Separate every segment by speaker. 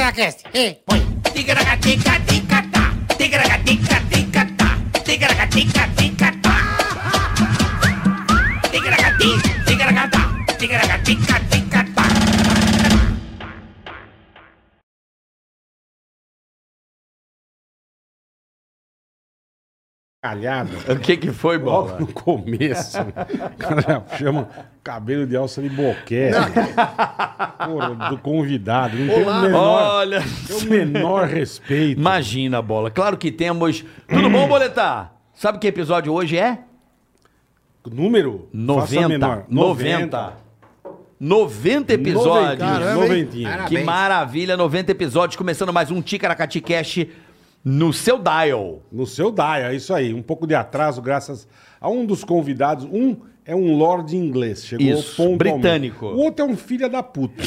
Speaker 1: Tigracast. Ei, põe.
Speaker 2: Tigragatica, ticatá. Tigragatica, ticatá. Tigragatica, ticatá. Tigragati, tigragatá. Tigragatica, ticatá.
Speaker 3: Calhado.
Speaker 4: O que que foi,
Speaker 3: Logo
Speaker 4: bola?
Speaker 3: no começo. né? O cara já chama cabelo de alça de boquete. Porra, do convidado. Não tem o menor,
Speaker 4: Olha,
Speaker 3: tem o menor respeito.
Speaker 4: imagina, bola. Claro que temos. Tudo bom, boletar? Sabe que episódio hoje é?
Speaker 3: Número?
Speaker 4: 90. 90. 90 episódios.
Speaker 3: Noventinha.
Speaker 1: Caramba, hein?
Speaker 3: noventinha.
Speaker 1: Caramba.
Speaker 4: Que
Speaker 1: Parabéns.
Speaker 4: maravilha, 90 episódios. Começando mais um Ticaracati Cash no seu dial.
Speaker 3: No seu Daia, isso aí. Um pouco de atraso, graças a um dos convidados. Um é um lord inglês. Chegou
Speaker 4: Isso,
Speaker 3: pontualmente.
Speaker 4: britânico. É.
Speaker 3: O outro é um filho da puta.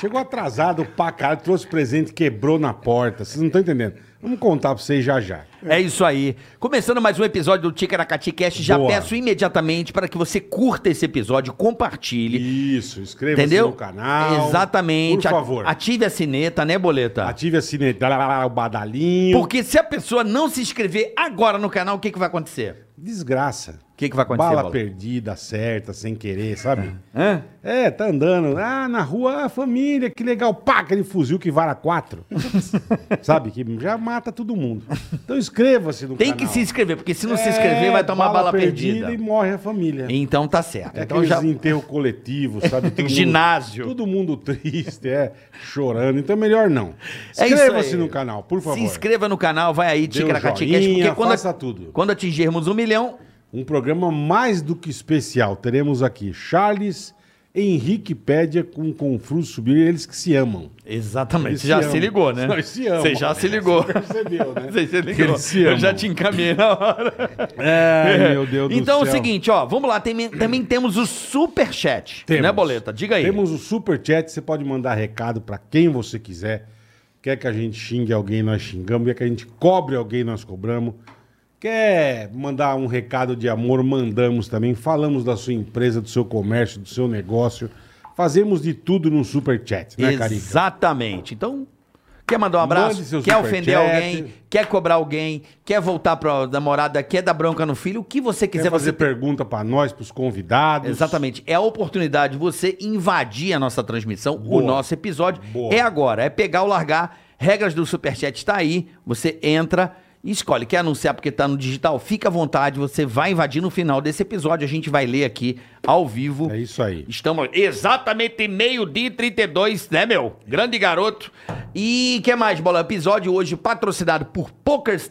Speaker 3: Chegou atrasado pra caralho, trouxe presente, quebrou na porta. Vocês não estão entendendo. Vamos contar pra vocês já já.
Speaker 4: É isso aí. Começando mais um episódio do Ticaracati Cash, já
Speaker 3: Boa.
Speaker 4: peço imediatamente para que você curta esse episódio, compartilhe,
Speaker 3: Isso, inscreva-se
Speaker 4: entendeu?
Speaker 3: no canal.
Speaker 4: Exatamente.
Speaker 3: Por
Speaker 4: A-
Speaker 3: favor,
Speaker 4: Ative a sineta, né, boleta?
Speaker 3: ative a sininho, lá, lá, lá, o badalinho.
Speaker 4: Porque se a pessoa não se inscrever agora no canal, o que, que vai acontecer?
Speaker 3: Desgraça.
Speaker 4: O que, que vai acontecer,
Speaker 3: Bala
Speaker 4: Bola?
Speaker 3: perdida, certa, sem querer, sabe?
Speaker 4: Hã?
Speaker 3: É, tá andando. Ah, na rua, ah, família, que legal. Pá, aquele fuzil que vara quatro. Sabe? Que já mata todo mundo. Então inscreva-se no
Speaker 4: Tem
Speaker 3: canal. É,
Speaker 4: que se inscrever, porque se não se inscrever, vai tomar bala, perdida.
Speaker 3: E morre a família.
Speaker 4: Então tá certo.
Speaker 3: É
Speaker 4: então já.
Speaker 3: aqueles enterro coletivo, sabe? Todo mundo-
Speaker 4: Ginásio.
Speaker 3: todo mundo triste, é, chorando. Então é melhor não.
Speaker 4: É isso aí.
Speaker 3: Inscreva-se no canal, por favor.
Speaker 4: Se inscreva no canal, vai aí,
Speaker 3: Dê um
Speaker 4: Ticaracaticast,
Speaker 3: joinha,
Speaker 4: porque quando,
Speaker 3: faça tudo.
Speaker 4: quando atingirmos um milhão,
Speaker 3: Um programa mais do que especial. Teremos aqui Charles Henrique Pédia com Confrus Subir, eles que se amam.
Speaker 4: Exatamente.
Speaker 3: Eles
Speaker 4: Você já
Speaker 3: se
Speaker 4: se
Speaker 3: amam.
Speaker 4: ligou, né?
Speaker 3: Eles se amam.
Speaker 4: Você já se ligou.
Speaker 3: Você percebeu, né?
Speaker 4: Você se
Speaker 3: Que
Speaker 4: ligou.
Speaker 3: eles se
Speaker 4: Eu
Speaker 3: amam.
Speaker 4: já te encaminhei na hora.
Speaker 3: Ai, meu Deus do
Speaker 4: então
Speaker 3: céu.
Speaker 4: é o seguinte, ó, vamos lá. tem- também temos o superchat,
Speaker 3: Temos.
Speaker 4: né, Boleta? Diga aí.
Speaker 3: Temos o super chat, você pode mandar recado pra quem você quiser. Quer que a gente xingue alguém, nós xingamos. Quer que a gente cobre alguém, nós cobramos. Quer mandar um recado de amor, mandamos também. Falamos da sua empresa, do seu comércio, do seu negócio. Fazemos de tudo no super chat, né, Carica?
Speaker 4: Exatamente. Então, quer mandar um
Speaker 3: Mande
Speaker 4: abraço?
Speaker 3: seu
Speaker 4: Quer ofender
Speaker 3: superchat.
Speaker 4: alguém? Quer cobrar alguém? Quer voltar pra namorada? Quer dar bronca no filho? O que você
Speaker 3: Quer
Speaker 4: quiser,
Speaker 3: fazer
Speaker 4: você
Speaker 3: pergunta pra nós, pros convidados.
Speaker 4: Exatamente. É a oportunidade de você invadir a nossa transmissão,
Speaker 3: Boa.
Speaker 4: o nosso episódio.
Speaker 3: Boa.
Speaker 4: É agora, é pegar ou largar. Regras do Superchat está aí. Você entra e escolhe. Quer anunciar porque está no digital? Fica à vontade. Você vai invadir no final desse episódio. A gente vai ler aqui ao vivo.
Speaker 3: É isso aí.
Speaker 4: Estamos exatamente meio-dia e 32, né, meu? Grande garoto. E que mais, Bola? Episódio hoje patrocinado por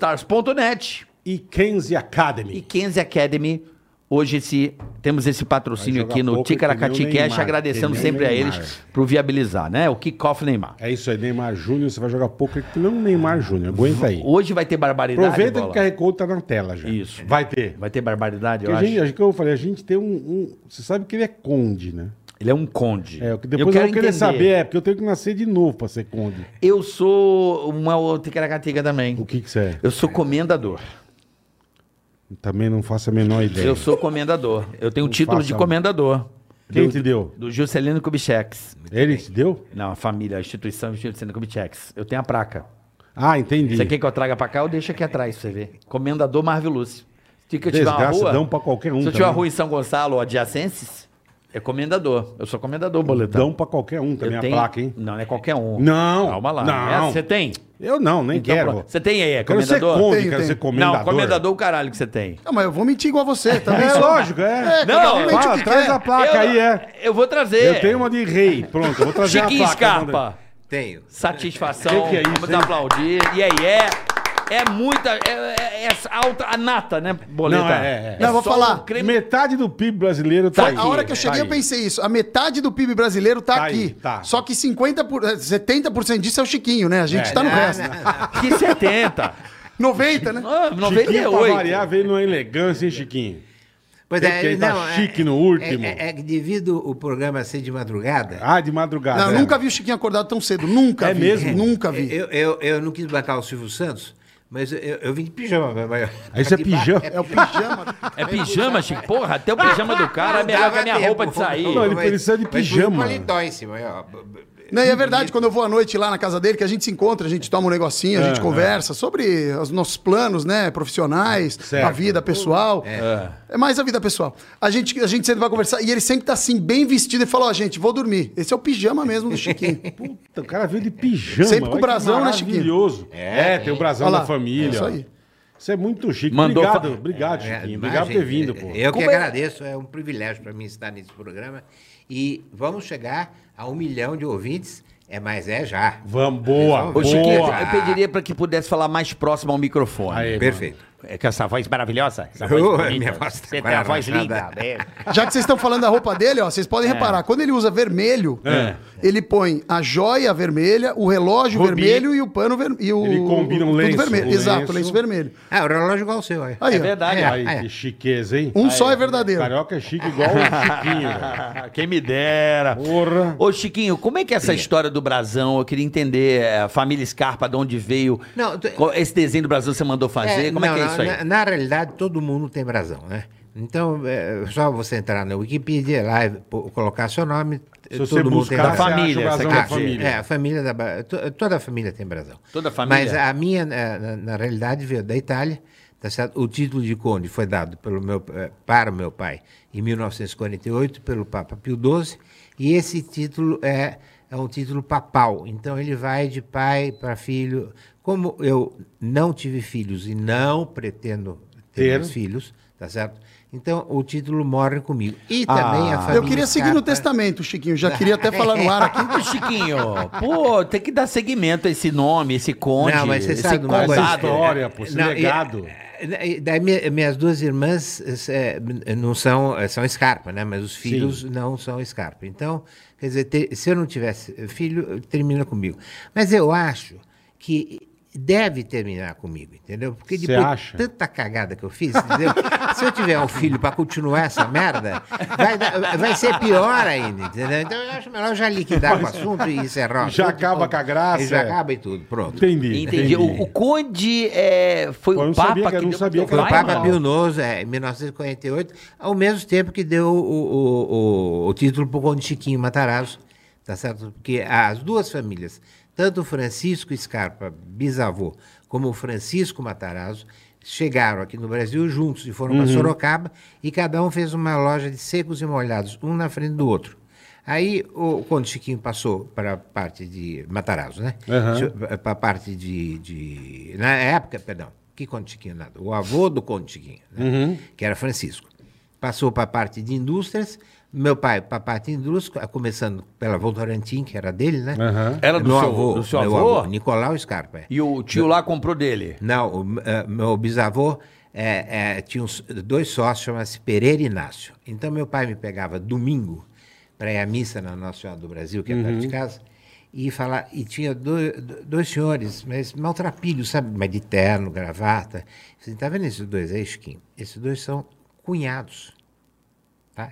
Speaker 4: PokerStars.net
Speaker 3: E Kenzie Academy.
Speaker 4: e Kenzie Academy. Hoje esse, temos esse patrocínio
Speaker 3: Vai jogar
Speaker 4: aqui no
Speaker 3: pouco que
Speaker 4: Ticaracati
Speaker 3: nem o
Speaker 4: Cash,
Speaker 3: Neymar,
Speaker 4: agradecendo
Speaker 3: que nem o
Speaker 4: sempre a
Speaker 3: Neymar.
Speaker 4: eles por viabilizar, né? O kickoff Neymar.
Speaker 3: É isso aí, Neymar Júnior. Você vai jogar poker que não Neymar Júnior. Aguenta aí.
Speaker 4: Hoje vai ter barbaridade.
Speaker 3: Aproveita que
Speaker 4: Bola?
Speaker 3: o QR Code tá na tela já.
Speaker 4: Isso.
Speaker 3: Vai ter.
Speaker 4: Vai ter barbaridade,
Speaker 3: Porque
Speaker 4: eu
Speaker 3: a gente,
Speaker 4: acho.
Speaker 3: acho que eu falei, a gente tem um, um- Você sabe que ele é conde, né?
Speaker 4: Ele é um conde.
Speaker 3: É, o que depois eu, vou querer
Speaker 4: entender.
Speaker 3: saber, é, porque eu tenho que nascer de novo pra ser conde.
Speaker 4: Eu sou uma outra Ticaracatiga também.
Speaker 3: O que que você é?
Speaker 4: Eu sou comendador.
Speaker 3: Também não faço a menor ideia.
Speaker 4: Eu sou comendador. Eu tenho o
Speaker 3: Não
Speaker 4: título
Speaker 3: faça- um-
Speaker 4: de comendador.
Speaker 3: Quem
Speaker 4: Do-
Speaker 3: te deu?
Speaker 4: Do Juscelino Kubitschek.
Speaker 3: Ele te deu?
Speaker 4: Não, a família, a instituição Juscelino Kubitschek. Eu tenho a placa.
Speaker 3: Ah, entendi.
Speaker 4: Você quer que eu traga pra cá ou deixa aqui atrás pra você ver? Comendador Marvio Lúcio. Se que eu tiver uma
Speaker 3: Desgraça, dão
Speaker 4: rua.
Speaker 3: pra qualquer um
Speaker 4: se eu tiver uma
Speaker 3: também.
Speaker 4: rua em São Gonçalo ou adjacenses, é comendador. Eu sou comendador, boletão.
Speaker 3: Dão pra qualquer um também
Speaker 4: eu
Speaker 3: a
Speaker 4: tenho...
Speaker 3: placa, hein?
Speaker 4: Não, não é qualquer um.
Speaker 3: Não,
Speaker 4: Calma lá.
Speaker 3: não.
Speaker 4: É, Você tem?
Speaker 3: Eu não, nem
Speaker 4: Então,
Speaker 3: quero.
Speaker 4: pronto. Você tem aí, é
Speaker 3: Quero ser
Speaker 4: comendador?
Speaker 3: conde,
Speaker 1: Tem,
Speaker 3: quero
Speaker 1: tem.
Speaker 3: ser comendador.
Speaker 4: Não, comendador o caralho que você tem.
Speaker 1: Não, mas eu vou mentir igual você tá também.
Speaker 3: É
Speaker 1: sou.
Speaker 3: lógico, é.
Speaker 1: cada
Speaker 4: Não,
Speaker 1: um mente o
Speaker 3: Fala,
Speaker 1: que
Speaker 3: traz
Speaker 1: quer.
Speaker 3: a placa aí, é.
Speaker 4: Eu vou trazer.
Speaker 3: Eu tenho uma de rei. Pronto, eu vou trazer a
Speaker 4: Chiquinho
Speaker 3: placa.
Speaker 4: Scarpa.
Speaker 1: Tenho.
Speaker 4: Satisfação.
Speaker 3: Que que é isso,
Speaker 4: Vamos
Speaker 3: hein?
Speaker 4: aplaudir. E aí, é. É muita. É, é, é alta, a nata, né, boleta?
Speaker 3: Não, é, é, é.
Speaker 1: Não, eu vou
Speaker 4: só um
Speaker 1: falar.
Speaker 4: creme
Speaker 3: Metade do PIB brasileiro tá,
Speaker 4: Tá
Speaker 3: aí.
Speaker 1: A hora que eu
Speaker 3: Tá
Speaker 1: cheguei,
Speaker 3: aí.
Speaker 1: eu pensei isso. A metade do PIB brasileiro tá,
Speaker 3: Tá aí,
Speaker 1: aqui.
Speaker 3: tá.
Speaker 1: Só que 50 por, eh, 70% disso é o Chiquinho, né? A gente
Speaker 3: É.
Speaker 1: tá no
Speaker 3: Não,
Speaker 1: resto.
Speaker 4: Que 70?
Speaker 1: 90,
Speaker 3: Tá
Speaker 1: né?
Speaker 4: Ah,
Speaker 3: Chiquinho, pra variar,
Speaker 4: 98.
Speaker 3: veio numa elegância, hein, Chiquinho?
Speaker 5: Pois
Speaker 3: Tem que
Speaker 5: é,
Speaker 3: ele tá
Speaker 5: não, é-
Speaker 3: chique no último.
Speaker 5: É, é que devido o programa ser de madrugada,
Speaker 3: Ah, de madrugada.
Speaker 1: Não, eu nunca vi o Chiquinho acordado tão cedo. Nunca
Speaker 3: É
Speaker 1: vi.
Speaker 3: mesmo?
Speaker 1: Nunca vi.
Speaker 5: eu, eu, eu não quis matar o Silvio Santos, mas eu, eu vim de pijama. Mas, mas-
Speaker 3: Aí isso é
Speaker 5: de
Speaker 3: pijama.
Speaker 5: ba-
Speaker 1: É o pijama.
Speaker 4: É pijama, Chico? Porra, até o pijama do cara é melhor que a minha
Speaker 5: Dava
Speaker 4: roupa de
Speaker 5: tempo.
Speaker 4: sair.
Speaker 3: Não, ele
Speaker 5: mas-
Speaker 3: precisa de
Speaker 5: mas põe um
Speaker 3: pijama.
Speaker 5: paletó em cima, ó.
Speaker 1: Não, e é verdade, quando eu vou à noite lá na casa dele, que a gente se encontra, a gente toma um negocinho, a gente
Speaker 3: É,
Speaker 1: conversa sobre os nossos planos, né, profissionais,
Speaker 3: Certo.
Speaker 1: a vida pessoal. É. mais a vida pessoal. A gente, a gente sempre vai conversar e ele sempre tá assim, bem vestido e fala, ó, gente, vou dormir. Esse é o pijama mesmo do Chiquinho.
Speaker 3: Puta, o cara veio de pijama.
Speaker 1: Sempre com
Speaker 3: olha que
Speaker 1: brasão, né, Chiquinho?
Speaker 3: Maravilhoso. É, tem o brasão
Speaker 1: Olha
Speaker 3: da
Speaker 1: lá,
Speaker 3: família.
Speaker 1: é isso
Speaker 3: ó.
Speaker 1: aí.
Speaker 3: Isso é muito chique.
Speaker 4: Mandou
Speaker 3: obrigado,
Speaker 4: fa-
Speaker 3: obrigado,
Speaker 5: É,
Speaker 3: Chiquinho.
Speaker 5: mas,
Speaker 3: Obrigado por ter
Speaker 5: gente,
Speaker 3: vindo, pô.
Speaker 5: Eu que
Speaker 1: Como é-
Speaker 5: agradeço, é um privilégio para mim estar nesse programa. E vamos chegar a um milhão de ouvintes, é, mas é já.
Speaker 3: Vamos, boa,
Speaker 5: Ô,
Speaker 4: Ô,
Speaker 3: boa.
Speaker 4: Chiquinho,
Speaker 5: Boa.
Speaker 4: eu pediria pra que pudesse falar mais próximo ao microfone.
Speaker 3: Aí, é
Speaker 5: Perfeito.
Speaker 4: É que essa voz maravilhosa. Essa
Speaker 5: Ô,
Speaker 4: voz bonita.
Speaker 5: minha voz tá
Speaker 4: Você tem a voz linda.
Speaker 5: guardada.
Speaker 4: né?
Speaker 1: Já que vocês estão falando da roupa dele, ó, vocês podem reparar, quando ele usa vermelho,
Speaker 3: É.
Speaker 1: ele põe a joia vermelha, o relógio
Speaker 3: Rubi.
Speaker 1: vermelho e o pano vermelho. E o,
Speaker 3: Ele combina um
Speaker 1: tudo
Speaker 3: lenço,
Speaker 1: vermelho.
Speaker 3: um
Speaker 1: Exato,
Speaker 3: lenço.
Speaker 1: o lenço vermelho.
Speaker 5: Ah, o relógio igual o seu, aí.
Speaker 1: Aí,
Speaker 4: É
Speaker 1: ó,
Speaker 4: verdade.
Speaker 3: Aí,
Speaker 5: É, é.
Speaker 3: que chiqueza, hein?
Speaker 1: um só é verdadeiro.
Speaker 3: Carioca é chique igual o Chiquinho. velho.
Speaker 4: Quem me dera.
Speaker 3: Porra.
Speaker 4: Ô, Chiquinho, como é que é essa história do brasão? Eu queria entender é, a família Scarpa, de onde veio.
Speaker 5: Não, tu-
Speaker 4: Qual- Esse desenho do brasão você mandou fazer? como é
Speaker 5: não,
Speaker 4: que é
Speaker 5: não,
Speaker 4: isso aí?
Speaker 5: Na, na realidade, todo mundo tem brasão, né? Então, é só você entrar na Wikipedia lá e pô- colocar seu nome,
Speaker 3: Se
Speaker 5: todo
Speaker 3: você
Speaker 5: mundo tem
Speaker 3: buscar,
Speaker 5: brasão.
Speaker 4: razão.
Speaker 3: você acha o
Speaker 4: Família,
Speaker 3: brasão
Speaker 4: essa
Speaker 3: da
Speaker 5: Ah,
Speaker 4: quer dizer.
Speaker 3: família.
Speaker 5: É, a família da Ba- to- toda a família tem brasão.
Speaker 4: Toda a família?
Speaker 5: Mas a minha, eh, na, na realidade, veio da Itália. Tá certo? O título de conde foi dado pelo meu, eh, para o meu pai em 1948 pelo Papa Pio XII. E esse título é, é um título papal. Então ele vai de pai para filho. Como eu não tive filhos e não pretendo ter,
Speaker 3: Ter.
Speaker 5: mais filhos, tá certo? Então o título morre comigo. E
Speaker 4: Ah,
Speaker 5: também a família.
Speaker 1: Eu queria seguir no
Speaker 5: Scarpa-
Speaker 1: testamento, Chiquinho. Já queria até falar no ar aqui.
Speaker 4: Ô, Chiquinho, pô, tem que dar seguimento a esse nome, esse conde,
Speaker 5: Não, mas você
Speaker 4: esse
Speaker 5: sabe de uma coisa?
Speaker 4: condado.
Speaker 3: História. pô, esse
Speaker 5: e- é- né,
Speaker 3: legado.
Speaker 5: e- daí mi- minhas duas irmãs eh, eh, não são, eh, são Scarpa, né? Mas os filhos não são Scarpa. Então, quer dizer, te- se eu não tivesse eh, filho, eh, termina comigo. Mas eu acho que deve terminar comigo, entendeu? Porque
Speaker 3: Você
Speaker 5: depois
Speaker 3: acha?
Speaker 5: de tanta cagada que eu fiz, entendeu? se eu tiver um filho para continuar essa merda, vai, dar- vai ser pior ainda, entendeu? Então eu acho melhor já liquidar o assunto e encerrar. o
Speaker 3: é. Já
Speaker 5: assunto,
Speaker 3: acaba
Speaker 5: pronto.
Speaker 3: com a graça,
Speaker 5: E já
Speaker 3: é.
Speaker 5: acaba e tudo, pronto.
Speaker 3: Entendi.
Speaker 4: Entendi. O, o conde é, foi
Speaker 3: Pô, eu
Speaker 4: o
Speaker 3: não
Speaker 4: Papa
Speaker 3: sabia que- eu
Speaker 4: que
Speaker 3: não
Speaker 4: deu-
Speaker 3: sabia que
Speaker 5: Foi
Speaker 3: um
Speaker 5: o
Speaker 4: Vai,
Speaker 5: Papa
Speaker 4: irmão.
Speaker 5: Pio IX, é, em 1948, ao mesmo tempo que deu o, o, o, o título para o Conde Chiquinho Matarazzo, tá certo? Porque as duas famílias, tanto o Francisco Scarpa, bisavô, como o Francisco Matarazzo, chegaram aqui no Brasil juntos e foram para Sorocaba e cada um fez uma loja de secos e molhados, um na frente do outro. Aí o Conde Chiquinho passou para a parte de Matarazzo, né?
Speaker 3: Aham.
Speaker 5: Deixa eu- para a parte de, de- Na época, perdão, que Conde Chiquinho nada? O avô do Conde Chiquinho, né? que era Francisco. Passou para a parte de indústrias, meu pai para a parte de indústria, começando pela Votorantim, que era dele, né?
Speaker 3: Aham.
Speaker 4: Era do
Speaker 5: meu
Speaker 4: seu-
Speaker 5: avô,
Speaker 4: do seu
Speaker 5: meu
Speaker 4: avô?
Speaker 5: Nicolau Scarpa. é.
Speaker 4: E o tio lá comprou dele.
Speaker 5: Não, o, eh, meu bisavô eh, eh, tinha uns dois sócios, chama-se Pereira Inácio. Então, meu pai me pegava domingo para ir à missa na Nossa Senhora do Brasil, que é perto de casa, e, falar, e tinha dois, dois senhores, mas maltrapilhos, sabe? Mas de terno, gravata. Você tá vendo esses dois aí, Chiquinho? Esses dois são cunhados, tá?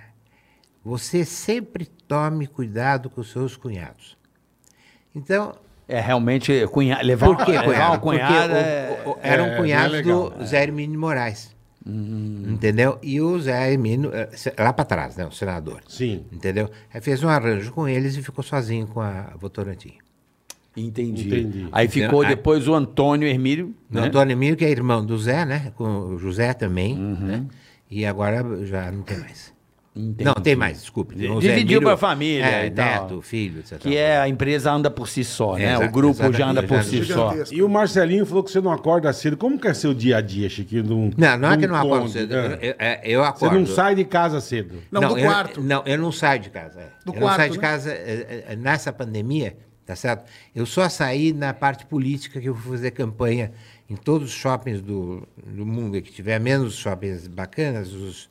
Speaker 5: Você sempre tome cuidado com os seus cunhados. Então,
Speaker 4: É realmente cunha... levar,
Speaker 5: por que
Speaker 4: levar
Speaker 5: cunhado?
Speaker 4: uma cunhada.
Speaker 5: Porque o- o- o-
Speaker 3: um é,
Speaker 5: era
Speaker 3: não
Speaker 5: um
Speaker 3: é Hum.
Speaker 5: cunhado
Speaker 3: legal.
Speaker 5: do Zé Hermínio Moraes. Entendeu? E o Zé Hermínio, eh, se- lá para trás, né? O senador.
Speaker 3: Sim.
Speaker 5: Entendeu? Aí fez um arranjo com eles e ficou sozinho com a Votorantim.
Speaker 4: Entendi.
Speaker 3: Entendi. Então,
Speaker 4: Aí ficou
Speaker 5: Entendeu?
Speaker 4: depois o Antônio Hermílio. né?
Speaker 3: Né?
Speaker 5: O Antônio Hermínio, que é irmão do Zé, né? Com o José também.
Speaker 3: Uhum.
Speaker 5: né? E agora já não tem mais. Não, tem mais, desculpe. O Zé
Speaker 4: Dividiu
Speaker 5: Hermínio-
Speaker 4: pra família
Speaker 5: É,
Speaker 4: e tal.
Speaker 5: neto, filho, etc.
Speaker 4: Que é a empresa anda por si só, né?
Speaker 5: Exato,
Speaker 4: o grupo já
Speaker 5: exatamente,
Speaker 4: anda por si só.
Speaker 1: Gigantesco.
Speaker 3: E o Marcelinho falou que você não acorda cedo. Como que é seu dia a dia, Chiquinho? de um-
Speaker 5: Não, não é
Speaker 3: de
Speaker 5: que
Speaker 3: um
Speaker 5: eu não acordo
Speaker 3: conde?
Speaker 5: cedo.
Speaker 3: É.
Speaker 5: Eu, eu- é, eu
Speaker 3: Você
Speaker 5: acordo.
Speaker 3: não sai de casa cedo.
Speaker 1: Não, do
Speaker 5: eu-
Speaker 1: quarto.
Speaker 5: não, eu não saio de casa. é.
Speaker 1: Do
Speaker 5: eu não saio
Speaker 1: quarto,
Speaker 5: de
Speaker 1: né?
Speaker 5: casa é, é, é, nessa pandemia, tá certo? Eu só saí na parte política que eu fui fazer campanha em todos os shoppings do, do mundo que tiver, menos os shoppings bacanas, os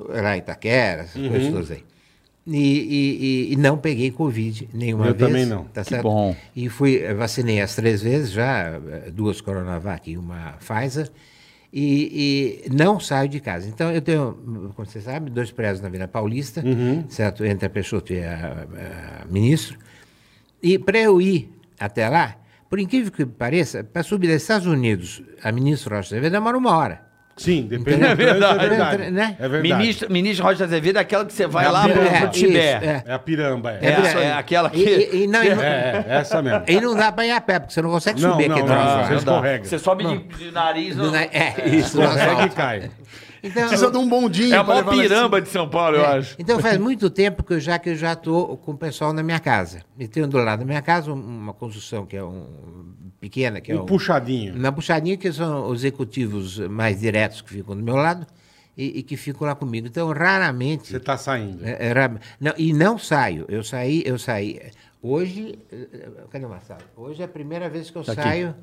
Speaker 5: lá em Itaquera, essas
Speaker 3: Uhum.
Speaker 5: coisas todas aí. E, e- e- e não peguei Covid nenhuma
Speaker 3: Eu
Speaker 5: vez.
Speaker 3: também não.
Speaker 5: Tá
Speaker 4: Que
Speaker 5: certo?
Speaker 4: bom.
Speaker 5: E fui, eh, vacinei as três vezes já, eh, duas Coronavac e uma Pfizer, e, e não saio de casa. Então, eu tenho, como você sabe, dois prédios na Vila Paulista,
Speaker 3: Uhum.
Speaker 5: certo? Entre a Peixoto e a, a Ministro. E para eu ir até lá, por incrível que pareça, para subir dos Estados Unidos a Ministro Rocha Azevedo demora uma hora.
Speaker 3: Sim, depende do
Speaker 4: É
Speaker 3: trânsito,
Speaker 4: verdade.
Speaker 3: é verdade.
Speaker 5: Né? Né?
Speaker 3: É verdade.
Speaker 4: Ministro, ministro Rocha Azevedo é aquela que você vai
Speaker 3: É a
Speaker 4: lá pro,
Speaker 3: pirâmide.
Speaker 4: pro Tibete.
Speaker 5: Isso, é.
Speaker 3: É a piramba, é.
Speaker 4: É,
Speaker 3: É,
Speaker 5: É isso aí.
Speaker 4: é aquela que.
Speaker 5: E- e- e não- e não-
Speaker 3: é, é essa mesmo.
Speaker 5: E não dá pra ir a pé, porque você não consegue
Speaker 3: Não,
Speaker 5: subir
Speaker 3: não,
Speaker 5: aqui
Speaker 3: não,
Speaker 5: atrás.
Speaker 3: você escorrega.
Speaker 4: Ah, Você sobe de, de nariz.
Speaker 5: Não
Speaker 4: No...
Speaker 5: é- É, isso. no
Speaker 3: Escorrega e
Speaker 5: asfalto.
Speaker 3: cai.
Speaker 5: Então,
Speaker 1: Precisa de um bondinho.
Speaker 4: É a
Speaker 1: pra
Speaker 4: maior
Speaker 1: levar lá em
Speaker 3: assim,
Speaker 1: cima.
Speaker 4: piramba de São Paulo, eu
Speaker 5: É.
Speaker 4: acho.
Speaker 5: Então faz muito tempo que eu já que eu já estou com o pessoal na minha casa. E tenho do lado da minha casa um- uma construção que é um pequena, que é
Speaker 3: Um puxadinho.
Speaker 5: Na puxadinha, que são os executivos mais diretos que ficam do meu lado e, e que ficam lá comigo. Então, raramente.
Speaker 3: Você tá saindo.
Speaker 5: é, é, ra- não, e não saio. Eu saí, eu saí. Hoje. eh, Cadê o Marcelo? Hoje é a primeira vez que
Speaker 3: Tá
Speaker 5: eu saio.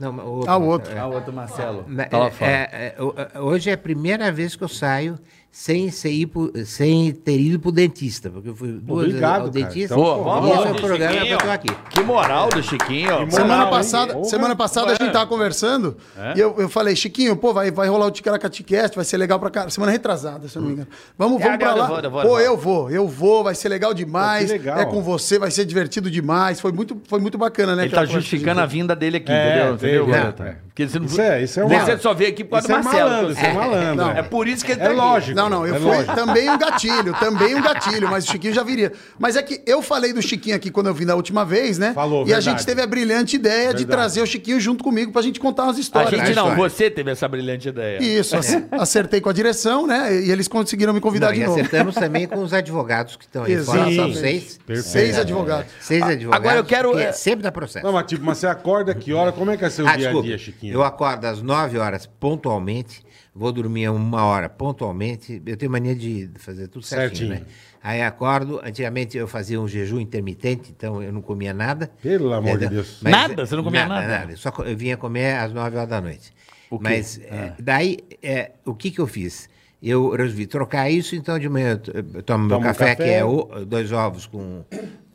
Speaker 5: Não, o outro.
Speaker 1: Ah, o
Speaker 5: Marcelo,
Speaker 1: outro.
Speaker 5: é.
Speaker 4: Ah, o outro Marcelo.
Speaker 5: Na-
Speaker 4: Tá lá
Speaker 5: é,
Speaker 4: fora.
Speaker 5: é, é, ho- hoje é a primeira vez que eu saio sem, ser ir pro- sem ter ido pro dentista, porque eu fui duas vezes
Speaker 3: Obrigado,
Speaker 5: ao
Speaker 3: cara.
Speaker 5: dentista.
Speaker 3: Então,
Speaker 4: Pô,
Speaker 5: e
Speaker 4: vamos
Speaker 5: esse é
Speaker 4: lá,
Speaker 5: o programa que
Speaker 4: Chiquinho.
Speaker 5: eu tô aqui.
Speaker 4: Que moral do Chiquinho.
Speaker 3: Que
Speaker 1: Semana
Speaker 3: Moral, hein?
Speaker 1: passada,
Speaker 3: Porra. É?
Speaker 1: semana passada a gente tava conversando e eu, eu falei, Chiquinho, pô, vai, vai rolar o Ticaracatecast, vai ser legal pra cara. Semana retrasada, se eu não me engano. Vamos,
Speaker 4: É,
Speaker 1: vamos pra
Speaker 4: eu
Speaker 1: lá.
Speaker 4: vou, eu vou, eu
Speaker 1: pô,
Speaker 4: vou.
Speaker 1: eu vou, eu vou, vai ser legal
Speaker 3: Pô,
Speaker 1: demais.
Speaker 3: que legal.
Speaker 1: É com você, vai ser divertido demais. Foi muito, foi muito bacana, né?
Speaker 4: Ele tá
Speaker 1: aquela conversa
Speaker 4: justificando a
Speaker 1: que
Speaker 4: vinda dele aqui,
Speaker 3: É,
Speaker 4: entendeu? entendeu?
Speaker 3: veio,
Speaker 4: Gordon?
Speaker 3: é.
Speaker 4: Porque você não...
Speaker 3: Isso é- isso é uma-
Speaker 4: Você só veio aqui por causa
Speaker 3: Isso
Speaker 4: do
Speaker 3: é
Speaker 4: Marcelo.
Speaker 3: malandro, isso é malandro.
Speaker 1: não,
Speaker 3: é.
Speaker 4: É por isso que ele
Speaker 3: É
Speaker 4: tá aqui.
Speaker 3: lógico.
Speaker 1: Não, não, eu
Speaker 3: é
Speaker 1: fui
Speaker 3: lógico.
Speaker 1: também um gatilho, também um gatilho, mas o Chiquinho já viria. Mas é que eu falei do Chiquinho aqui quando eu vim da última vez, né?
Speaker 3: Falou,
Speaker 1: e
Speaker 3: verdade.
Speaker 1: a gente teve a brilhante ideia de
Speaker 3: Verdade.
Speaker 1: trazer o Chiquinho junto comigo pra gente contar umas
Speaker 4: A
Speaker 1: histórias.
Speaker 4: gente
Speaker 5: Olha a
Speaker 4: não,
Speaker 5: história.
Speaker 4: você teve essa brilhante ideia.
Speaker 1: Isso, ac- acertei com a direção, né? E eles conseguiram me convidar
Speaker 5: Não,
Speaker 1: de
Speaker 5: e
Speaker 1: novo.
Speaker 5: acertamos também com os advogados que estão aí
Speaker 1: Exato.
Speaker 5: fora, são
Speaker 3: Sim.
Speaker 5: seis.
Speaker 3: Perfeito.
Speaker 1: Seis
Speaker 3: É.
Speaker 1: advogados.
Speaker 5: Seis advogados.
Speaker 4: agora eu quero,
Speaker 5: que
Speaker 4: é-
Speaker 5: Sempre dá processo.
Speaker 3: Não, mas tipo, mas você acorda que hora? Como é que é seu
Speaker 5: Ah,
Speaker 3: dia a
Speaker 5: desculpa.
Speaker 3: dia, Chiquinho?
Speaker 5: Eu acordo às 9 horas pontualmente, vou dormir uma hora pontualmente. Eu tenho mania de fazer tudo certinho,
Speaker 3: Certinho.
Speaker 5: né? Aí acordo, antigamente eu fazia um jejum intermitente, então eu não comia nada.
Speaker 3: Pelo amor de Deus.
Speaker 4: Nada? Você não comia nada?
Speaker 5: Eu Só co- eu vinha comer às 9 horas da noite.
Speaker 4: O quê? Ah.
Speaker 5: Mas é, daí, é, o que que eu fiz? Eu resolvi trocar isso, então de manhã eu to- eu tomo meu
Speaker 3: Toma um
Speaker 5: café,
Speaker 3: café.
Speaker 5: que é o- dois ovos com...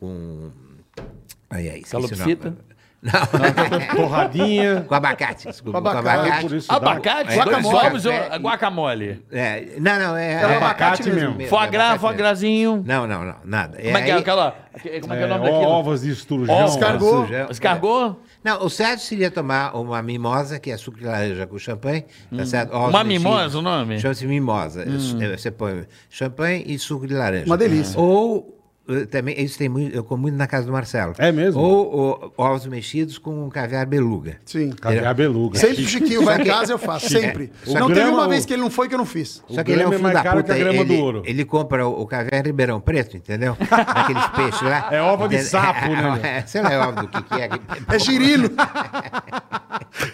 Speaker 5: com... Ai, ai, esqueci o nome.
Speaker 4: Calopsita?
Speaker 5: Não.
Speaker 3: Torradinha.
Speaker 5: Com abacate, desculpa.
Speaker 1: Com
Speaker 5: Com
Speaker 1: abacate.
Speaker 5: abacate.
Speaker 3: Por isso dá-
Speaker 4: Abacate,
Speaker 5: É,
Speaker 4: dois
Speaker 5: guacamole.
Speaker 4: ovos,
Speaker 5: É,
Speaker 4: eu- guacamole.
Speaker 5: É, não, não, é.
Speaker 1: É um
Speaker 5: é-
Speaker 1: abacate
Speaker 3: abacate
Speaker 1: mesmo.
Speaker 3: mesmo.
Speaker 4: Foie gras,
Speaker 5: abacate
Speaker 4: foie
Speaker 5: mesmo.
Speaker 4: grasinho.
Speaker 5: Não, não, não, nada.
Speaker 4: Como é que é
Speaker 5: aí-
Speaker 4: aquela... Como é que é o nome
Speaker 3: é,
Speaker 4: daquilo?
Speaker 3: Ovas de esturjão.
Speaker 4: Ovos,
Speaker 1: escargot.
Speaker 5: Sujão, né?
Speaker 4: Escargot?
Speaker 5: Não, o Sérgio seria tomar uma mimosa, que é suco de laranja com champanhe, tá certo? Ovos
Speaker 4: Hum. Uma
Speaker 5: mexidos.
Speaker 4: mimosa, o nome? Hum.
Speaker 5: Chama-se mimosa. É, Você põe champanhe e suco de laranja.
Speaker 1: Uma delícia.
Speaker 5: Ou eh, também, isso tem muito, eu como muito na casa do Marcelo.
Speaker 3: É mesmo?
Speaker 5: Ou, ou ovos mexidos com caviar beluga.
Speaker 1: Sim.
Speaker 3: Cadê a beluga?
Speaker 1: É. Sempre o Chiquinho vai em
Speaker 5: que-
Speaker 1: casa, eu faço.
Speaker 5: Chique.
Speaker 1: sempre.
Speaker 3: O
Speaker 1: não teve
Speaker 3: grama,
Speaker 1: uma
Speaker 3: o-
Speaker 1: vez que ele não foi que eu não fiz.
Speaker 5: Só
Speaker 3: O
Speaker 5: que ele é um
Speaker 3: grama é
Speaker 5: filho
Speaker 3: mais
Speaker 5: da
Speaker 3: caro que
Speaker 5: puta.
Speaker 3: a grama
Speaker 5: ele,
Speaker 3: do ouro.
Speaker 5: ele compra o, o caviar Ribeirão Preto, entendeu? Aqueles peixes lá.
Speaker 3: É ovo de
Speaker 5: Entende?
Speaker 3: sapo, né?
Speaker 5: É, sei lá, é ovo do que, que é.
Speaker 1: É girino.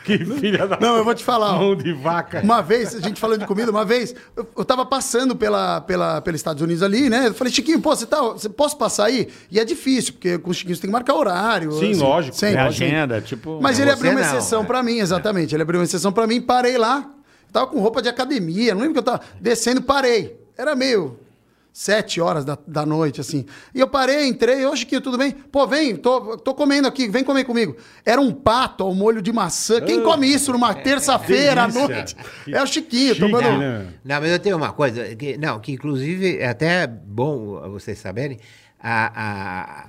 Speaker 3: Que filha da
Speaker 1: Não, eu vou te falar. ó.
Speaker 3: mão de vaca.
Speaker 1: Uma vez, a gente falando de comida, uma vez, eu, eu tava passando pela, pela, pelos Estados Unidos ali, né? Eu falei, Chiquinho, pô, você tá, você posso passar aí? E é difícil, porque com o Chiquinho você tem que marcar horário. assim,
Speaker 3: Sim, lógico. né?
Speaker 4: É
Speaker 1: Sempre,
Speaker 5: assim.
Speaker 1: sempre.
Speaker 4: agenda, tipo...
Speaker 1: Mas
Speaker 5: Não, você
Speaker 1: ele abriu uma
Speaker 5: não,
Speaker 1: exceção
Speaker 5: né?
Speaker 1: pra mim, exatamente. Ele abriu uma exceção pra mim, parei lá. Tava com roupa de academia, não lembro que eu tava descendo, parei. Era meio sete horas da, da noite, assim. E eu parei, entrei, ô Chiquinho, tudo bem? Pô, vem, tô, tô comendo aqui, vem comer comigo. Era um pato ao molho de maçã. Quem come isso numa terça-feira à
Speaker 3: Ah, é, delícia.
Speaker 1: noite? É o Chiquinho,
Speaker 3: Chique,
Speaker 1: tomando...
Speaker 3: né?
Speaker 5: Não, mas eu tenho uma coisa, que, não, que inclusive é até bom vocês saberem, a,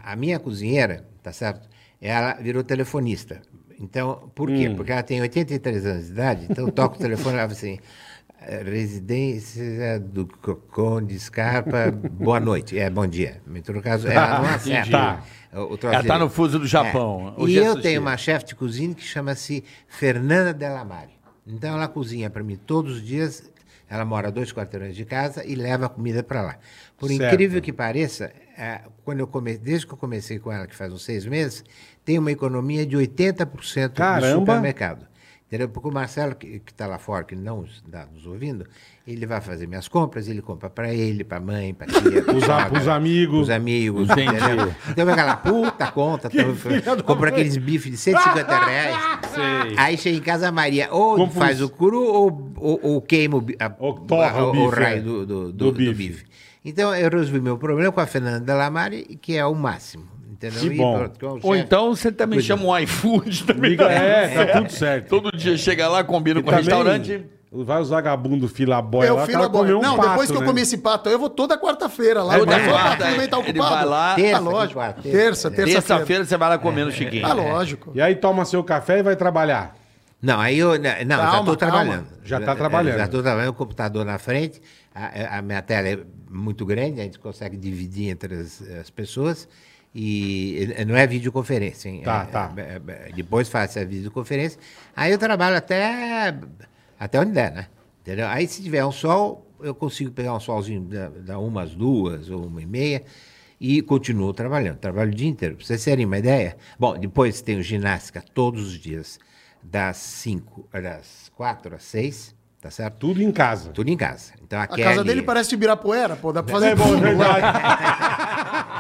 Speaker 5: a, a minha cozinheira, tá certo? Ela virou telefonista. Então, por
Speaker 4: Hum.
Speaker 5: quê? Porque ela tem 83 anos de idade, então toca o telefone e ela fala assim, residência do Cocon de Scarpa, boa noite, é, bom dia. Então, no caso, ela não acerta.
Speaker 3: Tá.
Speaker 5: O, o troço
Speaker 4: Ela tá
Speaker 5: dele.
Speaker 4: no fuso do Japão.
Speaker 5: É.
Speaker 4: Hoje
Speaker 5: E
Speaker 4: é
Speaker 5: eu
Speaker 4: sushi.
Speaker 5: tenho uma chefe de cozinha que chama-se Fernanda Delamare. Então ela cozinha para mim todos os dias. Ela mora a dois quarteirões de casa e leva a comida para lá. Por
Speaker 3: Certo.
Speaker 5: incrível que pareça, é, quando eu come... desde que eu comecei com ela, que faz uns seis meses, tem uma economia de 80%
Speaker 3: Caramba!
Speaker 5: no supermercado. Entendeu? Porque o Marcelo, que está lá fora, que não está nos ouvindo, ele vai fazer minhas compras, ele compra para ele, para a mãe, para a tia,
Speaker 3: Pros a-
Speaker 5: para
Speaker 3: pros amigos.
Speaker 5: Os amigos,
Speaker 4: Entendi.
Speaker 5: entendeu? Então vai aquela puta conta, então,
Speaker 3: filha da
Speaker 5: compra
Speaker 3: mãe.
Speaker 5: aqueles bifes de 150 reais.
Speaker 4: Sei.
Speaker 5: Aí chega em casa a Maria, ou
Speaker 3: Compra
Speaker 5: faz
Speaker 3: uns-
Speaker 5: o curu ou, ou, ou queima o, bi- a-
Speaker 3: Ou torra
Speaker 5: a-
Speaker 3: o
Speaker 5: o,
Speaker 3: bife, é.
Speaker 5: raio do, do,
Speaker 3: Do
Speaker 5: do- do
Speaker 3: bife.
Speaker 5: bife. Então eu resolvi meu problema com a Fernanda Lamari, que é o máximo. Entendeu?
Speaker 3: Que bom.
Speaker 5: que é o
Speaker 4: Ou
Speaker 5: chefe.
Speaker 4: então você também
Speaker 5: é.
Speaker 4: chama um iFood também.
Speaker 3: Liga,
Speaker 4: dá.
Speaker 3: é, tá tudo certo.
Speaker 4: Todo dia chega lá, combina
Speaker 3: E
Speaker 4: com o
Speaker 3: também,
Speaker 4: restaurante.
Speaker 3: Vai os vagabundos filabóia
Speaker 1: Eu
Speaker 3: lá,
Speaker 1: fila
Speaker 3: cara comeu um
Speaker 1: Não,
Speaker 3: pato,
Speaker 1: depois que eu
Speaker 3: né?
Speaker 1: comi esse pato, eu vou toda quarta-feira lá.
Speaker 4: É,
Speaker 1: Eu
Speaker 4: toda
Speaker 1: falo,
Speaker 4: quarta,
Speaker 1: "Ah, tudo bem, tá
Speaker 4: ele
Speaker 1: ocupado?"
Speaker 4: vai lá-
Speaker 1: Ah,
Speaker 5: Terça,
Speaker 1: lógico.
Speaker 5: quarta,
Speaker 1: Terça,
Speaker 5: terça,
Speaker 1: terça-feira.
Speaker 5: É.
Speaker 4: Terça-feira você vai lá comendo chiquinho.
Speaker 1: Ah, lógico.
Speaker 3: E aí toma seu café e vai trabalhar.
Speaker 5: Não, aí eu. né, Não, já
Speaker 1: Calma,
Speaker 5: estou
Speaker 1: calma.
Speaker 5: trabalhando. É,
Speaker 3: Já tá trabalhando.
Speaker 5: Já estou trabalhando, o computador na frente, a, a minha tela é muito grande, a gente consegue dividir entre as, as pessoas. E e não é videoconferência, hein?
Speaker 3: Tá,
Speaker 5: É-
Speaker 3: tá.
Speaker 5: é- é- depois faço a videoconferência. Aí eu trabalho até, até onde der, né? Entendeu? Aí se tiver um sol, eu consigo pegar um solzinho da, da umas duas ou uma e meia e continuo trabalhando. Trabalho o dia inteiro. Pra vocês terem uma ideia. Bom, depois tenho ginástica todos os dias, das cinco, das quatro às seis, tá certo?
Speaker 3: Tudo em casa.
Speaker 5: Tudo em casa. Então a,
Speaker 1: A casa dele parece de Ibirapuera, pô. Dá pra fazer tudo.
Speaker 3: É verdade.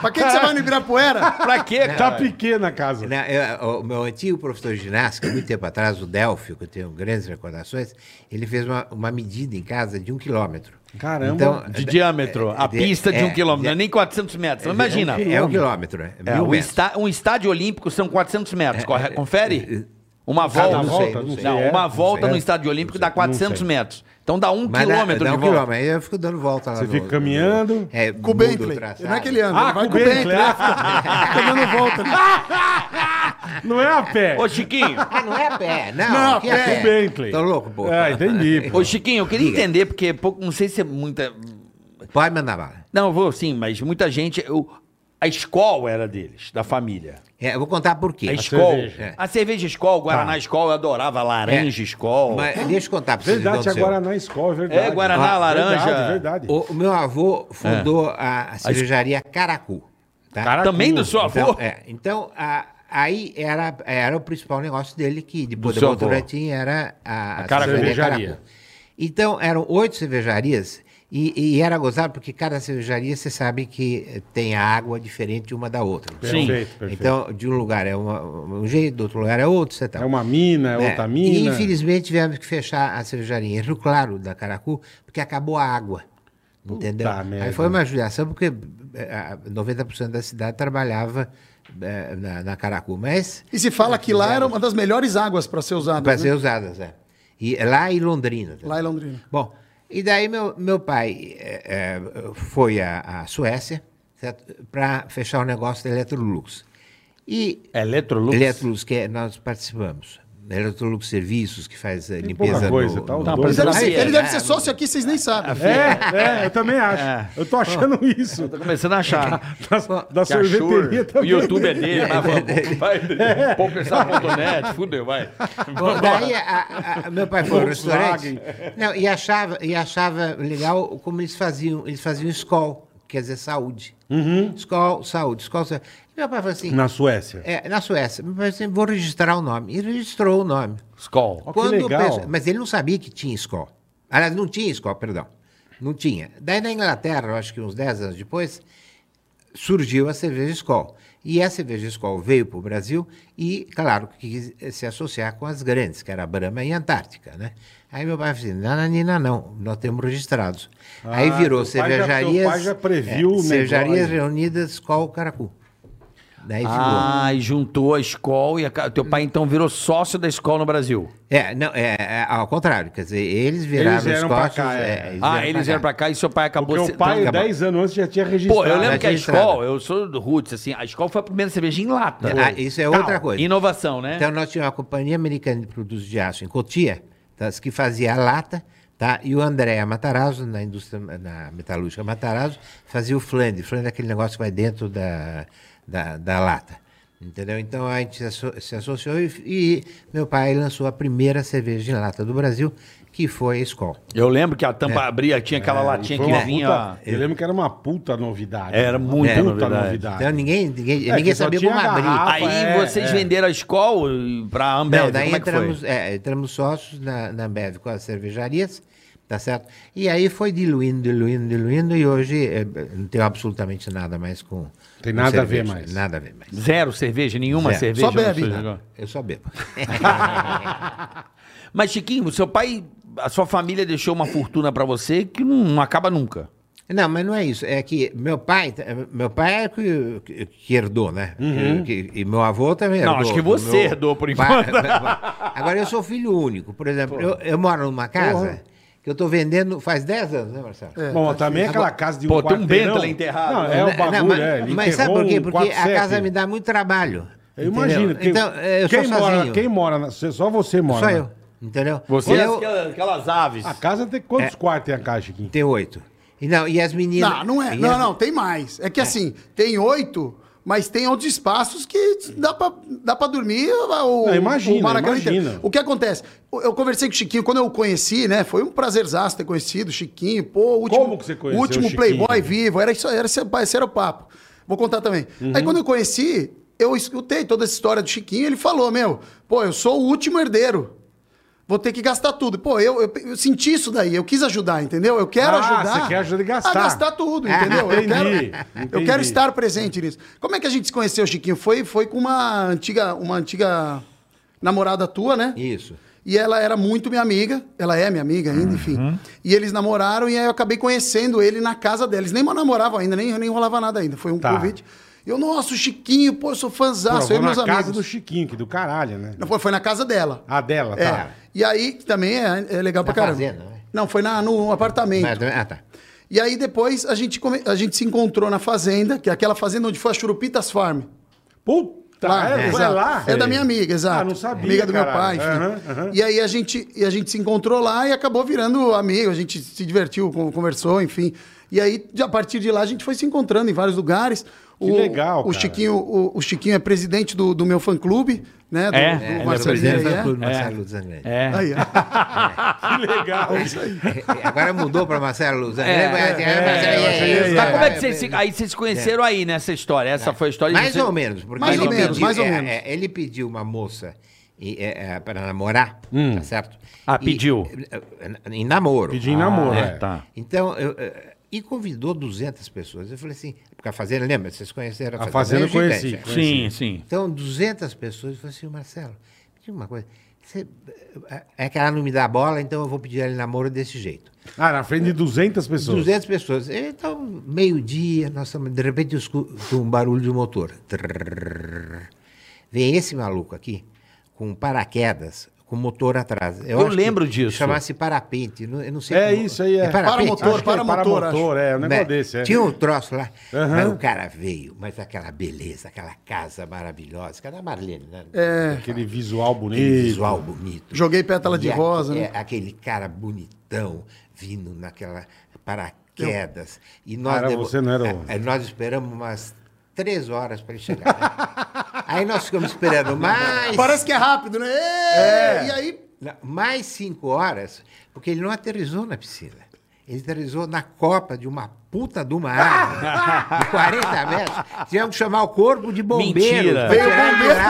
Speaker 1: Pra que, que você vai no Ibirapuera?
Speaker 4: Pra quê, cara?
Speaker 3: tá pequena a casa.
Speaker 1: Né?
Speaker 5: Na- eu- Né, é, o meu antigo professor de ginástica, muito tempo atrás, o Delfio, que eu tenho grandes recordações, ele fez uma, uma medida em casa de um quilômetro. Então,
Speaker 3: Caramba.
Speaker 1: Então-
Speaker 4: De diâmetro. A
Speaker 5: é. de-
Speaker 4: pista de, um
Speaker 5: é,
Speaker 4: quilômetro.
Speaker 5: de-
Speaker 4: não é nem 400 metros. imagina.
Speaker 5: É, um quilômetro, né?
Speaker 4: É,
Speaker 5: Mil
Speaker 4: um,
Speaker 5: metros. É,
Speaker 4: está- um estádio olímpico são 400 metros. corre- confere? Uma volta.
Speaker 5: não sei, não sei.
Speaker 4: Não,
Speaker 3: É,
Speaker 4: uma
Speaker 3: não
Speaker 4: volta
Speaker 3: sei.
Speaker 4: no estádio olímpico dá
Speaker 3: sei, não
Speaker 4: 400
Speaker 3: sei.
Speaker 4: metros. Então dá um
Speaker 5: Mas dá-
Speaker 4: quilômetro
Speaker 5: dá
Speaker 4: de
Speaker 5: um
Speaker 4: volta.
Speaker 5: quilômetro. Aí eu fico dando volta lá.
Speaker 3: Você
Speaker 5: no-
Speaker 3: fica caminhando.
Speaker 5: É,
Speaker 1: Com o
Speaker 5: muda o
Speaker 1: Bentley.
Speaker 5: traçado.
Speaker 1: Não é que ele anda,
Speaker 3: Ah,
Speaker 1: ele vai
Speaker 3: com
Speaker 1: com o Bentley.
Speaker 3: Bentley,
Speaker 1: né? Fica dando volta. né?
Speaker 3: Não é a pé.
Speaker 4: Ô, Chiquinho.
Speaker 5: Ah, não é a pé, não.
Speaker 1: Não,
Speaker 5: aqui é
Speaker 1: pé.
Speaker 5: pé.
Speaker 1: Tá
Speaker 3: O Bentley.
Speaker 5: Tô louco, pô.
Speaker 3: É, entendi. pô.
Speaker 4: Ô, Chiquinho, eu queria entender, porque pouco, não sei se é muita.
Speaker 5: Pode mandar bala.
Speaker 4: Não, eu vou sim, mas muita gente. eu- a escola era deles, da família.
Speaker 5: É, eu vou contar por quê.
Speaker 4: A escola.
Speaker 3: cerveja.
Speaker 5: É.
Speaker 4: A cerveja escola, o Guaraná escola, eu adorava laranja
Speaker 5: É.
Speaker 4: escola.
Speaker 5: Mas deixa eu contar pra vocês. o que
Speaker 3: Verdade, tinha
Speaker 5: aconteceu.
Speaker 3: Guaraná Escola, verdade. Ah,
Speaker 4: É, Guaraná, laranja.
Speaker 3: Verdade, verdade.
Speaker 5: O, o meu avô fundou a, a cervejaria Caracu. tá?
Speaker 3: Caracu.
Speaker 4: Também do seu avô?
Speaker 5: Então, é, então a- aí era, era o principal negócio dele, que depois
Speaker 4: Do
Speaker 5: da
Speaker 4: seu avô.
Speaker 5: Votorantim era a,
Speaker 3: A Caracu. Cervejaria.
Speaker 5: Então, eram oito cervejarias e, e era gozado porque cada cervejaria, você sabe que tem a água diferente uma da outra.
Speaker 4: Sim.
Speaker 3: Perfeito, perfeito.
Speaker 5: Então, de um lugar é uma- um jeito, do outro lugar é outro, você tal.
Speaker 3: é uma mina, é
Speaker 5: É,
Speaker 3: outra
Speaker 5: E,
Speaker 3: mina.
Speaker 5: infelizmente tivemos que fechar a cervejaria em Rio Claro, da Caracu, porque acabou a água. Entendeu?
Speaker 3: merda.
Speaker 5: Aí foi uma judiação, porque eh, a- 90% da cidade trabalhava eh, na, na Caracu, mas
Speaker 1: E se fala que lá era uma das melhores águas pra ser usada.
Speaker 5: para
Speaker 1: né?
Speaker 5: ser usadas. É. E, lá em Londrina. também.
Speaker 1: Lá em Londrina.
Speaker 5: Bom, e daí meu, meu pai eh, eh, foi à, à Suécia para fechar o negócio da Electrolux. E
Speaker 4: É Eletrolux.
Speaker 5: Eletrolux, que é- nós participamos. Electrolux Serviços, que faz eh, limpeza
Speaker 3: pouca coisa,
Speaker 5: no,
Speaker 3: tá?
Speaker 5: no-
Speaker 3: Tá,
Speaker 1: Mas ele,
Speaker 4: Aí,
Speaker 1: ele
Speaker 4: é,
Speaker 1: deve
Speaker 5: é,
Speaker 1: ser sócio aqui, vocês nem sabem.
Speaker 3: É, é, eu também acho. Eu tô achando isso.
Speaker 4: Tô começando a achar.
Speaker 3: Da, da
Speaker 4: Ah. Que a
Speaker 3: sorveteria
Speaker 4: Shure, o
Speaker 3: também.
Speaker 4: YouTube é dele, mas vamos. Vai, Poupeçar.net, fudeu, vai.
Speaker 5: Bom, daí a- a- meu pai foi ao
Speaker 3: Volkswagen.
Speaker 5: restaurante não, e, achava, e achava legal como eles faziam, eles faziam escol, quer dizer, saúde. Uhum. Escol, saúde, escol, saúde. E meu pai falou assim,
Speaker 3: Na Suécia.
Speaker 5: é, na Suécia, meu pai disse, vou registrar o nome. E registrou o nome.
Speaker 4: Skol.
Speaker 3: Ó, que
Speaker 5: Quando o
Speaker 3: legal.
Speaker 5: pessoal- mas ele não sabia que tinha escola. Aliás, não tinha escola, perdão. Não tinha. Daí na Inglaterra, eu acho que uns 10 anos depois, surgiu a cerveja escola. E a cerveja escola veio para o Brasil e, claro, quis se associar com as grandes, que era a Brahma e a Antártica, né? Aí meu pai falou assim, não, não, não, não, nós temos registrados.
Speaker 3: Ah,
Speaker 5: Aí virou
Speaker 3: teu pai já- teu pai
Speaker 5: cervejarias... é,
Speaker 3: já previu o negócio.
Speaker 5: cervejarias reunidas com o Caracu. Daí ficou.
Speaker 4: Ah, e juntou a escola e a... ca- Teu pai então virou sócio da escola no Brasil.
Speaker 5: É, não, é, é, ao contrário, quer dizer, eles viraram
Speaker 3: Eles vieram
Speaker 5: os
Speaker 3: pra
Speaker 5: costos,
Speaker 3: cá, é.
Speaker 4: Ah, eles vieram pra cá e seu pai acabou...
Speaker 3: Porque
Speaker 4: se-
Speaker 3: o pai, é
Speaker 5: tá
Speaker 4: então,
Speaker 3: 10 anos antes, já tinha registrado.
Speaker 4: Pô, eu lembro que a
Speaker 5: registrado.
Speaker 4: escola, eu sou do Roots, assim, a escola foi a primeira cerveja em lata.
Speaker 5: Ah, isso é outra coisa.
Speaker 4: Inovação, né?
Speaker 5: Então, nós tínhamos uma companhia americana de produtos de aço em Cotia, tá, que fazia a lata, tá? e o André Matarazzo, na indústria, na metalúrgica Matarazzo, fazia o flange. Flange é aquele negócio que vai dentro da, da, da lata. Entendeu? Então a gente se asso- se associou e, e meu pai lançou a primeira cerveja em lata do Brasil, que foi a Skol.
Speaker 4: Eu lembro que a tampa abria, tinha aquela latinha
Speaker 3: Foi
Speaker 4: que
Speaker 3: uma
Speaker 4: vinha...
Speaker 3: puta- Eu lembro que era uma puta novidade.
Speaker 4: Era muita
Speaker 3: puta
Speaker 4: novidade.
Speaker 5: Então ninguém, ninguém,
Speaker 3: Tá. É, que
Speaker 5: ninguém
Speaker 3: só
Speaker 5: sabia
Speaker 3: tinha
Speaker 5: como abrir.
Speaker 3: garrafa,
Speaker 4: Aí
Speaker 3: É,
Speaker 4: vocês
Speaker 3: é.
Speaker 4: venderam a escola pra Ambev,
Speaker 5: Não, daí
Speaker 4: como é que foi?
Speaker 5: entramos, é, entramos sócios na, na Ambev com as cervejarias, tá certo? E aí foi diluindo, diluindo, diluindo, e hoje é, não tenho absolutamente nada mais com.
Speaker 3: Tem
Speaker 5: com
Speaker 3: nada a
Speaker 5: cerveja,
Speaker 3: ver mais.
Speaker 5: Nada a ver mais.
Speaker 4: Zero cerveja, nenhuma
Speaker 5: Zero.
Speaker 4: cerveja.
Speaker 1: Só bebe.
Speaker 4: não
Speaker 3: né?
Speaker 4: sei jogar.
Speaker 5: Eu só bebo.
Speaker 4: Mas, Chiquinho, o seu pai, a sua família deixou uma fortuna pra você que não, não acaba nunca.
Speaker 5: Não, mas não é isso. É que meu pai, meu pai é que, que- que herdou, né? Que- que- e meu avô também
Speaker 4: Uhum. Não,
Speaker 5: herdou.
Speaker 4: acho que você
Speaker 5: Meu
Speaker 4: herdou, por
Speaker 5: pai-
Speaker 4: enquanto.
Speaker 5: Agora eu sou filho único. Por exemplo, eu, eu moro numa casa que eu estou vendendo faz 10 anos, né, Marcelo?
Speaker 3: Bom, também é aquela casa de um
Speaker 4: Pô, tem um
Speaker 3: quarteirão.
Speaker 4: Bentley enterrado.
Speaker 3: Não, é o
Speaker 5: Não,
Speaker 3: bagulho,
Speaker 5: mas,
Speaker 3: é. ele
Speaker 5: mas sabe
Speaker 3: enterrou
Speaker 5: por quê?
Speaker 3: um
Speaker 5: Porque a
Speaker 3: 47.
Speaker 5: casa me dá muito trabalho.
Speaker 3: Eu imagino. Quem,
Speaker 5: Então, é, eu sou
Speaker 3: quem mora,
Speaker 5: sozinho.
Speaker 3: quem mora na- Só você mora.
Speaker 5: Só
Speaker 3: né?
Speaker 5: eu, entendeu?
Speaker 4: Você é
Speaker 5: eu
Speaker 4: aquelas, aquelas aves.
Speaker 3: A casa tem quantos quartos tem a caixa, Chiquinho?
Speaker 5: tenho oito. E não, e as meninas...
Speaker 1: Não, não é.
Speaker 5: e
Speaker 1: Não,
Speaker 5: as-
Speaker 1: não, tem mais. É que assim, tem oito, mas tem outros espaços que dá pra, dá pra dormir o,
Speaker 3: Não, imagina,
Speaker 1: o Maracanã
Speaker 3: imagina.
Speaker 1: inteiro. O que acontece? Eu eu conversei com o Chiquinho, quando eu o conheci, né? Foi um prazerzaço ter conhecido o Chiquinho. Pô, o último,
Speaker 3: Como que você conheceu
Speaker 1: o
Speaker 3: o
Speaker 1: último
Speaker 3: Chiquinho?
Speaker 1: Playboy vivo. Era isso, era, esse- esse era o papo. Vou contar também.
Speaker 3: Uhum.
Speaker 1: Aí quando eu conheci, eu escutei toda essa história do Chiquinho. Ele falou, meu, pô, eu sou o último herdeiro. Vou ter que gastar tudo. Pô, eu, eu, eu senti isso daí. Eu quis ajudar, entendeu? Eu quero
Speaker 3: Ah,
Speaker 1: ajudar.
Speaker 3: você quer ajudar e gastar. Ah,
Speaker 1: A gastar tudo, entendeu? eu, quero,
Speaker 3: entendi, entendi.
Speaker 1: eu quero estar presente nisso. Como é que a gente se conheceu, Chiquinho? Foi, foi com uma antiga, uma antiga namorada tua, né?
Speaker 5: Isso.
Speaker 1: E ela era muito minha amiga, ela é minha amiga
Speaker 3: Uhum.
Speaker 1: ainda, enfim. E eles namoraram e aí eu acabei conhecendo ele na casa dela. Eles nem namoravam ainda, nem, nem rolava nada ainda. Foi um
Speaker 3: Tá.
Speaker 1: convite. Eu, nossa, o Chiquinho, pô, eu sou
Speaker 3: Pô,
Speaker 1: fãzaço, eu
Speaker 3: vou
Speaker 1: e Ah, meus
Speaker 3: na
Speaker 1: amigos.
Speaker 3: casa do Chiquinho, que do caralho, né?
Speaker 1: Não, foi, foi na casa dela.
Speaker 3: A dela,
Speaker 1: É.
Speaker 3: tá.
Speaker 1: E aí, que também é, é legal
Speaker 5: Na
Speaker 1: pra caramba.
Speaker 5: fazenda, né?
Speaker 1: Não, foi na, no apartamento.
Speaker 5: Mas- ah, tá.
Speaker 1: E aí depois a gente, come- a gente se encontrou na fazenda, que é aquela fazenda onde foi a Churupitas Farm.
Speaker 3: Puta, é, é
Speaker 1: exato.
Speaker 3: lá?
Speaker 1: É da minha amiga, exato.
Speaker 3: Ah, não sabia,
Speaker 1: Amiga do meu pai,
Speaker 3: caralho.
Speaker 1: enfim.
Speaker 3: Aham, aham.
Speaker 1: E aí a gente, e a gente se encontrou lá e acabou virando amigo. A gente se divertiu, con- conversou, enfim. E aí, de- a partir de lá, a gente foi se encontrando em vários lugares.
Speaker 3: Que legal,
Speaker 1: o
Speaker 3: cara.
Speaker 1: Chiquinho, o, o Chiquinho é presidente do, do meu fã-clube, né? Do,
Speaker 6: É,
Speaker 1: do
Speaker 6: ele é
Speaker 5: Mas, por
Speaker 1: Marcelinho
Speaker 5: exemplo,
Speaker 1: Aguiar.
Speaker 5: foi pro tá Marcelo
Speaker 6: É.
Speaker 5: Luzanelli.
Speaker 6: É.
Speaker 1: Aí, ó.
Speaker 3: Que Ah, legal.
Speaker 5: Agora mudou para Marcelo Luzanelli.
Speaker 4: É,
Speaker 5: mas-
Speaker 4: é,
Speaker 5: mas-
Speaker 3: é,
Speaker 5: é, é,
Speaker 3: é,
Speaker 5: é,
Speaker 4: Mas como é que
Speaker 5: é,
Speaker 4: vocês se, aí vocês se conheceram aí nessa história? Essa foi a história de
Speaker 5: Mais
Speaker 4: vocês-
Speaker 5: ou menos. Porque
Speaker 1: Mais
Speaker 5: ele
Speaker 1: ou menos,
Speaker 5: pediu-
Speaker 1: mais ou
Speaker 5: é,
Speaker 1: menos.
Speaker 5: é, ele pediu uma moça para namorar, tá certo?
Speaker 6: Ah,
Speaker 5: E-
Speaker 6: pediu.
Speaker 5: Em, namoro.
Speaker 3: Pedi em namoro,
Speaker 6: Ah,
Speaker 3: é.
Speaker 6: Tá.
Speaker 5: Então, eu, eh, e convidou 200 pessoas. Eu falei assim, porque a Fazenda, lembra? Vocês conheceram
Speaker 3: A Fazenda eu
Speaker 5: é gigante,
Speaker 3: conheci.
Speaker 5: é.
Speaker 6: Sim, sim.
Speaker 5: Então, 200 pessoas. Eu falei assim, Marcelo, me diga uma coisa. você- é que ela não me dá bola, então eu vou pedir ela em namoro desse jeito.
Speaker 3: Ah, na frente de 200 pessoas.
Speaker 5: 200 pessoas. Então, meio-dia, nós estamos, de repente, eu escuto um barulho de motor. Trrr. Vem esse maluco aqui, com paraquedas, com motor atrás. Eu, acho que
Speaker 4: lembro disso.
Speaker 5: Chamasse parapente. não- Eu não sei
Speaker 3: É
Speaker 5: como-
Speaker 3: isso aí, é.
Speaker 5: parapente?
Speaker 1: Paramotor,
Speaker 5: Acho que
Speaker 3: para motor,
Speaker 1: Paramotor,
Speaker 3: é, um
Speaker 5: né?
Speaker 3: negócio desse, é.
Speaker 5: Tinha um troço lá.
Speaker 3: Aham.
Speaker 5: Mas o cara veio, mas aquela beleza, aquela casa maravilhosa. Aquela Marlene, né?
Speaker 3: Aquele visual bonito.
Speaker 5: Aquele visual bonito.
Speaker 1: Joguei pétala de
Speaker 5: aque-
Speaker 1: rosa,
Speaker 5: é,
Speaker 1: né?
Speaker 5: Aquele cara bonitão vindo naquela paraquedas. E
Speaker 3: Ah,
Speaker 5: nós
Speaker 3: era você, não era o-
Speaker 5: é, é, Nós esperamos umas três horas para ele chegar. né? Aí nós ficamos esperando mais,
Speaker 1: Parece que é rápido, né?
Speaker 5: É.
Speaker 1: E aí,
Speaker 5: na- mais cinco horas, porque ele não aterrizou na piscina. Ele aterrizou na copa de uma puta de uma árvore, de 40 metros. Tivemos que chamar o corpo de bombeiro.
Speaker 6: Mentira.
Speaker 5: Veio o bombeiro.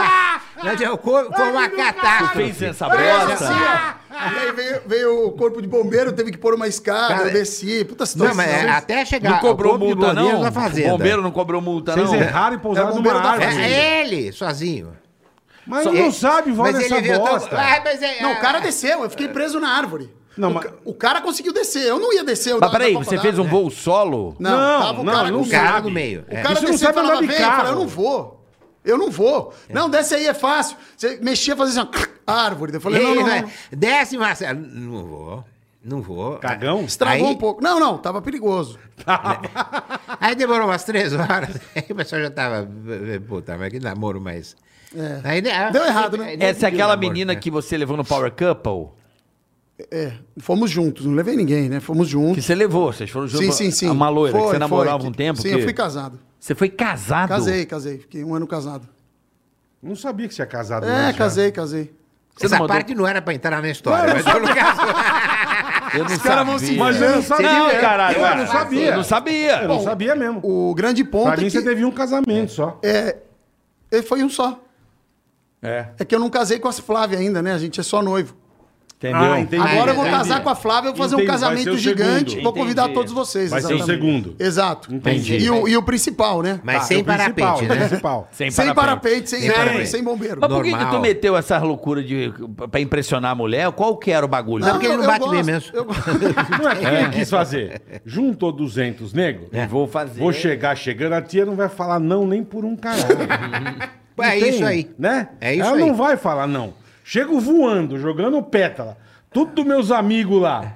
Speaker 5: Nós tivemos o corpo, foi uma catástrofe.
Speaker 4: Fez essa
Speaker 1: Parece
Speaker 4: bosta.
Speaker 1: assim, ó. E aí veio, veio o corpo de bombeiro, teve que pôr uma escada,
Speaker 5: Cara,
Speaker 1: eu desci. Puta
Speaker 5: Não,
Speaker 1: situação.
Speaker 5: mas é, até chegar.
Speaker 4: Não cobrou
Speaker 5: o corpo de tá
Speaker 4: multa,
Speaker 5: bombeiros
Speaker 4: não?
Speaker 5: Na fazenda.
Speaker 4: O bombeiro não cobrou multa,
Speaker 3: Vocês
Speaker 4: não?
Speaker 3: erraram e pousaram
Speaker 1: É o
Speaker 3: numa
Speaker 1: bombeiro da
Speaker 5: É,
Speaker 3: árvore.
Speaker 5: é ele, sozinho.
Speaker 3: Mas não sabe, vai
Speaker 5: Mas ele
Speaker 3: nessa
Speaker 5: veio tão-
Speaker 3: bosta.
Speaker 5: Ah, mas é-
Speaker 1: Não, o cara desceu, eu fiquei preso na árvore.
Speaker 3: Não,
Speaker 1: o,
Speaker 3: mas-
Speaker 1: ca- o cara conseguiu descer, eu não ia descer. Eu
Speaker 4: Mas
Speaker 1: tava
Speaker 4: peraí,
Speaker 1: na copa
Speaker 4: você
Speaker 1: da
Speaker 4: fez um
Speaker 1: árvore.
Speaker 4: voo solo?
Speaker 1: Não, tava o
Speaker 3: não,
Speaker 1: cara
Speaker 3: não
Speaker 1: com
Speaker 5: O
Speaker 1: o
Speaker 5: cara
Speaker 3: sabe.
Speaker 5: no meio.
Speaker 1: O
Speaker 5: é.
Speaker 1: cara
Speaker 3: Isso não
Speaker 1: desceu
Speaker 3: sabe
Speaker 1: e falava,
Speaker 3: andar de
Speaker 1: vem, eu
Speaker 3: carro.
Speaker 1: falei, eu não vou. Eu não vou. Não, desce aí, é fácil. Você mexia, fazia assim, ó, árvore. Eu falei, não,
Speaker 5: Ele
Speaker 1: não,
Speaker 5: vai-
Speaker 1: não.
Speaker 5: Desce, Marcelo. Não vou. Não vou.
Speaker 3: Cagão?
Speaker 1: Estragou
Speaker 5: Aí-
Speaker 1: um pouco. Não, não, tava perigoso.
Speaker 5: Aí demorou umas três horas. Aí o pessoal já tava. eh, Puta, mas que namoro mais. Aí, né,
Speaker 1: É. Deu errado, né?
Speaker 5: aí nem
Speaker 4: Essa é
Speaker 5: pediu
Speaker 4: aquela
Speaker 5: namoro,
Speaker 4: menina
Speaker 5: né?
Speaker 4: que você levou no Power Couple?
Speaker 1: É, fomos juntos, não levei ninguém, né? Fomos
Speaker 4: Que
Speaker 1: juntos.
Speaker 4: você levou, vocês foram
Speaker 1: Sim,
Speaker 4: juntos.
Speaker 1: sim, sim.
Speaker 4: Uma loira
Speaker 1: Foi,
Speaker 4: que você
Speaker 1: foi,
Speaker 4: namorava
Speaker 1: que-
Speaker 4: um tempo.
Speaker 1: Sim,
Speaker 4: que-
Speaker 1: eu fui casado.
Speaker 4: Você foi casado?
Speaker 1: Casei, casei. Fiquei um ano casado.
Speaker 3: Não sabia que você é casado.
Speaker 1: É,
Speaker 3: não,
Speaker 1: casei, casei.
Speaker 4: Você
Speaker 5: Essa
Speaker 4: não mandou-
Speaker 5: parte não era pra entrar na história. Mas eu não
Speaker 4: Tá, Eu não
Speaker 1: caras vão se
Speaker 4: sabia.
Speaker 3: Mas eu não sabia.
Speaker 6: Não, caralho,
Speaker 3: Eu não
Speaker 6: cara.
Speaker 3: sabia.
Speaker 4: Eu não sabia.
Speaker 3: Eu não sabia mesmo.
Speaker 1: O grande ponto
Speaker 3: Pra
Speaker 1: é
Speaker 3: mim,
Speaker 1: que É.
Speaker 3: você teve um casamento só.
Speaker 1: ele foi um só.
Speaker 6: É.
Speaker 1: É que eu não casei com a Flávia ainda, né? A gente é só noivo.
Speaker 6: Entendeu?
Speaker 3: Ah, entendi.
Speaker 1: Agora eu vou
Speaker 3: entendi.
Speaker 1: casar com a Flávia, eu vou fazer
Speaker 3: Entendi,
Speaker 1: um
Speaker 3: vai ser
Speaker 1: casamento
Speaker 3: o
Speaker 1: gigante.
Speaker 3: segundo.
Speaker 1: Vou convidar
Speaker 4: Entendi.
Speaker 1: todos vocês.
Speaker 3: Vai ser o segundo.
Speaker 1: Exato.
Speaker 3: Entendi.
Speaker 1: E o, e o principal, né?
Speaker 5: Mas
Speaker 3: Ah,
Speaker 5: sem
Speaker 3: o principal,
Speaker 5: parapente,
Speaker 3: o
Speaker 5: né?
Speaker 3: principal.
Speaker 1: sem parapente, sem,
Speaker 5: Sem
Speaker 1: árvore,
Speaker 5: parapente.
Speaker 1: sem bombeiro.
Speaker 4: Mas por que, que tu
Speaker 5: Normal.
Speaker 4: meteu essas loucuras de, pra impressionar a mulher? Qual que era o bagulho?
Speaker 5: Não, porque ele
Speaker 1: eu
Speaker 5: bate
Speaker 1: gosto,
Speaker 5: bem mesmo.
Speaker 1: eu gosto.
Speaker 3: Não é o que ele quis fazer. Juntou 200 nego.
Speaker 4: E Vou fazer.
Speaker 3: Vou chegar chegando, a tia não vai falar não nem por um caralho. Não
Speaker 5: É
Speaker 3: tem,
Speaker 5: isso aí.
Speaker 3: Né?
Speaker 5: É isso
Speaker 3: Ela
Speaker 5: aí.
Speaker 3: não vai falar não. Chego voando, jogando pétala. Tudo dos meus amigos lá.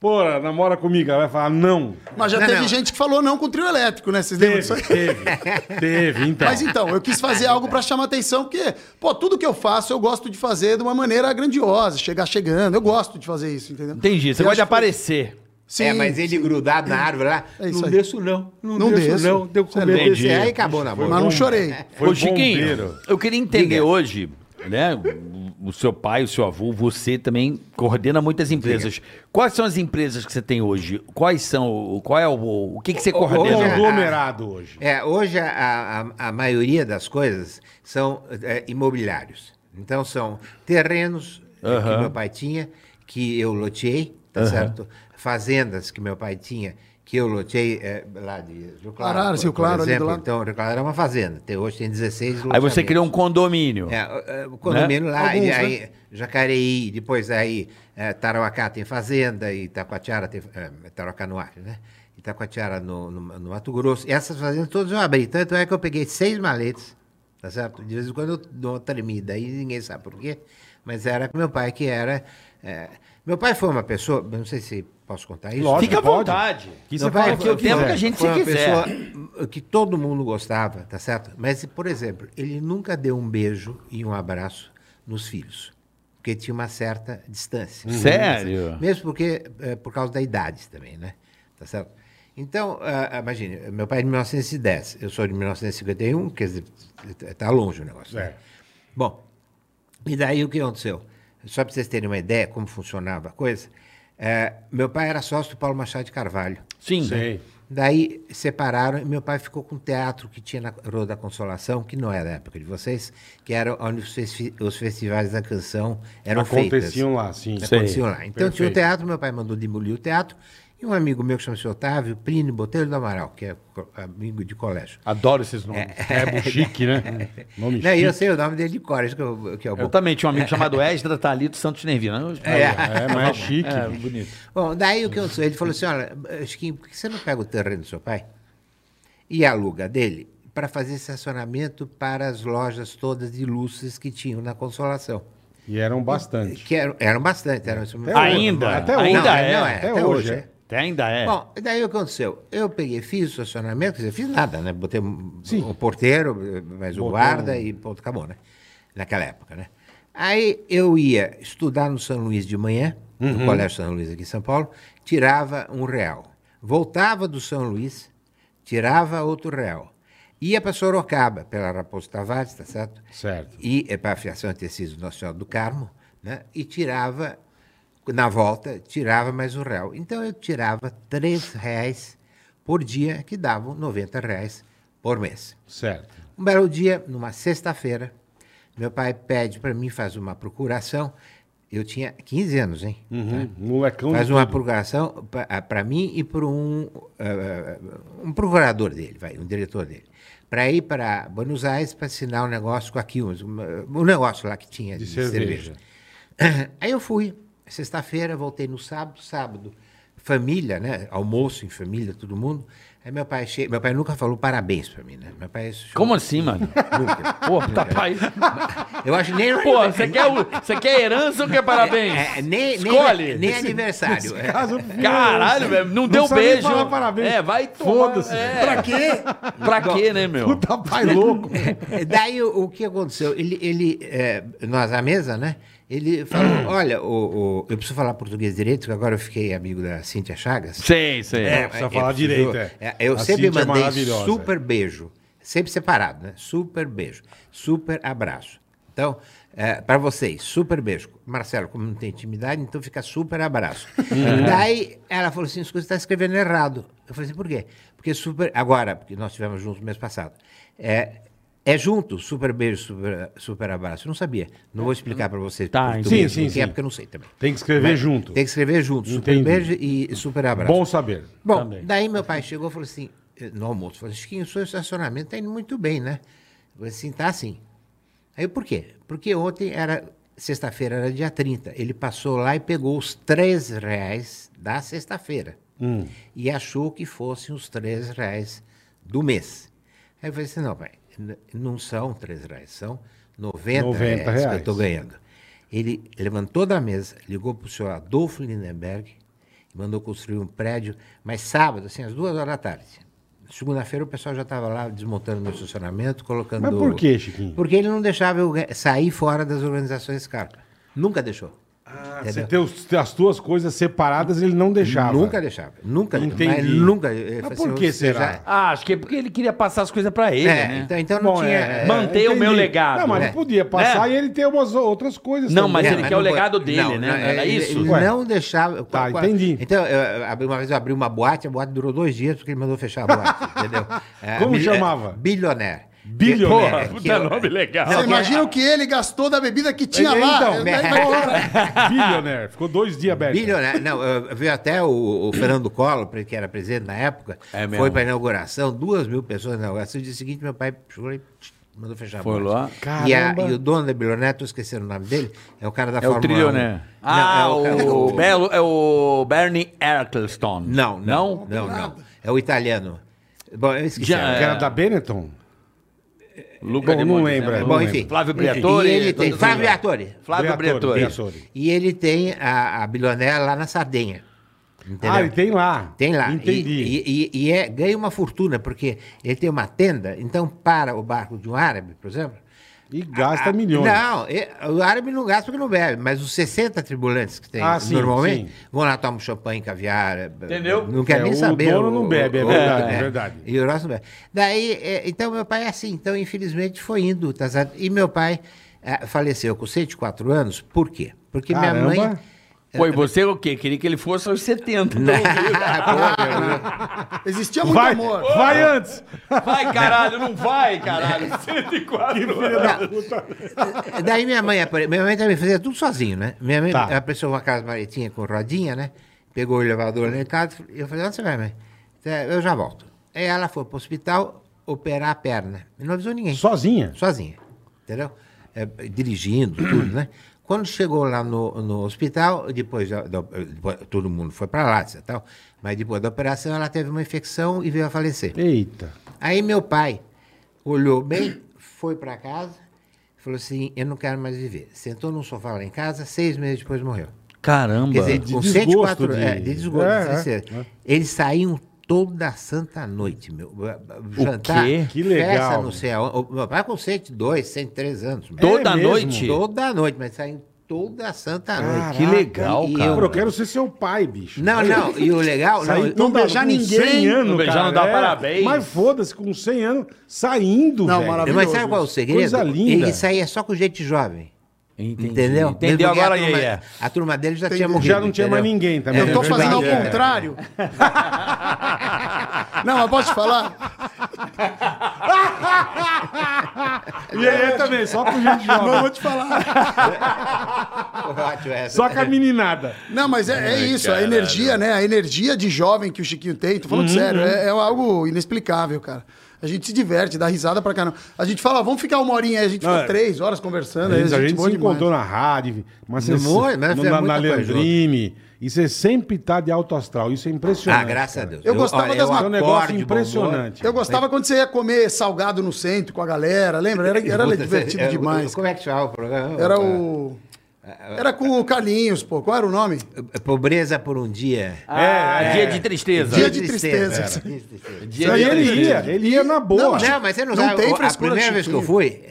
Speaker 3: Porra, namora comigo. Ela vai falar, não.
Speaker 1: Mas já
Speaker 5: Não,
Speaker 1: teve
Speaker 5: não.
Speaker 1: gente que falou não com trio elétrico, né? Vocês lembram disso
Speaker 3: Teve,
Speaker 1: aí?
Speaker 3: teve. teve, então.
Speaker 1: Mas então, eu quis fazer algo pra chamar atenção, porque, pô, tudo que eu faço eu gosto de fazer de uma maneira grandiosa, chegar chegando. Eu gosto de fazer isso, entendeu?
Speaker 4: Entendi. Você
Speaker 1: Eu
Speaker 4: gosta de
Speaker 1: acho que-
Speaker 4: aparecer.
Speaker 1: Sim,
Speaker 5: é, mas ele grudado na árvore lá.
Speaker 1: É isso
Speaker 5: não
Speaker 1: aí.
Speaker 5: desço, não. Não,
Speaker 1: Não
Speaker 5: desço,
Speaker 1: desço.
Speaker 5: não.
Speaker 3: Então,
Speaker 5: Deu com
Speaker 1: Você
Speaker 5: medo de
Speaker 4: entendi.
Speaker 5: descer. É, Aí acabou na
Speaker 1: mas
Speaker 5: boa.
Speaker 1: não chorei.
Speaker 5: É.
Speaker 3: Foi
Speaker 6: Ô, Chiquinho,
Speaker 3: bombeiro.
Speaker 4: eu queria entender hoje, né? o- O seu pai, o seu avô, você também coordena muitas empresas. Quais são as empresas que você tem hoje? Quais são? o- Qual é o. O que, que você
Speaker 3: Hoje é um
Speaker 4: coordena?
Speaker 5: hoje-
Speaker 3: aglomerado hoje.
Speaker 5: É, hoje a, a, a maioria das coisas são é, imobiliários. Então são terrenos é, que meu pai tinha, que eu loteei, tá certo? Fazendas que meu pai tinha, que eu loteei é, lá de Rio Claro.
Speaker 1: Araras, Rio Claro, ali do lado.
Speaker 5: Então, Rio Claro era uma fazenda. Tem, hoje tem 16
Speaker 4: Aí você
Speaker 5: loteamentos.
Speaker 4: criou um condomínio.
Speaker 5: É, o- o condomínio lá,
Speaker 1: Alguns,
Speaker 5: e aí Jacareí, depois aí é, Tarauacá tem fazenda, e Itacoatiara tem. É, Tarauacá no ar, né? Itacoatiara no, no, no Mato Grosso. E essas fazendas todas eu abri. Tanto é que eu peguei seis maletes, tá certo? De vez em quando eu dou uma tremida, aí ninguém sabe por quê. Mas era meu pai que era. é, meu pai foi uma pessoa, eu não sei se posso contar isso.
Speaker 3: Lógico,
Speaker 4: Fica à
Speaker 3: pode.
Speaker 4: vontade.
Speaker 3: Que
Speaker 5: Meu
Speaker 3: você
Speaker 5: pai
Speaker 3: fala o
Speaker 5: foi-
Speaker 3: que eu
Speaker 4: tempo
Speaker 3: quiser.
Speaker 4: que a gente
Speaker 5: foi
Speaker 4: se
Speaker 5: uma
Speaker 4: quiser.
Speaker 5: pessoa que todo mundo gostava, tá certo? Mas, por exemplo, ele nunca deu um beijo e um abraço nos filhos, porque tinha uma certa distância.
Speaker 3: Uhum.
Speaker 6: Sério?
Speaker 5: Mesmo porque, eh, por causa da idade também, né? Tá certo? Então, ah, imagine, meu pai é de 1910, eu sou de 1951, quer dizer, tá longe o negócio. né?
Speaker 3: É.
Speaker 5: Bom, e daí o que aconteceu? Só para vocês terem uma ideia como funcionava a coisa, eh, meu pai era sócio do Paulo Machado de Carvalho.
Speaker 4: Sim. né?
Speaker 3: Sei.
Speaker 5: Daí separaram e meu pai ficou com o teatro que tinha na Rua da Consolação, que não é da época de vocês, que era onde os, festi- os festivais da canção eram
Speaker 3: Aconteciam
Speaker 5: feitas.
Speaker 3: lá, sim.
Speaker 5: Aconteciam lá. Então tinha
Speaker 3: Perfeito.
Speaker 5: o teatro, meu pai mandou demolir o teatro, e um amigo meu que chama-se Otávio, Plínio Botelho do Amaral, que é co- amigo de colégio.
Speaker 3: Adoro esses nomes. É, chique, né? Nome
Speaker 5: Não, e
Speaker 3: chique.
Speaker 5: eu sei o nome dele de cor, isso que, eu, que é o bom.
Speaker 4: Eu também tinha um amigo chamado Esdra Thalito Santos Nervino.
Speaker 3: É, mas é chique.
Speaker 5: Bom, daí o que eu sou? Ele falou assim: olha, Chiquinho, por que você não pega o terreno do seu pai e aluga dele para fazer estacionamento para as lojas todas de luzes que tinham na Consolação?
Speaker 3: E eram bastante.
Speaker 5: Que eram, eram bastante, eram.
Speaker 6: Ainda,
Speaker 3: Até hoje.
Speaker 6: ainda
Speaker 5: não,
Speaker 6: é.
Speaker 5: não, é,
Speaker 3: Até,
Speaker 5: até
Speaker 3: hoje.
Speaker 5: hoje,
Speaker 3: é.
Speaker 6: Até ainda é.
Speaker 5: Bom, daí o que aconteceu? Eu peguei, fiz o estacionamento, quer dizer, fiz nada, né? Botei um-
Speaker 3: Sim.
Speaker 5: o porteiro, mais o
Speaker 3: Botou um
Speaker 5: guarda e ponto, acabou, né? Naquela época, né? Aí eu ia estudar no São Luís de manhã,
Speaker 3: Uhum.
Speaker 5: no Colégio São Luís aqui em São Paulo, tirava um real. Voltava do São Luís, tirava outro real. Ia para Sorocaba, pela Raposo Tavares, tá certo?
Speaker 3: Certo.
Speaker 5: E é, para a Fiação de Tecidos Nossa Senhora do Carmo, né? E tirava, na volta, tirava mais um real. Então eu tirava três reais por dia, que davam 90 reais por mês.
Speaker 3: Certo.
Speaker 5: Um belo dia, numa sexta-feira, meu pai pede para mim fazer uma procuração. Eu tinha 15 anos, hein?
Speaker 3: Uhum. Molecão
Speaker 5: Tá. Faz
Speaker 3: de
Speaker 5: uma
Speaker 3: tudo.
Speaker 5: procuração para mim e para um, eh, um procurador dele, vai, um diretor dele. Para ir para Buenos Aires para assinar um negócio com a Quilmes, um, um negócio lá que tinha
Speaker 3: De
Speaker 5: de,
Speaker 3: cerveja.
Speaker 5: cerveja. Aí eu fui, sexta-feira, voltei no sábado, sábado, família, né? Almoço em família, todo mundo. Aí meu pai che... meu pai nunca falou parabéns para mim, né? Meu pai
Speaker 4: Como assim, mano?
Speaker 5: Nunca.
Speaker 4: Pô, tá pai.
Speaker 5: Eu acho nem
Speaker 4: Pô, você quer, o- você quer herança ou quer parabéns?
Speaker 5: É, é, nem,
Speaker 4: Escolhe.
Speaker 5: nem, nem aniversário. é.
Speaker 3: Caso-
Speaker 4: Caralho, velho, não, deu
Speaker 3: sabe nem
Speaker 4: beijo.
Speaker 3: falar parabéns.
Speaker 4: É, vai tomar.
Speaker 3: Foda-se.
Speaker 4: É. Pra quê? Pra quê, né, meu?
Speaker 3: Puta pai louco.
Speaker 5: Daí o, o que aconteceu? Ele, ele eh, nós à mesa, né? Ele falou: Olha, o, o- eu preciso falar português direito, que agora eu fiquei amigo da Cíntia Chagas.
Speaker 4: Sei, sei.
Speaker 3: É, precisa falar direito, é.
Speaker 5: Eu
Speaker 3: A
Speaker 5: sempre
Speaker 3: Cíntia é
Speaker 5: mandei
Speaker 3: maravilhosa.
Speaker 5: super beijo, sempre separado, né? Super beijo, super abraço. Então, para vocês, super beijo. Marcelo, como não tem intimidade, então fica super abraço.
Speaker 3: Uhum.
Speaker 5: Daí ela falou assim: escuta, você está escrevendo errado. Eu falei assim: por quê? Porque super. Agora, porque nós estivemos juntos no mês passado. É, é junto, super beijo, super, super abraço. Eu não sabia. Não vou explicar para vocês.
Speaker 6: Tá,
Speaker 5: português,
Speaker 3: sim, sim,
Speaker 5: porque é
Speaker 3: sim.
Speaker 5: porque eu não sei também.
Speaker 3: Tem que escrever junto.
Speaker 5: Tem que escrever junto, super
Speaker 3: Entendi.
Speaker 5: beijo e super abraço.
Speaker 3: Bom saber.
Speaker 5: Bom, daí meu pai chegou e falou assim, eh, no almoço, falou assim, Chiquinho, o seu estacionamento está indo muito bem, né? Eu falei assim, tá sim. Aí eu, por quê? Porque ontem era, sexta-feira era dia 30, ele passou lá e pegou os três reais da sexta-feira. E achou que fossem os três reais do mês. Aí eu falei assim, não pai, n- não são três reais, são 90,
Speaker 3: 90
Speaker 5: reais, que eu
Speaker 3: reais.
Speaker 5: estou ganhando. Ele levantou da mesa, ligou para o senhor Adolfo Lindenberg, mandou construir um prédio, mas sábado, assim, às duas horas da tarde. Segunda-feira o pessoal já estava lá desmontando meu estacionamento, colocando.
Speaker 3: Mas por quê, Chiquinho?
Speaker 5: Porque ele não deixava eu ga- sair fora das organizações Scarpa. Nunca deixou.
Speaker 3: Ah,
Speaker 5: Entendeu?
Speaker 3: você ter os- ter as tuas coisas separadas, ele não deixava.
Speaker 5: Nunca deixava. Nunca deixava. Mas
Speaker 3: Entendi.
Speaker 5: nunca. eh,
Speaker 3: Mas
Speaker 5: assim,
Speaker 3: por
Speaker 5: eu-
Speaker 3: que
Speaker 5: eu
Speaker 3: será?
Speaker 5: já-
Speaker 4: Ah, acho que é porque ele queria passar as coisas pra ele,
Speaker 5: É,
Speaker 4: né?
Speaker 5: então, então não
Speaker 3: Bom,
Speaker 5: tinha.
Speaker 3: é,
Speaker 5: eh,
Speaker 4: Manter o
Speaker 3: entendi.
Speaker 4: meu legado.
Speaker 3: Não, mas
Speaker 5: É.
Speaker 3: ele podia passar
Speaker 4: Né?
Speaker 3: e ele ter umas outras coisas
Speaker 4: Não,
Speaker 3: também. né?
Speaker 4: mas
Speaker 5: É,
Speaker 4: ele quer o
Speaker 5: não
Speaker 4: legado
Speaker 5: pode-
Speaker 4: dele, né? Não era
Speaker 5: ele-
Speaker 4: isso?
Speaker 5: Ele
Speaker 3: Ué.
Speaker 5: não deixava.
Speaker 3: Tá, entendi.
Speaker 5: Então, eu abri- uma vez eu abri uma boate, a boate durou dois dias porque ele mandou fechar a boate, entendeu? É,
Speaker 3: Como
Speaker 5: bil-
Speaker 3: chamava?
Speaker 5: é, Bilionaire.
Speaker 3: Bilionaire.
Speaker 5: Que-
Speaker 6: Puta
Speaker 5: que
Speaker 4: é
Speaker 5: eu-
Speaker 6: nome legal.
Speaker 5: Não,
Speaker 1: Você
Speaker 5: que-
Speaker 1: imagina o que ele gastou da bebida que tinha
Speaker 3: É,
Speaker 1: lá.
Speaker 3: então,
Speaker 1: Ele- tá-
Speaker 5: né?
Speaker 1: vai embora.
Speaker 3: Bilionaire. Ficou dois dias aberto.
Speaker 5: Bilionário. Não, eh, veio até o, o Fernando Collor, que era presidente na época,
Speaker 4: É mesmo.
Speaker 5: foi para inauguração, duas mil pessoas na inauguração. No dia seguinte, meu pai chegou e tch, mandou fechar a
Speaker 4: Foi
Speaker 5: boate.
Speaker 3: lá.
Speaker 5: E, a-
Speaker 3: Caramba.
Speaker 5: e o dono da Bilionário, estou esquecendo o nome dele, é o cara da
Speaker 4: É o
Speaker 5: Fórmula 1.
Speaker 4: trilionaire.
Speaker 5: Não, é
Speaker 4: Ah,
Speaker 5: cara-
Speaker 4: o, Belo, é o Bernie Ecclestone.
Speaker 5: Não, não. Não, não. É o italiano. Bom, eu esqueci.
Speaker 4: Já-
Speaker 5: agora.
Speaker 3: Que era da Benetton.
Speaker 4: Luca
Speaker 3: Bom,
Speaker 4: de
Speaker 3: não
Speaker 4: Monte,
Speaker 3: lembro,
Speaker 4: né?
Speaker 3: é
Speaker 5: Bom, enfim.
Speaker 4: Flávio
Speaker 5: Enfim,
Speaker 4: Briatore,
Speaker 5: E ele tem,
Speaker 4: todas
Speaker 5: Flávio
Speaker 4: as-
Speaker 5: Briatore.
Speaker 4: Flávio é.
Speaker 3: Briatore,
Speaker 4: Briatore.
Speaker 3: Briatore.
Speaker 5: E ele tem a, a bilionaire lá na Sardenha. Entendeu?
Speaker 3: Ah, ele tem lá.
Speaker 5: Tem lá.
Speaker 3: Entendi.
Speaker 5: E, e- e- e é, ganha uma fortuna, porque ele tem uma tenda, então para o barco de um árabe, por exemplo.
Speaker 3: E gasta
Speaker 5: a-
Speaker 3: milhões.
Speaker 5: Ah, Não, e- o árabe não gasta porque não bebe, mas os 60 tribulantes que tem
Speaker 3: Ah, sim,
Speaker 5: normalmente
Speaker 3: sim.
Speaker 5: vão lá tomar um champanhe, caviar.
Speaker 4: Entendeu?
Speaker 5: Não quer
Speaker 3: É,
Speaker 5: nem
Speaker 3: o
Speaker 5: saber.
Speaker 3: dono não bebe, é verdade, é verdade.
Speaker 5: né? E o nosso não bebe. Daí, é, então meu pai é assim, então infelizmente foi indo, tá certo? E meu pai eh, faleceu com 104 anos, por quê? Porque
Speaker 3: Caramba.
Speaker 5: minha mãe.
Speaker 4: Pô, e você o quê? Queria que ele fosse aos 70.
Speaker 1: Existia muito
Speaker 3: Vai,
Speaker 1: amor.
Speaker 3: vai antes.
Speaker 4: Vai, caralho, não vai, caralho. 104
Speaker 5: Daí minha mãe, apare- minha mãe também fazia tudo sozinho, né? Minha mãe
Speaker 3: Tá.
Speaker 5: apareceu uma casa maretinha com rodinha, né? Pegou o elevador lá em casa e eu falei, onde você vai, mãe? "É, Eu já volto. Aí ela foi pro hospital operar a perna. E não avisou ninguém.
Speaker 3: Sozinha.
Speaker 5: Sozinha. Entendeu? É, dirigindo, tudo, né? Quando chegou lá no, no hospital, depois, da- da- depois todo mundo foi para lá, etc, tal, mas depois da operação ela teve uma infecção e veio a falecer.
Speaker 3: Eita.
Speaker 5: Aí meu pai olhou bem, foi para casa, falou assim: Eu não quero mais viver. Sentou num sofá lá em casa, seis meses depois morreu.
Speaker 4: Caramba.
Speaker 5: Quer dizer,
Speaker 3: De
Speaker 5: com
Speaker 3: desgosto
Speaker 5: 104
Speaker 3: de-
Speaker 5: é, de desgosto.
Speaker 3: É, é,
Speaker 5: sincero.
Speaker 3: é.
Speaker 5: Eles saíam toda santa noite, meu. Jantar,
Speaker 4: quê?
Speaker 5: festa
Speaker 3: Que legal,
Speaker 5: não
Speaker 3: meu.
Speaker 5: sei aonde. O Meu pai com 102, 103 anos. meu.
Speaker 4: Toda
Speaker 3: É mesmo?
Speaker 4: noite?
Speaker 5: Toda noite, mas saíam toda santa noite.
Speaker 4: que legal,
Speaker 5: E
Speaker 4: cara.
Speaker 3: Pô, eu quero ser seu pai, bicho.
Speaker 5: Não, não, e o legal...
Speaker 3: Sair
Speaker 5: não,
Speaker 3: toda-
Speaker 1: beijar
Speaker 3: com
Speaker 1: ninguém,
Speaker 3: 100 anos,
Speaker 4: não beijar, não dá
Speaker 3: é.
Speaker 4: parabéns.
Speaker 3: Mas foda-se, com 100 anos, saindo,
Speaker 1: Não,
Speaker 3: velho.
Speaker 1: maravilhoso.
Speaker 5: Mas sabe qual é o segredo?
Speaker 3: Coisa linda.
Speaker 5: Ele saía só com gente jovem.
Speaker 4: Entendi.
Speaker 5: Entendeu?
Speaker 4: Entendeu
Speaker 5: Porque
Speaker 4: agora, é.
Speaker 5: a turma,
Speaker 4: Iê?
Speaker 5: a turma dele já tinha
Speaker 1: Entendi.
Speaker 5: morrido.
Speaker 3: Já não tinha mais ninguém também.
Speaker 5: Eu
Speaker 1: Eu tô
Speaker 5: É
Speaker 1: fazendo ao
Speaker 5: verdade, é.
Speaker 1: contrário. Não, mas posso te falar?
Speaker 3: E ele também, só com gente
Speaker 1: Não, vou
Speaker 3: jovem.
Speaker 1: te falar.
Speaker 5: Ótimo, é, essa.
Speaker 3: Só com a meninada.
Speaker 1: Não, mas é, é isso, a energia, né? A energia de jovem que o Chiquinho tem, tô falando sério, é, é algo inexplicável, cara. A gente se diverte, dá risada pra caramba. A gente fala, vamos ficar uma horinha aí, a gente
Speaker 3: Não,
Speaker 1: fica
Speaker 3: é.
Speaker 1: três horas conversando. aí
Speaker 3: A gente, a gente
Speaker 1: boa
Speaker 3: se
Speaker 1: demais.
Speaker 3: encontrou na rádio, mas você
Speaker 5: No Moura, né?
Speaker 3: no,
Speaker 5: Fez
Speaker 3: na,
Speaker 5: muita
Speaker 3: na
Speaker 5: coisa
Speaker 3: Leandrine. E você sempre tá de alto astral. Isso é impressionante.
Speaker 5: Ah, graças
Speaker 3: cara.
Speaker 5: a Deus.
Speaker 1: Eu gostava
Speaker 5: olha,
Speaker 1: das
Speaker 5: eu
Speaker 1: ma-
Speaker 3: É um negócio
Speaker 5: acordo de bom humor.
Speaker 3: impressionante.
Speaker 1: Eu gostava quando você ia comer salgado no centro com a galera, lembra? Era, era
Speaker 5: Puta,
Speaker 1: divertido
Speaker 5: é, o-
Speaker 1: demais.
Speaker 5: Como é que chamava o programa? Ah,
Speaker 1: Era o. Era com o Carlinhos, pô. Qual era o nome?
Speaker 5: é, Pobreza por um dia.
Speaker 3: É,
Speaker 4: Ah, dia de tristeza.
Speaker 1: Dia de tristeza.
Speaker 5: Dia de tristeza.
Speaker 4: Dia
Speaker 3: Aí
Speaker 4: de
Speaker 3: ele ia, ele ia na boa.
Speaker 1: Não,
Speaker 5: Não, né, mas você não,
Speaker 1: Não
Speaker 5: sabe.
Speaker 1: tem
Speaker 5: o- a
Speaker 1: frescura,
Speaker 5: primeira vez que eu
Speaker 1: Chiquinho.
Speaker 5: fui,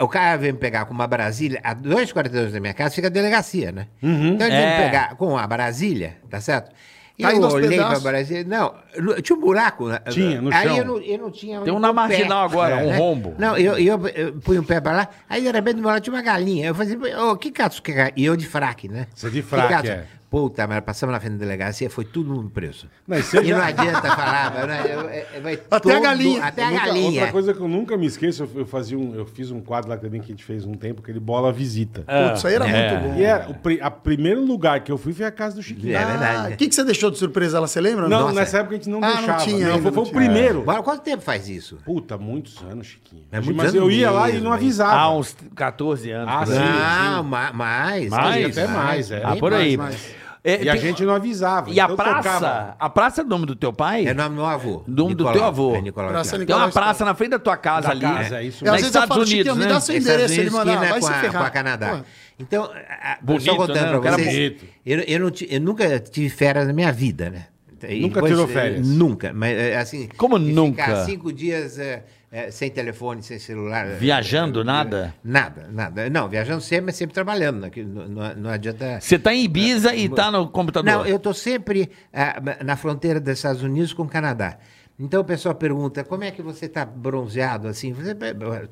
Speaker 5: o cara veio me pegar com uma Brasília, a dois quarteirões da minha casa fica a delegacia, né? Então ele veio
Speaker 4: É.
Speaker 5: me pegar com a Brasília, tá certo? E
Speaker 1: Caindo
Speaker 5: eu
Speaker 1: aos
Speaker 5: olhei pra
Speaker 1: pedaços.
Speaker 5: Brasília. Não, no- tinha um buraco. né?
Speaker 3: Tinha, no
Speaker 5: aí
Speaker 3: chão.
Speaker 5: Eu não, eu não tinha. onde
Speaker 4: Tem um na
Speaker 5: pôr o pé, É, né?
Speaker 4: marginal agora, um rombo.
Speaker 5: Não, eu, eu, eu punho o pé pra lá, aí de repente do meu lado tinha uma galinha. Eu falei assim, ô, que cato que é? E eu de fraque, né?
Speaker 3: Você de
Speaker 5: Que
Speaker 3: fraque,
Speaker 5: gato?
Speaker 3: é.
Speaker 5: Puta, mas passamos na frente da delegacia, foi tudo um mundo preso.
Speaker 3: Não, e você
Speaker 5: e
Speaker 3: já-
Speaker 5: não adianta falar, mas, né, eu- eu- eu- vai
Speaker 1: Até a galinha.
Speaker 5: Até a
Speaker 3: Nunca-
Speaker 5: galinha.
Speaker 3: é Outra coisa que eu nunca me esqueço, eu, eu fazia um, eu fiz um quadro lá também que a gente fez um tempo, aquele Bola Visita.
Speaker 5: Ah.
Speaker 1: Putz, isso aí era
Speaker 6: É.
Speaker 1: muito bom.
Speaker 3: E era, o pri- a primeiro lugar que eu fui foi a casa do Chiquinho.
Speaker 5: É
Speaker 3: Ah,
Speaker 5: verdade.
Speaker 1: O que, que você deixou de surpresa lá? Você lembra?
Speaker 3: Não,
Speaker 5: Nossa. é.
Speaker 3: nessa época a gente não
Speaker 1: Ah, não
Speaker 3: deixava. né?
Speaker 1: tinha
Speaker 3: não,
Speaker 1: ainda,
Speaker 3: foi,
Speaker 1: não
Speaker 3: foi o
Speaker 1: tinha.
Speaker 3: primeiro.
Speaker 5: Bora, quanto tempo faz isso?
Speaker 3: Puta, muitos anos, Chiquinho.
Speaker 5: É, muitos
Speaker 3: Mas
Speaker 5: anos
Speaker 3: eu ia lá e
Speaker 5: mesmo,
Speaker 3: não
Speaker 5: hein?
Speaker 3: avisava.
Speaker 4: Há uns 14 anos.
Speaker 3: Ah,
Speaker 4: por
Speaker 3: sim.
Speaker 4: aí.
Speaker 5: Ah, ma- mais.
Speaker 6: Mais?
Speaker 5: Até mais,
Speaker 3: é.
Speaker 5: é.
Speaker 4: Ah, por aí.
Speaker 1: mais, mais.
Speaker 4: É,
Speaker 3: E a
Speaker 4: tem-
Speaker 3: gente não avisava.
Speaker 4: E a
Speaker 3: Então
Speaker 4: praça?
Speaker 3: tocava.
Speaker 4: A praça é o nome do teu pai?
Speaker 5: É o nome do meu avô.
Speaker 4: Nome do teu avô.
Speaker 5: É Nicolau
Speaker 1: Praça
Speaker 5: Cláudio.
Speaker 4: Tem uma
Speaker 1: Nicolau Stone.
Speaker 4: praça na frente da tua casa
Speaker 3: Da
Speaker 4: ali. né?
Speaker 3: casa, é isso
Speaker 4: Nos
Speaker 3: mesmo. Às
Speaker 1: vezes eu
Speaker 4: Estados
Speaker 1: falo, Chiquinho,
Speaker 4: Unidos,
Speaker 1: me
Speaker 4: né?
Speaker 1: dá seu é endereço, ele
Speaker 5: Estados Unidos,
Speaker 1: mandava,
Speaker 5: esquina
Speaker 1: vai
Speaker 5: com
Speaker 1: se
Speaker 5: a,
Speaker 1: ferrar.
Speaker 5: com a Canadá.
Speaker 1: Pô.
Speaker 5: Então, a- a-
Speaker 6: Bonito,
Speaker 5: só
Speaker 6: né?
Speaker 5: contando
Speaker 6: O cara
Speaker 5: pra vocês,
Speaker 3: bonito.
Speaker 5: eu, eu, não ti- eu nunca tive férias na minha vida, né? E
Speaker 3: Nunca
Speaker 5: depois,
Speaker 3: tirou
Speaker 5: eh,
Speaker 3: férias?
Speaker 5: Nunca, mas eh, assim...
Speaker 4: Como
Speaker 5: de
Speaker 4: nunca?
Speaker 5: Ficar cinco dias eh, eh, sem telefone, sem celular... eh,
Speaker 4: Viajando,
Speaker 5: eh,
Speaker 3: É.
Speaker 4: nada?
Speaker 5: Nada, nada. Não, viajando sempre, mas sempre trabalhando. né? Que Não, não- não adianta...
Speaker 4: Você tá em Ibiza e tá no computador.
Speaker 5: Não, eu estou sempre ah, na fronteira dos Estados Unidos com o Canadá. Então o pessoal pergunta, como é que você está bronzeado assim? Você-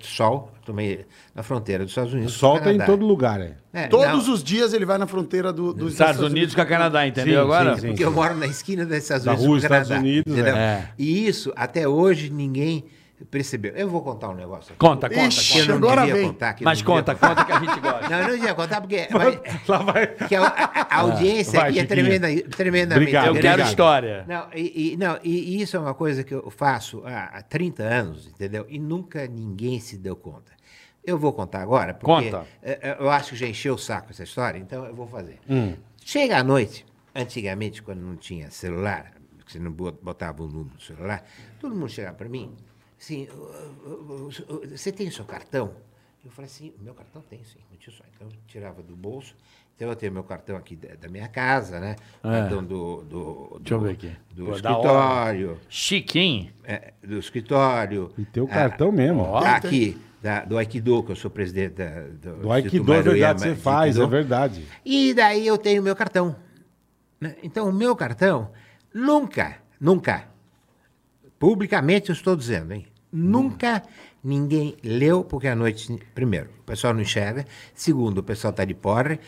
Speaker 5: sol, tomei na fronteira dos Estados Unidos
Speaker 3: Sol
Speaker 5: com o
Speaker 3: tem em
Speaker 5: Canadá.
Speaker 3: todo lugar, é.
Speaker 5: É,
Speaker 1: Todos
Speaker 5: não,
Speaker 1: os dias ele vai na fronteira do- dos
Speaker 6: Estados Unidos com a Canadá, entendeu
Speaker 3: Sim,
Speaker 6: agora?
Speaker 3: sim, sim.
Speaker 5: Porque eu moro na esquina dos Estados
Speaker 3: Da
Speaker 5: Unidos
Speaker 3: rua
Speaker 5: com o Canadá.
Speaker 3: Estados Unidos,
Speaker 5: entendeu?
Speaker 4: é.
Speaker 5: E isso, até hoje, ninguém percebeu. Eu vou contar um negócio aqui.
Speaker 4: Conta, conta.
Speaker 1: Ixi,
Speaker 5: que eu não
Speaker 1: agora
Speaker 5: devia
Speaker 1: vem.
Speaker 5: contar. Que eu
Speaker 4: Mas
Speaker 5: não devia
Speaker 4: conta, conta que a gente gosta.
Speaker 5: Não, eu não ia contar porque vai-
Speaker 3: Lá vai.
Speaker 5: que é a, a- a audiência
Speaker 3: Vai,
Speaker 5: aqui é
Speaker 3: Chiquinho.
Speaker 5: tremenda, tremendamente
Speaker 3: Obrigado.
Speaker 4: Eu
Speaker 5: grande.
Speaker 4: quero
Speaker 3: Obrigado.
Speaker 4: história.
Speaker 5: Não, e, e- não, e e isso é uma coisa que eu faço há, há 30 anos, entendeu? E nunca ninguém se deu conta. Eu vou contar agora, porque
Speaker 6: Conta.
Speaker 5: eh, eh, eu acho que já encheu o saco essa história, então eu vou fazer.
Speaker 6: Hum.
Speaker 5: Chega à noite, antigamente, quando não tinha celular, que você não bot- botava o número no celular, todo mundo chegava para mim, assim, "Ô, ô, ô, ô, ô, você tem o seu cartão? Eu falei assim, meu cartão tem, sim, não tinha só. Então eu tirava do bolso, então eu tenho meu cartão aqui da, da minha casa, né? Cartão do, do,
Speaker 6: É. Deixa eu
Speaker 5: do-
Speaker 6: ver aqui.
Speaker 5: do
Speaker 6: Pô, é da
Speaker 5: escritório,
Speaker 6: Chiquinho.
Speaker 5: é, do escritório.
Speaker 3: E tem o
Speaker 5: Ah,
Speaker 3: cartão mesmo.
Speaker 5: tá aqui, da- do Aikido, que eu sou presidente da, do,
Speaker 3: Do Aikido, é verdade, você faz, é
Speaker 5: verdade.
Speaker 3: verdade.
Speaker 5: E daí eu tenho meu cartão. né? Então, o meu cartão, nunca, nunca, publicamente eu estou dizendo, hein? Nunca ninguém leu, porque à noite, primeiro, o pessoal não enxerga, segundo, o pessoal está de porre,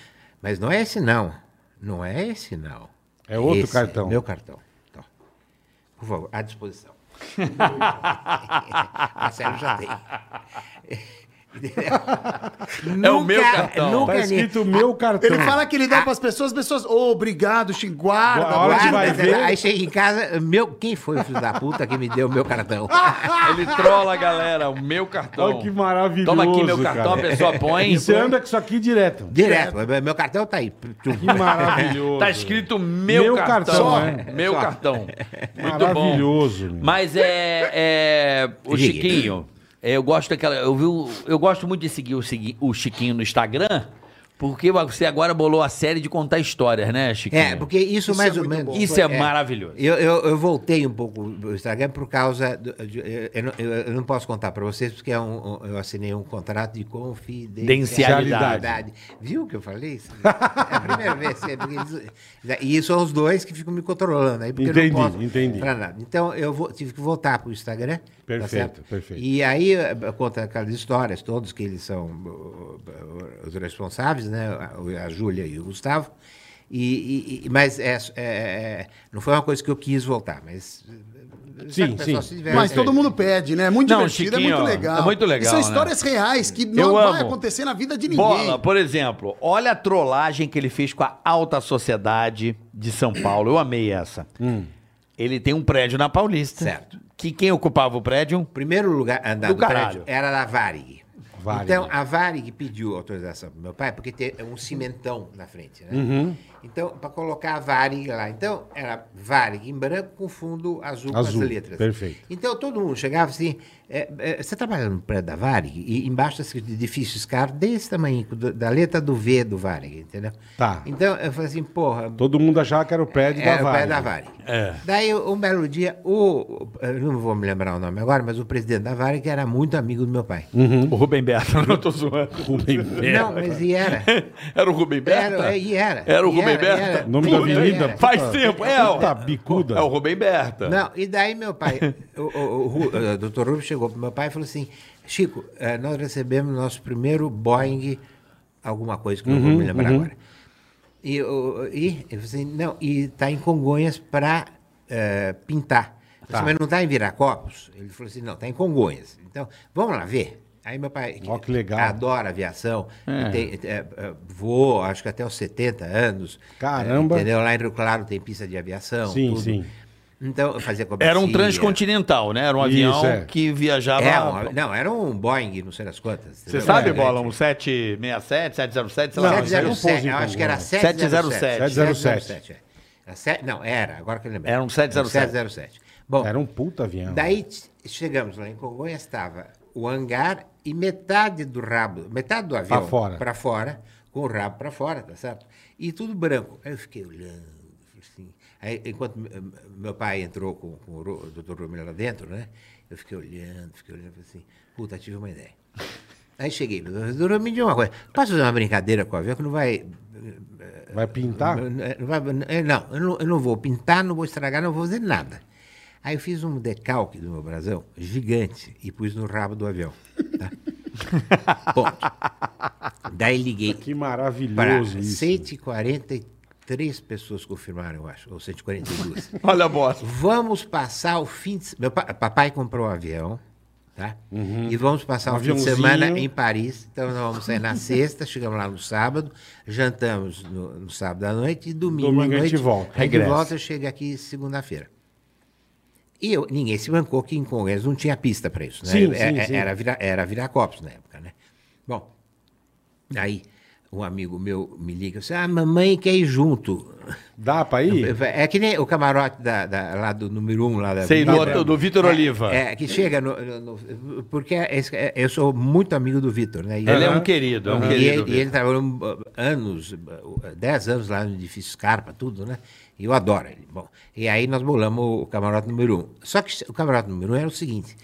Speaker 5: mas não é esse não. Não é esse não.
Speaker 3: É outro
Speaker 5: Esse
Speaker 3: cartão.
Speaker 5: meu cartão. Então, por favor, à disposição. a Sérgio já tem.
Speaker 4: É o meu cartão.
Speaker 5: Nunca
Speaker 3: Tá
Speaker 5: ninguém-
Speaker 3: escrito meu cartão.
Speaker 1: Ele fala que ele dá pras pessoas, as pessoas, ô, obrigado, Chico, guarda,
Speaker 3: Boa hora
Speaker 1: guarda.
Speaker 3: que vai
Speaker 5: Guarda, né?
Speaker 3: ver.
Speaker 5: Aí chega em casa, meu, quem foi o filho da puta que me deu o meu cartão?
Speaker 3: Ah,
Speaker 4: Ele trola a galera, o meu cartão.
Speaker 3: Olha que maravilhoso,
Speaker 4: Toma aqui meu
Speaker 3: cara.
Speaker 4: cartão, a pessoa põe.
Speaker 3: E você anda com isso é aqui direto.
Speaker 5: Direto, meu cartão tá aí.
Speaker 3: Que maravilhoso.
Speaker 4: Tá escrito meu,
Speaker 3: Meu
Speaker 4: cartão.
Speaker 3: cartão, é.
Speaker 4: Meu cartão. Muito bom.
Speaker 3: Maravilhoso. meu.
Speaker 4: Mas é. é, o
Speaker 5: Diga.
Speaker 4: Chiquinho, é, eu gosto daquela. Eu, vi, o- eu gosto muito de seguir o, segui- o Chiquinho no Instagram, porque você agora bolou a série de contar histórias, né, Chiquinho?
Speaker 5: É, porque isso,
Speaker 1: Isso
Speaker 5: mais
Speaker 1: é
Speaker 5: ou
Speaker 1: muito
Speaker 5: menos.
Speaker 1: bom.
Speaker 4: Isso é maravilhoso.
Speaker 5: Eu, eu, eu voltei um pouco do Instagram por causa. do- de- eu, eu não, eu- eu não posso contar para vocês, porque é um- um- eu assinei um contrato de confidencialidade. Viu que eu falei isso? É a primeira vez. é porque eles- e são os dois que ficam me controlando aí. Porque eu
Speaker 3: Entendi,
Speaker 5: não posso
Speaker 3: entendi.
Speaker 5: falar nada. Então eu vou- tive que voltar para o Instagram. tá
Speaker 3: Perfeito,
Speaker 5: certo?
Speaker 3: perfeito.
Speaker 5: E aí eh, conta aquelas histórias, todos que eles são uh, uh, os responsáveis, né? A, a Júlia e o Gustavo. E, e- e- mas é, é- não foi uma coisa que eu quis voltar, mas. eh,
Speaker 3: Sim,
Speaker 5: sabe, o pessoal
Speaker 3: sim.
Speaker 5: se diverte.
Speaker 1: Mas todo mundo pede, né? É muito
Speaker 4: Não,
Speaker 1: divertido,
Speaker 4: Chiquinho,
Speaker 1: é muito
Speaker 4: ó,
Speaker 1: legal.
Speaker 4: é muito
Speaker 1: E
Speaker 4: legal,
Speaker 1: são
Speaker 4: né?
Speaker 1: histórias reais que
Speaker 4: Eu
Speaker 1: não vai
Speaker 4: amo.
Speaker 1: acontecer na vida de ninguém.
Speaker 4: Bola, por exemplo, olha a trollagem que ele fez com a alta sociedade de São Paulo. Eu amei essa. Ele tem um prédio na Paulista.
Speaker 5: Hum. Certo.
Speaker 4: Que quem ocupava o prédio?
Speaker 5: O primeiro lugar andar
Speaker 4: Do
Speaker 5: do,
Speaker 4: caralho.
Speaker 5: prédio era da Varig.
Speaker 3: Varig.
Speaker 5: Então, a Varig pediu autorização pro meu pai, porque tem um cimentão na frente, né?
Speaker 3: Uhum.
Speaker 5: Então, para colocar a Varig lá. Então, era Varig em branco com fundo azul, com as
Speaker 3: Azul,
Speaker 5: letras.
Speaker 3: perfeito.
Speaker 5: Então, todo mundo chegava assim, é, é, você trabalha no prédio da Varig? E embaixo está escrito edifício Scar, desse tamanho, do- da letra do V do Varig, entendeu?
Speaker 3: Tá.
Speaker 5: Então, eu falei assim, porra,
Speaker 3: Todo mundo achava que era o prédio
Speaker 5: era
Speaker 3: da
Speaker 5: É, o
Speaker 3: Vale.
Speaker 5: pai da Varig.
Speaker 4: É.
Speaker 5: Daí, um belo dia, o, eu não vou me lembrar o nome agora, mas o presidente da Varig era muito amigo do meu pai.
Speaker 4: O Rubem Berta, não tô zoando. Rubem Berta.
Speaker 5: Não, mas e era.
Speaker 4: Era o Rubem Berta?
Speaker 5: Era, é, e era.
Speaker 4: Era o
Speaker 5: E
Speaker 4: Rubem
Speaker 5: era,
Speaker 4: Berta?
Speaker 5: e era.
Speaker 3: Nome da
Speaker 5: Puta,
Speaker 3: avenida?
Speaker 5: era.
Speaker 4: Faz
Speaker 3: Puta-
Speaker 4: tempo, é, ó.
Speaker 3: Puta bicuda.
Speaker 4: É o Rubem Berta.
Speaker 5: Não, e daí meu pai, o, o, o, Ru- o doutor Rubens chegou pro meu pai e falou assim, Chico, eh, nós recebemos nosso primeiro Boeing, alguma coisa que eu não vou
Speaker 3: Uhum,
Speaker 5: me lembrar agora. E, o- e eu falei assim, não, e tá em Congonhas para pintar. Eu falei, mas não tá em Viracopos? Ele falou assim, não, tá em Congonhas. Então, vamos lá ver. Aí meu pai,
Speaker 3: Ó, que legal. É.
Speaker 5: adora aviação, e tem, eh, eh, voou acho que até os 70 anos.
Speaker 3: Caramba.
Speaker 5: É, Eh, Entendeu? Lá em Rio Claro tem pista de aviação.
Speaker 3: Sim,
Speaker 5: tudo.
Speaker 3: sim.
Speaker 5: Então, eu fazia cobertura.
Speaker 4: Era um transcontinental, né? Era um
Speaker 3: Isso,
Speaker 4: avião
Speaker 3: é.
Speaker 4: que viajava.
Speaker 5: É, um- não, era um Boeing, não sei das quantas.
Speaker 4: Você
Speaker 5: entendeu?
Speaker 4: sabe,
Speaker 5: É,
Speaker 4: Bola? Um 767, 707, sei lá.
Speaker 3: Não,
Speaker 4: Não,
Speaker 3: isso aí é um
Speaker 5: 707,
Speaker 3: pouso,
Speaker 5: eu acho que era
Speaker 3: então,
Speaker 5: 707.
Speaker 3: 707.
Speaker 5: é. Era sete- não, era, agora que eu lembrei.
Speaker 4: Era um 707.
Speaker 5: 707. Bom,
Speaker 3: Era um puta avião.
Speaker 5: daí t- chegamos lá em Congonhas, estava o hangar e metade do rabo, metade do avião
Speaker 3: fora.
Speaker 5: pra fora, com o rabo para fora, tá certo? E tudo branco. Aí eu fiquei olhando, assim. Aí, enquanto me- me- meu pai entrou com, com o Ro- o doutor Romero lá dentro, né? Eu fiquei olhando, fiquei olhando, falei assim, puta, tive uma ideia. Aí cheguei, doutor, me diga uma coisa, posso fazer uma brincadeira com o avião que não vai
Speaker 3: Vai pintar?
Speaker 5: não, não vai- eh, não, eu não, eu não vou pintar, não vou estragar, não vou fazer nada. Aí eu fiz um decalque do meu brasão, gigante, e pus no rabo do avião. Tá? Ponto. Daí liguei
Speaker 3: Que
Speaker 5: para
Speaker 3: maravilhoso isso. né?
Speaker 5: 143 pessoas confirmaram, eu acho, ou 142.
Speaker 4: Olha a bosta.
Speaker 5: Vamos passar o fim de se- meu pa- papai comprou um avião, tá? E vamos passar
Speaker 3: Um
Speaker 5: o fim de
Speaker 3: aviãozinho.
Speaker 5: semana em Paris. Então nós vamos sair na sexta, chegamos lá no sábado, jantamos no, no sábado à noite e domingo,
Speaker 3: Domingo
Speaker 5: à
Speaker 3: a gente
Speaker 5: noite.
Speaker 3: volta.
Speaker 5: A gente
Speaker 3: Regressa.
Speaker 5: volta, chega aqui segunda-feira. E eu, ninguém se bancou que em Congonhas não tinha pista para isso, né?
Speaker 3: Sim,
Speaker 5: É-
Speaker 3: sim,
Speaker 5: é-
Speaker 3: sim.
Speaker 5: Era, vira, era Viracopos na época, né? Bom, aí um amigo meu me liga e disse, ah, mamãe quer ir junto.
Speaker 3: Dá pra ir?
Speaker 5: É que nem o camarote da, da- lá do número um, lá da.
Speaker 4: Sei,
Speaker 5: Avenida.
Speaker 4: do, do Vitor Oliva.
Speaker 5: É, que chega no. no- no- porque esse- é, eu sou muito amigo do Vitor, né? E
Speaker 4: Ele é
Speaker 5: eu-
Speaker 4: um querido, é um
Speaker 5: e
Speaker 4: querido.
Speaker 5: ele, e ele trabalhou uh, anos, uh, 10 anos lá no edifício Scarpa, tudo, né? E eu adoro ele. Bom, e aí nós bolamos o camarote número 1. Um. Só que o camarote número 1 um era o seguinte: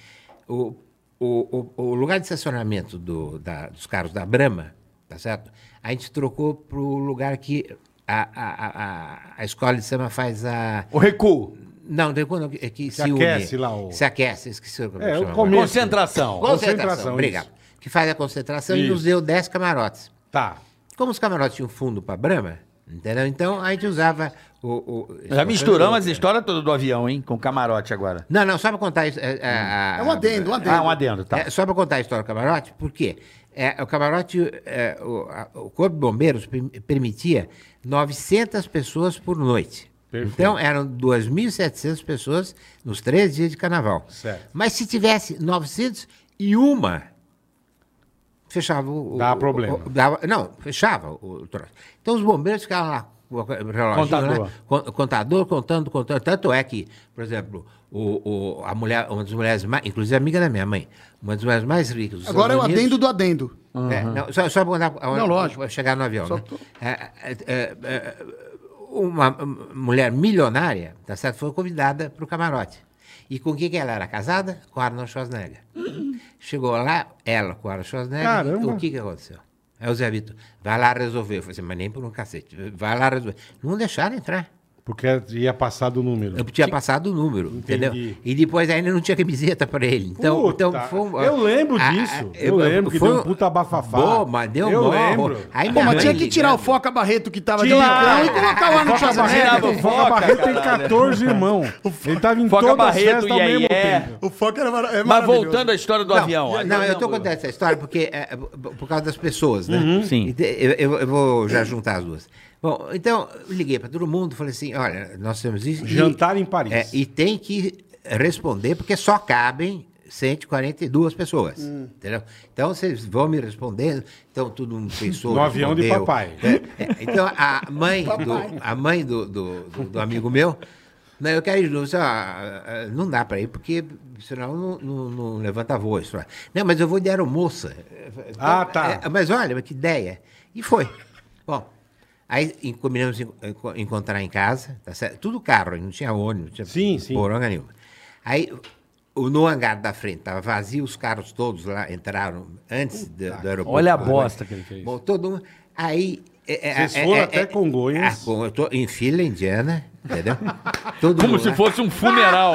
Speaker 5: o, o, o, o lugar de estacionamento do- da- dos carros da Brahma, tá certo? A gente trocou para o lugar que a, a, a- a, a escola de samba faz a.
Speaker 4: O recuo.
Speaker 5: Não, tem quando é que se,
Speaker 3: aquece
Speaker 5: une.
Speaker 3: lá o-
Speaker 5: Se aquece, esqueci como
Speaker 3: É,
Speaker 5: que
Speaker 3: o
Speaker 5: chama.
Speaker 3: começo.
Speaker 4: Concentração.
Speaker 5: Concentração,
Speaker 3: Concentração, isso.
Speaker 5: obrigado. Que faz a concentração e
Speaker 3: Isso.
Speaker 5: nos deu 10 camarotes.
Speaker 3: Tá.
Speaker 5: Como os camarotes tinham fundo para Brahma, entendeu? Então a gente usava o. o-
Speaker 4: Já misturamos as histórias todas do avião, hein? Com camarote agora.
Speaker 5: Não, não, só para contar isso. É, é,
Speaker 1: É um adendo, um adendo.
Speaker 4: Hum. Ah, um adendo, tá.
Speaker 5: é, só para contar a história do camarote, por quê? É, o camarote, é, o, a- o Corpo de Bombeiros prim- permitia 900 pessoas por noite.
Speaker 3: Perfeito.
Speaker 5: Então eram 2.700 pessoas nos três dias de carnaval.
Speaker 3: Certo.
Speaker 5: Mas se tivesse 901, fechava o. o-
Speaker 3: Dava problema.
Speaker 5: o- dava- não, fechava o, troço. Então os bombeiros ficavam lá. com o reloginho
Speaker 3: Contador.
Speaker 5: lá, Con- contador contando, contando. Tanto é que, por exemplo, o, o- a mulher, uma das mulheres mais, inclusive amiga da minha mãe, uma das mulheres mais ricas. dos
Speaker 1: Agora é o
Speaker 5: Estados Unidos-
Speaker 1: adendo do adendo.
Speaker 5: É, não, só, só pra contar a hora-
Speaker 1: Não, lógico.
Speaker 5: pra chegar no avião.
Speaker 1: Só
Speaker 5: né?
Speaker 1: tô-
Speaker 5: É, é, é, é, uma hum, mulher milionária, tá certo? Foi convidada para o camarote. E com quem que ela era casada? Com Arnold Schwarzenegger. Chegou lá, ela com Arnold Schwarzenegger.
Speaker 3: Caramba.
Speaker 5: O que que aconteceu? Aí o Zé Vitor, vai lá resolver. Eu falei assim, mas nem por um cacete. Vai lá resolver. Não deixaram entrar.
Speaker 3: Porque ia passar do número.
Speaker 5: Eu tinha passado o número,
Speaker 3: Entendi.
Speaker 5: entendeu? E depois ainda não tinha camiseta para ele. Então,
Speaker 3: Puta,
Speaker 5: então foi um-
Speaker 3: eu lembro disso. Eu lembro que deu um puta bafafá.
Speaker 5: Bom, mas deu
Speaker 3: Eu
Speaker 5: mó.
Speaker 3: lembro.
Speaker 4: É
Speaker 5: Aí
Speaker 1: Pô,
Speaker 5: minha
Speaker 1: mas
Speaker 5: mãe
Speaker 1: tinha que
Speaker 4: né?
Speaker 1: tirar o
Speaker 5: ligando.
Speaker 1: Foca Barreto que tava de
Speaker 3: Tira!
Speaker 1: bicão e colocar lá no né?
Speaker 3: Barreto,
Speaker 1: Schwarzenegger.
Speaker 3: o Foca Barreto tem 14 irmãos. Ele tava em
Speaker 4: Foca
Speaker 3: todas as
Speaker 4: Barreto,
Speaker 3: festas ao mesmo
Speaker 4: Iaié.
Speaker 3: tempo.
Speaker 1: O Foca era mara- é
Speaker 4: Mas
Speaker 1: maravilhoso.
Speaker 4: voltando à história do
Speaker 5: Não,
Speaker 4: avião.
Speaker 5: Não, eu estou contando essa história porque é, por por causa das pessoas, né?
Speaker 3: Uhum.
Speaker 4: sim.
Speaker 5: Ente- Eu, eu- eu vou já juntar as duas. Bom, então eu liguei para todo mundo, falei assim: olha, nós temos isso. e-
Speaker 3: Jantar em Paris.
Speaker 5: é, e tem que responder porque só cabem 142 pessoas.
Speaker 3: Hum.
Speaker 5: Entendeu? Então vocês vão me respondendo. Então todo mundo pensou.
Speaker 3: No avião de
Speaker 5: respondeu.
Speaker 3: papai.
Speaker 5: É, é, então a mãe do, a mãe do, do, do- do amigo meu, não, eu quero ir de novo. Eu disse, "Ah, ah, não dá para ir, porque senão não, não- não levanta voo. isso lá." Não, mas eu vou de aeromoça.
Speaker 3: Ah,
Speaker 5: Então,
Speaker 3: tá.
Speaker 5: é, mas olha, mas que ideia. E foi. Bom, aí em- combinamos em- enco- encontrar em casa, tá certo? Tudo carro, não tinha ônibus, não tinha
Speaker 3: Sim, sim.
Speaker 5: poronga nenhuma. Aí, o, no hangar da frente estava vazio, os carros todos lá entraram antes do, do aeroporto.
Speaker 6: Olha a
Speaker 5: Tá,
Speaker 6: bosta
Speaker 5: né?
Speaker 6: que ele fez.
Speaker 5: Bom, todo mundo. Aí. é, é,
Speaker 3: Vocês
Speaker 5: é,
Speaker 3: foram
Speaker 5: é,
Speaker 3: até
Speaker 5: é,
Speaker 3: Congonhas.
Speaker 5: ah, com- eu tô em fila indiana, entendeu? Todo
Speaker 6: Como
Speaker 5: mundo
Speaker 6: se
Speaker 5: lá.
Speaker 6: fosse um funeral.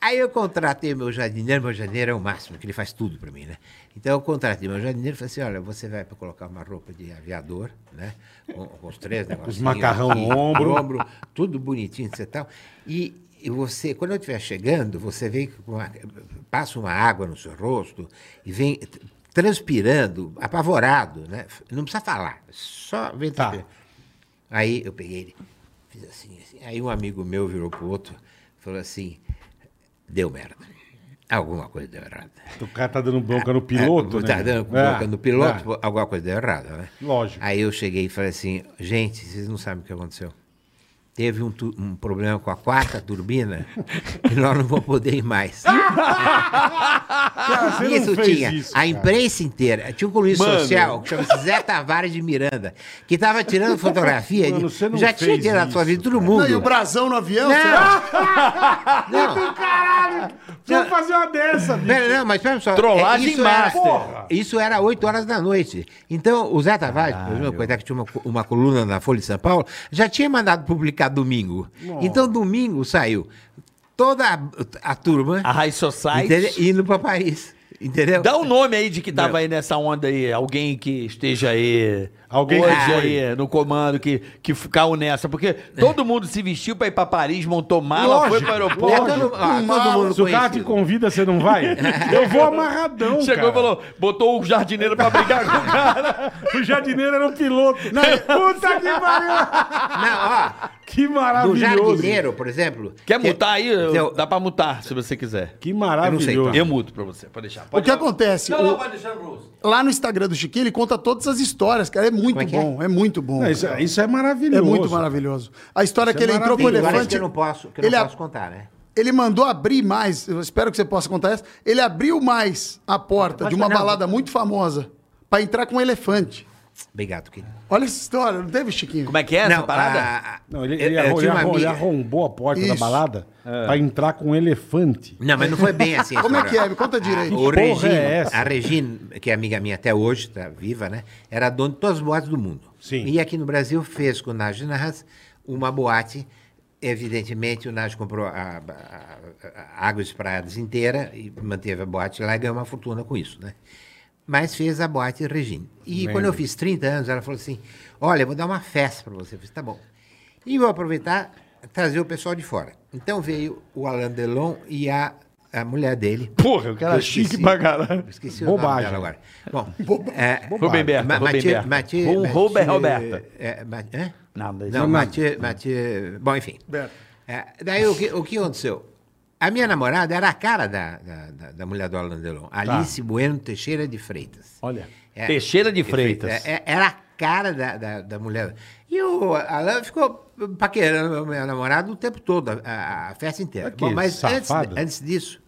Speaker 5: Aí eu contratei meu jardineiro, meu jardineiro é o máximo, que ele faz tudo para mim, né? Então eu contratei meu jardineiro e falei assim, olha, você vai pra colocar uma roupa de aviador, né? Com, com os três negócios.
Speaker 3: macarrão no ombro.
Speaker 5: tudo bonitinho, etc. e tal. E e você, quando eu estiver chegando, você vem com uma- passa uma água no seu rosto e vem t- transpirando, apavorado, né? Não precisa falar, só vem
Speaker 3: Tá.
Speaker 5: transpirando. Aí eu peguei ele. Fiz assim, assim. Aí um amigo meu virou pro outro, falou assim, deu merda. Alguma coisa deu errada.
Speaker 3: O cara tá dando bronca no piloto,
Speaker 5: É,
Speaker 3: né?
Speaker 5: tá dando bronca no
Speaker 3: é.
Speaker 5: piloto, pô, alguma coisa deu errada, né?
Speaker 3: Lógico.
Speaker 5: Aí eu cheguei e falei assim, gente, vocês não sabem o que aconteceu. Teve um, tu- um problema com a quarta turbina e nós não vamos poder ir mais. Ah,
Speaker 3: Cara, Ah, você não
Speaker 5: isso
Speaker 3: fez
Speaker 5: tinha.
Speaker 3: isso,
Speaker 5: a
Speaker 3: cara.
Speaker 5: imprensa inteira. Tinha um colunista
Speaker 6: Mano.
Speaker 5: social que chama-se Zé Tavares de Miranda, que estava tirando fotografia.
Speaker 3: Mano,
Speaker 5: de-
Speaker 3: você não
Speaker 5: já tinha
Speaker 3: fez
Speaker 5: tirado
Speaker 3: isso,
Speaker 5: a sua vida, todo
Speaker 3: cara.
Speaker 5: mundo.
Speaker 1: Não, e o brasão no avião? será?
Speaker 5: Não! não.
Speaker 3: Caralho! Vamos fazer uma dessa, bicho.
Speaker 5: Pera, não, mas pera só. é,
Speaker 4: Trollagem
Speaker 5: isso
Speaker 4: master.
Speaker 5: Era, isso era 8 horas da noite. Então, o Zé Tavares, por exemplo, coitado que tinha uma, co- uma coluna na Folha de São Paulo, já tinha mandado publicar domingo. Então, domingo saiu toda a, a turma
Speaker 4: A High Society.
Speaker 5: entendeu? indo para Paris. Entendeu?
Speaker 4: Dá o nome aí de que tava aí nessa onda aí. Alguém que esteja aí.
Speaker 3: Alguém que
Speaker 4: hoje
Speaker 3: foi.
Speaker 4: aí no comando, que, que caiu nessa. Porque todo mundo se vestiu pra ir pra Paris, montou mala, foi
Speaker 3: Lógico,
Speaker 5: É,
Speaker 4: pro aeroporto.
Speaker 5: todo, ah,
Speaker 1: Um
Speaker 5: todo mundo
Speaker 3: Se o cara te
Speaker 5: conhecido.
Speaker 3: convida, você não vai? Eu vou amarradão,
Speaker 4: Chegou e
Speaker 3: cara.
Speaker 4: falou, botou o jardineiro pra brigar com o cara.
Speaker 3: O jardineiro era um piloto. Puta que pariu!
Speaker 5: Ah, Não, ó,
Speaker 3: Que
Speaker 5: do
Speaker 3: maravilhoso.
Speaker 5: jardineiro, por exemplo.
Speaker 4: Quer
Speaker 5: que-
Speaker 4: mutar aí? Eu-
Speaker 5: Então,
Speaker 4: Dá pra mutar, se você quiser.
Speaker 3: Que
Speaker 5: Eu não
Speaker 3: maravilhoso.
Speaker 5: sei,
Speaker 4: Eu muto pra você, pode deixar.
Speaker 1: O
Speaker 4: Pode
Speaker 1: que acontece?
Speaker 4: Não, não,
Speaker 1: O-
Speaker 4: pode deixar, Bruce.
Speaker 1: lá no Instagram do Chiquinho, ele conta todas as histórias, cara. É muito
Speaker 5: é que é?
Speaker 1: bom, é? muito bom.
Speaker 3: Não, isso,
Speaker 1: cara.
Speaker 3: isso é maravilhoso.
Speaker 1: É muito maravilhoso. A história
Speaker 3: Isso
Speaker 1: que
Speaker 3: é
Speaker 1: ele
Speaker 4: um
Speaker 1: entrou com o
Speaker 3: maravilhoso.
Speaker 5: Agora que
Speaker 1: elefante.
Speaker 5: eu não posso, que eu não
Speaker 4: é
Speaker 1: ele, a-
Speaker 5: posso contar, né?
Speaker 1: ele mandou abrir mais, eu espero que você possa contar essa. Ele abriu mais a porta de uma
Speaker 3: um?
Speaker 5: não.
Speaker 1: balada muito famosa pra entrar com um elefante.
Speaker 5: Obrigado, querido.
Speaker 1: Olha essa história, não teve, Chiquinho?
Speaker 4: Como é que é essa parada?
Speaker 5: a- a-
Speaker 3: Não, ele,
Speaker 1: É,
Speaker 5: eu-
Speaker 3: ele
Speaker 5: eu
Speaker 3: arro-
Speaker 5: É, tinha uma
Speaker 3: ele arro- ele
Speaker 5: amiga-
Speaker 3: arrombou a porta da
Speaker 1: Isso.
Speaker 3: balada pra entrar com um elefante.
Speaker 5: Não, mas não foi bem assim. a
Speaker 1: Como é que é?
Speaker 5: história.
Speaker 1: Me conta direito.
Speaker 5: O
Speaker 3: porra é
Speaker 5: Regine,
Speaker 3: essa?
Speaker 5: a Regine, que é amiga minha até hoje, tá viva, né? Era dona de todas as boates do mundo.
Speaker 3: Sim.
Speaker 5: E aqui no Brasil fez com o Naj Narras uma boate. Evidentemente, o Naj comprou a, a- a Águas Praiadas inteira e manteve a boate lá e ganhou uma fortuna com isso, né? Mas fez a boate Regine. E quando eu fiz 30 anos, ela falou assim: Olha, eu vou dar uma festa para você. Eu falei: Tá bom. E vou aproveitar trazer o pessoal de fora. Então veio o Alain Delon e a, a mulher dele.
Speaker 3: Porra, o cara
Speaker 5: Eu
Speaker 3: é chique
Speaker 5: esqueci.
Speaker 3: pra caralho.
Speaker 5: Esqueci o
Speaker 3: Bobagem.
Speaker 5: nome dela agora. Bom, é,
Speaker 4: Rubem Berta,
Speaker 5: Ma-
Speaker 4: Rubem
Speaker 5: Mathieu-
Speaker 4: Berta.
Speaker 5: Mathieu-
Speaker 4: Ru-
Speaker 5: Mathieu-
Speaker 4: Rubem Roberta.
Speaker 5: é, Ma- hã?
Speaker 4: Nada, isso
Speaker 5: Não,
Speaker 4: não.
Speaker 5: Mathieu, Mathieu- Bom, enfim. É, daí o que, o que aconteceu? A minha namorada era a cara da, da, da- da mulher do Alan Delon, Alice Bueno Teixeira de Freitas.
Speaker 3: Olha.
Speaker 5: É,
Speaker 4: Teixeira de Freitas.
Speaker 5: é, é, era a cara da, da, da mulher. E o Alan ficou paquerando meu namorado o tempo todo, a- a, a festa inteira.
Speaker 3: Mas que
Speaker 5: Bom, mas antes,
Speaker 3: safado.
Speaker 5: antes disso,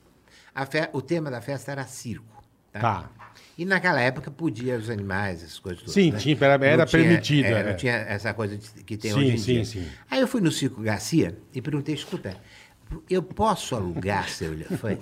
Speaker 5: a fe- o tema da festa era circo. Tá.
Speaker 3: Tá.
Speaker 5: E naquela época podia os animais, essas coisas todas.
Speaker 3: Sim,
Speaker 5: né?
Speaker 3: tinha, era-
Speaker 5: Não
Speaker 3: era
Speaker 5: tinha,
Speaker 3: permitido,
Speaker 5: é,
Speaker 3: é.
Speaker 5: Não tinha essa coisa de- que tem
Speaker 3: Sim,
Speaker 5: hoje em
Speaker 3: sim,
Speaker 5: dia.
Speaker 3: sim.
Speaker 5: Aí eu fui no Circo Garcia e perguntei, escuta, eu posso alugar seu elefante?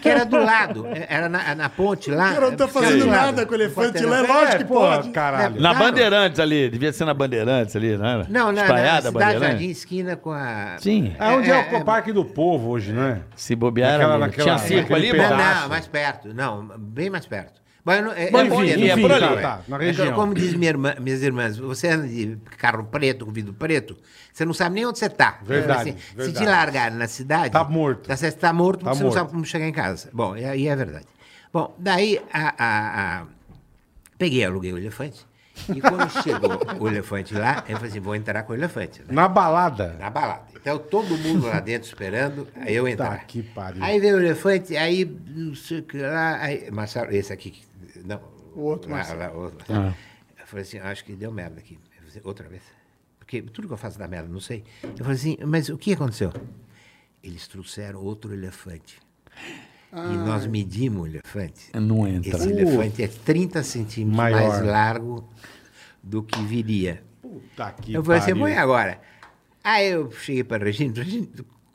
Speaker 5: que era do lado, era na, na ponte lá.
Speaker 1: O cara não tá
Speaker 5: ficava
Speaker 1: fazendo
Speaker 5: do lado,
Speaker 1: nada com o
Speaker 5: no
Speaker 1: elefante
Speaker 5: quarteirão.
Speaker 1: lá, é
Speaker 3: É,
Speaker 1: lógico que
Speaker 3: porra,
Speaker 1: pode.
Speaker 3: caralho.
Speaker 6: Na
Speaker 5: Claro.
Speaker 6: Bandeirantes ali, devia ser na Bandeirantes ali, não era?
Speaker 5: Não, na, na
Speaker 6: Espraiada,
Speaker 5: cidade
Speaker 6: Bandeirantes.
Speaker 5: Jardim, esquina com a...
Speaker 6: Sim.
Speaker 3: É onde é,
Speaker 5: É,
Speaker 3: o
Speaker 5: é,
Speaker 3: Parque do Povo hoje, né?
Speaker 6: Se bobear,
Speaker 3: Naquela-
Speaker 6: amigo.
Speaker 3: naquela-
Speaker 6: tinha circo
Speaker 3: naquele
Speaker 6: ali,
Speaker 5: Não,
Speaker 3: pedaço.
Speaker 6: mano.
Speaker 5: não, mais perto. Não, bem mais perto. Mas eu não- é,
Speaker 6: Bom,
Speaker 5: é
Speaker 6: enfim,
Speaker 5: longe,
Speaker 6: enfim,
Speaker 5: é
Speaker 6: tá,
Speaker 5: longe,
Speaker 3: tá, na
Speaker 5: é.
Speaker 3: região.
Speaker 5: Como diz minha irmã- minhas irmãs, você anda de carro preto, com vidro preto, você não sabe nem onde você está.
Speaker 3: Verdade,
Speaker 5: Se
Speaker 3: verdade.
Speaker 5: te largarem na cidade...
Speaker 3: Tá morto.
Speaker 5: tá certo, Você está morto
Speaker 3: Tá
Speaker 5: porque você não
Speaker 3: morto.
Speaker 5: sabe como chegar em casa. Bom, e aí é verdade. Bom, daí a- a- a, Peguei, aluguei o elefante. E quando chegou o elefante lá, eu falei assim, vou entrar com o elefante. Né?
Speaker 3: Na balada.
Speaker 5: Na balada. Então todo mundo lá dentro esperando aí eu entrar.
Speaker 3: que pariu.
Speaker 5: Aí veio o elefante, aí não sei o que lá. Aí, Marcelo, esse aqui. que- Não.
Speaker 1: O outro,
Speaker 5: lá,
Speaker 1: Marcelo.
Speaker 5: lá, o outro.
Speaker 3: Ah.
Speaker 5: Eu falei assim, acho que deu merda aqui. Eu falei, assim, Outra vez. Porque tudo que eu faço dá merda, não sei. Eu falei assim, mas o que aconteceu? Eles trouxeram outro elefante. E nós medimos o elefante.
Speaker 6: Não entra.
Speaker 5: Esse elefante é 30 centímetros
Speaker 3: Maior.
Speaker 5: mais largo do que viria.
Speaker 3: Puta que
Speaker 5: Eu falei assim, mãe, e agora? Aí eu cheguei para a Regina, Regina,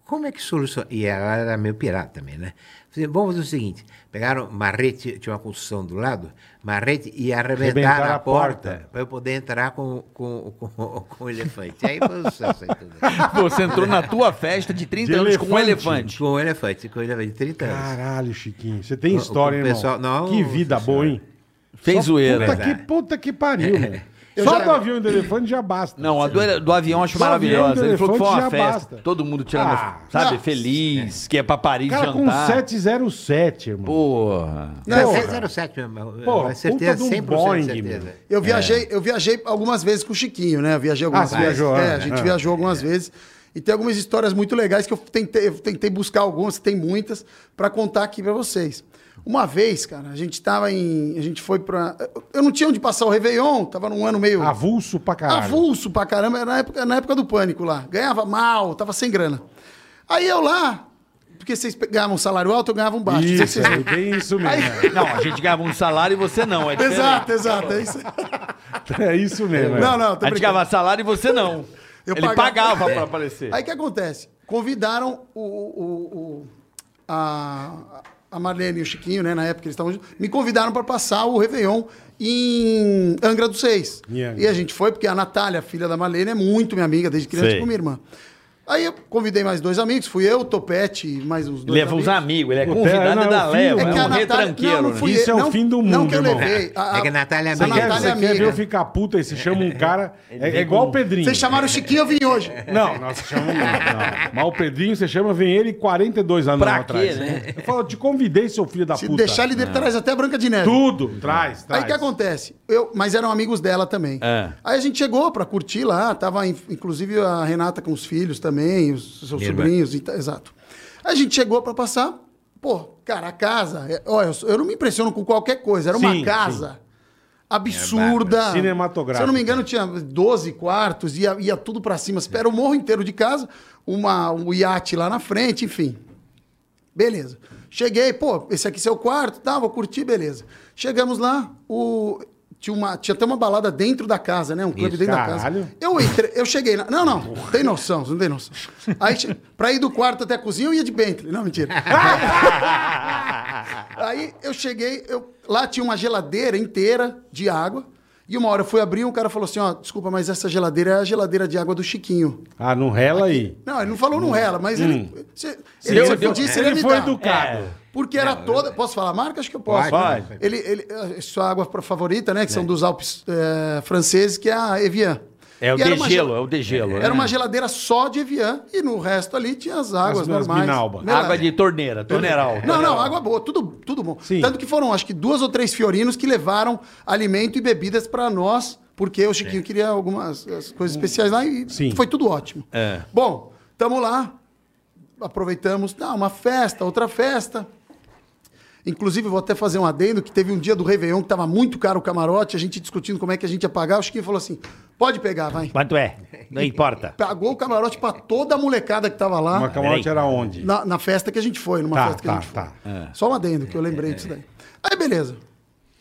Speaker 5: como é que soluciona? E ela era meio pirata também, né? Falei, vamos fazer o seguinte, pegaram marrete, tinha uma construção do lado, marrete e
Speaker 3: Arrebentaram
Speaker 5: arrebentaram
Speaker 3: a
Speaker 5: a porta
Speaker 3: porta.
Speaker 5: para eu poder entrar com, com, com, com o elefante. Aí foi o sucesso aí tudo.
Speaker 4: Você entrou na tua festa de 30
Speaker 3: De
Speaker 4: anos com um
Speaker 3: elefante.
Speaker 4: elefante.
Speaker 5: Com o elefante, com o elefante de 30 anos.
Speaker 3: Caralho, Chiquinho. Você tem
Speaker 5: O- o
Speaker 3: história, hein, irmão?
Speaker 5: pessoal- não,
Speaker 3: que vida
Speaker 5: senhora.
Speaker 3: boa, hein?
Speaker 4: Fez
Speaker 3: Só
Speaker 4: zoeira.
Speaker 3: Puta que, puta que pariu, meu.
Speaker 1: Eu
Speaker 3: Só
Speaker 1: já-
Speaker 3: do avião e do elefante já basta.
Speaker 4: Não, a do, do avião eu acho
Speaker 3: Do avião,
Speaker 4: maravilhosa.
Speaker 3: do
Speaker 4: Ele falou que foi uma
Speaker 3: elefante já
Speaker 4: festa.
Speaker 3: basta.
Speaker 4: Todo mundo tirando,
Speaker 3: Ah,
Speaker 4: sabe,
Speaker 1: não.
Speaker 4: feliz, que é pra Paris
Speaker 3: Cara, com
Speaker 4: jantar.
Speaker 3: 707, irmão.
Speaker 4: Porra.
Speaker 5: Não,
Speaker 3: Porra.
Speaker 5: é 07 mesmo.
Speaker 3: Porra,
Speaker 5: é certeza,
Speaker 3: puta de um
Speaker 5: 100%
Speaker 3: Boeing,
Speaker 5: de certeza.
Speaker 3: meu.
Speaker 4: é?
Speaker 1: Eu viajei, eu viajei algumas vezes com o Chiquinho, né? Eu viajei algumas
Speaker 3: você
Speaker 1: vezes.
Speaker 3: viajou,
Speaker 1: é,
Speaker 3: né?
Speaker 1: a gente
Speaker 3: Ah.
Speaker 1: viajou algumas vezes. E tem algumas histórias muito legais que eu tentei, eu tentei buscar algumas, tem muitas, pra contar aqui pra vocês. Uma vez, cara, a gente tava em. A gente foi pra. Eu não tinha onde passar o Réveillon, tava num ano meio.
Speaker 3: Avulso pra caralho.
Speaker 1: Avulso pra caramba, era na época, na época do pânico lá. Ganhava mal, tava sem grana. Aí eu lá, porque vocês pe- ganhavam um salário alto, eu ganhava um baixo. Não sei se
Speaker 3: Isso,
Speaker 1: vocês-
Speaker 3: é bem isso mesmo.
Speaker 4: Não, a gente ganhava um salário e você não. É diferente.
Speaker 1: Exato, exato, é isso.
Speaker 3: É isso mesmo. é.
Speaker 1: Não, não, tô
Speaker 4: A gente
Speaker 1: brincando.
Speaker 4: ganhava salário e você não.
Speaker 1: Eu
Speaker 4: Ele
Speaker 1: pagava.
Speaker 4: pagava pra aparecer.
Speaker 1: Aí o que acontece? Convidaram o, o- o- a, a Marlene e o Chiquinho, né? Na época eles estavam juntos. Me convidaram para passar o Réveillon em Angra dos Seis.
Speaker 3: Em Angra.
Speaker 1: E a gente foi, porque a Natália, filha da Marlene, é muito minha amiga desde criança,
Speaker 6: Sei.
Speaker 1: tipo minha irmã. Aí eu convidei mais dois amigos, fui eu, o Topete e mais uns dois
Speaker 6: Leva uns amigos, ele é
Speaker 3: Puta,
Speaker 6: convidado
Speaker 3: não,
Speaker 6: da
Speaker 3: eu fiz
Speaker 6: leva,
Speaker 3: um-
Speaker 6: é
Speaker 1: que
Speaker 6: um
Speaker 1: a Natália-
Speaker 6: retranqueiro.
Speaker 1: tá- não,
Speaker 6: né?
Speaker 1: não fui
Speaker 3: Isso
Speaker 1: eu,
Speaker 3: é o
Speaker 1: não-
Speaker 3: fim do
Speaker 1: Não
Speaker 3: mundo,
Speaker 1: que eu
Speaker 3: irmão.
Speaker 1: levei.
Speaker 5: É que a Natália é
Speaker 1: Você
Speaker 3: Você quer,
Speaker 5: amiga.
Speaker 1: Natália
Speaker 3: você quer
Speaker 1: amiga.
Speaker 3: ver eu ficar puta aí? Você chama um cara. É, é igual o Pedrinho.
Speaker 1: Vocês chamaram o Chiquinho, eu vim hoje.
Speaker 3: Não, nós chamamos. Não. Mas o Pedrinho, você chama, vem ele 42 anos
Speaker 4: Pra
Speaker 3: atrás.
Speaker 4: quê, né?
Speaker 3: Eu falo, eu te convidei, seu filho da
Speaker 1: Se
Speaker 3: puta.
Speaker 1: deixar ele traz até Branca de Neve.
Speaker 3: Tudo. Traz, traz.
Speaker 1: Aí o que acontece? Eu, mas eram amigos dela também.
Speaker 6: É.
Speaker 1: Aí a gente chegou pra curtir lá, tava in- inclusive a Renata com os filhos também, os seus
Speaker 5: Minha irmã.
Speaker 1: sobrinhos, e ta- exato. Aí a gente chegou pra passar, pô, cara, a casa, é- olha, eu, sou- eu não me impressiono com qualquer coisa, era uma
Speaker 3: Sim,
Speaker 1: casa absurda.
Speaker 3: bárbaro. Cinematográfica.
Speaker 1: Se eu não me engano, tinha 12 quartos, ia, ia tudo pra cima, era o morro inteiro de casa, uma, um iate lá na frente, enfim. Beleza. Cheguei, pô, esse aqui é seu quarto, tá? Vou curtir, beleza. Chegamos lá, o... tinha, uma... tinha até uma balada dentro da casa, né? Um clube
Speaker 5: Isso,
Speaker 1: dentro da
Speaker 3: caralho.
Speaker 1: casa. Eu entrei, eu cheguei lá. Não, não, tem noção, você não tem noção. Aí, che- pra ir do quarto até a cozinha, eu ia de Bentley. Não, mentira. Aí eu cheguei, eu... lá tinha uma geladeira inteira de água. E uma hora eu fui abrir e o cara falou assim: ó, desculpa, mas essa geladeira é a geladeira de água do Chiquinho.
Speaker 3: Ah, não rela aí.
Speaker 1: Não, ele não falou não ela, mas
Speaker 6: Hum.
Speaker 1: ele. Se,
Speaker 3: Se
Speaker 1: ele,
Speaker 3: eu-
Speaker 1: se
Speaker 3: eu-
Speaker 1: pedisse,
Speaker 3: ele
Speaker 1: ele, me
Speaker 3: foi
Speaker 1: dá.
Speaker 3: educado. É.
Speaker 1: Porque era toda. Posso falar a marca? Acho que eu posso.
Speaker 5: Pode.
Speaker 1: Né? Ele, ele, a sua água pra- favorita, né? Que são dos Alpes eh, franceses, que é a Evian.
Speaker 6: É o
Speaker 1: E era uma
Speaker 6: degelo,
Speaker 1: gel-
Speaker 6: é o degelo. né?
Speaker 1: Era uma geladeira só de Evian e no resto ali tinha as
Speaker 3: As-
Speaker 1: águas
Speaker 3: as
Speaker 1: normais.
Speaker 3: Minalba.
Speaker 1: Mineral.
Speaker 6: Água de torneira, torneiral.
Speaker 1: É. Não, não,
Speaker 6: torneiral.
Speaker 1: água boa, tudo, tudo bom.
Speaker 3: Sim.
Speaker 1: Tanto que foram, acho que duas ou três fiorinos que levaram alimento e bebidas pra nós, porque o Chiquinho queria algumas as coisas especiais lá e
Speaker 3: Hum. Sim.
Speaker 1: foi tudo ótimo.
Speaker 6: É.
Speaker 1: Bom, tamo lá, aproveitamos, tá, uma festa, outra festa. Inclusive, vou até fazer um adendo, que teve um dia do Réveillon que tava muito caro o camarote, a gente discutindo como é que a gente ia pagar, o Chiquinho falou assim, pode pegar, vai.
Speaker 6: Quanto é? Não importa.
Speaker 1: Pagou o camarote pra toda a molecada que tava lá.
Speaker 3: Uma camarote
Speaker 6: Peraí.
Speaker 3: era onde?
Speaker 1: Na, na festa que a gente foi, numa
Speaker 3: Tá,
Speaker 1: festa que
Speaker 3: tá,
Speaker 1: a gente
Speaker 3: tá.
Speaker 1: foi. Só um adendo que eu lembrei disso daí. Aí, beleza.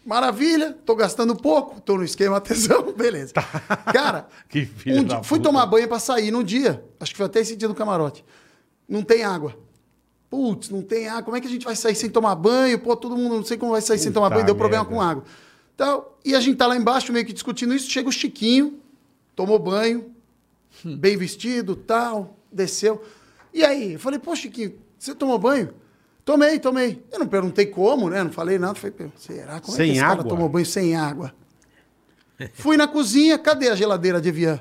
Speaker 1: Maravilha, tô gastando pouco, tô no esquema tesão, beleza. Cara,
Speaker 3: Tá. Que filho
Speaker 1: um
Speaker 3: da
Speaker 1: dia- fui
Speaker 3: puta.
Speaker 1: tomar banho pra sair num dia, acho que foi até esse dia do camarote. Não tem água. Putz, não tem água. Como é que a gente vai sair sem tomar banho? Pô, todo mundo não sei como vai sair sem
Speaker 3: Puta
Speaker 1: tomar banho, deu problema
Speaker 3: merda.
Speaker 1: com água. Então, e a gente tá lá embaixo meio que discutindo isso, chega o Chiquinho, tomou banho, bem vestido, tal, desceu. E aí, eu falei, pô, Chiquinho, você tomou banho? Tomei, tomei. Eu não perguntei como, né? Não falei nada. Falei, "Pô, será? Como é
Speaker 3: Sem
Speaker 1: que esse
Speaker 3: água?
Speaker 1: cara tomou banho sem água? Fui na cozinha, cadê a geladeira de Evian?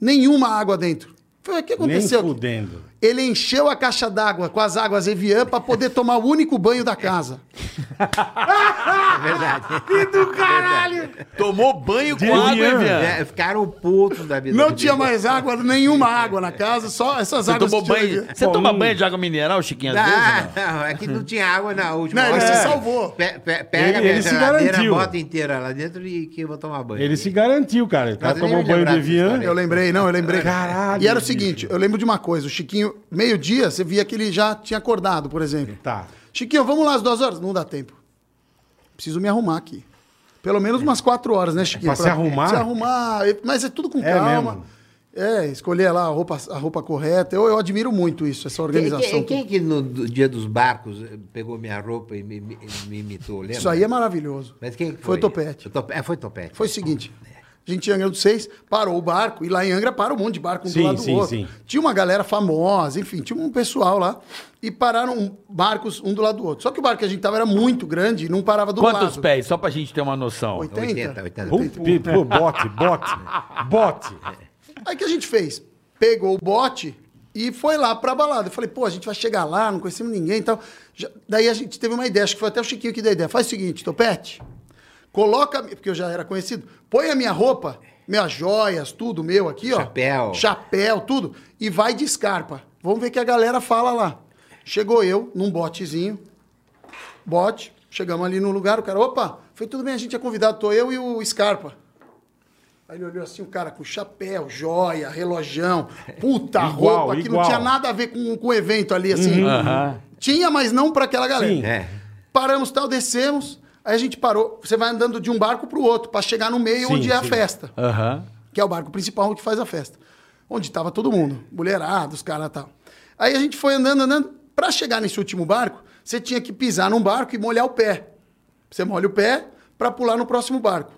Speaker 1: Nenhuma água dentro. Falei, o que
Speaker 3: Nem
Speaker 1: aconteceu? aqui?"
Speaker 3: fudendo.
Speaker 1: Ele encheu a caixa d'água com as águas Evian para poder tomar o único banho da casa.
Speaker 5: É verdade.
Speaker 4: Tomou banho com
Speaker 3: De
Speaker 4: água,
Speaker 3: Evian.
Speaker 4: hein, Vian?
Speaker 5: É, ficaram putos da vida.
Speaker 1: Não
Speaker 5: do
Speaker 1: tinha
Speaker 5: Bibi.
Speaker 1: mais água, nenhuma água na casa, só essas
Speaker 6: Você
Speaker 1: águas
Speaker 6: tomou
Speaker 1: que tinha
Speaker 6: banho?
Speaker 1: Evian.
Speaker 6: Você
Speaker 3: Pô,
Speaker 6: toma
Speaker 3: não-
Speaker 6: banho de água mineral, Chiquinho, às vezes?
Speaker 5: Ah, não, é que não tinha água na última
Speaker 1: Não, ele
Speaker 5: hora.
Speaker 1: se salvou.
Speaker 5: Pe- pe- pega
Speaker 3: Ele-
Speaker 5: a minha
Speaker 3: ele se
Speaker 5: geladeira,
Speaker 3: garantiu.
Speaker 5: bota inteira lá dentro e que eu vou tomar banho.
Speaker 3: Ele se garantiu, cara. O cara
Speaker 5: Mas ele
Speaker 3: tomou
Speaker 5: ia
Speaker 3: banho de
Speaker 5: lembrar dessa
Speaker 3: Evian.
Speaker 5: história.
Speaker 1: Eu lembrei, não, eu lembrei.
Speaker 3: Caralho,
Speaker 1: E era o
Speaker 3: bicho.
Speaker 1: seguinte, eu lembro de uma coisa, o Chiquinho, meio-dia, você via que ele já tinha acordado, por exemplo.
Speaker 3: Tá.
Speaker 1: Chiquinho, vamos lá às duas horas? Não dá tempo. Preciso me arrumar aqui. Pelo menos umas quatro horas, né, Chiquinho?
Speaker 3: Pra se arrumar?
Speaker 1: Se arrumar, mas é tudo com
Speaker 3: É
Speaker 1: calma.
Speaker 3: mesmo?
Speaker 1: É, escolher lá a roupa, a roupa correta. Eu, eu admiro muito isso, essa
Speaker 5: Quem,
Speaker 1: organização.
Speaker 5: quem, quem que no do- dia dos barcos eh, pegou minha roupa e me, me- me imitou, lembra?
Speaker 1: Isso aí é maravilhoso.
Speaker 5: Mas quem que
Speaker 1: Foi o Topete.
Speaker 5: O Tope- é, foi Topete.
Speaker 1: Foi o seguinte: A gente tinha Angra dos Seis, parou o barco, e lá em Angra para um monte de barco um
Speaker 3: Sim,
Speaker 1: do lado
Speaker 3: sim,
Speaker 1: do outro.
Speaker 3: sim.
Speaker 1: Tinha uma galera famosa, enfim, tinha um pessoal lá. E pararam barcos um do lado do outro. Só que o barco que a gente tava era muito grande e não parava do
Speaker 4: Quantos
Speaker 1: lado.
Speaker 4: pés? Só pra gente ter uma noção.
Speaker 5: 80, 80.
Speaker 3: Pum, pi- pô, bote, bote, bote.
Speaker 1: Aí o que a gente fez? Pegou o bote e foi lá pra balada. Eu falei, pô, a gente vai chegar lá, não conhecemos ninguém e tal. Já- daí a gente teve uma ideia, acho que foi até o Chiquinho que deu a ideia. Faz o seguinte, Topete, coloca, a mi- porque eu já era conhecido, põe a minha roupa, minhas joias, tudo meu aqui, ó.
Speaker 5: Chapéu.
Speaker 1: Chapéu, tudo, e vai de escarpa. Vamos ver o que a galera fala lá. Chegou eu, num botezinho, bote, chegamos ali no lugar, o cara, opa, foi tudo bem, a gente é convidado, tô eu e o Scarpa. Aí ele olhou assim, o cara com chapéu, joia, relojão, puta
Speaker 3: Igual,
Speaker 1: roupa, que
Speaker 3: igual. Uhum.
Speaker 1: não tinha nada a ver com, com o evento ali, assim. Tinha, mas não pra aquela galera.
Speaker 3: Sim.
Speaker 5: É.
Speaker 1: Paramos, tal, descemos, aí a gente parou. Você vai andando de um barco pro outro, pra chegar no meio
Speaker 3: Sim,
Speaker 1: onde é a
Speaker 3: sim.
Speaker 1: festa
Speaker 4: Aham.
Speaker 1: que é o barco principal que faz a festa. Onde estava todo mundo, mulherada, os caras e tal. Aí a gente foi andando, andando. Para chegar nesse último barco, você tinha que pisar num barco e molhar o pé. Você molha o pé para pular no próximo barco.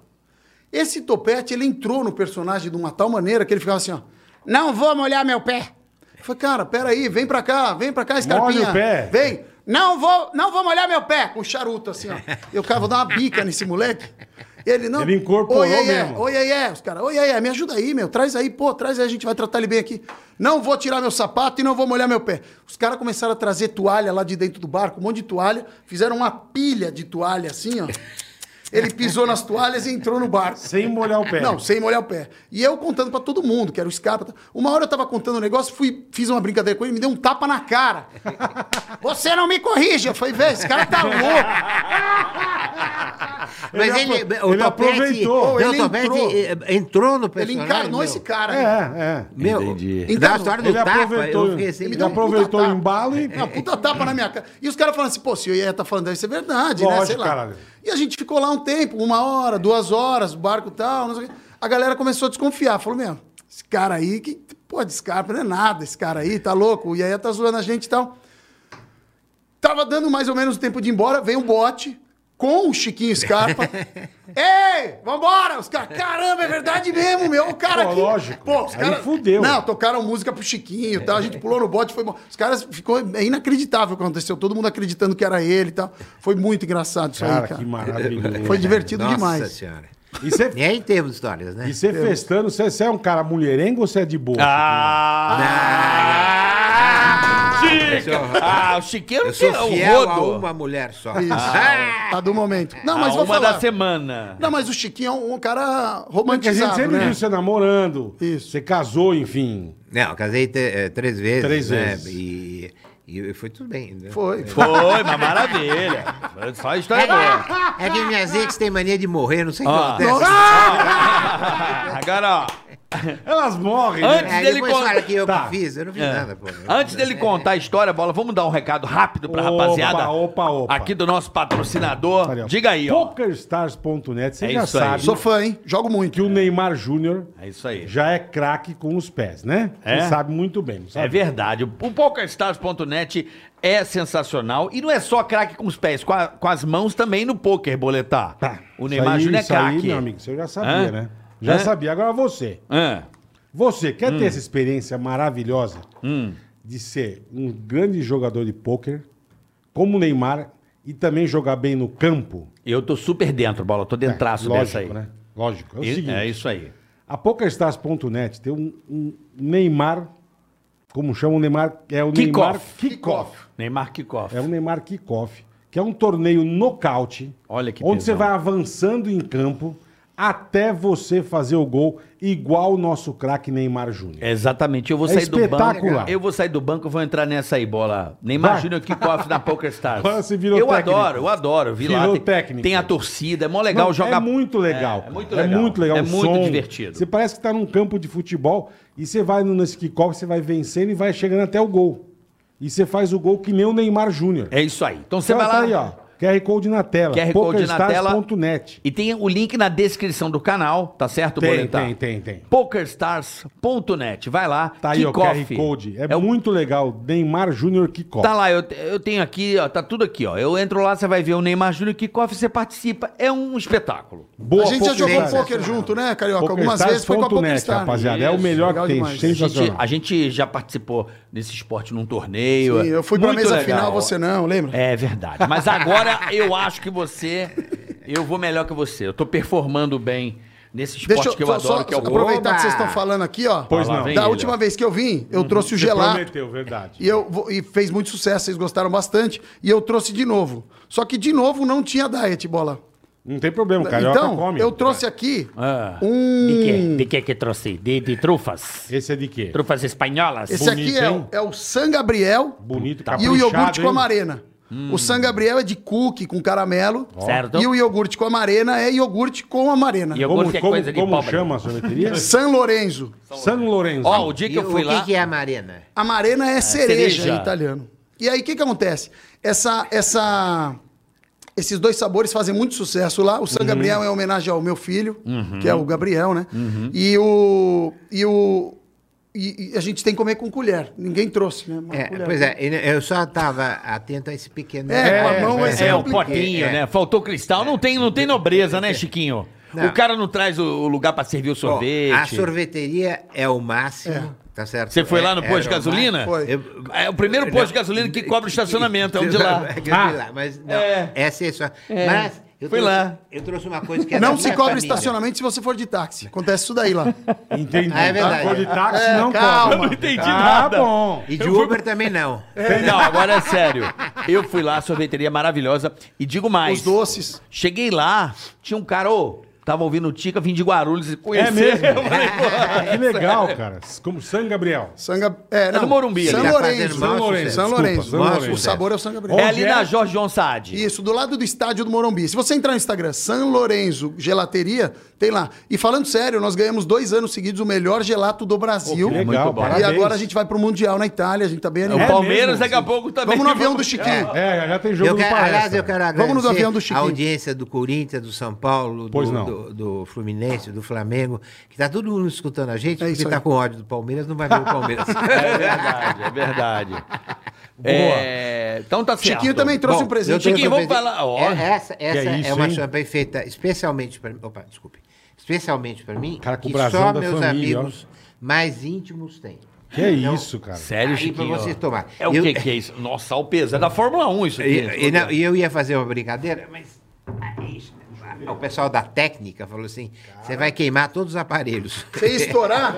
Speaker 1: Esse topete, ele entrou no personagem de uma tal maneira que ele ficava assim, ó. Não vou molhar meu pé. Eu falei, cara, peraí, vem pra cá, vem pra cá, escarpinha.
Speaker 3: Molha o pé.
Speaker 1: Vem. Não vou, não vou molhar meu pé. Com charuto, assim, ó. Eu, cara, vou dar uma bica nesse moleque. Ele não.
Speaker 3: Ele incorporou
Speaker 1: Oi, aí,
Speaker 3: mesmo.
Speaker 1: É, oi, aí, é. Os caras, oi, aí, é. Me ajuda aí, meu. Traz aí, pô, traz aí, a gente vai tratar ele bem aqui. Não vou tirar meu sapato e não vou molhar meu pé. Os caras começaram a trazer toalha lá de dentro do barco, um monte de toalha. Fizeram uma pilha de toalha, assim, ó. Ele pisou nas toalhas e entrou no barco.
Speaker 3: Sem molhar o pé.
Speaker 1: Não, sem molhar o pé. E eu contando pra todo mundo, que era o Scarpa. Uma hora eu tava contando um negócio, fui, fiz uma brincadeira com ele, me deu um tapa na cara. Você não me corrige. Eu falei, velho, esse cara tá louco.
Speaker 5: Mas
Speaker 3: Ele
Speaker 5: ele,
Speaker 3: apro-
Speaker 5: o Topete-
Speaker 3: ele aproveitou.
Speaker 5: não,
Speaker 1: Ele
Speaker 5: o Topete
Speaker 1: entrou.
Speaker 5: eh, entrou no
Speaker 1: Ele
Speaker 5: personagem.
Speaker 1: encarnou
Speaker 5: meu.
Speaker 1: esse cara. né?
Speaker 3: É, é.
Speaker 5: Meu,
Speaker 4: Entendi.
Speaker 5: Então, na história do
Speaker 3: Ele
Speaker 5: tapa,
Speaker 3: aproveitou.
Speaker 5: eu fiquei assim,
Speaker 3: Ele
Speaker 1: deu um puta
Speaker 3: aproveitou o
Speaker 1: tapa.
Speaker 3: embalo e-
Speaker 1: É, Uma puta tapa na minha cara. E os caras falando assim, pô, se o Ié tá falando, deve ser verdade, né?
Speaker 3: Lógico,
Speaker 1: Sei lá.
Speaker 3: caralho.
Speaker 1: E a gente ficou lá um tempo, uma hora, duas horas, o barco e tal, não sei o quê. A galera começou a desconfiar. Falou, meu, esse cara aí, que pô, de Scarpa não é nada, esse cara aí, tá louco. O Ié tá zoando a gente e tal. Tava dando mais ou menos o tempo de ir embora, veio um bote com o Chiquinho Scarpa. Ei, vambora! Os caras, caramba, é verdade mesmo, meu. O cara
Speaker 3: Pô,
Speaker 1: aqui.
Speaker 3: lógico.
Speaker 1: Pô, os
Speaker 3: Aí
Speaker 1: caras.
Speaker 3: fudeu.
Speaker 1: Não, tocaram música pro Chiquinho e tal. A gente pulou no bote, foi bom. Os caras ficou é inacreditável o que aconteceu. Todo mundo acreditando que era ele e tal. Foi muito engraçado isso
Speaker 3: Cara,
Speaker 1: aí, cara.
Speaker 3: que maravilhoso.
Speaker 1: Foi divertido
Speaker 5: Nossa
Speaker 1: demais.
Speaker 5: senhora.
Speaker 3: E você
Speaker 5: E é aí temos histórias, né?
Speaker 3: e você festando, você você é um cara mulherengo ou você é de boa?
Speaker 4: Ah! Dica!
Speaker 5: Eu sou-
Speaker 4: Ah, o chiqueiro
Speaker 5: Eu sou
Speaker 4: que é
Speaker 5: fiel
Speaker 4: o
Speaker 5: a
Speaker 4: rodo.
Speaker 5: uma mulher só.
Speaker 1: Isso. Tá do momento. Não, mas
Speaker 4: Ah,
Speaker 1: vou
Speaker 4: uma
Speaker 1: falar.
Speaker 4: da semana.
Speaker 1: Não, mas o Chiquinho é um um cara
Speaker 3: Porque a gente
Speaker 1: romantizado,
Speaker 3: sempre
Speaker 1: né?
Speaker 3: viu você namorando.
Speaker 1: Isso.
Speaker 3: Você casou, enfim.
Speaker 5: Não, eu casei te- eh, três vezes.
Speaker 3: Três
Speaker 5: né?
Speaker 3: vezes.
Speaker 5: E, e foi tudo bem. né?
Speaker 1: Foi.
Speaker 4: Foi, uma maravilha. Foi Só história boa.
Speaker 5: É que minhas ex têm mania de morrer, não sei o que
Speaker 4: Ah.
Speaker 5: acontece.
Speaker 4: Agora, ó.
Speaker 3: Elas morrem,
Speaker 4: Antes-
Speaker 3: né?
Speaker 5: É,
Speaker 4: dele
Speaker 5: depois
Speaker 4: con-
Speaker 5: fala que eu
Speaker 3: Tá.
Speaker 5: que fiz, eu não fiz nada, pô.
Speaker 4: Antes dele contar a história, bola, vamos dar um recado rápido pra
Speaker 3: Opa,
Speaker 4: rapaziada.
Speaker 3: opa, opa.
Speaker 4: Aqui do nosso patrocinador.
Speaker 3: Olha,
Speaker 4: Diga aí, ó.
Speaker 3: Pokerstars.net, você
Speaker 4: É
Speaker 3: já
Speaker 4: isso aí.
Speaker 3: sabe
Speaker 1: Sou fã, hein? Jogo muito.
Speaker 3: que o Neymar Júnior
Speaker 4: É isso aí.
Speaker 3: já é craque com os pés, né?
Speaker 4: É?
Speaker 3: Você sabe muito bem. não sabe?
Speaker 4: É verdade. O PokerStars.net é sensacional. E não é só craque com os pés, com, a- com as mãos também no poker, boletar.
Speaker 3: Tá.
Speaker 4: O
Speaker 3: Isso
Speaker 4: Neymar
Speaker 3: aí-
Speaker 4: Júnior é
Speaker 3: isso aí,
Speaker 4: craque.
Speaker 3: meu amigo, você já sabia,
Speaker 4: Hã?
Speaker 3: né? Já
Speaker 4: Hã? Hum.
Speaker 3: sabia. Agora você.
Speaker 4: Hã?
Speaker 3: Você quer ter essa experiência maravilhosa
Speaker 4: Hum.
Speaker 3: de ser um grande jogador de pôquer, como o Neymar, e também jogar bem no campo?
Speaker 4: Eu tô super dentro, bola. Tô dentraço dessa Um aí.
Speaker 3: né? É, Lógico. É o
Speaker 4: E-
Speaker 3: seguinte,
Speaker 4: É isso aí.
Speaker 3: a PokerStars.net tem um, um Neymar, como chama o Neymar? É o
Speaker 4: Kickoff.
Speaker 3: Neymar Kickoff.
Speaker 4: Neymar Kikoff.
Speaker 3: É o Neymar Kickoff, que é um torneio nocaute.
Speaker 4: Olha que
Speaker 3: Onde
Speaker 4: tesão.
Speaker 3: você vai avançando em campo até você fazer o gol, igual o nosso craque Neymar Júnior.
Speaker 4: Exatamente, eu vou
Speaker 3: É
Speaker 4: sair do banco.
Speaker 3: espetacular.
Speaker 4: Eu vou sair do banco, eu vou entrar nessa aí, bola. Neymar
Speaker 3: Vai.
Speaker 4: Júnior Kickoff na PokerStars.
Speaker 3: Agora você virou
Speaker 4: eu
Speaker 3: técnico.
Speaker 4: adoro, eu adoro. eu Vi lá,
Speaker 3: Virou
Speaker 4: tem,
Speaker 3: técnico.
Speaker 4: tem a torcida, é mó legal
Speaker 3: Não,
Speaker 4: jogar.
Speaker 3: É muito legal.
Speaker 4: É,
Speaker 3: cara.
Speaker 4: é muito legal.
Speaker 3: É muito legal
Speaker 4: É
Speaker 3: o
Speaker 4: muito
Speaker 3: som.
Speaker 4: divertido.
Speaker 3: Você parece que tá num campo de futebol e você vai no- nesse kickoff, você vai vencendo e vai chegando até o gol. E você faz o gol que nem o Neymar Júnior.
Speaker 4: É isso aí. Então você
Speaker 3: Então
Speaker 4: vai
Speaker 3: tá
Speaker 4: lá.
Speaker 3: aí, ó. QR Code na tela.
Speaker 4: QR Code na tela.
Speaker 3: PokerStars.net.
Speaker 4: E tem o link na descrição do canal, tá certo,
Speaker 3: Tem,
Speaker 4: Boletar?
Speaker 3: tem, tem, tem.
Speaker 4: Pokerstars.net. Vai lá.
Speaker 3: Tá aí, ó, QR
Speaker 4: Kickoff.
Speaker 3: Code. É,
Speaker 4: o-
Speaker 3: muito legal. Neymar Júnior Kickoff.
Speaker 4: Tá lá, eu, te- eu tenho aqui, ó, tá tudo aqui, ó. Eu entro lá, você vai ver o Neymar Júnior Kickoff, você participa. É um espetáculo.
Speaker 3: Boa
Speaker 1: a gente já jogou
Speaker 3: PokerStars.
Speaker 1: pôquer junto, né, Carioca? Algumas
Speaker 3: PokerStars.net,
Speaker 1: vezes foi com a PokerStars.
Speaker 3: rapaziada. É o melhor
Speaker 1: Legal
Speaker 3: que tem.
Speaker 1: demais.
Speaker 4: A gente,
Speaker 3: Sensacional.
Speaker 4: a gente já participou desse esporte num torneio.
Speaker 1: Sim, eu fui pra
Speaker 4: Muito
Speaker 1: mesa
Speaker 4: legal.
Speaker 1: final, você não, lembra?
Speaker 4: É verdade. Mas agora eu acho que você. Eu vou melhor que você. Eu tô performando bem nesse esporte
Speaker 1: Deixa eu
Speaker 4: que eu
Speaker 1: só,
Speaker 4: adoro,
Speaker 1: só
Speaker 4: que é o
Speaker 1: aproveitar
Speaker 5: Oba!
Speaker 1: que vocês estão falando aqui, ó.
Speaker 3: Pois
Speaker 4: Olha lá,
Speaker 3: não.
Speaker 4: vem Uhum.
Speaker 1: Da
Speaker 4: ele,
Speaker 1: última
Speaker 4: ó.
Speaker 1: vez que eu vim, eu trouxe o
Speaker 3: Você
Speaker 1: gelato.
Speaker 3: prometeu, verdade.
Speaker 1: E, eu, vou- e fez muito sucesso, vocês gostaram bastante. E eu trouxe de novo. Só que de novo não tinha diet, bola.
Speaker 3: Não tem problema, carioca
Speaker 1: então,
Speaker 3: come. É.
Speaker 1: eu trouxe aqui
Speaker 4: É.
Speaker 6: Ah.
Speaker 1: um.
Speaker 6: De que? De que que trouxe? De, de trufas.
Speaker 3: Esse é de quê?
Speaker 6: Trufas espanholas.
Speaker 1: Esse
Speaker 3: bonito,
Speaker 1: aqui é, o-
Speaker 3: hein?
Speaker 1: é o San Gabriel
Speaker 3: Bonito,
Speaker 1: e
Speaker 3: caprichado.
Speaker 1: o iogurte com
Speaker 3: hein?
Speaker 1: amarena. O San Gabriel é de cookie com caramelo.
Speaker 6: Certo.
Speaker 1: E o iogurte com amarena é iogurte com amarena.
Speaker 6: Iogurte
Speaker 3: Como,
Speaker 6: é
Speaker 3: como,
Speaker 6: coisa de
Speaker 3: como
Speaker 6: pobre.
Speaker 3: chama a sorveteria?
Speaker 1: San Lorenzo.
Speaker 3: San Lorenzo.
Speaker 4: Ó, é o dia que
Speaker 5: E
Speaker 4: eu fui
Speaker 5: o
Speaker 4: lá.
Speaker 5: que, que é a Marena?
Speaker 1: Amarena é cereja,
Speaker 6: cereja.
Speaker 1: em italiano. E aí, o que, que acontece? Essa, essa, esses dois sabores fazem muito sucesso lá. O San Gabriel é em homenagem ao meu filho, que é o Gabriel, né? E o... E o e, e a gente tem que comer com colher. Ninguém trouxe, né? Uma
Speaker 5: É,
Speaker 1: colher.
Speaker 5: pois é, ele- eu só estava atento a esse pequeno. né?
Speaker 1: É, com a mão vai ser
Speaker 6: É, o
Speaker 1: complicado.
Speaker 6: potinho,
Speaker 5: um É.
Speaker 6: né? Faltou cristal. Não tem, não tem nobreza, né, Chiquinho?
Speaker 5: Não.
Speaker 6: O cara não traz o o lugar pra servir o
Speaker 5: Bom,
Speaker 6: sorvete.
Speaker 5: a sorveteria é o máximo, tá certo?
Speaker 6: Você foi lá no
Speaker 5: É,
Speaker 6: posto de
Speaker 5: era o
Speaker 6: gasolina?
Speaker 5: máximo.
Speaker 1: Foi.
Speaker 5: Eu-
Speaker 6: É o primeiro posto de gasolina que cobra o estacionamento, é o de lá.
Speaker 5: É de
Speaker 3: Ah.
Speaker 5: lá, mas não,
Speaker 6: É.
Speaker 5: essa é só. Mas eu
Speaker 6: Fui
Speaker 5: trouxe,
Speaker 6: lá.
Speaker 5: eu trouxe uma coisa que é
Speaker 1: Não
Speaker 5: da
Speaker 1: se
Speaker 5: minha
Speaker 1: cobra
Speaker 5: família.
Speaker 1: estacionamento se você for de táxi. Acontece isso daí lá.
Speaker 3: Entendi.
Speaker 5: Ah, é verdade.
Speaker 3: Tá? Cor de táxi
Speaker 1: É,
Speaker 3: não
Speaker 1: calma.
Speaker 3: cobra.
Speaker 1: Eu não
Speaker 6: entendi
Speaker 3: tá
Speaker 6: nada.
Speaker 3: bom.
Speaker 5: E de Uber também não.
Speaker 4: Não, agora é sério. Eu fui lá, sorveteria maravilhosa. E digo mais.
Speaker 1: Os doces.
Speaker 4: Cheguei lá, tinha um cara, ô, tava ouvindo o Tica, vim de Guarulhos e conheci.
Speaker 3: mesmo? que legal, cara. Como San Gabriel.
Speaker 1: Sanga... É, não.
Speaker 4: do Morumbi,
Speaker 1: San
Speaker 5: ele tá fazendo
Speaker 1: Lorenzo.
Speaker 5: mau
Speaker 1: San
Speaker 5: sucesso.
Speaker 1: Lorenzo. San
Speaker 3: Desculpa,
Speaker 1: Lorenzo.
Speaker 3: San Lorenzo.
Speaker 1: O sabor é o San Gabriel.
Speaker 3: Onde
Speaker 4: É ali
Speaker 3: é?
Speaker 4: na Jorge John Saad.
Speaker 1: Isso, do lado do estádio do Morumbi. Se você entrar no Instagram, San Lorenzo Gelateria, tem lá. E falando sério, nós ganhamos dois anos seguidos o melhor gelato do Brasil.
Speaker 3: Pô, que legal,
Speaker 1: e
Speaker 3: parabéns.
Speaker 1: agora a gente vai pro Mundial na Itália, a gente tá bem
Speaker 4: É, O
Speaker 1: animado.
Speaker 3: mesmo?
Speaker 4: Palmeiras daqui a pouco também.
Speaker 1: Vamos no avião do Chiquinho.
Speaker 3: É, já tem jogo
Speaker 5: Eu
Speaker 3: no
Speaker 5: quero,
Speaker 3: palestra.
Speaker 5: aliás, eu quero agradecer
Speaker 1: Vamos no avião do
Speaker 5: a
Speaker 1: Chiquinho.
Speaker 5: audiência do Corinthians, do São Paulo,
Speaker 3: Pois
Speaker 5: do,
Speaker 3: não.
Speaker 5: do, do Fluminense, do Flamengo, que tá todo mundo escutando a gente,
Speaker 1: É isso
Speaker 5: porque tá
Speaker 1: aí.
Speaker 5: com ódio do Palmeiras, não vai ver o Palmeiras.
Speaker 4: É verdade, é verdade. É, então tá certo.
Speaker 1: Chiquinho também trouxe um presente.
Speaker 5: Eu tenho
Speaker 4: Chiquinho, vamos
Speaker 5: certeza-
Speaker 4: falar. Ó,
Speaker 5: É, essa essa
Speaker 3: Que é
Speaker 5: é,
Speaker 3: isso,
Speaker 5: uma
Speaker 3: hein?
Speaker 5: champanhe feita especialmente para mim. Opa, desculpe. Especialmente para mim,
Speaker 3: Cara, com o
Speaker 5: que
Speaker 3: brasão
Speaker 5: só
Speaker 3: da
Speaker 5: meus
Speaker 3: família,
Speaker 5: amigos mais íntimos têm.
Speaker 3: Que é isso, cara.
Speaker 4: sério,
Speaker 5: Aí pra
Speaker 4: Chiquinho.
Speaker 5: vocês tomar.
Speaker 4: É o
Speaker 5: Eu-
Speaker 4: que que é isso? Nossa, o peso. É da Fórmula 1 isso aqui.
Speaker 5: E, e não, e eu ia fazer uma brincadeira, mas aí, o pessoal da técnica falou assim: você vai queimar todos os aparelhos.
Speaker 1: Você ia estourar?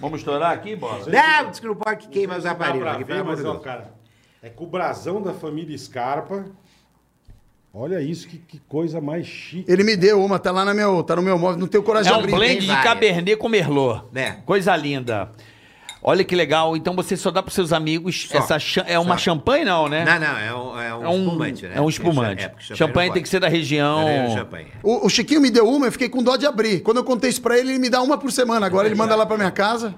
Speaker 4: Vamos estourar aqui, bola?
Speaker 5: Não, diz que não pode que queima os
Speaker 3: Dá pra
Speaker 5: aparelhos. aqui,
Speaker 3: ver,
Speaker 5: pelo amor
Speaker 3: mas,
Speaker 5: de
Speaker 3: ó,
Speaker 5: Deus.
Speaker 3: cara, é com o brasão da família Scarpa. Olha isso, que, que coisa mais chique.
Speaker 1: Ele me deu uma, tá lá na meu, tá no meu móvel, não tenho coragem
Speaker 4: É
Speaker 1: de
Speaker 4: um
Speaker 1: abrir.
Speaker 5: tem
Speaker 4: blend de
Speaker 5: várias.
Speaker 4: Cabernet com Merlot.
Speaker 5: Né?
Speaker 4: Coisa linda. Olha que legal. Então você só dá pros seus amigos
Speaker 5: Só.
Speaker 4: essa cha- é uma
Speaker 5: Só.
Speaker 4: champanhe não, né?
Speaker 5: Não, não, é um, é um
Speaker 4: É um
Speaker 5: espumante, né?
Speaker 4: É um
Speaker 5: Porque
Speaker 4: espumante.
Speaker 5: é, porque
Speaker 4: champanhe
Speaker 5: não pode.
Speaker 4: tem que ser da região.
Speaker 5: Não, é um champanhe.
Speaker 1: O, o Chiquinho me deu uma, eu fiquei com dó de abrir. Quando eu contei isso pra ele, ele me dá uma por semana. Agora ele
Speaker 4: É.
Speaker 1: manda lá pra minha casa.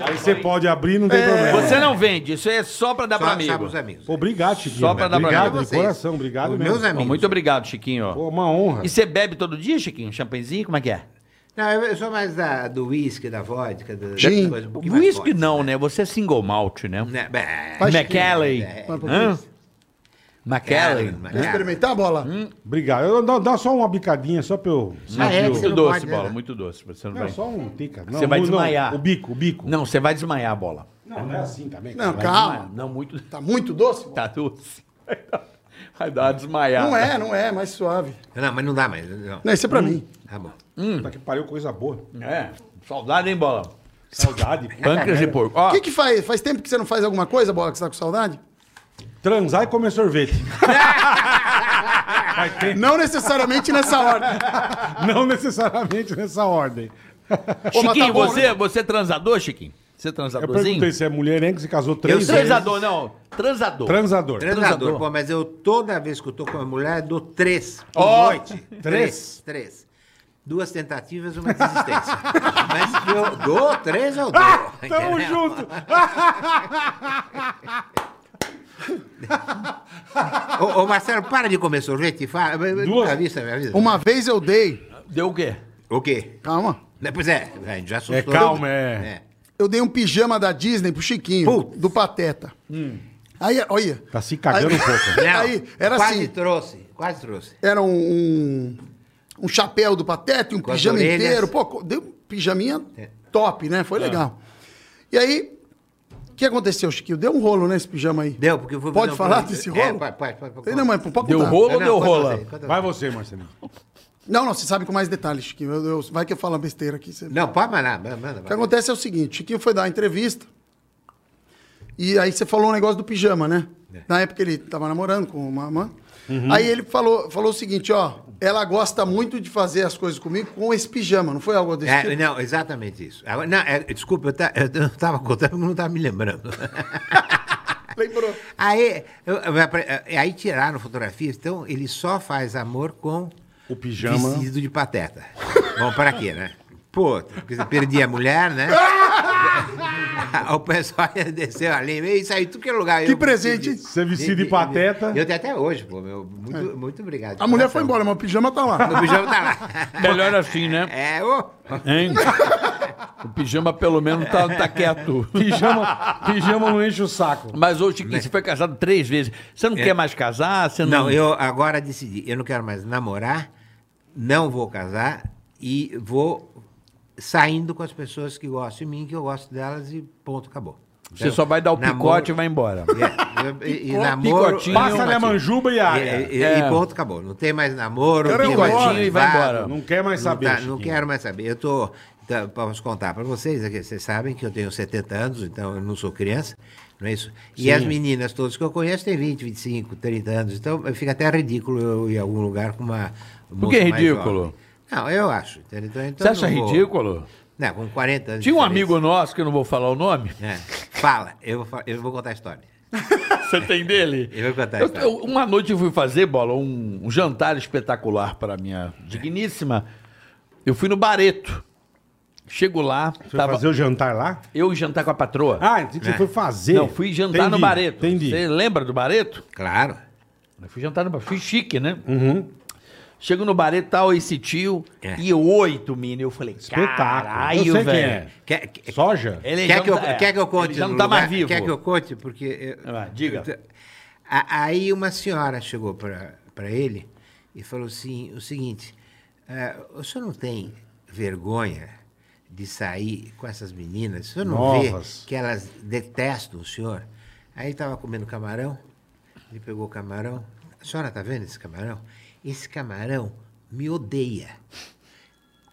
Speaker 3: Aí você pode abrir, não tem problema.
Speaker 4: Você não vende, isso é só pra dar
Speaker 5: Só
Speaker 4: pra
Speaker 5: só
Speaker 4: amigo.
Speaker 5: pros amigos.
Speaker 3: Pô, obrigado, Chiquinho.
Speaker 4: Só pra dar pra
Speaker 3: Obrigado,
Speaker 5: mim.
Speaker 3: de coração, obrigado
Speaker 5: Os
Speaker 3: mesmo.
Speaker 5: meus é amigos.
Speaker 4: Bom, muito obrigado, Chiquinho.
Speaker 3: Pô, uma honra.
Speaker 4: E você bebe todo dia, Chiquinho? Champanhezinho? Como é que é?
Speaker 5: Não, eu eu sou mais da, do uísque, da vodka, da
Speaker 1: Gin.
Speaker 5: coisa um pouquinho mais
Speaker 4: Whisky
Speaker 5: forte,
Speaker 4: não, né? Você é single malt, né?
Speaker 5: Né? Bem,
Speaker 1: Faz
Speaker 4: McKellen.
Speaker 5: É.
Speaker 1: Vai pro
Speaker 4: Hã? É.
Speaker 1: Chris.
Speaker 4: McKellen.
Speaker 5: Cara,
Speaker 1: Quer experimentar a bola?
Speaker 4: Hum.
Speaker 3: Obrigado. Eu, dá, dá só uma bicadinha, só pra eu...
Speaker 5: Ah, é, que você
Speaker 4: Muito
Speaker 5: não
Speaker 4: doce,
Speaker 5: pode, né?
Speaker 4: bola, muito doce. Você não tá
Speaker 3: Não,
Speaker 4: vai.
Speaker 3: só um pica. Não,
Speaker 4: Você vai
Speaker 3: não, não,
Speaker 4: desmaiar.
Speaker 3: O bico, o bico.
Speaker 4: Não, você vai desmaiar a bola.
Speaker 3: Não, não é assim também.
Speaker 1: Não,
Speaker 3: cara.
Speaker 1: calma.
Speaker 4: Não, muito.
Speaker 1: Tá muito doce?
Speaker 4: Tá doce. Vai dar uma desmaiada.
Speaker 1: Não é, não é, mais suave.
Speaker 5: Não, mas não dá mais. Não.
Speaker 1: Não, isso é pra
Speaker 4: Hum.
Speaker 1: mim.
Speaker 5: Tá bom.
Speaker 3: Puta que pariu, coisa boa.
Speaker 4: É. Saudade, hein, bola?
Speaker 3: Saudade. puta
Speaker 4: Pâncreas de
Speaker 3: merda.
Speaker 4: porco. Ó,
Speaker 1: O que que faz? Faz tempo que você não faz alguma coisa, bola, que você tá com saudade?
Speaker 3: Transar e comer sorvete. Faz tempo.
Speaker 1: Não necessariamente nessa ordem.
Speaker 3: Não necessariamente nessa ordem.
Speaker 1: Ô, mas tá
Speaker 4: Chiquinho,
Speaker 1: bom,
Speaker 4: você, você é transador, Chiquinho? Você é
Speaker 3: Eu
Speaker 4: transadorzinho?
Speaker 3: perguntei se é mulher, hein, que se casou três vezes.
Speaker 4: Transador, não. Transador.
Speaker 3: Transador.
Speaker 5: Transador. Pô, mas eu toda vez que eu tô com uma mulher, eu dou três por
Speaker 4: Ó,
Speaker 5: noite.
Speaker 3: três.
Speaker 5: Três. Duas tentativas, uma desistência. mas que eu dou três, eu dou.
Speaker 3: Tamo
Speaker 5: entendeu?
Speaker 3: junto.
Speaker 5: Ô, ô, Marcelo, para de comer sorvete e fala.
Speaker 3: Duas-
Speaker 5: Avisa, me avisa.
Speaker 1: Uma vez eu dei.
Speaker 6: Deu o quê?
Speaker 5: O quê?
Speaker 1: Calma.
Speaker 5: Pois é, a gente já assustou.
Speaker 3: É calma, é.
Speaker 1: Eu dei um pijama da Disney pro Chiquinho,
Speaker 5: Putz. Hum.
Speaker 1: do Pateta. Aí, olha.
Speaker 3: Tá se cagando
Speaker 1: aí,
Speaker 3: um pouco.
Speaker 5: Não,
Speaker 1: Aí, era
Speaker 5: É. quase
Speaker 1: assim.
Speaker 5: trouxe, quase trouxe.
Speaker 1: Era um, um, um chapéu do Pateta e um
Speaker 5: Com as
Speaker 1: pijama
Speaker 5: orelhas.
Speaker 1: inteiro. Pô, co- deu um pijaminha
Speaker 5: É.
Speaker 1: top, né? Foi legal. E aí, o que aconteceu, Chiquinho? Deu um rolo, né, esse pijama aí?
Speaker 5: Deu, porque eu vou
Speaker 1: Pode
Speaker 5: não,
Speaker 1: falar
Speaker 5: pode-
Speaker 1: desse
Speaker 5: É,
Speaker 1: rolo?
Speaker 5: pode, pode, pode, pode.
Speaker 1: Não, mas pô, pode
Speaker 6: Deu
Speaker 1: contar.
Speaker 6: rolo ou
Speaker 5: Não,
Speaker 6: deu
Speaker 5: conta
Speaker 6: rola?
Speaker 5: você, conta
Speaker 3: Vai
Speaker 5: você.
Speaker 3: você, Marcelinho.
Speaker 1: Não, não, você sabe com mais detalhes, Chiquinho. Eu- eu- vai que eu falo uma besteira aqui. você-
Speaker 5: Não, pode mandar, manda. manda.
Speaker 1: O que acontece é o seguinte, Chiquinho foi dar uma entrevista e aí você falou um negócio do pijama, né? Na época ele tava namorando com uma mãe. Aí ele falou, falou o seguinte, ó, ela gosta muito de fazer as coisas comigo com esse pijama, não foi algo desse
Speaker 5: É,
Speaker 1: tipo?
Speaker 5: não, exatamente isso. Agora, Não, é, desculpa, eu, tá, eu não estava contando, porque não estava me lembrando.
Speaker 1: Lembrou?
Speaker 5: Aí, eu- eu- eu- aí tiraram fotografias, então ele só faz amor com
Speaker 3: O pijama.
Speaker 5: vestido de pateta. Bom, para quê, né? Pô, porque você perdia a mulher, né? o pessoal ia descer ali, e saiu tudo que é lugar.
Speaker 1: Que
Speaker 5: Eu-
Speaker 1: presente, hein?
Speaker 3: Você vestido de pateta.
Speaker 5: Eu tenho até hoje, pô. Meu, muito, muito obrigado. de
Speaker 1: A mulher
Speaker 5: coração.
Speaker 1: foi embora, mas o pijama tá lá.
Speaker 5: O pijama tá lá.
Speaker 6: Melhor assim, né?
Speaker 5: É, ô.
Speaker 6: Hein? O pijama pelo menos tá, tá quieto.
Speaker 3: Pijama, pijama não enche o saco.
Speaker 6: Mas, ô Chiquinho, você foi casado três vezes. Você
Speaker 3: É.
Speaker 6: não quer mais casar? Você não...
Speaker 5: Não, eu agora decidi. Eu não quero mais namorar, não vou casar e vou saindo com as pessoas que gostam de mim, que eu gosto delas e ponto, acabou.
Speaker 6: Você só vai dar o picote e vai embora.
Speaker 5: É, e, e namoro.
Speaker 6: picotinho,
Speaker 3: Passa na manjuba e
Speaker 5: E,
Speaker 3: área.
Speaker 5: e, e
Speaker 6: É.
Speaker 5: ponto, acabou. Não tem mais namoro,
Speaker 1: Quero ir
Speaker 6: embora. um E vai
Speaker 5: vago.
Speaker 6: embora.
Speaker 3: Não quer mais saber,
Speaker 5: tá- não
Speaker 3: Chiquinho.
Speaker 5: quero mais saber. Eu tô. Então, vamos contar para vocês aqui. Vocês sabem que eu tenho 70 anos, então eu não sou criança, não é isso? E as meninas todas que eu conheço têm 20, 25, 30 anos. Então eu- fica até ridículo eu ir em algum lugar com uma.
Speaker 6: Por que
Speaker 5: moça
Speaker 6: é
Speaker 5: mais
Speaker 6: ridículo?
Speaker 5: jovem. Não, eu acho. entendeu? Então, então
Speaker 6: Você
Speaker 5: eu
Speaker 6: acha
Speaker 5: não vou-
Speaker 6: ridículo?
Speaker 5: Não, com 40 anos.
Speaker 6: Tinha um
Speaker 5: de diferença.
Speaker 6: amigo nosso, que eu não vou falar o nome.
Speaker 5: É. Fala, eu vou, fa- eu vou contar a história.
Speaker 6: Você tem dele?
Speaker 5: Eu vou
Speaker 3: Tá,
Speaker 5: contar a
Speaker 6: Eu-
Speaker 5: história.
Speaker 6: eu- uma noite eu fui fazer, Bola, um, um jantar espetacular para minha digníssima. Eu fui no Bareto. Chego lá,
Speaker 3: Foi
Speaker 6: tava
Speaker 3: fazer o jantar lá?
Speaker 6: eu jantar com a patroa.
Speaker 3: Ah, então você foi fazer.
Speaker 6: não, fui jantar no
Speaker 3: Entendi,
Speaker 6: Bareto.
Speaker 3: Entendi.
Speaker 6: Você lembra do Bareto?
Speaker 5: Claro.
Speaker 6: Eu Né? fui jantar no Bareto. Fui chique, né? Chego no Bareto, tal, esse tio.
Speaker 5: É.
Speaker 6: E oito, menino. Eu falei,
Speaker 3: Espetáculo. eu
Speaker 6: caralho,
Speaker 3: sei quem
Speaker 6: velho.
Speaker 3: é.
Speaker 5: Quer, quer-
Speaker 3: Soja?
Speaker 6: Ele já
Speaker 5: Quer que, eu,
Speaker 6: não tá- é,
Speaker 5: quer que eu conte?
Speaker 6: Ele já não
Speaker 5: no
Speaker 6: tá mais
Speaker 5: lugar?
Speaker 6: vivo.
Speaker 5: Quer que eu conte? Porque. eu-
Speaker 6: Vai lá, diga.
Speaker 5: A- Aí uma senhora chegou para ele e falou assim: o seguinte, eh, o senhor não tem vergonha de sair com essas meninas? O senhor não
Speaker 3: Novas.
Speaker 5: vê que elas detestam o senhor? Aí ele estava comendo camarão, ele pegou o camarão. A senhora está vendo esse camarão? Esse camarão me odeia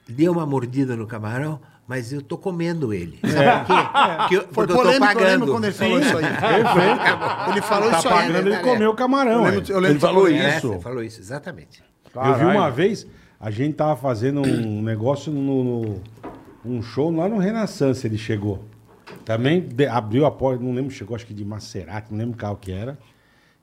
Speaker 5: deu uma mordida no camarão, mas eu tô comendo ele. Sabe por quê? Porque eu,
Speaker 1: Foi
Speaker 5: porque eu tô
Speaker 1: polêmico, eu
Speaker 5: pagando.
Speaker 1: lembro quando ele falou isso aí.
Speaker 3: Perfeito.
Speaker 1: Ele falou
Speaker 3: tá
Speaker 1: isso aí. né?
Speaker 3: pagando, ele comeu o camarão.
Speaker 1: Eu
Speaker 3: é.
Speaker 1: lembro, eu lembro
Speaker 6: Ele falou
Speaker 1: disso.
Speaker 5: É,
Speaker 6: isso.
Speaker 5: Você falou isso, exatamente.
Speaker 3: Eu vi uma vez, a gente tava fazendo um negócio no, no- um show lá no Renaissance, ele chegou. Também de- abriu a porta, não lembro, chegou acho que de Maserati, não lembro qual que era.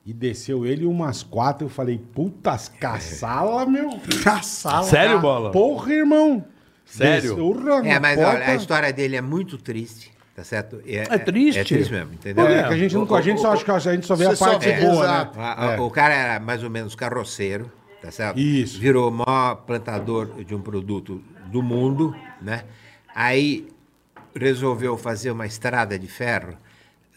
Speaker 3: E desceu ele e umas quatro, eu falei, putas caçala, meu. Ah,
Speaker 1: Caçala.
Speaker 6: Sério, Bola?
Speaker 3: Porra, irmão.
Speaker 6: Sério?
Speaker 3: Desceu, urra, na
Speaker 5: É, mas
Speaker 3: porta.
Speaker 5: olha, a história dele é muito triste, tá certo?
Speaker 6: É triste?
Speaker 5: É triste mesmo, entendeu?
Speaker 3: Por quê? Porque a gente,
Speaker 5: O-
Speaker 3: não, a gente só
Speaker 5: o-
Speaker 3: acha que a gente só vê a
Speaker 1: Você só
Speaker 3: parte
Speaker 1: vê,
Speaker 3: boa,
Speaker 1: exato.
Speaker 3: né?
Speaker 5: A- a-
Speaker 3: É.
Speaker 5: O cara era mais ou menos carroceiro, tá certo?
Speaker 3: Isso.
Speaker 5: Virou o maior plantador de um produto do mundo, né? Aí resolveu fazer uma estrada de ferro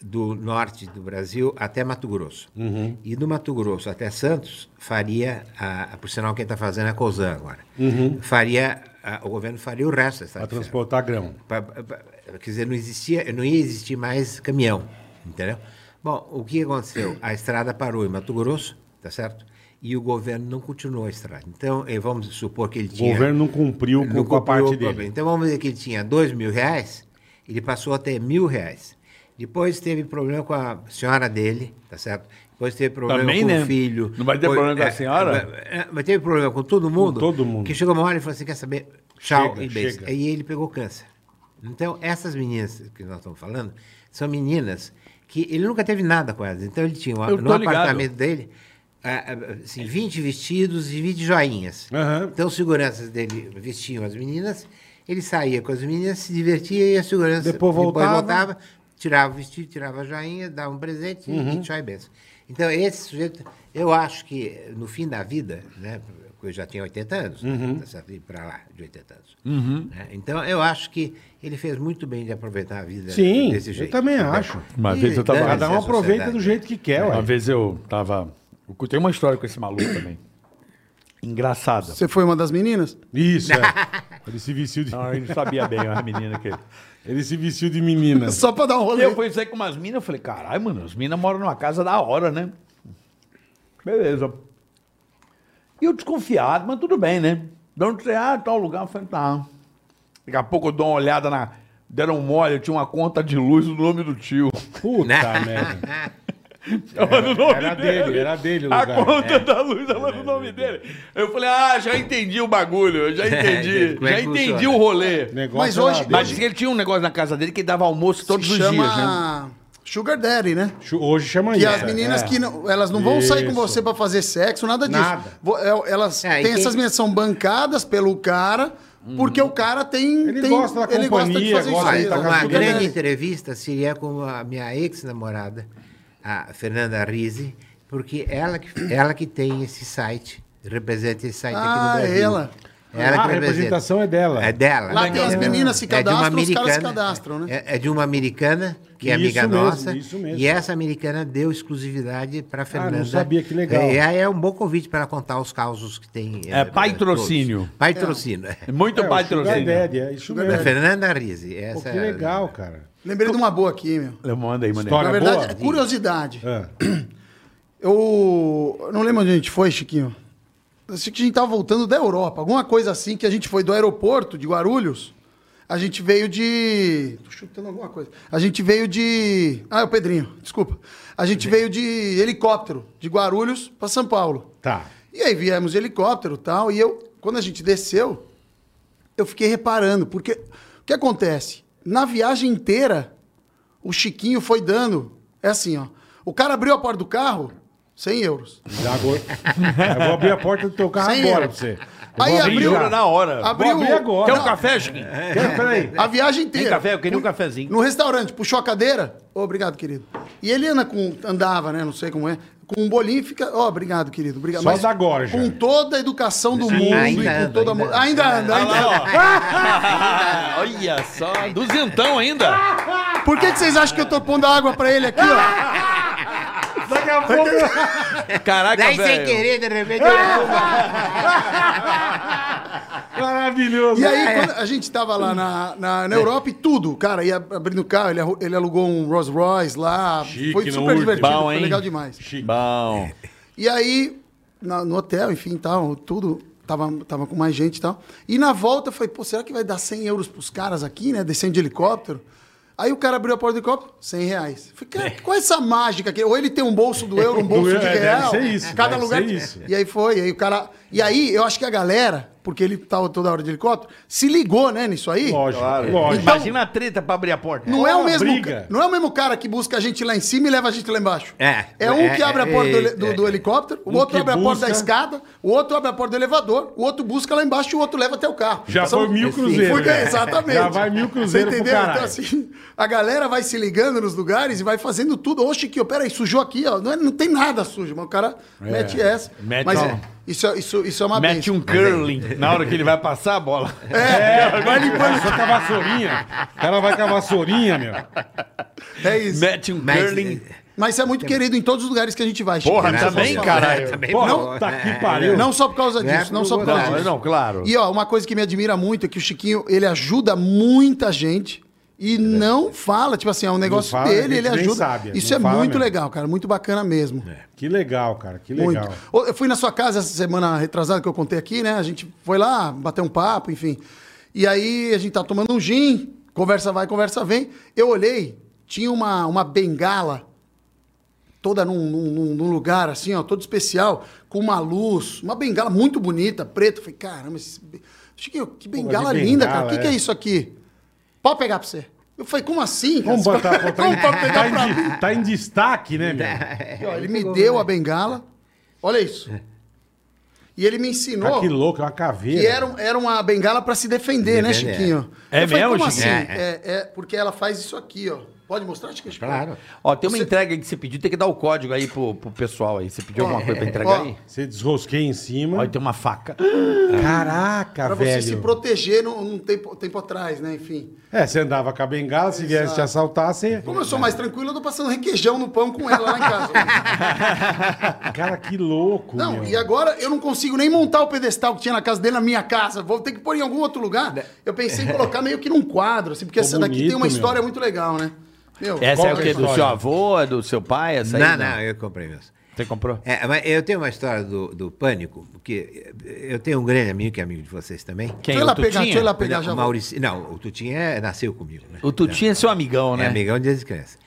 Speaker 5: do norte do Brasil até Mato Grosso.
Speaker 3: Uhum.
Speaker 5: E do Mato Grosso até Santos faria, a, a- por sinal quem está fazendo é a Cosan agora,
Speaker 3: Uhum.
Speaker 5: faria, a- o governo faria o resto da estrada
Speaker 3: Pra
Speaker 5: de ferro
Speaker 3: transportar grão.
Speaker 5: pra- pra- pra- quer dizer, não existia, não ia existir mais caminhão, entendeu? Bom, o que aconteceu? A estrada parou em Mato Grosso, tá certo? E o governo não continuou a estrada. Então, eh, vamos supor que ele
Speaker 3: O
Speaker 5: tinha...
Speaker 3: governo não cumpriu com,
Speaker 5: não
Speaker 3: com a
Speaker 5: copiou
Speaker 3: parte
Speaker 5: o problema.
Speaker 3: dele.
Speaker 5: Então, vamos dizer que ele tinha dois mil reais, ele passou até mil reais. Depois teve problema com a senhora dele, tá certo? Depois teve problema
Speaker 6: Também,
Speaker 5: com
Speaker 6: né?
Speaker 5: o filho.
Speaker 6: Não vai ter
Speaker 5: Foi-
Speaker 6: problema com a
Speaker 5: eh,
Speaker 6: senhora?
Speaker 5: eh, Mas teve problema com todo mundo.
Speaker 3: todo mundo.
Speaker 5: Que chegou uma hora e falou assim, quer saber? Tchau
Speaker 3: Chega,
Speaker 5: e beijo.
Speaker 3: chega.
Speaker 5: E ele pegou câncer. Então, essas meninas que nós estamos falando, são meninas que ele nunca teve nada com elas. Então, ele tinha uma,
Speaker 6: Eu tô
Speaker 5: no
Speaker 6: ligado.
Speaker 5: apartamento dele ah, ah, assim, 20 vestidos e 20 joinhas.
Speaker 3: Aham.
Speaker 5: Então, os seguranças dele vestiam as meninas, ele saía com as meninas, se divertia e a segurança
Speaker 3: Depois voltava.
Speaker 5: voltava, tirava o vestido, tirava a joinha, dava um presente e-
Speaker 3: Uhum.
Speaker 5: e tchau e benção. Então, esse sujeito, eu acho que no fim da vida, né, porque eu já tinha 80 anos,
Speaker 3: Uhum.
Speaker 5: né, para lá de 80 anos. né, Então, eu acho que ele fez muito bem de aproveitar a vida
Speaker 3: Sim,
Speaker 5: desse
Speaker 3: eu
Speaker 5: jeito.
Speaker 3: também
Speaker 5: entendeu?
Speaker 3: acho.
Speaker 6: Uma
Speaker 5: E
Speaker 6: vez eu tava-
Speaker 5: dane-se
Speaker 3: Cada um
Speaker 5: a
Speaker 3: aproveita
Speaker 5: sociedade.
Speaker 3: do jeito que quer,
Speaker 6: é. Uma
Speaker 3: ué.
Speaker 6: vez eu tava. eu Tem uma história com esse maluco também. Engraçada.
Speaker 1: Você foi uma das meninas?
Speaker 3: Isso, é. Ele se vestiu de,
Speaker 6: Não, ele não sabia bem, as meninas que.
Speaker 3: ele se vestiu de menina.
Speaker 1: Só pra dar um rolê.
Speaker 6: Eu fui sair com umas minas, eu falei, caralho, mano, as minas moram numa casa da hora, né? Beleza. E eu desconfiado, mas tudo bem, né? De onde você, ah, tal lugar, eu falei, tá. Daqui a pouco eu dou uma olhada na. Deram um mole, eu tinha uma conta de luz no nome do tio.
Speaker 3: Puta merda.
Speaker 6: Tava no nome
Speaker 3: Era dele, era dele o
Speaker 6: A
Speaker 3: lugar. É.
Speaker 6: conta da luz tava no nome dele. Eu falei, ah, já entendi o bagulho, eu já entendi.
Speaker 5: Como é
Speaker 6: já
Speaker 5: que
Speaker 6: entendi
Speaker 5: funciona?
Speaker 6: o rolê.
Speaker 3: Negócio é
Speaker 1: Mas hoje-
Speaker 3: era dele.
Speaker 6: Mas diz que ele tinha um negócio na casa dele que ele dava almoço todos
Speaker 1: Se
Speaker 6: os
Speaker 1: chama
Speaker 6: dias, né?
Speaker 1: Sugar Daddy, né?
Speaker 3: Chu- Hoje chama
Speaker 1: Que
Speaker 3: isso.
Speaker 1: as
Speaker 3: é.
Speaker 1: meninas que não, elas não vão sair com
Speaker 3: Isso.
Speaker 1: você pra fazer sexo, nada disso.
Speaker 3: Nada.
Speaker 1: Vo- é- Elas
Speaker 5: É, e
Speaker 1: têm
Speaker 5: quem-
Speaker 1: essas meninas são bancadas pelo cara, porque o cara tem
Speaker 3: Ele
Speaker 1: tem-
Speaker 3: gosta da companhia, gosta
Speaker 1: aí,
Speaker 3: de tá
Speaker 1: ó.
Speaker 3: com as
Speaker 5: uma
Speaker 3: Cascudo
Speaker 5: grande
Speaker 3: também.
Speaker 5: entrevista seria com a minha ex-namorada, a Fernanda Rizzi, porque ela que, ela que tem esse site, representa esse site
Speaker 1: Ah,
Speaker 5: aqui no Brasil.
Speaker 1: ela.
Speaker 5: Ela que
Speaker 3: Ah, a
Speaker 5: representa.
Speaker 3: representação é dela.
Speaker 5: É dela.
Speaker 1: Lá tem as meninas se
Speaker 5: É de uma
Speaker 1: cadastram, os caras se
Speaker 5: americana-
Speaker 1: cadastram, né?
Speaker 5: É, é de uma americana, que é
Speaker 3: Isso
Speaker 5: amiga
Speaker 3: mesmo,
Speaker 5: nossa.
Speaker 3: isso mesmo. Ah,
Speaker 5: E essa americana deu exclusividade para Fernanda.
Speaker 3: não sabia, que legal.
Speaker 5: E aí é um bom convite para contar os causos que tem.
Speaker 6: É,
Speaker 5: eh,
Speaker 6: patrocínio.
Speaker 5: todos. Patrocínio. é.
Speaker 6: Muito
Speaker 3: É, o Sugar
Speaker 6: patrocínio.
Speaker 3: Daddy, é isso
Speaker 5: Da
Speaker 3: mesmo.
Speaker 5: Fernanda Rizzi. Essa
Speaker 3: Pô,
Speaker 5: é
Speaker 3: que
Speaker 5: a-
Speaker 3: legal, cara.
Speaker 1: Lembrei de uma boa aqui, meu.
Speaker 6: Manda aí, mano.
Speaker 3: História
Speaker 1: Na verdade,
Speaker 3: boa?
Speaker 1: é curiosidade.
Speaker 3: Ah,
Speaker 1: Eu eu não lembro onde a gente foi, Chiquinho. Acho que a gente tava voltando da Europa, alguma coisa assim que a gente foi do aeroporto de Guarulhos. A gente veio de. Tô chutando alguma coisa. A gente veio de. Ah, é o Pedrinho, desculpa. A gente veio de helicóptero de Guarulhos para São Paulo.
Speaker 3: tá.
Speaker 1: E aí viemos de helicóptero e tal. E eu, quando a gente desceu, eu fiquei reparando, porque o que acontece? Na viagem inteira, o Chiquinho foi dando. É assim, ó. O cara abriu a porta do carro, 100 euros.
Speaker 3: Já agora- Eu vou abrir a porta do teu carro
Speaker 1: Sem
Speaker 3: agora
Speaker 1: erro.
Speaker 3: pra você. Eu
Speaker 1: Aí
Speaker 3: vou abrir
Speaker 1: abriu.
Speaker 3: já.
Speaker 6: na hora.
Speaker 1: Abriu.
Speaker 3: Vou abrir agora.
Speaker 6: Quer um
Speaker 1: Não,
Speaker 6: café, Chiquinho?
Speaker 3: Quer- Peraí.
Speaker 1: A viagem
Speaker 6: Tem
Speaker 1: inteira.
Speaker 6: É. café? Eu queria um cafezinho.
Speaker 1: No restaurante, puxou a cadeira. Ô, obrigado, querido. E ele anda com. Andava, né? Não sei como é. Com um bolinho e fica. Ó, obrigado, querido. Obrigado.
Speaker 3: Só da agora, já.
Speaker 1: Com toda a educação do
Speaker 5: Sim,
Speaker 1: mundo
Speaker 5: ainda
Speaker 1: e com
Speaker 5: anda,
Speaker 1: toda a. mo-
Speaker 5: ainda
Speaker 1: Ainda anda, ainda anda.
Speaker 6: Ah, Olha só, duzentão ainda.
Speaker 1: Por que, que vocês acham que eu tô pondo água pra ele aqui, ó?
Speaker 6: Caraca,
Speaker 5: Daí sem
Speaker 6: velho.
Speaker 5: querer, de repente. eu-
Speaker 3: Maravilhoso.
Speaker 1: E aí, quando a gente tava lá na, na, na Europa e tudo, cara, ia abrindo o carro, ele, arru- ele alugou um Rolls Royce lá.
Speaker 3: Chique,
Speaker 1: foi
Speaker 3: não
Speaker 1: super
Speaker 3: urge.
Speaker 1: divertido,
Speaker 6: Bom,
Speaker 1: foi
Speaker 6: hein?
Speaker 1: legal demais.
Speaker 3: Chique.
Speaker 6: Bom.
Speaker 1: E aí, na- no hotel, enfim, tal, tudo. Tava, tava com mais gente e tal. E na volta eu falei, pô, será que vai dar 100 euros pros caras aqui, né? Descendo de helicóptero. Aí o cara abriu a porta do helicóptero, 100 reais. Eu Falei, cara, qual é essa mágica? Que... Ou ele tem um bolso do euro, um bolso
Speaker 3: Do-
Speaker 1: de
Speaker 3: é, deve
Speaker 1: real.
Speaker 3: ser isso,
Speaker 1: cada
Speaker 3: deve
Speaker 1: lugar.
Speaker 3: ser isso.
Speaker 1: E aí foi, e aí o cara. E aí, eu acho que a galera, porque ele tava toda hora de helicóptero, se ligou, né, nisso aí. Então,
Speaker 3: Lógico,
Speaker 4: Então,
Speaker 3: lógico.
Speaker 6: Imagina a treta pra abrir a porta.
Speaker 1: Não é,
Speaker 3: Ó,
Speaker 1: o mesmo,
Speaker 3: briga.
Speaker 1: não é o mesmo cara que busca a gente lá em cima e leva a gente lá embaixo.
Speaker 5: É.
Speaker 1: é um que
Speaker 5: É,
Speaker 1: abre a porta do, ele-
Speaker 5: é,
Speaker 1: do-
Speaker 5: é.
Speaker 1: do helicóptero, o
Speaker 3: Um
Speaker 1: outro
Speaker 3: que
Speaker 1: abre a porta
Speaker 3: busca.
Speaker 1: da escada, o outro abre a porta do elevador, o outro busca lá embaixo e o outro leva até o carro.
Speaker 3: Já foi mil cruzeiros.
Speaker 1: Foi-
Speaker 3: né?
Speaker 1: exatamente.
Speaker 3: Já vai mil cruzeiros
Speaker 1: Você
Speaker 3: pro
Speaker 1: entendeu?
Speaker 3: caralho.
Speaker 1: Então, assim, a galera vai se ligando nos lugares e vai fazendo tudo. Ô, Chiquinho, peraí, sujou aqui, ó. Não, é- não tem nada sujo, mas o cara
Speaker 3: É.
Speaker 1: mete essa.
Speaker 6: Mete
Speaker 1: mas
Speaker 6: um-
Speaker 1: é, isso, é- isso, isso é uma
Speaker 6: Mete
Speaker 1: benção.
Speaker 6: um curling na hora que ele vai passar a bola.
Speaker 1: É, vai
Speaker 3: Vai
Speaker 1: limpando.
Speaker 3: só com a vassourinha. O cara vai com a vassourinha, meu.
Speaker 1: É isso.
Speaker 6: Mete um
Speaker 5: Mas,
Speaker 6: curling.
Speaker 5: eh,
Speaker 1: Mas você é muito querido em todos os lugares que a gente vai, Chiquinho.
Speaker 6: Porra,
Speaker 3: né?
Speaker 1: Graças
Speaker 6: também,
Speaker 1: a Deus.
Speaker 6: caralho.
Speaker 5: Também
Speaker 3: Pô,
Speaker 5: não.
Speaker 3: tá que pariu.
Speaker 1: Não só por causa
Speaker 3: Né?
Speaker 5: Não é
Speaker 1: disso, não só por
Speaker 5: por
Speaker 1: causa
Speaker 5: nada.
Speaker 1: disso.
Speaker 6: Não, claro.
Speaker 1: E ó, uma coisa que me admira muito é que o Chiquinho, ele ajuda muita gente e não fala, tipo assim, é um negócio
Speaker 3: é fala, a gente
Speaker 1: dele, ele
Speaker 3: nem
Speaker 1: ajuda.
Speaker 3: sabe,
Speaker 1: Isso
Speaker 3: não
Speaker 1: é
Speaker 3: fala
Speaker 1: muito
Speaker 3: mesmo. É.
Speaker 1: legal, cara, muito bacana mesmo.
Speaker 3: Que legal, cara. Que
Speaker 1: Muito.
Speaker 3: legal.
Speaker 1: Ô, Eu fui na sua casa essa semana retrasada que eu contei aqui, né? A gente foi lá, bateu um papo, enfim. E aí a gente tá tomando um gin, conversa vai, conversa vem. Eu olhei, tinha uma, uma bengala toda num, num- num- num lugar assim, ó, todo especial, com uma luz, uma bengala muito bonita, preta. Eu Falei, caramba, esse... be- Chiquinho, que bengala
Speaker 3: de
Speaker 1: linda,
Speaker 3: bengala,
Speaker 1: cara. O que,
Speaker 3: é.
Speaker 1: que é isso aqui? Pode pegar pra você. Eu falei, como assim? cara?
Speaker 3: Vamos botar pô, tá,
Speaker 1: Como
Speaker 3: em,
Speaker 1: pode
Speaker 3: tá,
Speaker 1: pegar um pra
Speaker 3: em,
Speaker 1: mim?
Speaker 3: de- tá em destaque, né, meu?
Speaker 1: Aqui, ó, É, ele me deu a bengala. Olha isso. E ele me ensinou
Speaker 3: Tá que
Speaker 1: que,
Speaker 3: louco, é uma caveira.
Speaker 1: era, um- era uma bengala para se defender, né,
Speaker 5: Defender.
Speaker 1: Chiquinho?
Speaker 6: É
Speaker 1: Eu falei,
Speaker 6: mesmo,
Speaker 1: como
Speaker 6: Chiquinho?
Speaker 1: assim? É, é porque ela faz isso aqui, ó. Pode mostrar? Acho que acho que é
Speaker 5: Claro.
Speaker 4: Ó, tem uma entrega aí que você pediu, tem que dar o código aí pro, pro pessoal aí. Você pediu alguma coisa pra entregar
Speaker 1: Ó.
Speaker 4: aí?
Speaker 3: Você desrosqueia em cima.
Speaker 4: Ó, e tem uma faca.
Speaker 3: Caraca,
Speaker 1: Pra
Speaker 3: Tá velho.
Speaker 1: você se proteger num, num tempo, tempo atrás, né? Enfim.
Speaker 3: É, você andava com a bengala, se viesse te assaltar, você...
Speaker 1: Como eu sou mais tranquilo, eu tô passando requeijão no pão com ela lá em casa.
Speaker 3: Ah, Cara, que louco,
Speaker 1: Não,
Speaker 3: meu.
Speaker 1: e agora eu não consigo nem montar o pedestal que tinha na casa dele, na minha casa. Vou ter que pôr em algum outro lugar. Eu pensei em colocar meio que num quadro, assim, porque
Speaker 3: Pô,
Speaker 1: essa daqui
Speaker 3: bonito,
Speaker 1: tem uma
Speaker 3: meu.
Speaker 1: história muito legal, né? Meu,
Speaker 4: Essa
Speaker 3: Qual
Speaker 4: é o
Speaker 3: que é
Speaker 4: quê?
Speaker 3: a
Speaker 4: Do seu
Speaker 3: história?
Speaker 4: avô, do seu pai? Essa aí?
Speaker 5: Não, não, eu comprei mesmo.
Speaker 4: Você comprou?
Speaker 5: É, mas eu tenho uma história do, do pânico, porque eu tenho um grande amigo que é amigo de vocês também.
Speaker 4: Quem?
Speaker 1: Deixa eu lá
Speaker 4: O
Speaker 1: pegar,
Speaker 4: Tutinha?
Speaker 1: deixa eu lá pegar já.
Speaker 5: o
Speaker 1: vou.
Speaker 5: Maurici... Não, o Tutinha é- nasceu comigo, né?
Speaker 4: O Tutinho é seu amigão,
Speaker 5: É
Speaker 4: né?
Speaker 5: amigão desde criança.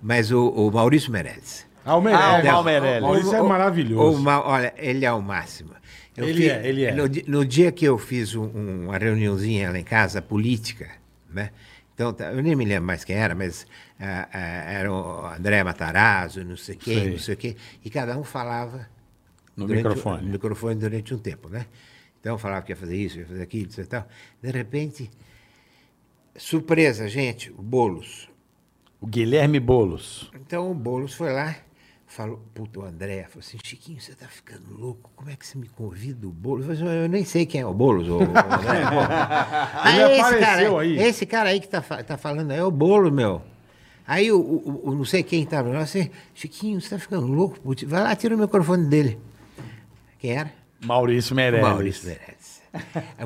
Speaker 5: Mas o, o Maurício Meirelles.
Speaker 3: Ah, o Meirelles.
Speaker 4: Ah, o Mal
Speaker 3: O
Speaker 4: Meirelles.
Speaker 3: Maurício é
Speaker 5: O- o-
Speaker 3: maravilhoso.
Speaker 5: o Ma- Olha, ele é o máximo.
Speaker 3: Ele é, ele é.
Speaker 5: No, di- no dia que eu fiz um- um- uma reuniãozinha lá em casa, política, né? Então, tá- eu nem me lembro mais quem era, mas ah, ah, era o André Matarazzo, não sei quem,
Speaker 3: Sei.
Speaker 5: não sei quem. E cada um falava...
Speaker 3: No
Speaker 5: durante-
Speaker 3: microfone.
Speaker 5: no microfone durante um tempo, né? Então, falava que ia fazer isso, ia fazer aquilo, isso e tal. De repente, surpresa, gente, o Boulos...
Speaker 6: O Guilherme Boulos.
Speaker 5: Então o Boulos foi lá, falou, puta, o André, falou assim, Chiquinho, você tá ficando louco, como é que você me convida o Boulos? Eu, falei assim, eu nem sei quem é o Boulos, o, o André. Ah,
Speaker 3: Ele
Speaker 5: esse
Speaker 3: apareceu
Speaker 5: cara,
Speaker 3: aí.
Speaker 5: aí. Esse cara aí que tá, fa- tá falando aí é o Boulos, meu. Aí o, o- o não sei quem tava lá, assim, Chiquinho, você tá ficando louco, putz, vai lá, tira o microfone dele. Quem era?
Speaker 6: Maurício Meirelles.
Speaker 5: Maurício Meirelles.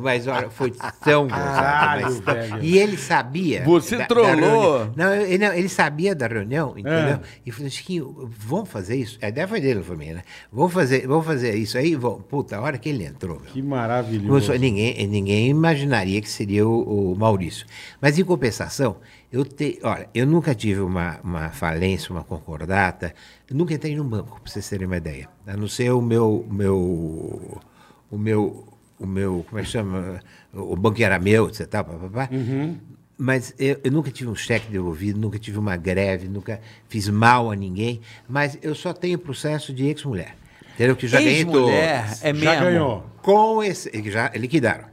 Speaker 5: Mas olha, foi tão gozado.
Speaker 3: Caralho,
Speaker 5: mas tão-
Speaker 3: velho.
Speaker 5: E ele sabia.
Speaker 4: Você trollou.
Speaker 5: reunião. não, ele, não, ele sabia da reunião, entendeu? E falou, Chiquinho, vamos fazer isso. A ideia foi dele, foi minha, né? Vamos fazer, vamos fazer isso aí. Vamos. Puta, a hora que ele entrou, meu.
Speaker 3: Que
Speaker 5: Começou- é
Speaker 3: maravilhoso.
Speaker 4: né?
Speaker 5: ninguém, ninguém imaginaria que seria o, o Maurício. Mas, em compensação, eu te, olha, eu nunca tive uma, uma falência, uma concordata, eu nunca entrei num banco, para vocês terem uma ideia. A não ser o meu. meu o meu. O meu. Como é que chama? O banco que era meu, etc. Pá, pá, pá.
Speaker 4: Uhum.
Speaker 5: Mas eu, eu nunca tive um cheque devolvido, nunca tive uma greve, nunca fiz mal a ninguém. Mas eu só tenho processo de ex-mulher. Entendeu? Que eu já ganhei todos.
Speaker 4: Ex-mulher, é mesmo.
Speaker 3: Já ganhou.
Speaker 5: Com esse, que já liquidaram.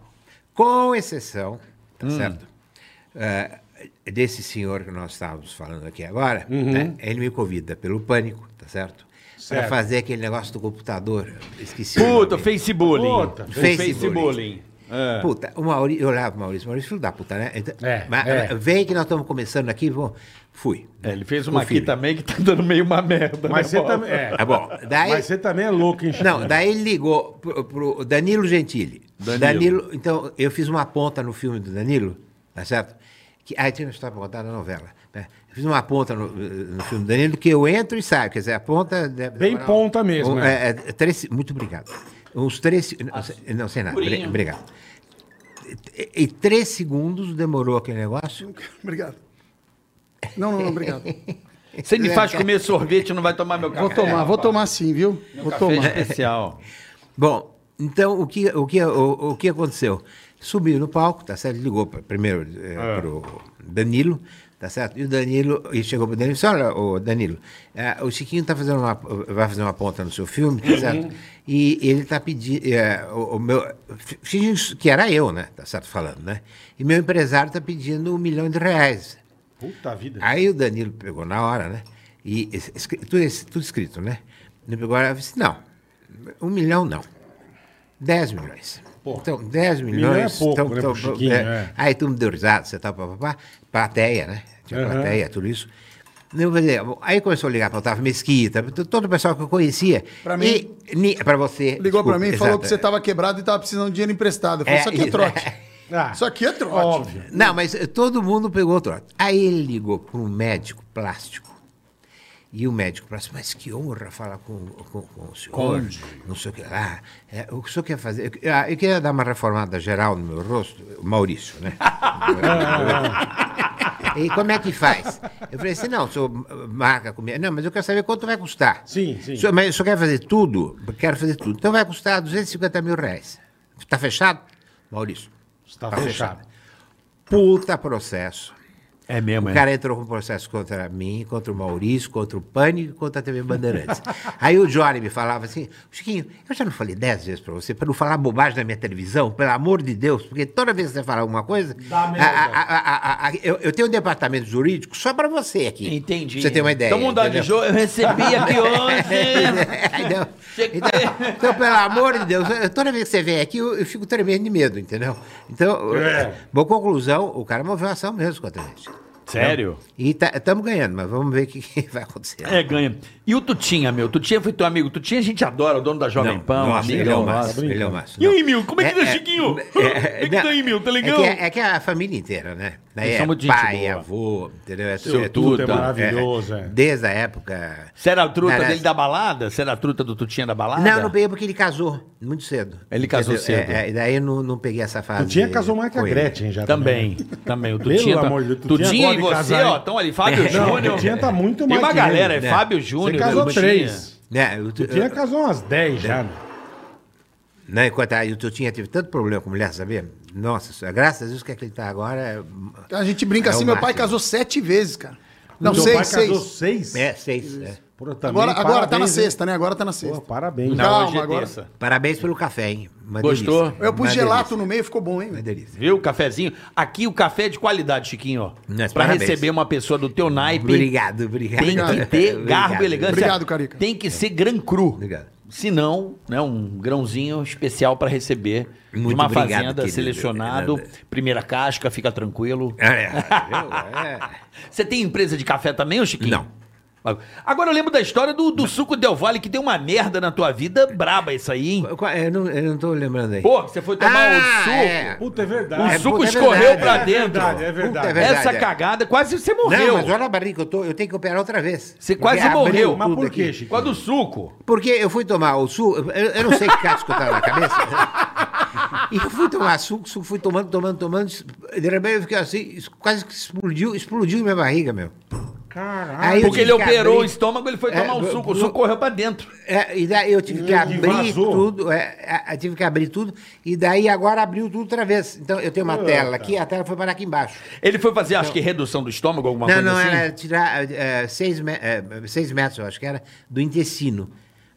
Speaker 5: Com exceção, tá
Speaker 3: Hum.
Speaker 5: certo? Eh, desse senhor que nós estávamos falando aqui agora, né, ele me convida pelo pânico, tá certo? Para
Speaker 3: Uhum. Certo.
Speaker 5: fazer aquele negócio do computador. eu Esqueci.
Speaker 4: Puta,
Speaker 5: o nome.
Speaker 4: Facebook.
Speaker 3: Puta,
Speaker 5: Fez
Speaker 3: Facebook. É.
Speaker 5: Puta, o Maurício, eu olhava o Maurício, Maurício, filho da puta, né? Então,
Speaker 3: É,
Speaker 5: mas,
Speaker 3: é.
Speaker 5: Vem que nós estamos começando aqui, bom, fui.
Speaker 6: É, ele fez
Speaker 5: Com
Speaker 6: uma aqui
Speaker 5: filho.
Speaker 6: também que tá dando meio uma merda.
Speaker 3: Mas
Speaker 6: né,
Speaker 3: você
Speaker 6: Paulo?
Speaker 3: também... é.
Speaker 5: Tá bom. Daí,
Speaker 3: Mas você também é louco, hein, Chiquinho?
Speaker 5: Não, daí ele ligou pro, pro Danilo Gentili.
Speaker 6: Danilo.
Speaker 5: Danilo. Então, eu fiz uma ponta no filme do Danilo, tá certo? Que, aí tem uma história pra contar na novela. né? Eu fiz uma ponta no, no filme do Danilo que eu entro e saio. Quer dizer, a ponta. né,
Speaker 3: Bem
Speaker 5: moral.
Speaker 3: ponta mesmo,
Speaker 5: Um,
Speaker 3: é.
Speaker 5: é, é, três, muito obrigado. Uns três. Não, sei- não sei nada. obri- Obrigado. E, e três segundos demorou aquele negócio.
Speaker 1: Obrigado. Não, não, não, obrigado.
Speaker 4: Você me faz comer sorvete não vai tomar meu café.
Speaker 1: Vou tomar, vou tomar sim, viu? Vou
Speaker 4: Café
Speaker 5: é
Speaker 4: é
Speaker 1: tomar.
Speaker 4: especial.
Speaker 5: Bom, então o que, o que, o, o que aconteceu? Subiu no palco, tá certo? Ligou pra- primeiro eh, pro Danilo, tá certo? E o Danilo, e chegou pro Danilo e disse, olha, ô Danilo, eh, o Chiquinho tá fazendo uma, vai fazer uma ponta no seu filme, tá certo? E ele tá pedindo, o, o meu, fi- finge que era eu, né? Tá certo? Falando, né? E meu empresário tá pedindo um milhão de reais.
Speaker 3: Puta vida.
Speaker 5: Aí o Danilo pegou na hora, né? E es- escri- tudo, es- tudo escrito, né? Ele pegou e disse, não, um milhão não. 10 milhões.
Speaker 3: Pô,
Speaker 5: então, 10
Speaker 3: milhão é
Speaker 5: milhões.
Speaker 3: pouco,
Speaker 5: então,
Speaker 3: né,
Speaker 5: então,
Speaker 3: pro Chiquinho,
Speaker 5: é.
Speaker 3: é.
Speaker 5: Aí todo mundo deu risada, você tá, papapá, plateia, né? Tinha plateia, tudo isso. Não, quer dizer, aí começou a ligar para Otávio Mesquita, t- todo o pessoal que eu conhecia.
Speaker 1: Pra
Speaker 5: E
Speaker 1: mim.
Speaker 5: ni- pra você.
Speaker 1: Ligou pra
Speaker 5: desculpa,
Speaker 1: mim e falou
Speaker 5: exato.
Speaker 1: que você tava quebrado e tava precisando de dinheiro emprestado. Eu falei,
Speaker 5: É,
Speaker 1: isso aqui é
Speaker 5: isso.
Speaker 1: trote.
Speaker 3: Ah,
Speaker 1: Isso aqui é trote.
Speaker 3: Óbvio.
Speaker 5: Não, mas eh, todo mundo pegou o trote. Aí ele ligou para um médico plástico. E o médico falou assim, mas que honra falar com, com, com o senhor. Não sei o que lá. É, o que o senhor quer fazer? Eu, ah, eu queria dar uma reformada geral no meu rosto. Maurício, né? e como é que faz? Eu falei assim, não, o senhor marca comigo. Não, mas eu quero saber quanto vai custar.
Speaker 3: Sim, sim.
Speaker 5: O senhor- mas o senhor quer fazer tudo? Quero fazer tudo. Então vai custar 250 mil reais. Está fechado? Maurício.
Speaker 3: Está
Speaker 5: tá
Speaker 3: fechado.
Speaker 5: Puta processo.
Speaker 6: É mesmo,
Speaker 5: O
Speaker 6: é.
Speaker 5: cara entrou com um processo contra mim, contra o Maurício, contra o Pânico, e contra a TV Bandeirantes. Aí o Johnny me falava assim, Chiquinho, eu já não falei dez vezes pra você, pra não falar bobagem na minha televisão, pelo amor de Deus, porque toda vez que você falar alguma coisa, a- a- a- a- a- a- eu, eu tenho um departamento jurídico só pra você aqui. Pra
Speaker 4: Entendi.
Speaker 5: você ter uma ideia.
Speaker 4: Então mudar de
Speaker 5: entendeu?
Speaker 4: jogo, eu recebi aqui ontem.
Speaker 5: Entendeu?
Speaker 4: Chega-
Speaker 5: então, então, pelo amor de Deus, eu- toda vez que você vem aqui, eu, eu fico tremendo de medo, entendeu? Então,
Speaker 3: É.
Speaker 5: boa conclusão, o cara moveu a ação mesmo contra a gente.
Speaker 6: Sério?
Speaker 5: E estamos ganhando, mas vamos ver o que, que vai acontecer.
Speaker 4: É, ganha. E o Tutinha, meu? Tutinha foi teu amigo. Tutinha a gente adora, o dono da Jovem Pan.
Speaker 5: nossa,
Speaker 4: amigo.
Speaker 5: ele é o
Speaker 4: nosso.
Speaker 5: máximo, ele é o máximo.
Speaker 4: E aí,
Speaker 5: Não.
Speaker 4: meu, como é que tá, Chiquinho? Como é que
Speaker 5: não,
Speaker 4: tá aí, meu? Tá legal?
Speaker 5: É que, é- é que a família inteira, né? Daí
Speaker 4: Eles
Speaker 5: é
Speaker 4: são muito gente
Speaker 5: pai,
Speaker 4: boa.
Speaker 5: avô, entendeu? É
Speaker 3: Seu
Speaker 5: é
Speaker 3: Tuta é
Speaker 5: tudo.
Speaker 3: maravilhoso, é.
Speaker 5: Desde a época...
Speaker 4: Você era a truta
Speaker 5: Não,
Speaker 4: dele da balada? Você era a truta do Tutinha da balada?
Speaker 5: Não, não peguei porque ele casou muito cedo.
Speaker 4: Ele casou
Speaker 5: Entendeu?
Speaker 4: cedo.
Speaker 5: É, é, daí eu não, não peguei essa fase.
Speaker 3: Tu tinha casou mais que a
Speaker 5: com ele.
Speaker 3: Gretchen já. né?
Speaker 4: Também, também. O
Speaker 3: Pelo
Speaker 4: Tutinha. tá-
Speaker 3: amor de Deus,
Speaker 4: Tutinha,
Speaker 3: Tutinha
Speaker 4: e
Speaker 3: pode
Speaker 4: você,
Speaker 3: casar, hein?
Speaker 4: ó, estão ali. Fábio
Speaker 3: Não,
Speaker 4: Júnior.
Speaker 3: o Tutinha tá muito
Speaker 4: Tem
Speaker 3: mais
Speaker 4: uma
Speaker 3: que ele,
Speaker 4: galera, é
Speaker 5: né?
Speaker 4: Fábio
Speaker 3: Você
Speaker 4: Júnior.
Speaker 3: casou
Speaker 4: Tutinha.
Speaker 3: três.
Speaker 5: Né, eu,
Speaker 3: Tu tinha casou umas dez já. né?
Speaker 5: né, enquanto aí o Tutinha teve tanto problema com mulher, sabia? Nossa, senhora, graças a Deus que é que ele tá agora.
Speaker 1: A gente brinca
Speaker 5: É
Speaker 1: assim,
Speaker 5: o
Speaker 1: meu pai
Speaker 5: máximo.
Speaker 1: casou sete vezes, cara. Não,
Speaker 3: Teu
Speaker 1: seis,
Speaker 3: pai
Speaker 1: seis.
Speaker 3: casou seis?
Speaker 5: É, é seis. né?
Speaker 3: Pô, também,
Speaker 1: Agora, agora tá na
Speaker 3: parabéns, hein?
Speaker 1: sexta, né? Agora tá na
Speaker 3: Pô,
Speaker 1: sexta.
Speaker 3: parabéns.
Speaker 4: Não,
Speaker 1: Calma,
Speaker 4: hoje é
Speaker 1: agora.
Speaker 4: terça.
Speaker 5: Parabéns pelo café, hein? Uma
Speaker 4: Gostou?
Speaker 5: delícia.
Speaker 1: Eu pus
Speaker 5: Uma
Speaker 1: gelato
Speaker 5: delícia.
Speaker 1: no meio, ficou bom, hein?
Speaker 5: Uma delícia.
Speaker 4: Viu? Cafezinho. Aqui o café é de qualidade, Chiquinho. ó.
Speaker 5: Mas
Speaker 4: Pra
Speaker 5: parabéns.
Speaker 4: receber uma pessoa do teu naipe.
Speaker 5: Obrigado, obrigado.
Speaker 4: Tem que ter
Speaker 5: Obrigado.
Speaker 4: garbo e elegância.
Speaker 1: Obrigado, Carica.
Speaker 4: Tem que ser gran cru.
Speaker 5: Obrigado.
Speaker 4: Se não, né, um grãozinho especial para receber de
Speaker 5: Muito
Speaker 4: uma
Speaker 5: obrigado,
Speaker 4: fazenda
Speaker 5: querido.
Speaker 4: selecionado. Primeira casca, fica tranquilo.
Speaker 5: É, é, viu?
Speaker 4: Você tem empresa de café também, ô Chiquinho?
Speaker 5: Não.
Speaker 4: Agora eu lembro da história do, do suco Del Valle, que deu uma merda na tua vida braba isso aí, hein?
Speaker 5: É. Qual- Eu, não, eu não tô lembrando aí.
Speaker 4: Pô, você foi tomar o suco.
Speaker 5: é.
Speaker 3: Puta, é
Speaker 4: O
Speaker 3: verdade.
Speaker 4: suco
Speaker 5: puta, é
Speaker 4: escorreu
Speaker 5: verdade.
Speaker 4: pra
Speaker 3: É
Speaker 4: dentro.
Speaker 3: verdade, é verdade.
Speaker 5: é verdade,
Speaker 4: Essa
Speaker 5: é.
Speaker 4: cagada, quase você morreu.
Speaker 5: Não, mas olha a barriga, eu, tô, eu tenho que operar outra vez.
Speaker 4: Você
Speaker 5: Porque
Speaker 4: quase
Speaker 5: abriu
Speaker 4: morreu.
Speaker 3: Mas
Speaker 5: tudo
Speaker 3: por quê,
Speaker 5: aqui.
Speaker 3: Chico?
Speaker 4: Com a do suco.
Speaker 5: Porque eu fui tomar o suco, eu, eu não sei que casco eu tava na cabeça. E eu fui tomar suco, suco, fui tomando, tomando, tomando. De repente eu fiquei assim, isso quase que explodiu, explodiu minha barriga, meu.
Speaker 3: Caralho.
Speaker 5: Aí eu
Speaker 4: Porque
Speaker 5: tive
Speaker 4: ele
Speaker 5: que
Speaker 4: operou o
Speaker 5: abrir-
Speaker 4: estômago, ele foi
Speaker 5: É,
Speaker 4: tomar o
Speaker 5: eu-
Speaker 4: suco. O
Speaker 5: eu-
Speaker 4: suco correu pra dentro.
Speaker 5: É, e daí eu tive que
Speaker 3: Hum,
Speaker 5: abrir
Speaker 3: vazou.
Speaker 5: tudo, é, é, eu tive que abrir tudo, e daí agora abriu tudo outra vez. Então eu tenho uma
Speaker 3: Puta.
Speaker 5: tela aqui, a tela foi parar aqui embaixo.
Speaker 4: Ele foi fazer, acho que redução do estômago, alguma
Speaker 5: não,
Speaker 4: coisa
Speaker 5: não,
Speaker 4: assim.
Speaker 5: era tirar é, seis, me- é, seis metros, eu acho que era, do intestino.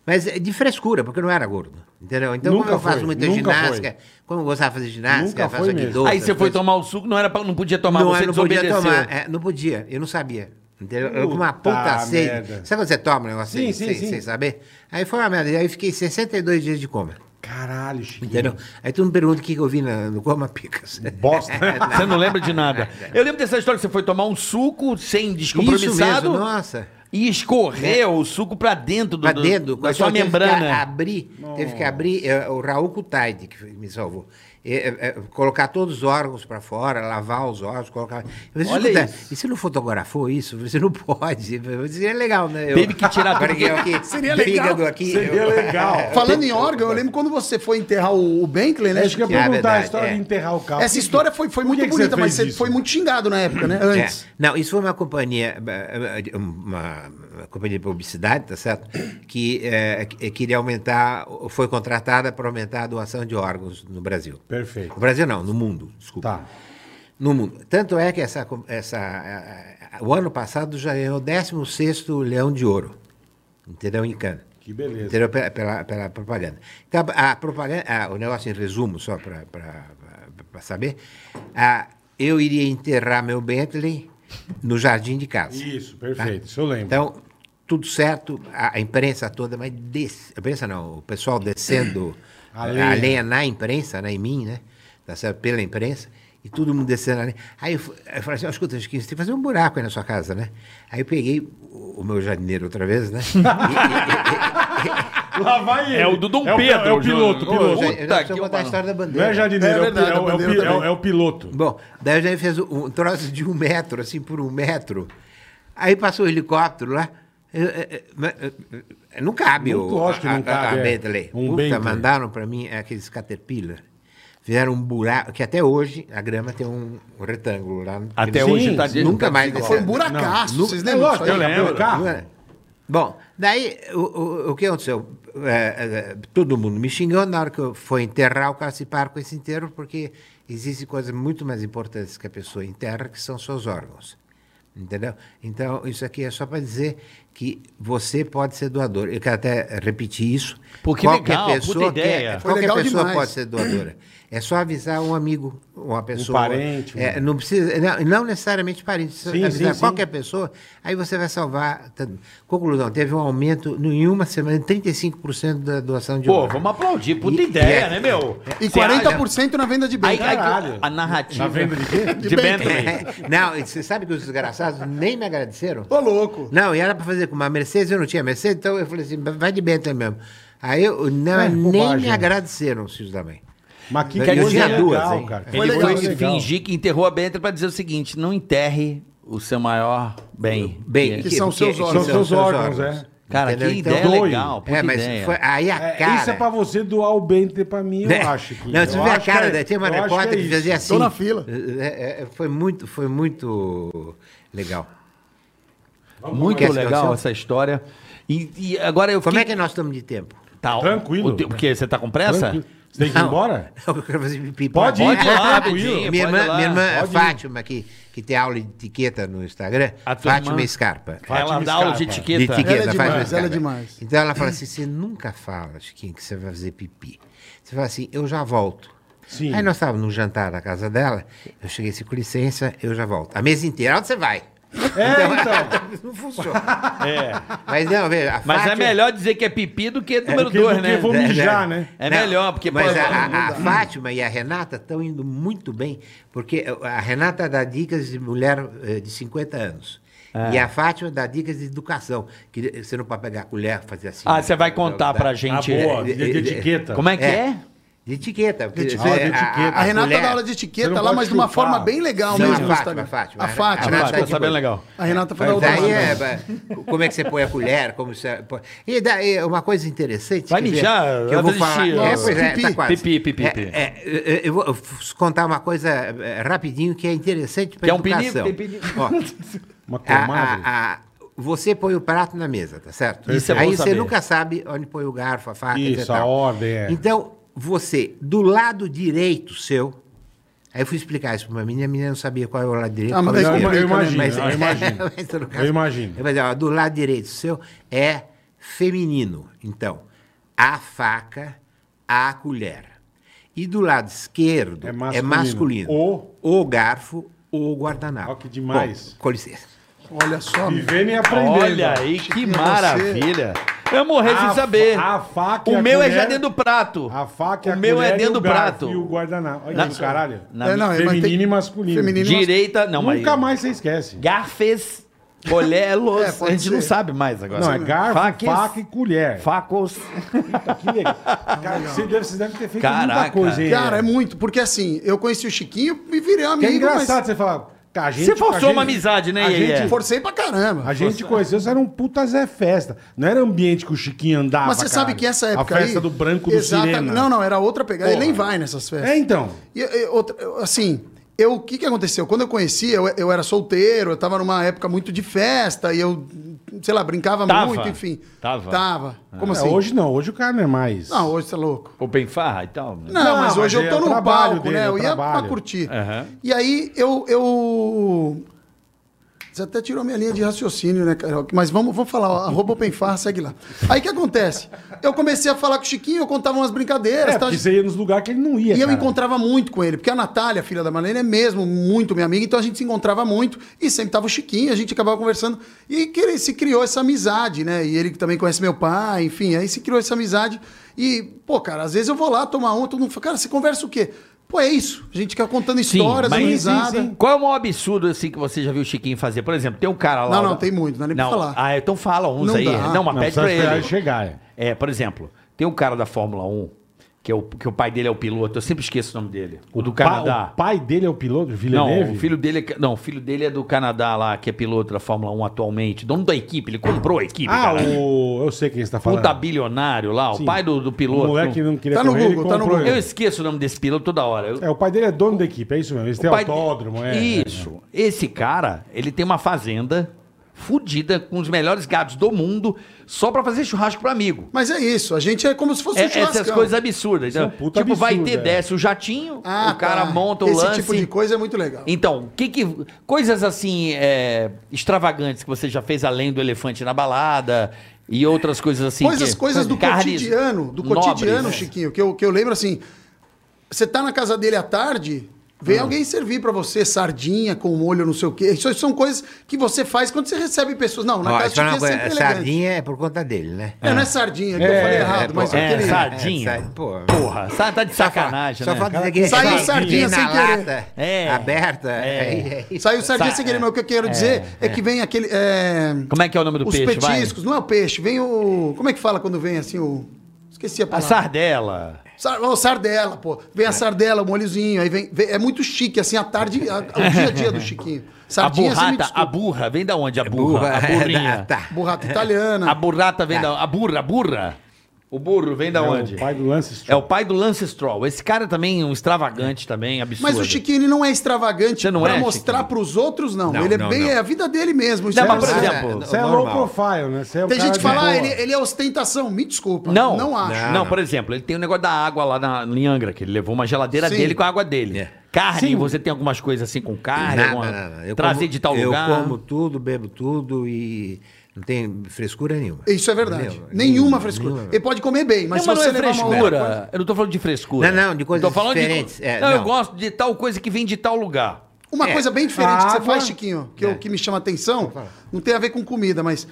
Speaker 5: Mas é, de frescura, porque eu não era gordo. Entendeu? Então,
Speaker 3: Nunca
Speaker 5: como eu faço
Speaker 3: foi,
Speaker 5: muita
Speaker 3: nunca
Speaker 5: ginástica, como eu gostava de fazer ginástica,
Speaker 3: Nunca
Speaker 5: faço
Speaker 3: foi
Speaker 5: aqui
Speaker 3: mesmo.
Speaker 5: doce,
Speaker 4: Aí você
Speaker 5: essas
Speaker 4: foi
Speaker 5: coisas.
Speaker 4: tomar o suco, não era pra, não podia tomar,
Speaker 5: não,
Speaker 4: você
Speaker 5: eu não podia
Speaker 4: desobedeceu.
Speaker 5: tomar. é, não podia, eu não sabia. Entendeu? Eu com uma
Speaker 3: Puta
Speaker 5: puta sede.
Speaker 3: merda.
Speaker 5: Sabe quando você toma um negócio
Speaker 3: Sim,
Speaker 5: sem, sem-
Speaker 3: sim, sim.
Speaker 5: sem saber? Aí foi uma merda. E aí eu fiquei 62 dias de coma.
Speaker 3: Caralho, Chico.
Speaker 5: Entendeu?
Speaker 4: Uhum.
Speaker 5: Aí todo mundo pergunta o que, que eu vi na- no coma picas.
Speaker 1: É,
Speaker 3: Bosta.
Speaker 4: Você não lembra de nada. Eu lembro dessa história que você foi tomar um suco sem descompromissado
Speaker 5: nossa.
Speaker 4: e escorreu o suco pra dentro do,
Speaker 5: é? Pra
Speaker 4: do-
Speaker 5: dentro,
Speaker 4: da sua
Speaker 5: Teve que a-
Speaker 4: membrana. né?
Speaker 5: abrir, teve que abrir eh, o Raul Kutaide, que foi- me salvou. Eh, eh, eh, colocar todos os órgãos para fora, lavar os órgãos, colocar. Eu disse,
Speaker 4: Olha
Speaker 5: "Escuta,
Speaker 4: isso."
Speaker 5: e você não fotografou isso? Você não pode. Eu disse, é legal, né? Eu,
Speaker 4: Teve que tirar
Speaker 5: Agora
Speaker 4: tudo.
Speaker 5: que eu aqui,
Speaker 1: Seria
Speaker 5: fígado
Speaker 1: legal.
Speaker 5: aqui.
Speaker 1: é,
Speaker 3: Seria
Speaker 5: eu-
Speaker 3: legal.
Speaker 1: Falando em órgão, eu lembro quando você foi enterrar o, o Bentley, né?
Speaker 3: É isso que eu
Speaker 5: É
Speaker 3: ia perguntar, a
Speaker 5: verdade,
Speaker 3: história
Speaker 5: é.
Speaker 3: de enterrar o carro.
Speaker 1: Essa história foi, foi
Speaker 3: Por
Speaker 1: muito
Speaker 3: que que
Speaker 1: bonita,
Speaker 3: você fez
Speaker 1: mas você
Speaker 3: isso?
Speaker 1: foi muito xingado na época, né? Antes.
Speaker 5: É. Não, isso foi uma companhia, eh, eh, uma, uma companhia de publicidade, tá certo? Que eh, que- queria aumentar, foi contratada para aumentar a doação de órgãos no Brasil.
Speaker 1: é
Speaker 3: Perfeito.
Speaker 5: No Brasil não, no mundo, desculpa.
Speaker 3: Tá.
Speaker 5: No mundo. Tanto é que essa, com- essa, a- a- o ano passado já ganhou o 16º Leão de Ouro. Entendeu? Em Cannes.
Speaker 3: Que beleza.
Speaker 5: Entendeu? Pela, pela, pela propaganda. Então, a propaganda, ah, o negócio em resumo, só para saber. Ah, eu iria enterrar meu Bentley no jardim de casa.
Speaker 3: Isso, perfeito. Isso eu lembro.
Speaker 5: Então, tudo certo, a, a imprensa toda, mas des, a imprensa não, o pessoal descendo
Speaker 3: A
Speaker 5: a,
Speaker 3: lenha.
Speaker 5: lenha. na imprensa, né, em mim, né? Tá certo? Pela imprensa, e todo mundo descendo a lenha. Aí eu, fu- eu falei assim, ó, escuta, Chiquinho, você tem que fazer um buraco aí na sua casa, né? Aí eu peguei o, o meu jardineiro outra vez, né?
Speaker 3: Lá vai ele.
Speaker 4: É o do Dom
Speaker 3: É o-
Speaker 4: Pedro,
Speaker 3: É o piloto,
Speaker 4: Júnior.
Speaker 3: piloto.
Speaker 5: Eu já
Speaker 4: que
Speaker 5: preciso contar a
Speaker 4: pariu.
Speaker 5: história da
Speaker 3: Não
Speaker 5: bandeira.
Speaker 3: é jardineiro,
Speaker 1: É
Speaker 3: é, o pi-
Speaker 1: verdade,
Speaker 3: é o- é o pi- é
Speaker 1: bandeira
Speaker 3: o-
Speaker 1: também.
Speaker 3: é o piloto.
Speaker 5: Bom, daí o Jair fez um, um troço de um metro, assim, por um metro. Aí passou o helicóptero lá. Eu, eu, eu, mas, eu, eu, não cabe
Speaker 3: Muito
Speaker 5: o,
Speaker 3: lógico que
Speaker 5: a,
Speaker 3: não cabe,
Speaker 5: a,
Speaker 3: é.
Speaker 5: a Bentley.
Speaker 3: Um
Speaker 5: Puta,
Speaker 3: Bentley.
Speaker 5: mandaram para mim aqueles Caterpillar. Fizeram um buraco, que até hoje a grama tem um, um retângulo lá.
Speaker 4: Até
Speaker 5: Eles-
Speaker 4: hoje
Speaker 5: Sim,
Speaker 4: tá
Speaker 5: Nunca mais.
Speaker 1: Foi um
Speaker 5: esse-
Speaker 1: buracaço,
Speaker 3: Não,
Speaker 1: vocês
Speaker 3: é
Speaker 1: lembram?
Speaker 3: lógico,
Speaker 1: disso aí?
Speaker 3: eu lembro. Carro.
Speaker 5: Não era. Bom, daí o, o, o que aconteceu? É, é, todo mundo me xingou na hora que eu fui enterrar o cara se parou com esse enterro, porque Existem coisas muito mais importantes que a pessoa enterra, que são seus órgãos. Entendeu? Então, isso aqui é só para dizer que você pode ser doador. Eu quero até repetir isso.
Speaker 4: Pô, que legal, puta ideia.
Speaker 5: Quer,
Speaker 1: Foi
Speaker 5: é, qualquer
Speaker 1: legal
Speaker 5: pessoa
Speaker 1: demais.
Speaker 5: pode ser doadora. É só avisar um amigo, uma pessoa.
Speaker 3: parente,
Speaker 5: É,
Speaker 3: um-
Speaker 5: não precisa, não, não necessariamente parente, só
Speaker 3: Sim,
Speaker 5: avisar
Speaker 3: sim, sim.
Speaker 5: qualquer pessoa, aí você vai salvar. tanto. Conclusão, teve um aumento no- em uma semana, 35% da doação de
Speaker 4: Pô,
Speaker 5: órgãos.
Speaker 4: vamos aplaudir. Puta
Speaker 5: E-
Speaker 4: ideia,
Speaker 5: e é-
Speaker 4: né, meu?
Speaker 1: E
Speaker 4: Cê
Speaker 1: 40% na venda de
Speaker 4: acha- Aí,
Speaker 1: bem.
Speaker 4: aí que
Speaker 3: Caralho.
Speaker 4: a narrativa.
Speaker 3: Na venda Tá de quê?
Speaker 4: De Bentley.
Speaker 5: É, Não, e você sabe que os desgraçados nem me agradeceram?
Speaker 1: Ô, louco.
Speaker 5: Não, e era pra fazer com uma Mercedes, eu não tinha Mercedes, então eu falei assim, vai de Bentley mesmo. Aí eu, não,
Speaker 3: É,
Speaker 5: nem
Speaker 3: bobagem.
Speaker 5: me agradeceram os filhos da mãe.
Speaker 3: Mas que
Speaker 5: Eu tinha duas, hein?
Speaker 3: cara.
Speaker 4: Ele
Speaker 1: legal,
Speaker 4: foi
Speaker 1: foi
Speaker 4: fingir que enterrou a Bentley pra dizer o seguinte: não enterre o seu maior bem. é
Speaker 5: Bem,
Speaker 1: Que são seus
Speaker 3: São
Speaker 1: órgãos.
Speaker 3: seus órgãos, é.
Speaker 4: Cara,
Speaker 5: Entendeu?
Speaker 4: que
Speaker 5: Então,
Speaker 4: ideia
Speaker 3: doe.
Speaker 4: legal. Puta
Speaker 5: É, mas
Speaker 4: ideia.
Speaker 5: foi, aí a
Speaker 3: É,
Speaker 5: cara...
Speaker 3: isso é pra você doar o Bentley pra mim, eu
Speaker 5: Né?
Speaker 3: acho. Que,
Speaker 5: Não, você
Speaker 3: eu
Speaker 5: vê a
Speaker 3: acho que
Speaker 5: cara,
Speaker 3: é-
Speaker 5: né? tinha uma
Speaker 3: eu acho
Speaker 5: repórter
Speaker 3: que
Speaker 5: que,
Speaker 3: é
Speaker 5: fazia
Speaker 3: isso.
Speaker 5: assim.
Speaker 1: Tô na fila.
Speaker 5: É, é, é, foi, muito, foi muito legal.
Speaker 4: assim, Muito
Speaker 5: Quer
Speaker 4: legal
Speaker 5: situação?
Speaker 4: essa história. E, e agora eu
Speaker 5: Como
Speaker 4: fiquei...
Speaker 5: é que nós estamos de tempo?
Speaker 4: Tá,
Speaker 3: Tranquilo. né?
Speaker 4: o teu- Porque você tá com pressa?
Speaker 3: Tranquilo. Você tem que ir
Speaker 5: Não.
Speaker 3: embora?
Speaker 5: Eu quero fazer pipi.
Speaker 3: Pode ir,
Speaker 4: Pode ir lá, rapidinho.
Speaker 3: Tranquilo.
Speaker 5: Minha
Speaker 4: pode ir
Speaker 5: irmã,
Speaker 4: lá.
Speaker 5: minha irmã
Speaker 3: Pode ir.
Speaker 5: Fátima, que, que tem aula de etiqueta no Instagram,
Speaker 4: A tua
Speaker 5: Fátima
Speaker 4: irmã?
Speaker 5: Scarpa.
Speaker 4: Ela
Speaker 3: Fátima
Speaker 4: dá aula de
Speaker 3: Scarpa.
Speaker 4: etiqueta.
Speaker 5: De etiqueta,
Speaker 1: Ela é
Speaker 5: faz
Speaker 1: demais,
Speaker 5: mais
Speaker 1: ela é
Speaker 5: cara.
Speaker 1: demais.
Speaker 5: Então ela fala assim: você nunca fala, Chiquinho, que você vai fazer pipi. Você fala assim, eu já volto.
Speaker 3: Sim.
Speaker 5: Aí nós estávamos num jantar na casa dela, eu cheguei assim, com licença, eu já volto. A mesa inteira, onde você vai?
Speaker 3: É,
Speaker 5: Não funciona.
Speaker 3: então. É.
Speaker 5: Mas não, veja, a
Speaker 4: Mas é
Speaker 5: Fátima-
Speaker 4: melhor dizer que é pipi do que número
Speaker 3: Porque,
Speaker 4: dois,
Speaker 3: porque
Speaker 4: né?
Speaker 3: vou mijar, né?
Speaker 4: É melhor, porque
Speaker 5: Mas
Speaker 4: pode-
Speaker 5: a, a- a Fátima e a Renata estão indo muito bem, porque a Renata dá dicas de mulher eh, de 50 anos.
Speaker 4: É.
Speaker 5: E a Fátima dá dicas de educação. Que você não pode pegar a colher, fazer assim.
Speaker 4: Ah,
Speaker 5: né?
Speaker 4: você vai contar pra gente.
Speaker 3: Ah, boa,
Speaker 5: é,
Speaker 3: de, de
Speaker 5: é,
Speaker 3: etiqueta.
Speaker 4: Como é que é?
Speaker 5: De etiqueta. porque
Speaker 3: etiqueta.
Speaker 5: você-
Speaker 3: Ah, de etiqueta.
Speaker 1: A Renata
Speaker 5: colher-
Speaker 1: dá aula de
Speaker 3: Você
Speaker 1: etiqueta
Speaker 3: não
Speaker 1: lá,
Speaker 3: pode
Speaker 1: mas de uma
Speaker 3: chupar.
Speaker 1: forma bem legal
Speaker 5: Não,
Speaker 1: mesmo.
Speaker 5: a
Speaker 1: no
Speaker 5: Fátima,
Speaker 1: Instagram.
Speaker 5: a Fátima. é.
Speaker 1: A Fátima.
Speaker 5: A
Speaker 1: né?
Speaker 5: Fátima.
Speaker 4: Ficou sabendo legal.
Speaker 1: A Renata foi
Speaker 5: Mas
Speaker 1: da outra
Speaker 5: daí é,
Speaker 1: forma.
Speaker 5: ba- como é que você põe a colher, como você... põe- E daí, uma coisa interessante...
Speaker 4: Vai
Speaker 5: quer dizer,
Speaker 4: mijar,
Speaker 5: que eu
Speaker 4: vai
Speaker 5: vou
Speaker 4: desistir,
Speaker 5: falar...
Speaker 4: ó.
Speaker 5: É, pois é,
Speaker 1: Pipi.
Speaker 5: tá quase.
Speaker 4: Pipi, pipi,
Speaker 5: É,
Speaker 4: pipi.
Speaker 5: é, eu- eu vou eu vou contar uma coisa é, rapidinho que é interessante para
Speaker 4: Que é um
Speaker 5: educação.
Speaker 4: pinico, tem pinico.
Speaker 5: Ó,
Speaker 3: Uma
Speaker 5: a-
Speaker 3: comadre?
Speaker 5: a- a- você põe o prato na mesa, tá certo?
Speaker 4: Isso é bom
Speaker 5: Aí você
Speaker 4: saber.
Speaker 5: nunca sabe onde põe o garfo, a faca,
Speaker 3: Isso,
Speaker 5: etc.
Speaker 3: a
Speaker 5: tal.
Speaker 3: ordem, é.
Speaker 5: Então, você, do lado direito seu... Aí eu fui explicar isso pra uma menina, a menina não sabia qual é o lado direito.
Speaker 1: Ah, mas
Speaker 5: qual é o
Speaker 1: daí
Speaker 5: esquerdo.
Speaker 3: eu
Speaker 1: complica, né?
Speaker 3: imagino,
Speaker 5: Mas- é,
Speaker 3: eu imagino.
Speaker 5: Mas, no
Speaker 3: Eu imagino.
Speaker 5: Eu vou dizer, ó, do lado direito seu é feminino. Então, a faca, a colher. E do lado esquerdo
Speaker 3: É
Speaker 5: é
Speaker 3: masculino.
Speaker 5: masculino.
Speaker 3: O-
Speaker 5: O garfo, o guardanapo.
Speaker 3: Ó, que demais.
Speaker 5: Bom, com licença.
Speaker 1: Olha só, meu.
Speaker 3: Vivendo e aprendendo.
Speaker 4: Olha aí, que
Speaker 1: Chiquinho,
Speaker 4: maravilha. Eu morri
Speaker 3: A
Speaker 4: sem
Speaker 3: fa-
Speaker 4: saber.
Speaker 3: a faca e a
Speaker 4: o meu é já
Speaker 3: colher-
Speaker 4: dentro do prato.
Speaker 3: A faca,
Speaker 4: o
Speaker 3: a
Speaker 4: meu é
Speaker 3: colher e
Speaker 4: dentro
Speaker 3: o
Speaker 4: do
Speaker 3: garfo
Speaker 4: prato.
Speaker 3: E o guardanapo. Olha
Speaker 4: Na-
Speaker 3: que do caralho.
Speaker 4: Na
Speaker 1: É, não, é, mas
Speaker 3: Feminino
Speaker 1: tem-
Speaker 3: e masculino.
Speaker 4: minha-
Speaker 1: Feminino e
Speaker 4: direita, não, mas...
Speaker 3: Nunca mais você esquece.
Speaker 4: Garfes, colhelos,
Speaker 1: É, pode
Speaker 4: a gente não
Speaker 1: ser.
Speaker 4: sabe mais agora.
Speaker 3: Não, é garfo,
Speaker 4: Faques,
Speaker 3: faca e colher.
Speaker 4: Facos.
Speaker 3: Puta, que legal. Cara, você deve, vocês devem ter feito muita
Speaker 4: Caraca.
Speaker 3: coisa, hein?
Speaker 1: Cara, é muito, porque assim, eu conheci o Chiquinho e virei
Speaker 3: Que é
Speaker 1: amigo,
Speaker 3: engraçado é.
Speaker 1: mas
Speaker 3: você falar. "Cara, a gente-
Speaker 4: Você forçou
Speaker 3: a gente-
Speaker 4: uma amizade, né,
Speaker 3: A
Speaker 4: Iê?
Speaker 3: gente,
Speaker 1: forcei pra caramba.
Speaker 3: a gente conheceu, você era um puta Zé Festa. Não era ambiente que o Chiquinho andava.
Speaker 1: Mas você sabe
Speaker 3: caralho.
Speaker 1: que essa época
Speaker 3: A
Speaker 1: aí...
Speaker 3: festa do branco do
Speaker 1: Exata-
Speaker 3: cinema.
Speaker 1: Não, não, era outra pegada. Ele
Speaker 3: Porra.
Speaker 1: nem vai nessas festas.
Speaker 3: É, então.
Speaker 1: E, e, outra- eu, assim, eu, o que, que aconteceu? Quando eu conheci, eu, eu era solteiro, eu tava numa época muito de festa, e eu, sei lá, brincava
Speaker 4: Tava.
Speaker 1: muito, enfim.
Speaker 4: Tava.
Speaker 1: Tava. Como
Speaker 3: É,
Speaker 1: assim?
Speaker 3: Hoje não, hoje o cara não é mais.
Speaker 1: Não, hoje você é louco.
Speaker 4: Open farra e tal. né?
Speaker 1: Não,
Speaker 3: Não, mas
Speaker 1: mas hoje
Speaker 3: é
Speaker 1: eu tô
Speaker 3: o
Speaker 1: no
Speaker 3: trabalho
Speaker 1: palco,
Speaker 3: dele, é
Speaker 1: né?
Speaker 3: o
Speaker 1: Eu ia pra
Speaker 3: trabalho.
Speaker 1: curtir.
Speaker 4: Aham.
Speaker 1: E aí eu, eu. Você até tirou minha linha de raciocínio, né, Carol? Mas vamos, vamos falar, ó, arroba OpenFar, segue lá. Aí o que acontece? Eu comecei a falar com o Chiquinho, eu contava umas brincadeiras,
Speaker 3: É,
Speaker 1: tal,
Speaker 3: porque você ia nos lugares que ele não ia.
Speaker 1: tá e eu
Speaker 3: cara.
Speaker 1: encontrava muito com ele, porque a Natália, filha da Marlene, é mesmo muito minha amiga, então a gente se encontrava muito e sempre tava o Chiquinho, a gente acabava conversando. E que ele se criou essa amizade, né? E ele também conhece meu pai, enfim, aí se criou essa amizade. E, pô, cara, às vezes eu vou lá tomar uma, todo mundo fala, cara, você conversa o quê? Pô, é isso. A gente fica contando histórias,
Speaker 4: mas-
Speaker 1: amizade.
Speaker 4: Sim, sim. Qual é o maior absurdo assim que você já viu o Chiquinho fazer? Por exemplo, tem um cara lá.
Speaker 1: Não, não, tem muito, não é nem pra falar.
Speaker 4: Ah, então fala uns
Speaker 1: Não
Speaker 4: aí.
Speaker 1: dá.
Speaker 4: Não, mas
Speaker 3: Não,
Speaker 4: pede
Speaker 3: precisa
Speaker 4: pra
Speaker 3: esperar
Speaker 4: ele.
Speaker 3: ele chegar. é.
Speaker 4: É, por exemplo, tem um cara da Fórmula 1, que, é o, que o pai dele é o piloto, eu sempre esqueço o nome dele. O do
Speaker 3: Pa-
Speaker 4: Canadá.
Speaker 3: o pai dele é o piloto,
Speaker 4: não,
Speaker 3: Villeneuve?
Speaker 4: o filho dele é, não, o filho dele é do Canadá lá, que é piloto da Fórmula 1 atualmente, dono da equipe, ele comprou a equipe,
Speaker 3: Ah,
Speaker 4: cara.
Speaker 3: o... eu sei quem você tá falando.
Speaker 4: Puta bilionário lá,
Speaker 3: Sim.
Speaker 4: o pai do, do piloto.
Speaker 3: O moleque não queria
Speaker 1: Tá no
Speaker 3: correr, ele
Speaker 1: Google, tá no
Speaker 3: comprou
Speaker 1: Google.
Speaker 4: Eu
Speaker 3: ele.
Speaker 4: esqueço o nome desse piloto toda hora. Eu-
Speaker 3: É, o pai dele é dono da equipe, é isso mesmo. Esse tem
Speaker 4: o pai-
Speaker 3: autódromo, é.
Speaker 4: Isso. Esse cara, ele tem uma fazenda, fudida, com os melhores gados do mundo, só pra fazer churrasco pra amigo.
Speaker 1: Mas é isso, a gente é como se fosse
Speaker 4: É-
Speaker 1: um churrascão.
Speaker 4: essas coisas absurdas.
Speaker 3: é um
Speaker 4: Então, tipo,
Speaker 3: puta
Speaker 4: vai
Speaker 3: absurdo,
Speaker 4: ter,
Speaker 3: é.
Speaker 4: desce o jatinho,
Speaker 1: Ah,
Speaker 4: o cara
Speaker 1: tá.
Speaker 4: monta o
Speaker 1: Esse
Speaker 4: lance.
Speaker 1: tipo de coisa é muito legal.
Speaker 4: Então, o que que coisas assim é, extravagantes que você já fez além do elefante na balada e outras coisas assim?
Speaker 1: coisas,
Speaker 4: que-
Speaker 1: coisas do
Speaker 4: carnes
Speaker 1: cotidiano, do
Speaker 4: nobres.
Speaker 1: cotidiano, Chiquinho, que eu, que eu lembro assim, você tá na casa dele à tarde, vem alguém servir pra você sardinha com molho, não sei o quê. Isso são coisas que você faz quando você recebe pessoas. Não, na
Speaker 5: Ó,
Speaker 1: casa
Speaker 5: só uma
Speaker 1: de Chiquinho é
Speaker 5: coisa,
Speaker 1: sempre elegante.
Speaker 5: sardinha é por conta dele, né?
Speaker 1: É, não é sardinha, que eu falei errado, mas
Speaker 4: é,
Speaker 1: aquele...
Speaker 4: sardinha.
Speaker 5: sa- pô.
Speaker 4: Porra, sa- tá de sacanagem,
Speaker 5: Só
Speaker 4: né?
Speaker 5: falta dizer que é
Speaker 1: Saiu sardinha sem
Speaker 5: na
Speaker 1: querer.
Speaker 5: lata,
Speaker 4: É.
Speaker 5: aberta.
Speaker 4: É.
Speaker 5: aí é isso.
Speaker 1: Saiu sardinha
Speaker 4: Sa-
Speaker 1: sem querer, mas o que eu quero dizer é, que vem aquele... é,
Speaker 4: Como é que é o nome do
Speaker 1: os
Speaker 4: peixe? vai?
Speaker 1: petiscos, não é o peixe, vem o... Como é que fala quando vem assim o... Esqueci a
Speaker 4: A
Speaker 1: palavra.
Speaker 4: sardela.
Speaker 1: Sar- ô, sardela, pô. Vem
Speaker 4: É.
Speaker 1: a sardela, o molhozinho, aí vem, vem- É muito chique, assim, a tarde, a- o dia a dia do Chiquinho. Sardinha,
Speaker 4: a
Speaker 1: você me
Speaker 4: burrata, a
Speaker 1: desculpa.
Speaker 4: burra, vem da onde a burra? é,
Speaker 5: Burra,
Speaker 4: A burrinha.
Speaker 5: tá.
Speaker 1: Burrata italiana.
Speaker 4: é, A burrata vem da A burra, a burra. O burro vem da
Speaker 3: É
Speaker 4: onde?
Speaker 3: O pai do lance
Speaker 4: É o pai do Lance Stroll. Esse cara também é um extravagante também, absurdo.
Speaker 1: Mas o Chiquinho ele não é extravagante
Speaker 4: Você não
Speaker 1: pra
Speaker 4: é,
Speaker 1: mostrar
Speaker 4: Chiquinho?
Speaker 1: pros outros, não.
Speaker 5: Não,
Speaker 1: ele é
Speaker 5: não,
Speaker 1: bem.
Speaker 5: não.
Speaker 1: É a vida dele mesmo. isso
Speaker 4: Não,
Speaker 1: é
Speaker 4: mas, por
Speaker 1: assim.
Speaker 5: Mas é-
Speaker 4: exemplo,
Speaker 3: Você é
Speaker 5: normal.
Speaker 3: low profile, né? Você é um
Speaker 1: Tem
Speaker 3: cara
Speaker 1: gente que
Speaker 3: de
Speaker 1: fala,
Speaker 3: boa.
Speaker 1: ah, ele, ele é ostentação. Me desculpa.
Speaker 4: Não.
Speaker 1: Não acho.
Speaker 4: Não, por exemplo, ele tem o negócio da água lá na, em Angra, que ele levou uma geladeira
Speaker 1: Sim.
Speaker 4: dele com a água dele.
Speaker 5: É.
Speaker 4: Carne, você tem algumas coisas assim com carne,
Speaker 5: Nada,
Speaker 4: alguma-
Speaker 5: nada. Eu
Speaker 4: trazer
Speaker 5: como-
Speaker 4: de tal lugar.
Speaker 5: Eu como tudo, bebo tudo e não tem frescura nenhuma.
Speaker 1: Isso é verdade.
Speaker 5: Entendeu?
Speaker 1: Nenhuma frescura. Ele pode comer bem, mas
Speaker 4: Não, mas
Speaker 1: se
Speaker 4: não
Speaker 1: você
Speaker 4: é
Speaker 1: levar uma outra coisa-
Speaker 4: frescura. Eu não tô falando de frescura.
Speaker 5: Não, não, de coisas
Speaker 4: Tô falando de co-
Speaker 5: diferentes. É,
Speaker 4: não, eu
Speaker 5: não.
Speaker 4: gosto de tal coisa que vem de tal lugar.
Speaker 1: Uma
Speaker 5: É.
Speaker 1: coisa bem diferente que você
Speaker 3: Água.
Speaker 1: faz, Chiquinho,
Speaker 3: É.
Speaker 1: que, eu- que me chama atenção, não tem a ver com comida, mas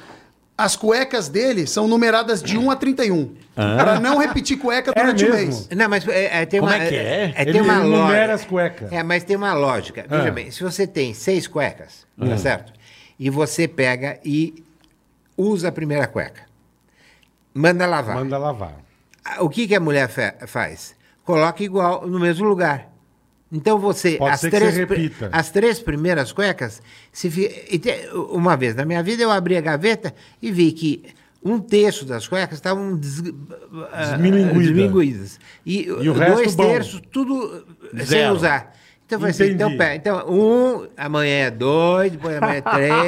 Speaker 1: as cuecas dele são numeradas de 1 a 31. Pra não repetir cueca
Speaker 3: Ah. É
Speaker 1: durante o
Speaker 3: mesmo?
Speaker 1: mês.
Speaker 5: Não, mas é, é, tem
Speaker 4: Como
Speaker 5: uma,
Speaker 4: é que é?
Speaker 5: tem
Speaker 3: Ele
Speaker 5: uma
Speaker 3: enumera
Speaker 5: lógica.
Speaker 3: as cuecas.
Speaker 5: É, mas tem uma lógica. Veja
Speaker 3: Ah.
Speaker 5: bem, se você tem seis cuecas, tá certo? E você pega e usa a primeira cueca. Manda lavar.
Speaker 3: Manda lavar.
Speaker 5: Ah, O que, que a mulher fe- faz? Coloca igual no mesmo lugar. Então você.
Speaker 3: Pode
Speaker 5: as,
Speaker 3: ser que
Speaker 5: três,
Speaker 3: você
Speaker 5: pri-
Speaker 3: repita.
Speaker 5: as três primeiras cuecas. Se fi- e te- Uma vez na minha vida eu abri a gaveta e vi que um terço das cuecas estavam des...
Speaker 3: Desmilinguída.
Speaker 5: desmilinguídas. E,
Speaker 3: o
Speaker 5: dois
Speaker 3: resto bom.
Speaker 5: terços, tudo eh, sem
Speaker 3: Zero.
Speaker 5: usar. Então vai assim,
Speaker 3: Entendi.
Speaker 5: então, pera, então um, amanhã é dois, depois amanhã é três. é,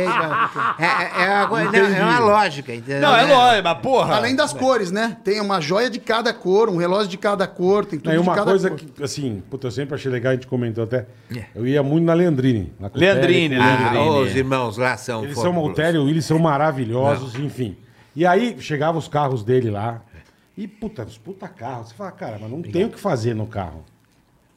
Speaker 5: é- é uma, coisa- não, é uma
Speaker 3: Entendi.
Speaker 5: lógica, entendeu?
Speaker 4: Não, é
Speaker 5: Né?
Speaker 4: lógico, mas porra.
Speaker 1: Além das cores, né? Tem uma joia de cada cor, um relógio de cada cor, tem tudo
Speaker 3: Aí uma
Speaker 1: de cada
Speaker 3: coisa
Speaker 1: cor.
Speaker 3: que, assim, puta, eu sempre achei legal, a gente comentou até.
Speaker 5: É.
Speaker 3: Eu ia muito na Leandrine. Na Cotério,
Speaker 4: Leandrine,
Speaker 3: com-
Speaker 4: Leandrine.
Speaker 5: Ah, os irmãos lá são
Speaker 3: Eles são
Speaker 5: fabulosos.
Speaker 3: Maltério, eles são maravilhosos, enfim. E aí chegavam os carros dele lá. E puta, os puta carros. Você fala, cara, mas não tem o que fazer no carro.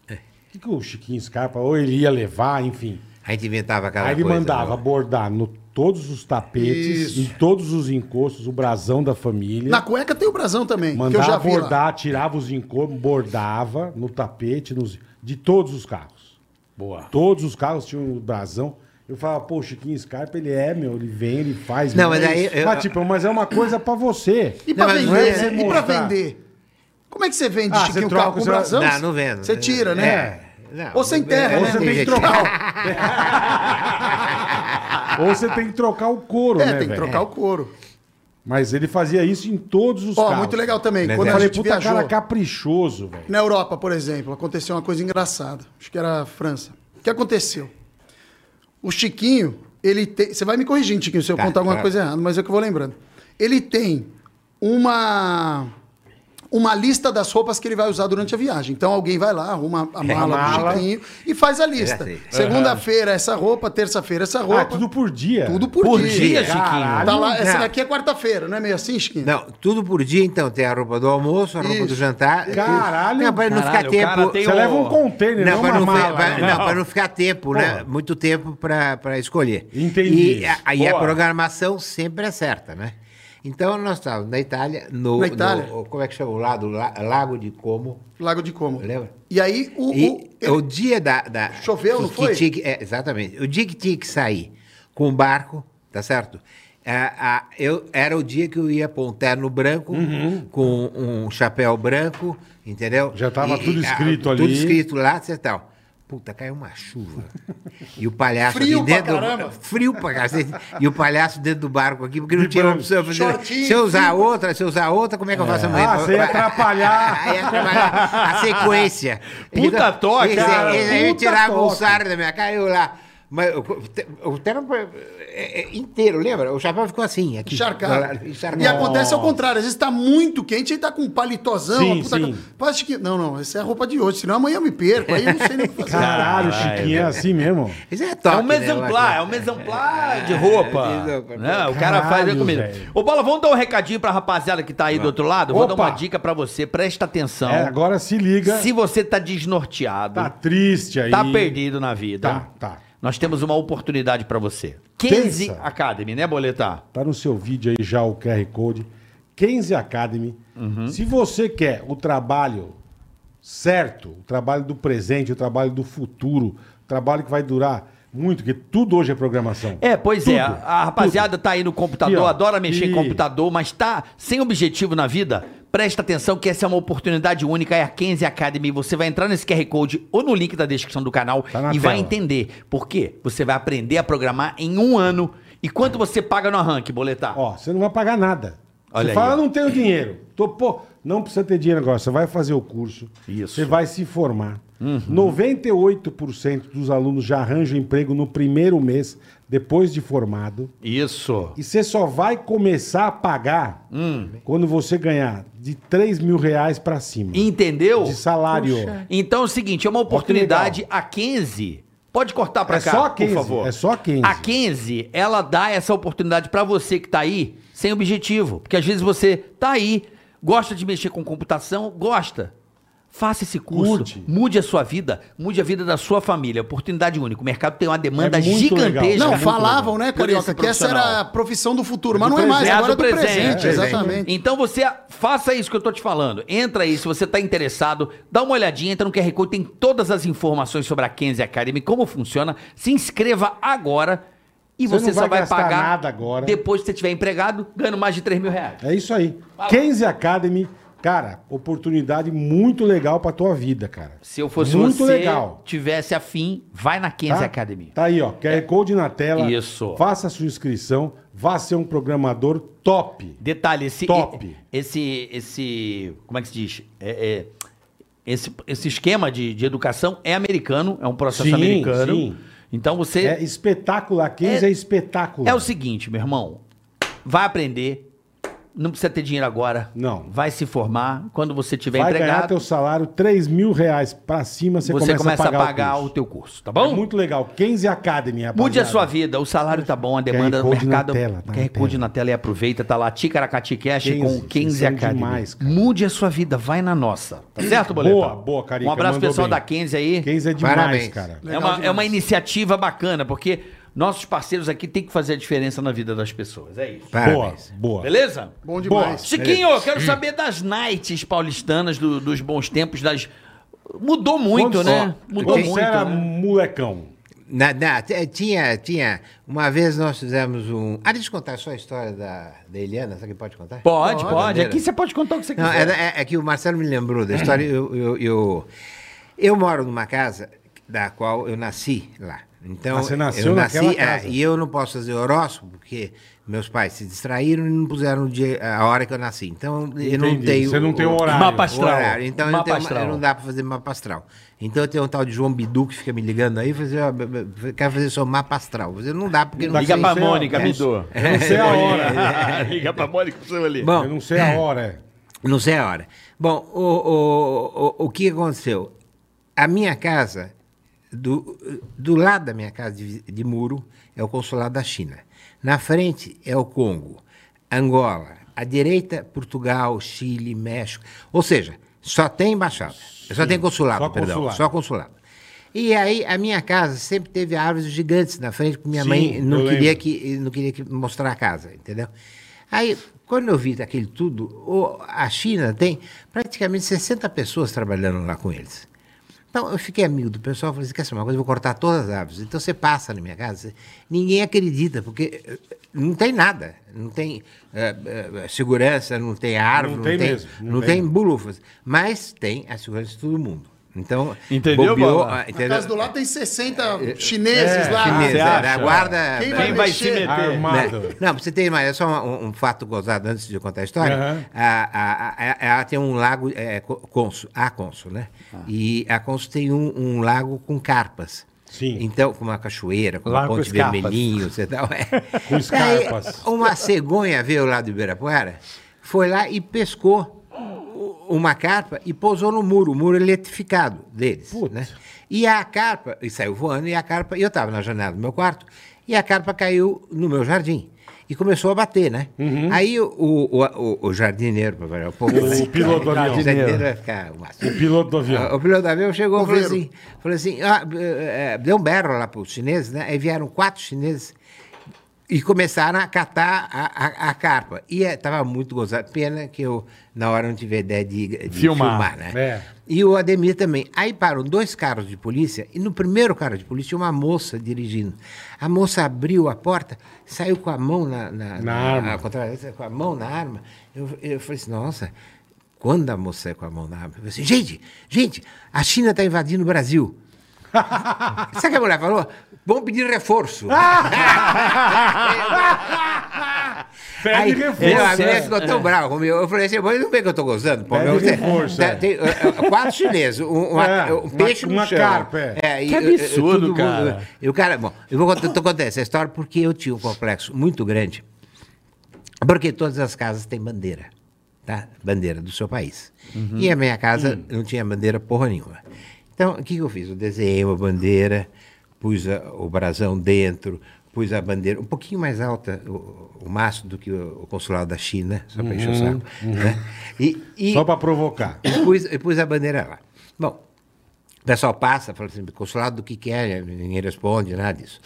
Speaker 3: O que, que o Chiquinho Scarpa, ou ele ia levar, enfim.
Speaker 5: A gente inventava aquela
Speaker 3: aí ele
Speaker 5: coisa,
Speaker 3: mandava
Speaker 5: né?
Speaker 3: bordar no todos os tapetes,
Speaker 1: Isso.
Speaker 3: em todos os encostos, o brasão da família.
Speaker 1: Na cueca tem o brasão também, que eu
Speaker 3: Mandava
Speaker 1: já vi lá.
Speaker 3: bordar, tirava os encostos, bordava no tapete nos, de todos os carros. Boa. Todos os carros tinham um brasão. Eu falava, pô, o Chiquinho Scarpa, ele é, meu, ele vem, ele faz.
Speaker 5: Não,
Speaker 3: meu,
Speaker 5: mas
Speaker 3: é
Speaker 5: aí
Speaker 3: isso.
Speaker 5: eu-
Speaker 3: Mas, tipo, mas é uma coisa pra você.
Speaker 1: E pra
Speaker 5: Não, mas não é
Speaker 1: vender,
Speaker 5: pra
Speaker 3: você
Speaker 1: né? E pra
Speaker 3: mostrar.
Speaker 1: vender? Como é que você vende,
Speaker 3: Ah, você
Speaker 1: Chiquinho, o
Speaker 3: troca
Speaker 1: carro
Speaker 3: o
Speaker 1: com o
Speaker 3: seu-
Speaker 1: brasão?
Speaker 5: Não, não vendo.
Speaker 1: Você tira, né?
Speaker 5: É. Não,
Speaker 1: Ou você
Speaker 5: não-
Speaker 1: enterra,
Speaker 5: é,
Speaker 1: né?
Speaker 3: Ou você tem que
Speaker 5: jeito.
Speaker 3: trocar. Ou você tem que trocar o couro,
Speaker 1: É,
Speaker 3: né,
Speaker 1: tem que
Speaker 3: velho?
Speaker 1: trocar o couro.
Speaker 3: Mas ele fazia isso em todos os
Speaker 1: Ó,
Speaker 3: carros.
Speaker 1: muito legal também.
Speaker 5: Mas
Speaker 1: Quando
Speaker 5: é.
Speaker 1: a
Speaker 3: Eu falei,
Speaker 1: gente
Speaker 3: puta
Speaker 1: viajou...
Speaker 3: cara caprichoso, velho.
Speaker 1: Na Europa, por exemplo, aconteceu uma coisa engraçada. Acho que era a França. O que aconteceu? O Chiquinho, ele tem. Você vai me corrigindo, Chiquinho, se eu
Speaker 5: Tá,
Speaker 1: contar alguma
Speaker 5: tá.
Speaker 1: coisa errada, mas é que eu vou lembrando. Ele tem uma. Uma lista das roupas que ele vai usar durante a viagem. Então alguém vai lá, arruma
Speaker 5: É
Speaker 1: a mala,
Speaker 3: mala.
Speaker 1: do Chiquinho e faz a lista.
Speaker 5: sei.
Speaker 1: Segunda-feira essa roupa, terça-feira essa roupa.
Speaker 3: Ah, tudo por dia.
Speaker 1: Tudo por,
Speaker 4: Por
Speaker 1: dia.
Speaker 4: dia, Chiquinho.
Speaker 1: Tá lá, essa
Speaker 5: Não.
Speaker 1: daqui é quarta-feira, não é meio assim, Chiquinho?
Speaker 5: Não, tudo por dia, então. Tem a roupa do almoço, a roupa
Speaker 1: Isso.
Speaker 5: do jantar. é tudo.
Speaker 3: Caralho.
Speaker 5: Não, para não
Speaker 4: Caralho,
Speaker 5: ficar
Speaker 4: o cara
Speaker 5: tempo...
Speaker 4: tem
Speaker 3: Você
Speaker 4: Eu-
Speaker 3: leva um container, não,
Speaker 5: Não, para
Speaker 3: uma
Speaker 5: não,
Speaker 3: mala.
Speaker 5: fi- pra-
Speaker 3: né?
Speaker 5: não, pra não ficar tempo,
Speaker 3: Porra.
Speaker 5: né? Muito tempo para escolher.
Speaker 3: Entendi.
Speaker 5: E a- aí a
Speaker 3: Boa.
Speaker 5: programação sempre é certa, né? Então, nós estávamos na Itália, no,
Speaker 1: Na Itália.
Speaker 5: no- como é que chama o lado? La- Lago de Como,
Speaker 1: Lago de Como.
Speaker 5: lembra?
Speaker 1: E aí o.
Speaker 5: E é
Speaker 1: o-
Speaker 5: o dia da. da-
Speaker 1: Choveu,
Speaker 5: que-
Speaker 1: não
Speaker 5: que
Speaker 1: foi?
Speaker 5: tinha que- é, exatamente. O dia que tinha que sair com o barco, tá certo? É, a- eu, era o dia que eu ia pôr um terno branco, com um chapéu branco, entendeu?
Speaker 3: Uhum. Já tava tudo escrito ali.
Speaker 5: Tudo escrito lá, etc. e tal. Puta, caiu uma chuva. E o palhaço
Speaker 1: Frio
Speaker 5: aqui
Speaker 1: pra
Speaker 5: dentro.
Speaker 1: caramba.
Speaker 5: Frio pra cacete. E o palhaço dentro do barco aqui, porque não tinha
Speaker 3: branco.
Speaker 5: opção. Eu falei,
Speaker 1: Shortinho,
Speaker 5: se eu usar outra, se eu usar outra, como é que eu faço amanhã?
Speaker 3: Ah, você ia atrapalhar.
Speaker 5: Aí ia atrapalhar a sequência.
Speaker 4: Puta toque,
Speaker 5: Esse-
Speaker 3: cara,
Speaker 5: esse aí
Speaker 3: puta
Speaker 5: tirava o
Speaker 3: toque.
Speaker 5: sarro da minha cara e eu lá. Mas o, o terno é, é inteiro, lembra? O chapéu ficou assim. Aqui,
Speaker 1: Encharcado.
Speaker 5: Encharcado.
Speaker 1: E acontece ao contrário. Às vezes tá muito quente, aí tá com um palitozão.
Speaker 3: Sim,
Speaker 1: uma puta
Speaker 3: sim.
Speaker 1: ca- Pô, acho que... Não, não. Essa é a roupa de hoje. Senão amanhã eu me perco. Aí eu não sei nem o que fazer.
Speaker 3: Caralho, Chiquinho, é assim mesmo.
Speaker 5: Isso é
Speaker 4: É
Speaker 5: top,
Speaker 4: um mesemplar, é um mesemplar de roupa.
Speaker 5: É,
Speaker 4: né? O cara faz
Speaker 3: Caralho,
Speaker 4: a comida.
Speaker 3: velho.
Speaker 4: Ô, Bola, vamos dar um recadinho pra rapaziada que tá aí do outro lado? Vou dar
Speaker 3: Opa!
Speaker 4: uma dica pra você, presta atenção.
Speaker 3: É, agora se liga.
Speaker 4: Então, Se você tá desnorteado,
Speaker 3: Tá
Speaker 4: tá,
Speaker 3: triste aí.
Speaker 4: perdido na vida,
Speaker 3: Tá, tá.
Speaker 4: nós temos uma oportunidade pra você. 15
Speaker 3: Pensa.
Speaker 4: Academy, né, Boletar?
Speaker 3: Tá no seu vídeo aí já o QR Code. Kenzie Academy.
Speaker 4: Uhum.
Speaker 3: Se você quer o trabalho certo, o trabalho do presente, o trabalho do futuro, o trabalho que vai durar muito, porque tudo hoje é programação.
Speaker 4: É, pois é. A,
Speaker 3: Tudo,
Speaker 4: a rapaziada tá aí no computador,
Speaker 3: Aqui, ó.
Speaker 4: adora mexer
Speaker 3: E-
Speaker 4: em computador, mas tá sem objetivo na vida. Presta atenção que essa é uma oportunidade única, é a Kenzie Academy. Você vai entrar nesse QR Code ou no link da descrição do canal
Speaker 3: Tá na
Speaker 4: e vai
Speaker 3: tela.
Speaker 4: entender. Por quê? Você vai aprender a programar em um ano. E quanto você paga no arranque, boletar?
Speaker 3: Ó, você não vai pagar nada.
Speaker 4: Olha
Speaker 3: você
Speaker 4: aí,
Speaker 3: fala,
Speaker 4: ó.
Speaker 3: não tenho dinheiro. Tô, pô, não precisa ter dinheiro agora. Você vai fazer o curso.
Speaker 4: Isso. Uhum.
Speaker 3: Você vai se formar. 98% dos alunos já arranjam emprego no primeiro mês, depois de formado.
Speaker 4: Isso.
Speaker 3: E você só vai começar a pagar
Speaker 4: Hum.
Speaker 3: quando você ganhar de 3 mil reais pra cima.
Speaker 4: Entendeu?
Speaker 3: De salário.
Speaker 4: Então é o seguinte, é uma oportunidade
Speaker 3: legal.
Speaker 4: a 15. Pode cortar pra
Speaker 3: É
Speaker 4: cá,
Speaker 3: só a
Speaker 4: por
Speaker 3: 15,
Speaker 4: favor.
Speaker 3: é só a 15.
Speaker 4: A 15, ela dá essa oportunidade pra você que tá aí sem objetivo, porque às vezes você tá aí, gosta de mexer com computação, gosta. Faça esse curso,
Speaker 3: Curte.
Speaker 4: mude a sua vida, mude a vida da sua família. Oportunidade única. O mercado tem uma demanda
Speaker 3: É muito
Speaker 4: gigantesca.
Speaker 3: legal.
Speaker 1: Não,
Speaker 3: Muito
Speaker 1: falavam, né,
Speaker 4: Por esse
Speaker 1: Carioca, que essa
Speaker 4: profissional.
Speaker 1: era a profissão do futuro.
Speaker 3: É
Speaker 1: Mas
Speaker 3: do
Speaker 1: não é mais,
Speaker 4: É a
Speaker 1: agora é
Speaker 4: do
Speaker 1: do presente.
Speaker 4: presente,
Speaker 1: Exatamente.
Speaker 4: Então você faça isso que eu tô te falando. Entra aí, se você tá interessado, dá uma olhadinha, entra no QR Code, tem todas as informações sobre a Kenzie Academy, como funciona. Se inscreva agora e
Speaker 3: Você
Speaker 4: você,
Speaker 3: não
Speaker 4: só
Speaker 3: vai
Speaker 4: vai
Speaker 3: gastar
Speaker 4: pagar
Speaker 3: nada agora.
Speaker 4: depois que você tiver empregado, ganhando mais de 3 mil reais.
Speaker 3: É isso aí. Kenzie Academy, cara, oportunidade muito legal pra tua vida, cara.
Speaker 4: Se eu fosse
Speaker 3: muito
Speaker 4: você,
Speaker 3: legal.
Speaker 4: tivesse afim, vai na Kenzie
Speaker 3: Tá?
Speaker 4: Academy.
Speaker 3: Tá aí, ó. QR Code na tela.
Speaker 4: É. Isso.
Speaker 3: Faça a sua inscrição. Vá ser um programador top.
Speaker 4: Detalhe, esse.
Speaker 3: Top.
Speaker 4: Esse. esse como é que se diz? É, é, esse, esse esquema de, de educação é americano, é um processo
Speaker 3: Sim,
Speaker 4: americano.
Speaker 3: sim.
Speaker 4: Então você.
Speaker 3: É
Speaker 4: É,
Speaker 3: espetacular. Kenzie é,
Speaker 4: É-
Speaker 3: espetáculo.
Speaker 4: o seguinte, meu irmão. Vai aprender. Não precisa ter dinheiro agora.
Speaker 3: Não.
Speaker 4: Vai se formar. Quando você tiver
Speaker 3: Vai ganhar
Speaker 4: empregado,
Speaker 3: teu salário 3 mil reais pra cima, você,
Speaker 4: você começa, a pagar,
Speaker 3: o
Speaker 4: o,
Speaker 3: curso.
Speaker 4: teu curso, tá bom?
Speaker 3: É muito legal. Kenzie Academy, rapaziada.
Speaker 4: Mude a sua vida, o salário tá bom, a demanda
Speaker 3: QR
Speaker 4: do
Speaker 3: Code na
Speaker 4: mercado.
Speaker 3: tela, tá na
Speaker 4: QR Code
Speaker 3: tela.
Speaker 4: na tela e aproveita, tá lá Ticaracati Cash
Speaker 3: 15,
Speaker 4: com
Speaker 3: vocês
Speaker 4: 15
Speaker 3: são
Speaker 4: Academy.
Speaker 3: demais, cara.
Speaker 4: Mude a sua vida, vai na nossa. Tá certo, Boleto?
Speaker 3: Boa, boa, Carica,
Speaker 4: Um abraço
Speaker 3: mandou
Speaker 4: pessoal
Speaker 3: bem.
Speaker 4: da 15 aí.
Speaker 3: Kenzie é demais,
Speaker 5: Parabéns.
Speaker 3: cara.
Speaker 4: É
Speaker 1: Legal
Speaker 4: uma, é
Speaker 1: demais.
Speaker 4: uma iniciativa bacana, porque nossos parceiros aqui têm que fazer a diferença na vida das pessoas. É isso.
Speaker 3: Tá.
Speaker 5: Parabéns.
Speaker 3: Boa, boa.
Speaker 4: Beleza?
Speaker 1: Bom demais.
Speaker 4: Chiquinho, eu quero saber das nights paulistanas, do- dos bons tempos, das. Mudou muito,
Speaker 3: Quando-
Speaker 4: né?
Speaker 3: ó,
Speaker 4: Mudou
Speaker 3: quando
Speaker 4: muito.
Speaker 3: Você era
Speaker 4: né?
Speaker 3: molecão.
Speaker 5: Na, na- t- tinha, tinha. Uma vez nós fizemos um. Ah, deixa eu contar só a história da, da Eliana, será que pode né? contar?
Speaker 4: Pode, pode.
Speaker 5: maneira.
Speaker 4: Aqui você pode contar o que você quiser.
Speaker 5: Não, é, é- é que o Marcelo me lembrou da história. Eu, eu, eu, eu moro numa casa da qual eu nasci lá. Então,
Speaker 3: Ah, você nasceu
Speaker 5: eu nasci
Speaker 3: naquela
Speaker 5: é,
Speaker 3: casa.
Speaker 5: e eu não posso fazer horóscopo porque meus pais se distraíram e não puseram o dia, a hora que eu nasci. Então, eu não
Speaker 3: Entendi.
Speaker 5: tenho.
Speaker 3: Você não tem um horário.
Speaker 4: Mapa astral.
Speaker 5: horário. Então, eu não,
Speaker 4: Mapa
Speaker 5: tenho,
Speaker 4: astral.
Speaker 5: eu não dá para fazer mapa astral. Então, eu tenho um tal de João Bidu que fica me ligando aí e fala assim, ó, b- b- quero fazer seu mapa astral. Eu não dá porque não
Speaker 4: Liga
Speaker 5: sei. é
Speaker 4: pra
Speaker 3: sei,
Speaker 4: Mônica,
Speaker 3: eu
Speaker 4: me
Speaker 3: não-
Speaker 4: dou.
Speaker 3: Eu não sei
Speaker 4: É.
Speaker 3: a hora.
Speaker 4: Liga pra Mônica pra você ali.
Speaker 5: Bom,
Speaker 3: Eu não sei a hora. é.
Speaker 5: Não sei a hora. Bom, o, o, o, o que aconteceu? A minha casa, do, do lado da minha casa de, de muro, é o consulado da China. Na frente é o Congo, Angola. À direita, Portugal, Chile, México. Ou seja, só tem embaixada. Só tem consulado,
Speaker 3: só
Speaker 5: perdão.
Speaker 3: consulado.
Speaker 5: Só consulado. E aí, a minha casa sempre teve árvores gigantes na frente, porque minha
Speaker 3: Sim,
Speaker 5: mãe não
Speaker 3: eu
Speaker 5: queria
Speaker 3: lembro.
Speaker 5: que não queria que mostrar a casa, entendeu? Aí, quando eu vi aquilo tudo, o- a China tem praticamente 60 pessoas trabalhando lá com eles. Então, eu fiquei amigo do pessoal, falei assim, quer saber uma coisa, eu vou cortar todas as árvores. Então, você passa na minha casa, você- ninguém acredita, porque eh, não tem nada. Não tem eh, eh, segurança, não tem árvore, não
Speaker 3: tem
Speaker 5: tem,
Speaker 3: mesmo, não
Speaker 5: não
Speaker 3: tem
Speaker 5: tem bulufas. Mas tem a segurança de todo mundo. Então,
Speaker 4: Entendeu,
Speaker 5: bobeou,
Speaker 4: Bola?
Speaker 5: ah,
Speaker 1: Na
Speaker 5: entendeu?
Speaker 1: casa do lado tem 60 É, chineses lá.
Speaker 5: Chinesa,
Speaker 4: você acha?
Speaker 5: da né? guarda...
Speaker 1: Quem
Speaker 5: da-
Speaker 1: vai
Speaker 4: Quem vai se
Speaker 1: mexer?
Speaker 4: meter?
Speaker 5: né?
Speaker 3: Armado.
Speaker 5: Não, pra você ter mais, é só um, um fato gozado antes de eu contar a história.
Speaker 3: Aham.
Speaker 5: A- a- a- a- ela tem um lago, é, co- Conso, a Conso, né? E a Conso tem um, um lago com carpas.
Speaker 3: Sim.
Speaker 5: Então, com uma cachoeira, com
Speaker 6: Lá
Speaker 5: uma
Speaker 6: com
Speaker 5: ponte
Speaker 6: escarpas.
Speaker 5: vermelhinhos e tal. é.
Speaker 3: Com escarpas.
Speaker 5: Daí, uma cegonha veio lá do Ibirapuera, foi lá e pescou u- uma carpa e pousou no muro, o muro eletrificado deles.
Speaker 3: Putz.
Speaker 5: Né? E a carpa, e saiu voando, e a carpa, e eu estava na janela do meu quarto, e a carpa caiu no meu jardim. E começou a bater, né? Aí o, o, o, o jardineiro, para variar um pouco,
Speaker 3: Uhum. O piloto do avião.
Speaker 5: o jardineiro vai ficar um o máximo.
Speaker 3: O piloto do avião.
Speaker 5: Ah, O piloto do avião chegou e falou
Speaker 1: Governo.
Speaker 5: assim, falou assim ah, eh, eh, deu um berro lá para os chineses, né? Aí vieram quatro chineses e começaram a catar a, a- a carpa. E estava muito gozado. Pena que eu, na hora, não tive ideia de, de
Speaker 6: Filmar.
Speaker 5: filmar, né?
Speaker 3: É.
Speaker 5: E o Ademir também. Aí param dois carros de polícia, e no primeiro carro de polícia tinha uma moça dirigindo. A moça abriu a porta, saiu com a mão na, na,
Speaker 3: Na arma.
Speaker 5: contra- com a mão na arma. Eu, eu falei assim, nossa, quando a moça é com a mão na arma? Eu falei assim, gente, gente, a China está invadindo o Brasil. Sabe o que a mulher falou? Vão pedir reforço.
Speaker 4: É.
Speaker 3: Pede
Speaker 5: Aí,
Speaker 3: reforço.
Speaker 5: Meu
Speaker 6: É.
Speaker 5: amigo ficou é tão bravo comigo. Eu falei assim, mas não vê que eu tô gozando? Pô,
Speaker 3: Pede
Speaker 5: meu, você-
Speaker 3: reforço,
Speaker 5: tá-
Speaker 3: é.
Speaker 5: tem, eh, eh, quatro chineses, um, uma-
Speaker 3: É,
Speaker 5: um peixe
Speaker 3: uma- uma
Speaker 5: no chão.
Speaker 3: carpa, é.
Speaker 5: e,
Speaker 6: Que
Speaker 5: eh, eh,
Speaker 6: absurdo,
Speaker 5: todo mundo-
Speaker 6: cara.
Speaker 5: E o cara, bom, eu vou contar, tô contando essa história porque eu tinha um complexo muito grande. Porque todas as casas têm bandeira, tá? Bandeira do seu país. E a minha casa
Speaker 3: Uhum.
Speaker 5: não tinha bandeira porra nenhuma. Então, o que, que eu fiz? Eu desenhei uma bandeira, pus a- o brasão dentro, pus a bandeira um pouquinho mais alta, o, o maço, do que o, o consulado da China, só para encher o saco. Né? E, e-
Speaker 3: Uhum, Só pra provocar.
Speaker 5: e pus, e pus a bandeira lá. Bom, o pessoal passa, fala assim, consulado do que que é, ninguém responde, nada disso.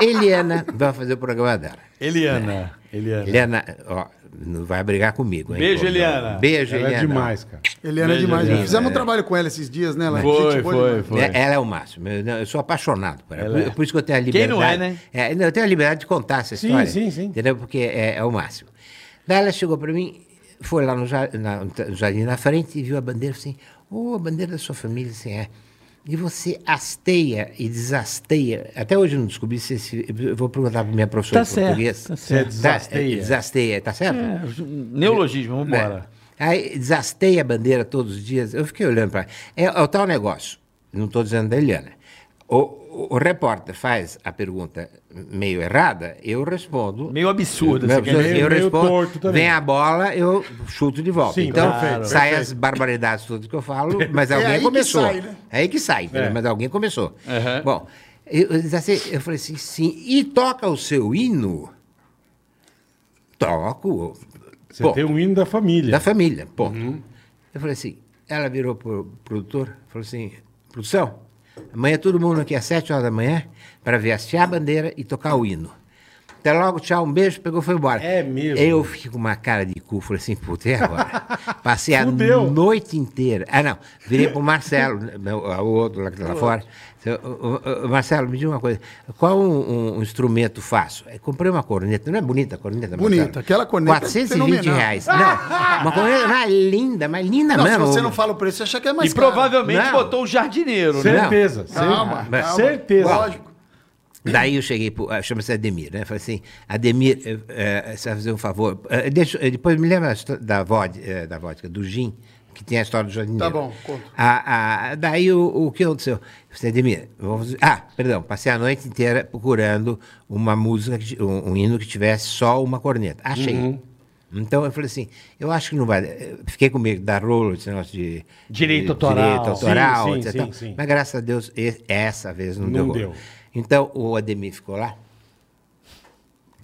Speaker 5: Eliana vai fazer o programa dela.
Speaker 6: Eliana. Eliana.
Speaker 5: Eliana, ó, não vai brigar comigo, hein?
Speaker 6: Beijo,
Speaker 5: Pô,
Speaker 6: Eliana.
Speaker 5: não. Beijo,
Speaker 3: Ela é
Speaker 5: Eliana.
Speaker 3: demais, cara.
Speaker 1: Eliana é
Speaker 6: Beijo,
Speaker 1: demais.
Speaker 6: Eliana.
Speaker 1: Fizemos um trabalho com ela esses dias, né? Ela é
Speaker 6: Foi,
Speaker 1: gente boa
Speaker 6: foi,
Speaker 1: demais.
Speaker 6: foi.
Speaker 5: É, Ela é o máximo. Eu, não, eu sou apaixonado por ela.
Speaker 6: Ela é.
Speaker 5: Por, por isso que eu tenho a
Speaker 6: Quem
Speaker 5: liberdade.
Speaker 6: não é, né?
Speaker 5: É, não, eu tenho a liberdade de contar essa história.
Speaker 3: sim, sim.
Speaker 5: Entendeu? Porque é, é o máximo. Daí ela chegou para mim, foi lá no, ja- na- no jardim na frente e viu a bandeira assim: Ô, a bandeira da sua família, assim, é. E você hasteia e desasteia. Até hoje eu não descobri se. esse- eu vou perguntar para minha professora
Speaker 6: Tá
Speaker 5: de
Speaker 6: certo,
Speaker 5: português.
Speaker 6: tá
Speaker 3: certo.
Speaker 5: Tá,
Speaker 3: Desasteia. É.
Speaker 5: é, desasteia, tá certo?
Speaker 6: Neologismo, vambora.
Speaker 5: É. Aí desastei a bandeira todos os dias. Eu fiquei olhando para. É, é o tal negócio. Não estou dizendo da Eliana. O, o, o repórter faz a pergunta meio errada, eu respondo.
Speaker 6: Meio absurdo.
Speaker 5: Meio
Speaker 6: você
Speaker 4: né?
Speaker 6: quer
Speaker 5: absurdo,
Speaker 6: dizer.
Speaker 3: meio-
Speaker 5: eu
Speaker 3: meio
Speaker 5: respondo.
Speaker 3: torto também.
Speaker 5: Vem a bola, eu chuto de volta.
Speaker 3: Sim,
Speaker 5: então,
Speaker 3: claro.
Speaker 5: sai
Speaker 3: Perfeito.
Speaker 5: as barbaridades todas que eu falo, mas
Speaker 1: É
Speaker 5: alguém
Speaker 1: aí que
Speaker 5: começou.
Speaker 1: sai, né?
Speaker 5: É aí que sai, entendeu?
Speaker 3: É.
Speaker 5: mas alguém começou. Bom, eu, eu disse assim, eu falei assim, sim, e toca o seu hino? Toco.
Speaker 3: Você
Speaker 5: Bom,
Speaker 3: tem um hino da família. Uhum.
Speaker 5: da família, ponto. Eu falei assim, ela virou pro produtor, falou assim, produção, amanhã todo mundo aqui às sete horas da manhã para ver hastear a bandeira e tocar o hino. Até logo, tchau, um beijo, pegou foi embora.
Speaker 3: É mesmo?
Speaker 5: Eu fiquei com uma cara de cu, falei assim, puta, e agora? Passei a
Speaker 3: Fudeu.
Speaker 5: noite inteira. Ah, não, virei pro Marcelo, né, meu- o outro lá, tá lá fora. Então, Ô, ô, ô, Marcelo, me diga uma coisa, qual um, um instrumento faço? Eu comprei uma corneta, não é bonita a corneta?
Speaker 1: Bonita,
Speaker 5: Marcelo?
Speaker 1: aquela corneta é
Speaker 5: 420
Speaker 1: fenomenal.
Speaker 5: reais. Não, uma corneta mais linda, mais linda
Speaker 1: Não, é se
Speaker 5: mesmo.
Speaker 1: você não fala o preço, você acha que é mais
Speaker 6: E provavelmente
Speaker 5: Não.
Speaker 6: botou o jardineiro, né?
Speaker 3: Certeza. cer-
Speaker 1: Calma, calma.
Speaker 3: Certeza.
Speaker 1: Lógico.
Speaker 5: Daí eu cheguei, pro- ah, chama-se Ademir, né? Falei assim, Ademir, eh, eh, você vai fazer um favor. Eh, deixa- eh, depois me lembra a histó- da, vod, eh, da vodka, do gin, que tem a história do jardineiro.
Speaker 1: Tá bom, conto.
Speaker 5: Ah, ah, daí o, o que aconteceu? Eu falei, Ademir, vamos... fazer-" Ah, perdão, passei a noite inteira procurando uma música, que ti- um, um hino que tivesse só uma corneta. Achei. Então eu falei assim, eu acho que não vai... eh, Fiquei com medo da rolo, esse negócio de...
Speaker 6: Direito
Speaker 5: de-
Speaker 6: autoral.
Speaker 5: Direito autoral,
Speaker 3: Sim, sim,
Speaker 5: etc.
Speaker 3: sim, sim.
Speaker 5: Mas graças a Deus, e- essa vez não,
Speaker 3: Não
Speaker 5: deu.
Speaker 3: deu.
Speaker 5: Então, o Ademir ficou lá.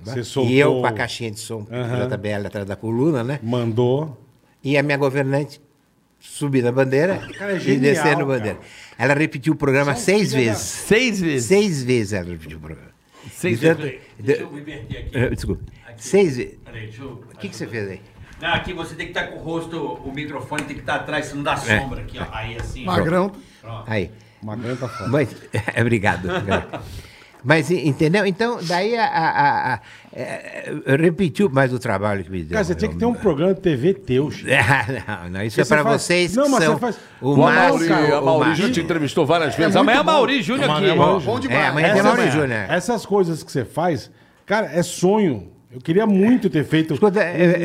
Speaker 3: Você soltou.
Speaker 5: E eu com a caixinha de som
Speaker 3: Aham.
Speaker 5: JBL atrás da coluna, né?
Speaker 3: Mandou.
Speaker 5: E a minha governante subindo a bandeira
Speaker 3: Cara, é
Speaker 5: e
Speaker 3: genial,
Speaker 5: descendo a
Speaker 3: cara.
Speaker 5: bandeira. Ela repetiu o programa
Speaker 7: um
Speaker 5: seis
Speaker 3: filho da-
Speaker 5: vezes.
Speaker 6: Seis vezes.
Speaker 5: Seis vezes ela repetiu o programa.
Speaker 6: Seis
Speaker 5: De tanto-
Speaker 6: vezes.
Speaker 5: de-
Speaker 7: Deixa eu me inverter aqui.
Speaker 4: É.
Speaker 5: Eh, Desculpa. Seis vezes.
Speaker 7: Peraí, deixa eu...
Speaker 5: O que, que você fez aí?
Speaker 7: Não, aqui você tem que estar com o rosto, o microfone tem que estar atrás, senão
Speaker 4: É.
Speaker 7: dá sombra aqui, ó. Aí assim. ó.
Speaker 1: Magrão.
Speaker 7: Pronto.
Speaker 5: Aí.
Speaker 3: Uma grande foda.
Speaker 5: Mas, obrigado. Mas, e- entendeu? Então, daí a, a- a- a- eh, repetiu mais o trabalho que me deu.
Speaker 3: Cara, você tinha que ter
Speaker 5: Eu-
Speaker 3: um programa de TV teu, Chico.
Speaker 5: Ah, não, não, isso
Speaker 3: Porque
Speaker 5: é
Speaker 3: você
Speaker 5: para
Speaker 3: faz-
Speaker 5: vocês
Speaker 3: Não,
Speaker 5: que
Speaker 3: mas
Speaker 5: são
Speaker 3: você faz-
Speaker 5: o
Speaker 3: O
Speaker 5: Mauri,
Speaker 3: Amauri-
Speaker 5: o
Speaker 3: a Amauri já
Speaker 5: Mauri.
Speaker 3: te
Speaker 6: entrevistou várias vezes.
Speaker 1: muito
Speaker 6: Amanhã é
Speaker 1: bom.
Speaker 6: Mauri Júnior aqui.
Speaker 3: Amanhã é Mauri
Speaker 1: Bom
Speaker 5: É,
Speaker 1: demais.
Speaker 5: amanhã tem
Speaker 3: Essas-
Speaker 5: Mauri Júnior.
Speaker 3: Essas coisas que você faz, cara, é sonho. Eu queria muito ter feito
Speaker 5: Escuta, é-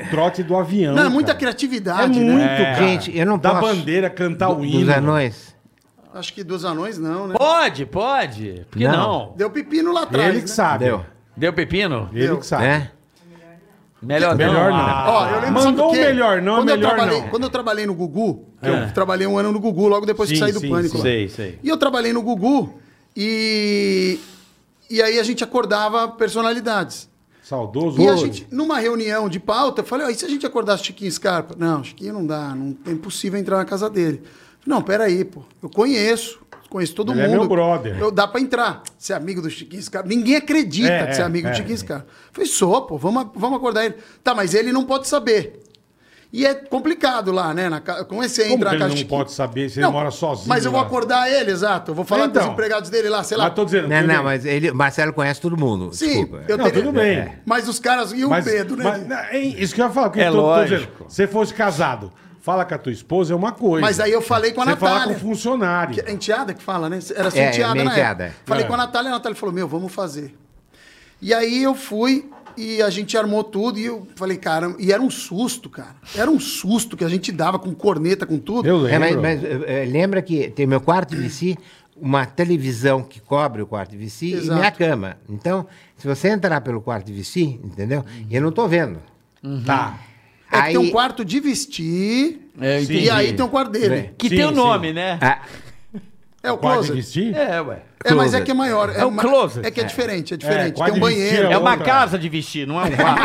Speaker 3: um, um trote do avião.
Speaker 1: Não, é muita
Speaker 3: cara.
Speaker 1: criatividade,
Speaker 3: É muito,
Speaker 1: né?
Speaker 3: cara.
Speaker 5: Gente, eu não
Speaker 3: Da
Speaker 5: posso-
Speaker 3: bandeira, cantar o
Speaker 5: Do-
Speaker 3: tá hino.
Speaker 5: Dos anões.
Speaker 1: Acho que dos anões não, né?
Speaker 4: Pode, pode. Por que não?
Speaker 5: Não.
Speaker 1: Deu pepino lá atrás.
Speaker 3: Ele que
Speaker 1: né?
Speaker 3: sabe.
Speaker 5: Entendeu?
Speaker 4: Deu pepino?
Speaker 3: Ele que sabe.
Speaker 5: Né?
Speaker 4: Melhor, Ah,
Speaker 3: Melhor não.
Speaker 1: Ó, eu lembro
Speaker 3: Mandou
Speaker 1: sabe do
Speaker 3: o
Speaker 1: quê?
Speaker 3: melhor não,
Speaker 1: quando
Speaker 3: melhor
Speaker 1: eu trabalhei,
Speaker 3: não. É.
Speaker 1: Quando eu trabalhei no Gugu, eu trabalhei um ano no Gugu logo depois que
Speaker 3: Sim,
Speaker 1: saí do
Speaker 3: sim,
Speaker 1: Pânico. lá.
Speaker 6: Sei, sei.
Speaker 1: E eu trabalhei no Gugu e. E aí a gente acordava personalidades.
Speaker 3: Saudoso.
Speaker 1: E a
Speaker 3: Ouro.
Speaker 1: gente, numa reunião de pauta, eu falei, ó, e se a gente acordasse Chiquinho Scarpa? Não, Chiquinho não dá, não, é impossível entrar na casa dele. Não, peraí, pô, eu conheço, conheço todo
Speaker 3: Ele é
Speaker 1: mundo.
Speaker 3: meu brother.
Speaker 1: Eu, dá pra entrar, ser amigo do Chiquinho Scarpa. Ninguém acredita
Speaker 3: É,
Speaker 1: que você é
Speaker 3: é,
Speaker 1: amigo
Speaker 3: é.
Speaker 1: do Chiquinho Scarpa. Eu falei, sou, pô, vamos, vamos acordar ele. Tá, mas ele não pode saber. E é complicado lá, né? Na, ca- como é que você
Speaker 3: Como
Speaker 1: entra
Speaker 3: que
Speaker 1: na
Speaker 3: ele
Speaker 1: casa
Speaker 3: não
Speaker 1: de Chiquinho?
Speaker 3: pode saber se ele mora sozinho
Speaker 1: Mas eu vou
Speaker 3: lá?
Speaker 1: acordar ele, exato. Eu vou falar com
Speaker 3: Então.
Speaker 1: os empregados dele lá, sei lá.
Speaker 3: Mas tô dizendo.
Speaker 5: Não,
Speaker 3: tudo
Speaker 5: não,
Speaker 3: bem.
Speaker 5: mas ele, Marcelo conhece todo mundo.
Speaker 1: Sim,
Speaker 5: desculpa.
Speaker 1: eu É,
Speaker 3: Não, tudo bem.
Speaker 1: Mas os caras. E o
Speaker 3: Mas,
Speaker 1: medo, né?
Speaker 3: mas- não, é isso que eu ia falar. porque
Speaker 4: É
Speaker 3: eu tô- tô dizendo,
Speaker 4: lógico.
Speaker 3: Se você fosse casado, fala com a tua esposa é uma coisa.
Speaker 1: Mas aí eu falei com a
Speaker 3: Você falar com
Speaker 1: Natália.
Speaker 3: o funcionário.
Speaker 1: Que- É enteada que fala, né? Era sua
Speaker 5: É,
Speaker 1: enteada
Speaker 5: minha
Speaker 1: na
Speaker 5: enteada.
Speaker 1: época. Falei
Speaker 3: É.
Speaker 1: com a Natália, a Natália falou, meu, vamos fazer. E aí eu fui e a gente armou tudo e eu falei, cara, e era um susto, cara. Era um susto que a gente dava com corneta, com tudo.
Speaker 3: Eu
Speaker 5: É,
Speaker 3: lembro.
Speaker 5: mas, mas, eh, eh, lembra que tem meu quarto de VC, uma televisão que cobre o quarto de VC e
Speaker 1: Exato.
Speaker 5: minha cama. Então, se você entrar pelo quarto de VC, entendeu?
Speaker 3: Uhum.
Speaker 5: Eu não tô vendo.
Speaker 3: Tá.
Speaker 1: É que
Speaker 5: Aí,
Speaker 1: tem um quarto de vestir
Speaker 4: É, eu entendi.
Speaker 1: e aí tem um quarto dele.
Speaker 5: Bem.
Speaker 4: Que
Speaker 3: Sim,
Speaker 4: tem o
Speaker 3: sim.
Speaker 4: nome, né?
Speaker 5: Ah,
Speaker 1: É o
Speaker 3: Quarto de
Speaker 1: closet.
Speaker 3: vestir?
Speaker 4: É, ué.
Speaker 1: É, mas é
Speaker 5: Closet.
Speaker 1: que é maior.
Speaker 4: É o
Speaker 1: ma-
Speaker 4: closet.
Speaker 1: É que é diferente, é
Speaker 3: É,
Speaker 1: diferente.
Speaker 3: quarto
Speaker 1: tem um
Speaker 3: de vestir
Speaker 1: banheiro.
Speaker 4: É uma
Speaker 3: outra.
Speaker 4: casa de vestir, não é um quarto.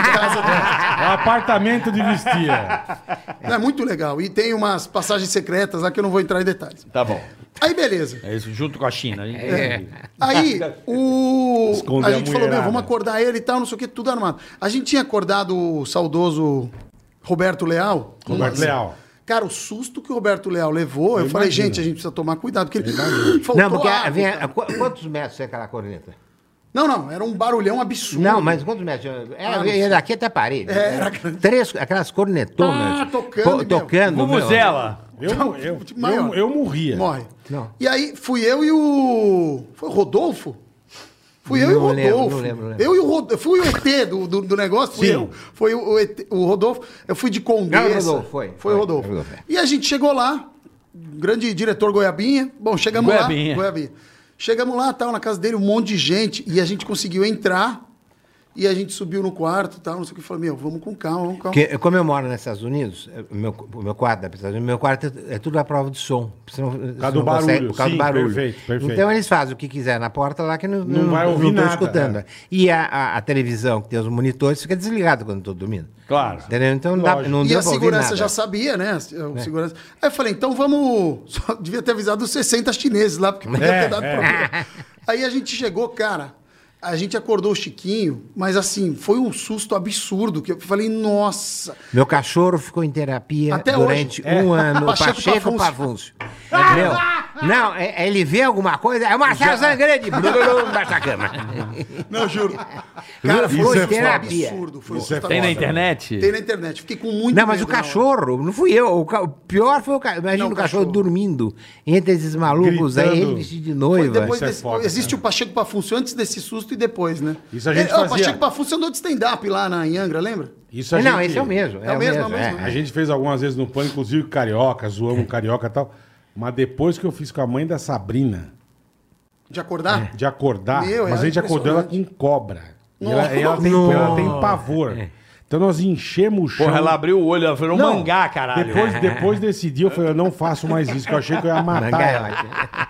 Speaker 3: É um apartamento de vestir. é.
Speaker 1: É muito legal. E tem umas passagens secretas lá que eu não vou entrar em detalhes.
Speaker 4: tá bom.
Speaker 1: Aí, beleza.
Speaker 4: É isso, junto com a China.
Speaker 1: Aí, o.
Speaker 3: Esconder
Speaker 1: a
Speaker 3: a
Speaker 1: gente falou, meu,
Speaker 3: mulherada.
Speaker 1: vamos acordar ele e tal, não sei o que, tudo armado. A gente tinha acordado o saudoso Roberto Leal.
Speaker 3: Roberto
Speaker 1: Nossa.
Speaker 3: Leal.
Speaker 1: Cara, o susto que o Roberto Leal levou, eu, falei, gente, a gente precisa tomar cuidado, porque ele. Faltou
Speaker 5: não, porque
Speaker 1: água,
Speaker 5: vem,
Speaker 1: cara.
Speaker 5: qu- quantos metros é aquela corneta?
Speaker 1: não, não, era um barulhão absurdo.
Speaker 5: Não, mas quantos metros? É, é daqui até a parede.
Speaker 1: É, era-
Speaker 5: Três, aquelas cornetonas.
Speaker 1: Ah, tocando,
Speaker 5: Co-
Speaker 1: meu.
Speaker 5: tocando. meu.
Speaker 4: Vuvuzela.
Speaker 3: Eu, eu,
Speaker 1: Maior.
Speaker 3: eu, eu morria.
Speaker 1: Morre.
Speaker 5: Não.
Speaker 1: E aí, fui eu e o. Foi o Rodolfo? Fui eu e o
Speaker 5: Não
Speaker 1: Rodolfo.
Speaker 5: lembro, não lembro, não lembro.
Speaker 1: Eu e o Rodolfo. Fui o ET do, do, do negócio, fui
Speaker 3: Sim.
Speaker 1: eu. Foi o, o ET o Rodolfo. Eu fui de Condessa.
Speaker 5: Não, é o Rodolfo, foi.
Speaker 1: Foi o
Speaker 5: Foi,
Speaker 1: Rodolfo.
Speaker 5: foi o Rodolfo, é.
Speaker 1: E a gente chegou lá, grande diretor Goiabinha. Bom, chegamos
Speaker 4: Goiabinha.
Speaker 1: lá. Goiabinha. Chegamos lá, tal, na casa dele, um monte de gente. E a gente conseguiu entrar. E a gente subiu no quarto, tal, não sei o que. Falei, meu, vamos com calma, vamos com calma.
Speaker 5: Porque, como eu moro nos Estados Unidos, eh, o meu, o meu quarto, dos Estados Unidos, meu quarto é, é tudo à prova de som. Você não, por
Speaker 3: do barulho,
Speaker 5: por causa
Speaker 3: sim,
Speaker 5: do barulho.
Speaker 3: perfeito, perfeito.
Speaker 5: Então eles fazem o que quiser na porta lá que não,
Speaker 3: Não vai ouvir
Speaker 5: tô
Speaker 3: nada,
Speaker 5: escutando.
Speaker 3: é.
Speaker 5: E a, a- a televisão que tem os monitores fica desligada quando estou dormindo.
Speaker 3: Claro.
Speaker 5: Entendeu? Então não dá,
Speaker 3: Lógico.
Speaker 5: não
Speaker 1: E
Speaker 5: deu
Speaker 1: a
Speaker 5: pra ouvir
Speaker 1: segurança
Speaker 5: nada. É.
Speaker 1: já sabia, né? O segurança. Aí eu falei, então vamos. Só devia ter avisado os 60 chineses lá, porque podia
Speaker 3: É,
Speaker 1: ter dado
Speaker 3: é.
Speaker 1: problema. Aí a gente chegou, cara. A gente acordou o Chiquinho, mas assim, foi um susto absurdo. Que eu falei, nossa.
Speaker 5: Meu cachorro ficou em terapia
Speaker 1: Até
Speaker 5: durante
Speaker 1: hoje.
Speaker 5: um
Speaker 1: É.
Speaker 5: ano.
Speaker 1: Pacheco
Speaker 5: Pacheco, Pacheco Pavúncio. Entendeu? Não, é- é ele vê alguma coisa, é o Marcelo Zangrande, blululu, embaixo da cama.
Speaker 1: Não, juro.
Speaker 5: Cara,
Speaker 1: Cara,
Speaker 5: Isso
Speaker 1: foi
Speaker 5: é
Speaker 1: um susto
Speaker 5: foda.
Speaker 1: absurdo. Foi um
Speaker 3: Isso é
Speaker 1: susto
Speaker 4: Tem na
Speaker 1: absurdo.
Speaker 4: internet?
Speaker 1: Tem na internet. Fiquei com muito
Speaker 5: Não, mas o
Speaker 1: medo na hora.
Speaker 5: cachorro, não fui eu. O, ca- o pior foi o cachorro. Imagina
Speaker 1: Não,
Speaker 5: o cachorro,
Speaker 1: cachorro.
Speaker 5: dormindo entre esses malucos aí,
Speaker 3: Gritando.
Speaker 5: ele vestido de
Speaker 1: Foi
Speaker 5: noiva.
Speaker 1: depois
Speaker 3: Isso é
Speaker 1: desse-
Speaker 3: foda,
Speaker 1: existe o Pacheco Pafuncio antes desse susto e depois, né?
Speaker 3: Isso a gente
Speaker 1: Ele- ó, O
Speaker 3: fazia.
Speaker 1: Pacheco Pafuncio andou de stand-up lá na em Angra, lembra?
Speaker 3: Isso a
Speaker 5: não,
Speaker 3: gente-
Speaker 5: esse é o mesmo. É, o mesmo, é.
Speaker 1: mesmo.
Speaker 3: A gente fez algumas vezes no pânico, inclusive carioca, zoamos um carioca e tal. Mas depois que eu fiz com a mãe da Sabrina,
Speaker 1: De acordar?
Speaker 3: de acordar,
Speaker 1: Meu,
Speaker 3: mas
Speaker 1: é
Speaker 3: a gente acordou ela com cobra. E ela, e ela tem,
Speaker 5: Nossa. É.
Speaker 3: ela tem pavor. Então nós enchemos o chão.
Speaker 4: Porra, ela abriu o olho, ela virou
Speaker 3: Não,
Speaker 4: É um mangá, caralho.
Speaker 3: Depois, depois desse dia eu falei, eu não faço mais isso, que eu achei que eu ia
Speaker 5: é.
Speaker 1: Tá.
Speaker 3: matar ela.
Speaker 5: né?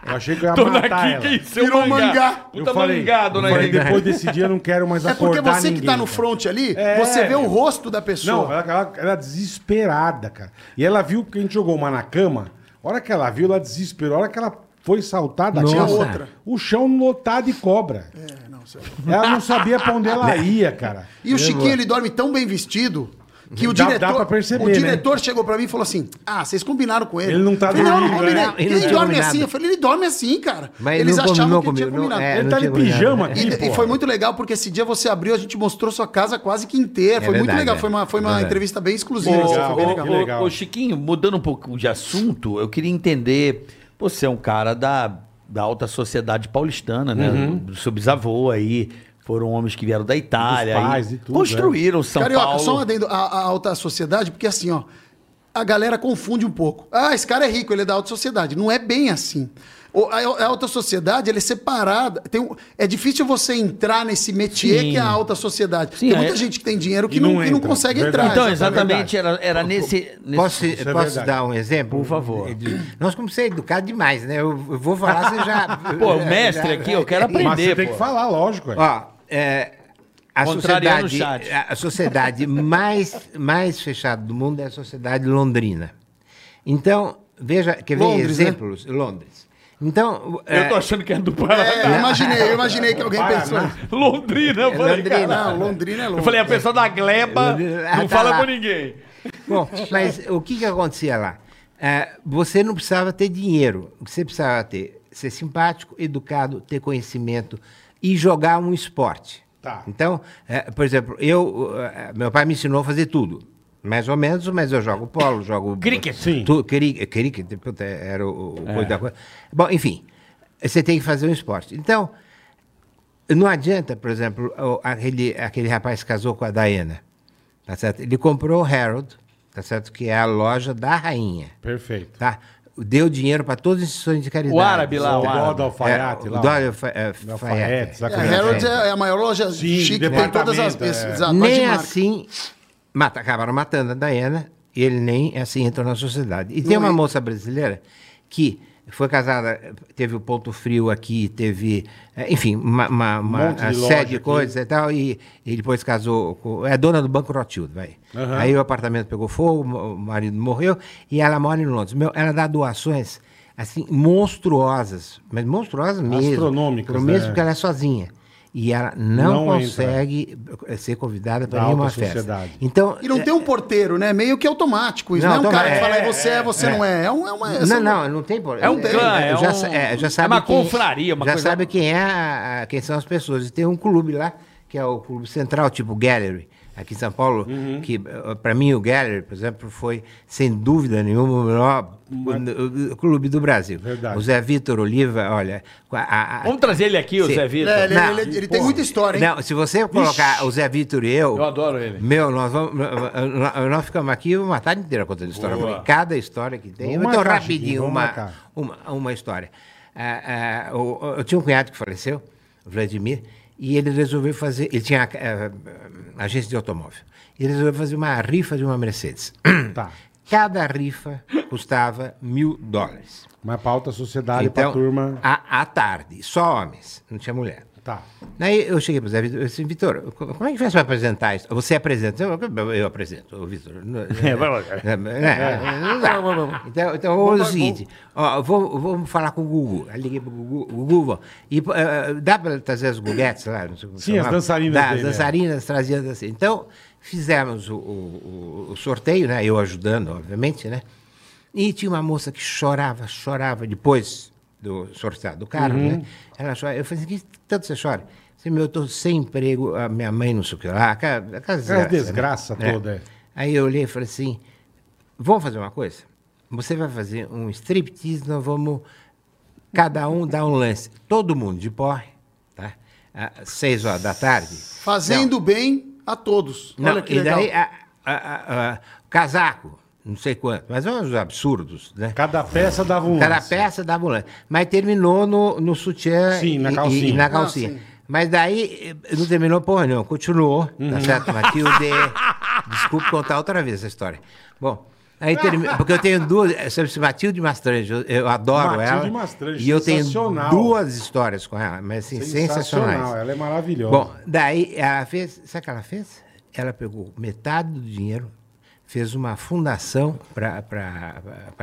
Speaker 3: Eu achei que eu ia
Speaker 4: Dona
Speaker 3: matar ela.
Speaker 4: Kika e seu
Speaker 1: Virou
Speaker 4: mangá.
Speaker 1: mangá.
Speaker 3: Eu
Speaker 4: Puta
Speaker 3: falei,
Speaker 4: mangá, dona
Speaker 3: eu falei,
Speaker 4: Kika.
Speaker 3: depois desse dia eu não quero mais
Speaker 1: É porque
Speaker 3: acordar
Speaker 1: você que tá
Speaker 3: ninguém,
Speaker 1: no
Speaker 3: cara.
Speaker 1: front ali,
Speaker 3: É,
Speaker 1: você vê o
Speaker 3: meu.
Speaker 1: rosto da pessoa.
Speaker 3: Não, ela, ela, ela desesperada, cara. E ela viu que a gente jogou uma na cama. A hora que ela viu, ela desesperou. A hora que ela foi saltada, tinha
Speaker 5: Nossa.
Speaker 3: outra. O chão lotado de cobra.
Speaker 1: É,
Speaker 3: Ela não sabia pra onde ela ia, cara.
Speaker 1: E o Chiquinho, ele dorme tão bem vestido que o
Speaker 3: Dá-
Speaker 1: diretor,
Speaker 3: dá pra perceber,
Speaker 1: o
Speaker 3: né?
Speaker 1: diretor chegou pra mim e falou assim: "Ah, vocês combinaram com ele".
Speaker 3: Ele não tá
Speaker 1: Eu falei, não, não
Speaker 3: dormindo,
Speaker 1: combinei.
Speaker 5: né? Ele
Speaker 1: Ele,
Speaker 5: não tinha
Speaker 1: dorme
Speaker 5: combinado.
Speaker 1: assim. Eu falei: "Ele dorme assim, cara".
Speaker 5: Mas
Speaker 1: Eles
Speaker 5: não combinou
Speaker 1: achavam que ele tinha
Speaker 5: comigo, não,
Speaker 1: combinado.
Speaker 5: é,
Speaker 3: Ele
Speaker 5: não
Speaker 3: tá de
Speaker 5: tinha combinado.
Speaker 3: pijama aqui,
Speaker 1: E, e
Speaker 3: porra.
Speaker 1: foi muito legal porque esse dia você abriu, a gente mostrou sua casa quase que inteira.
Speaker 5: É
Speaker 1: foi muito
Speaker 5: verdade,
Speaker 1: legal.
Speaker 5: é.
Speaker 1: Foi uma, foi uma
Speaker 5: Verdade.
Speaker 1: entrevista bem exclusiva.
Speaker 3: Legal,
Speaker 1: assim, foi bem
Speaker 3: ô,
Speaker 1: legal.
Speaker 3: Que legal.
Speaker 4: Ô, ô, Chiquinho, mudando um pouco de assunto, eu queria entender. pô, Você é um cara da, da alta sociedade paulistana, né?
Speaker 3: Uhum.
Speaker 4: Do seu bisavô aí. Foram homens que vieram da Itália.
Speaker 3: Dos pais
Speaker 4: e
Speaker 3: e tudo, é.
Speaker 4: construíram São
Speaker 1: Carioca,
Speaker 4: Paulo.
Speaker 1: só um adendo à, à alta sociedade, porque assim, ó, a galera confunde um pouco. Ah, esse cara é rico, ele é da alta sociedade. Não é bem assim. O- A, a alta sociedade ela é separada. Tem um- é difícil você entrar nesse métier
Speaker 4: Sim.
Speaker 1: que é a alta sociedade.
Speaker 4: Sim,
Speaker 1: tem muita
Speaker 4: é-
Speaker 1: gente que tem dinheiro que
Speaker 3: E
Speaker 1: não,
Speaker 3: não
Speaker 1: que não
Speaker 3: entra.
Speaker 1: consegue
Speaker 3: Verdade.
Speaker 1: entrar.
Speaker 4: Então,
Speaker 1: exatamente.
Speaker 4: exatamente, era, era nesse. nesse-
Speaker 5: Posso,
Speaker 3: Isso é
Speaker 5: posso
Speaker 3: verdade.
Speaker 5: dar um exemplo? Por
Speaker 4: favor.
Speaker 5: Nós como ser educado demais, né? Eu eu vou falar, você já...
Speaker 4: Pô, o
Speaker 5: é,
Speaker 4: mestre aqui, eu quero aprender.
Speaker 3: é, Mas você tem
Speaker 4: pô.
Speaker 3: que falar, lógico. é.
Speaker 5: Ó, é, a,
Speaker 4: Contrariando
Speaker 5: sociedade,
Speaker 4: o chat.
Speaker 5: a- a sociedade mais, mais fechada do mundo é a sociedade londrina. Então, veja, quer ver
Speaker 1: Londres, né?
Speaker 5: exemplos? Londres. Então, o- é,
Speaker 6: Eu tô achando que é do Paraná.
Speaker 1: É, eu imaginei, eu imaginei que alguém pensou.
Speaker 6: Londrina, eu falei,
Speaker 5: Londrina.
Speaker 6: cara.
Speaker 1: Não,
Speaker 4: "Ah,
Speaker 1: Londrina é
Speaker 6: Eu
Speaker 1: longe.
Speaker 6: falei, a pessoa da Gleba
Speaker 5: Ah,
Speaker 6: não
Speaker 5: tá
Speaker 6: fala
Speaker 5: lá.
Speaker 6: com ninguém.
Speaker 5: Bom, mas o que, que acontecia lá? É, você não precisava ter dinheiro. O que você precisava ter? Ser simpático, educado, ter conhecimento e jogar um esporte.
Speaker 3: Tá.
Speaker 5: Então, é, por exemplo, eu, eh, meu pai me ensinou a fazer tudo. Mais ou menos, mas eu jogo polo, jogo...
Speaker 6: Cricket.
Speaker 3: Sim.
Speaker 5: Tu, cri, cricket, puta, era o, o coisa da coisa. Bom, enfim, você tem que fazer um esporte. Então, não adianta, por exemplo, o- aquele, aquele rapaz que casou com a Diana. Tá certo? Ele comprou o Harold, tá certo? Que é a loja da rainha.
Speaker 3: Perfeito.
Speaker 5: Tá? Deu dinheiro para todas as instituições de caridade.
Speaker 6: O árabe lá, o
Speaker 3: O
Speaker 6: árabe.
Speaker 3: dó do alfaiate
Speaker 5: É,
Speaker 3: lá.
Speaker 5: o dó do alfa- é, alfaiate.
Speaker 3: Do alfaiate.
Speaker 1: É,
Speaker 3: saca?
Speaker 1: a Harold é a maior loja
Speaker 3: Sim,
Speaker 1: chique, tem todas as
Speaker 3: departamento,
Speaker 1: peças.
Speaker 3: é.
Speaker 1: Exato, mas de
Speaker 5: nem
Speaker 1: marca.
Speaker 5: assim mata, acabaram matando a Diana e ele nem assim entrou na sociedade. E tem
Speaker 3: é?
Speaker 5: uma moça brasileira que foi casada, teve o Ponto Frio aqui, teve, eh, enfim, uma, uma, uma
Speaker 3: Um monte de
Speaker 5: uma
Speaker 3: loja
Speaker 5: série de
Speaker 3: aqui.
Speaker 5: coisas e tal, e, e depois casou com... É dona do Banco Rothschild, vai.
Speaker 3: Aham.
Speaker 5: Aí o apartamento pegou fogo, o marido morreu, e ela mora em Londres. Meu, ela dá doações, assim, monstruosas, mas monstruosas mesmo.
Speaker 3: Astronômicas,
Speaker 5: Pro Mesmo
Speaker 3: né?
Speaker 5: que ela é sozinha. E ela não,
Speaker 3: Não entra.
Speaker 5: consegue eh, ser convidada
Speaker 3: Da
Speaker 5: para nenhuma
Speaker 3: alta
Speaker 5: festa.
Speaker 3: sociedade.
Speaker 5: Então,
Speaker 1: E não
Speaker 5: eh,
Speaker 1: tem um porteiro, né? Meio que automático. Isso não,
Speaker 5: Não,
Speaker 1: é um cara
Speaker 5: automa-
Speaker 1: que fala, é
Speaker 5: é,
Speaker 1: você, é, você não é. É, um, é uma.
Speaker 5: não,
Speaker 1: são-
Speaker 5: não, não tem problema.
Speaker 6: É um clã, é
Speaker 5: já,
Speaker 6: um-
Speaker 5: sa- é, já
Speaker 6: é
Speaker 5: sabe
Speaker 6: uma
Speaker 5: quem-
Speaker 6: confraria, uma
Speaker 5: Já
Speaker 6: coisa-
Speaker 5: sabe quem, é a- a- quem são as pessoas. E tem um clube lá, que é o Clube Central, tipo Gallery, aqui em São Paulo,
Speaker 6: Uhum.
Speaker 5: que para mim o Gallery, por exemplo, foi, sem dúvida nenhuma, o melhor o- o clube do Brasil.
Speaker 3: Verdade.
Speaker 5: O Zé Vitor Oliva, olha... a- a- a-
Speaker 6: Vamos trazer ele aqui, o
Speaker 5: Sim.
Speaker 6: Zé Vitor.
Speaker 1: É, ele,
Speaker 5: Não.
Speaker 1: ele- ele tem muita história, hein?
Speaker 5: Não, se você colocar o Zé Vitor e eu.
Speaker 6: Eu adoro ele.
Speaker 5: Meu, nós vamos. Nós, nós ficamos aqui uma tarde inteira contando história.
Speaker 6: Boa.
Speaker 5: porque Cada história que tem.
Speaker 3: Vamos
Speaker 5: então,
Speaker 3: marcar, Chiquinho,
Speaker 5: rapidinho,
Speaker 3: vamos
Speaker 5: uma,
Speaker 3: marcar.
Speaker 5: uma, uma história. Ah, ah, o- o- eu tinha um cunhado que faleceu, o Vladimir, e ele resolveu fazer. Ele tinha ah, ah, agência de automóvel. Ele resolveu fazer uma rifa de uma Mercedes.
Speaker 3: Tá.
Speaker 5: Cada rifa custava mil dólares. Então,
Speaker 3: Mas pra alta sociedade, pra turma.
Speaker 5: à à tarde, só homens, não tinha mulher.
Speaker 3: Tá.
Speaker 5: Daí eu cheguei para o Zé Vitor, eu disse, Vitor, co- como é que faz para apresentar isso? Você apresenta? Eu, eu- eu apresento, ô, Vitor. Não- é, não- não- é, não dá. Então, então vamos fazer o seguinte, ó, vou- vamos falar com o Gugu. Aí liguei para o Gugu, o Gugu, ó, e, eh, dá para trazer as guguetes lá? Não sei como
Speaker 3: Sim, as
Speaker 5: chamava.
Speaker 3: dançarinas
Speaker 5: Dá,
Speaker 3: dele,
Speaker 5: as
Speaker 3: é.
Speaker 5: dançarinas traziam assim. Então, fizemos o, o- o- o sorteio, né? eu ajudando, obviamente, né? E tinha uma moça que chorava, chorava depois do sorteado do carro,
Speaker 3: Uhum.
Speaker 5: né? Ela chorava. Eu falei assim, que tanto você chora? Assim, meu, eu estou sem emprego, a minha mãe não sei o que lá, aquela, aquela desgraça. né?
Speaker 3: desgraça toda, é.
Speaker 5: Aí eu olhei e falei assim, vamos fazer uma coisa? Você vai fazer um striptease, nós vamos cada um dar um lance. Todo mundo de porre, tá? Às seis horas da tarde.
Speaker 1: Fazendo bem a todos.
Speaker 5: Não,
Speaker 1: Olha que
Speaker 5: e
Speaker 1: legal.
Speaker 5: daí, a- a- a- a- casaco, não sei quanto, mas é uns absurdos, né?
Speaker 3: Cada peça dava um.
Speaker 5: Cada
Speaker 3: lance.
Speaker 5: peça da ambulância. Mas terminou no, no sutiã
Speaker 3: Sim, na
Speaker 5: e-
Speaker 3: calcinha.
Speaker 5: E, na
Speaker 3: Ah,
Speaker 5: calcinha.
Speaker 1: sim.
Speaker 5: Mas daí eh, não terminou porra nenhuma, continuou, tá
Speaker 3: Uhum.
Speaker 5: certo? Matilde, desculpe contar outra vez essa história. Bom, aí termi- porque eu tenho duas, eh, sabe, Matilde Mastrange, eu, eu adoro
Speaker 3: Matilde
Speaker 5: ela.
Speaker 3: Mastrange,
Speaker 5: e eu tenho
Speaker 3: sensacional.
Speaker 5: duas histórias com ela, mas assim, sensacionais.
Speaker 3: Ela é maravilhosa.
Speaker 5: Bom, daí ela fez. Sabe o que ela fez? Ela pegou metade do dinheiro, fez uma fundação para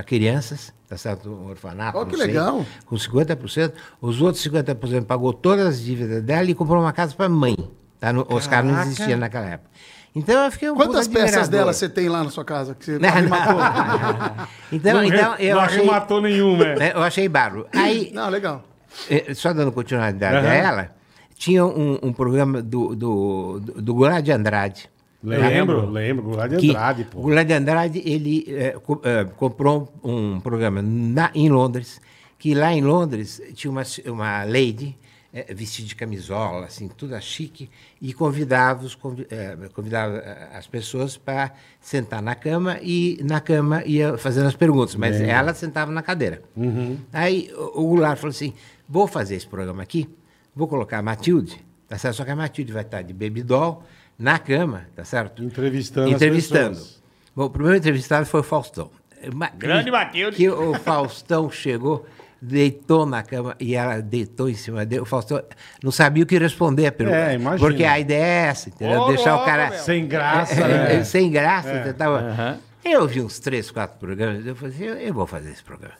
Speaker 5: crianças, tá certo? Um orfanato.
Speaker 1: Oh,
Speaker 5: não
Speaker 1: que
Speaker 5: sei,
Speaker 1: legal.
Speaker 5: Com 50%. Os outros 50% pagou todas as dívidas dela e comprou uma casa para mãe. Tá? No, Oscar não
Speaker 3: Caraca.
Speaker 5: existia naquela época. Então eu fiquei um
Speaker 1: Quantas
Speaker 5: puta
Speaker 1: peças
Speaker 5: admirador.
Speaker 1: dela você tem lá na sua casa? Que você tá
Speaker 5: Não,
Speaker 1: arrematou?
Speaker 5: não. então, então
Speaker 3: re-
Speaker 5: eu
Speaker 3: não
Speaker 5: achei.
Speaker 3: arrematou nenhuma, é.
Speaker 5: né, Eu achei barro. Aí,
Speaker 1: Não, legal.
Speaker 5: eh, só dando continuidade
Speaker 3: Aham.
Speaker 5: a ela, tinha um, um programa do, do, do, do Goulart de Andrade.
Speaker 3: Lembro, lembro. Goulart de
Speaker 5: Né? Que
Speaker 3: Andrade,
Speaker 5: O
Speaker 3: pô.
Speaker 5: Goulart de Andrade, ele eh, co- eh, comprou um um programa na- em Londres, que lá em Londres tinha uma, se- uma lady eh, vestido de camisola, assim, tudo chique, e convidava, os, convi- eh, convidava eh, as pessoas para sentar na cama e na cama ia fazendo as perguntas, mas ela sentava na cadeira.
Speaker 3: Uhum.
Speaker 5: Aí o, o Goulart falou assim: vou fazer esse programa aqui, vou colocar a Matilde, tá certo? Só que a Matilde vai estar de baby doll na cama, tá certo?
Speaker 3: Entrevistando as
Speaker 5: Entrevistando.
Speaker 3: pessoas.
Speaker 5: Bom, o primeiro entrevistado foi o Faustão. Ma-
Speaker 2: Grande Matilde.
Speaker 5: Que o Faustão chegou, deitou na cama e ela deitou em cima dele. O Faustão não sabia o que responder à pergunta.
Speaker 3: É, imagina.
Speaker 5: Porque a ideia é essa, entendeu?
Speaker 2: Ô,
Speaker 5: Deixar
Speaker 2: louco,
Speaker 5: o cara
Speaker 2: meu.
Speaker 3: Sem graça,
Speaker 5: é,
Speaker 3: né?
Speaker 5: é, sem graça. você tava- Eu vi uns três, quatro programas, eu falei assim, eu, eu vou fazer esse programa.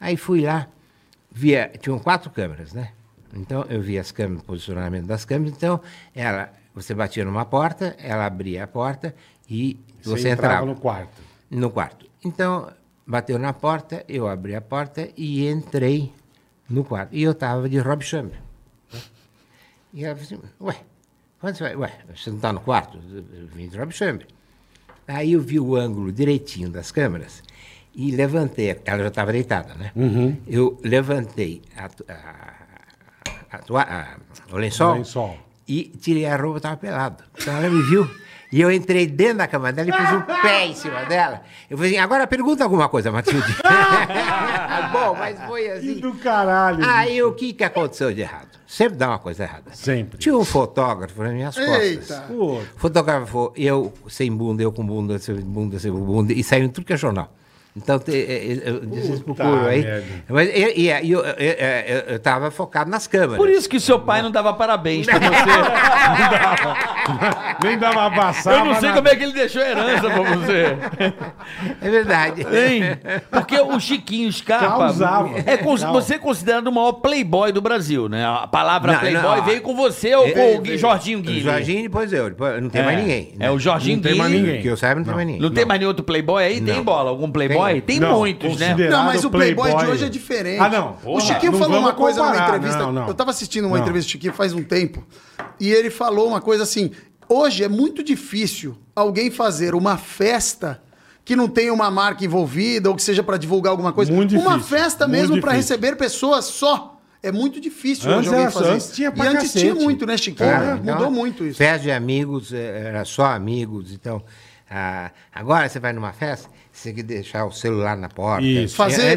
Speaker 5: Aí fui lá, via, tinham quatro câmeras, né? Então eu vi as câmeras, o posicionamento das câmeras, então ela, você batia numa porta, ela abria a porta e você, entrava,
Speaker 3: no quarto.
Speaker 5: no... quarto. Então, bateu na porta, eu abri a porta e entrei no quarto. E eu estava de Rob Chamber. E ela falou assim, ué, quando você vai? Ué, você não está no quarto? Eu vim de Rob Chamber. Aí eu vi o ângulo direitinho das câmeras e levantei. Ela já estava deitada, né?
Speaker 3: Uhum.
Speaker 5: Eu levantei a, to- a- a toa- a- o lençol,
Speaker 3: O lençol.
Speaker 5: e tirei a roupa, eu estava pelado. Então ela me viu. E eu entrei dentro da cama dela e pus o pé em cima dela. Eu falei assim, agora pergunta alguma coisa, Matilde. Bom, mas foi
Speaker 3: E
Speaker 5: assim.
Speaker 3: do caralho.
Speaker 5: Aí o que, que aconteceu de errado? Sempre dá uma coisa errada.
Speaker 3: Sempre.
Speaker 5: Tinha um fotógrafo nas minhas costas.
Speaker 1: Eita!
Speaker 3: Pô,
Speaker 5: Fotografou eu sem bunda, eu com bunda, sem bunda, sem bunda, e saiu em tudo que é jornal. Então, te, eh, eh, eu, vocês procuram aí.
Speaker 3: merda.
Speaker 5: Mas, e, e, e eu estava focado nas câmeras.
Speaker 4: Por isso que seu pai não dava parabéns pra você.
Speaker 3: nem dava uma passada.
Speaker 4: Eu não sei
Speaker 3: na-
Speaker 4: como é que ele deixou herança pra você.
Speaker 5: É verdade.
Speaker 4: Hein? Porque o Chiquinho Scarpa
Speaker 3: Causava.
Speaker 4: é cons-
Speaker 3: Causava.
Speaker 4: você é considerado o maior playboy do Brasil, né? A palavra
Speaker 5: Não,
Speaker 4: playboy
Speaker 5: não.
Speaker 4: veio com você ou com o Gui- Jorginho
Speaker 5: É, O
Speaker 4: Guilherme.
Speaker 5: Jorginho, depois eu. Depois, não tem
Speaker 3: É,
Speaker 5: mais ninguém. né?
Speaker 4: É o Jorginho
Speaker 3: Não tem mais
Speaker 4: Guilherme.
Speaker 3: ninguém.
Speaker 5: Que eu saiba, não, tem mais ninguém.
Speaker 4: Não, tem mais nenhum outro playboy aí? Tem
Speaker 5: Não.
Speaker 4: bola? Algum playboy?
Speaker 5: Tem.
Speaker 4: Tem,
Speaker 3: Não,
Speaker 4: muitos, né?
Speaker 3: considera-
Speaker 4: né?
Speaker 3: Considerado
Speaker 1: Não, mas o Playboy,
Speaker 3: Playboy.
Speaker 1: de hoje é diferente.
Speaker 3: Ah, não.
Speaker 1: o
Speaker 3: Porra,
Speaker 1: Chiquinho
Speaker 3: não
Speaker 1: falou
Speaker 3: vamos
Speaker 1: uma coisa numa
Speaker 3: comparar.
Speaker 1: entrevista.
Speaker 3: Não, não.
Speaker 1: Eu tava assistindo uma
Speaker 3: Não.
Speaker 1: entrevista do Chiquinho faz um tempo. E ele falou uma coisa assim: hoje é muito difícil alguém fazer uma festa que não tenha uma marca envolvida ou que seja pra divulgar alguma coisa.
Speaker 3: Muito
Speaker 1: uma
Speaker 3: difícil,
Speaker 1: festa
Speaker 3: muito
Speaker 1: mesmo pra
Speaker 3: difícil.
Speaker 1: receber pessoas só. É muito difícil
Speaker 3: Antes
Speaker 1: hoje alguém
Speaker 3: era só,
Speaker 1: fazer
Speaker 3: antes
Speaker 1: isso.
Speaker 3: tinha pra
Speaker 1: e antes
Speaker 3: cacete.
Speaker 1: tinha muito, né, Chiquinho?
Speaker 5: Claro, então,
Speaker 1: Mudou muito isso.
Speaker 5: Festa de amigos, eh, era só amigos. Então, ah, agora você vai numa festa, você tem que deixar o celular na porta.
Speaker 3: Isso.
Speaker 5: Tinha-
Speaker 1: Fazer, fazer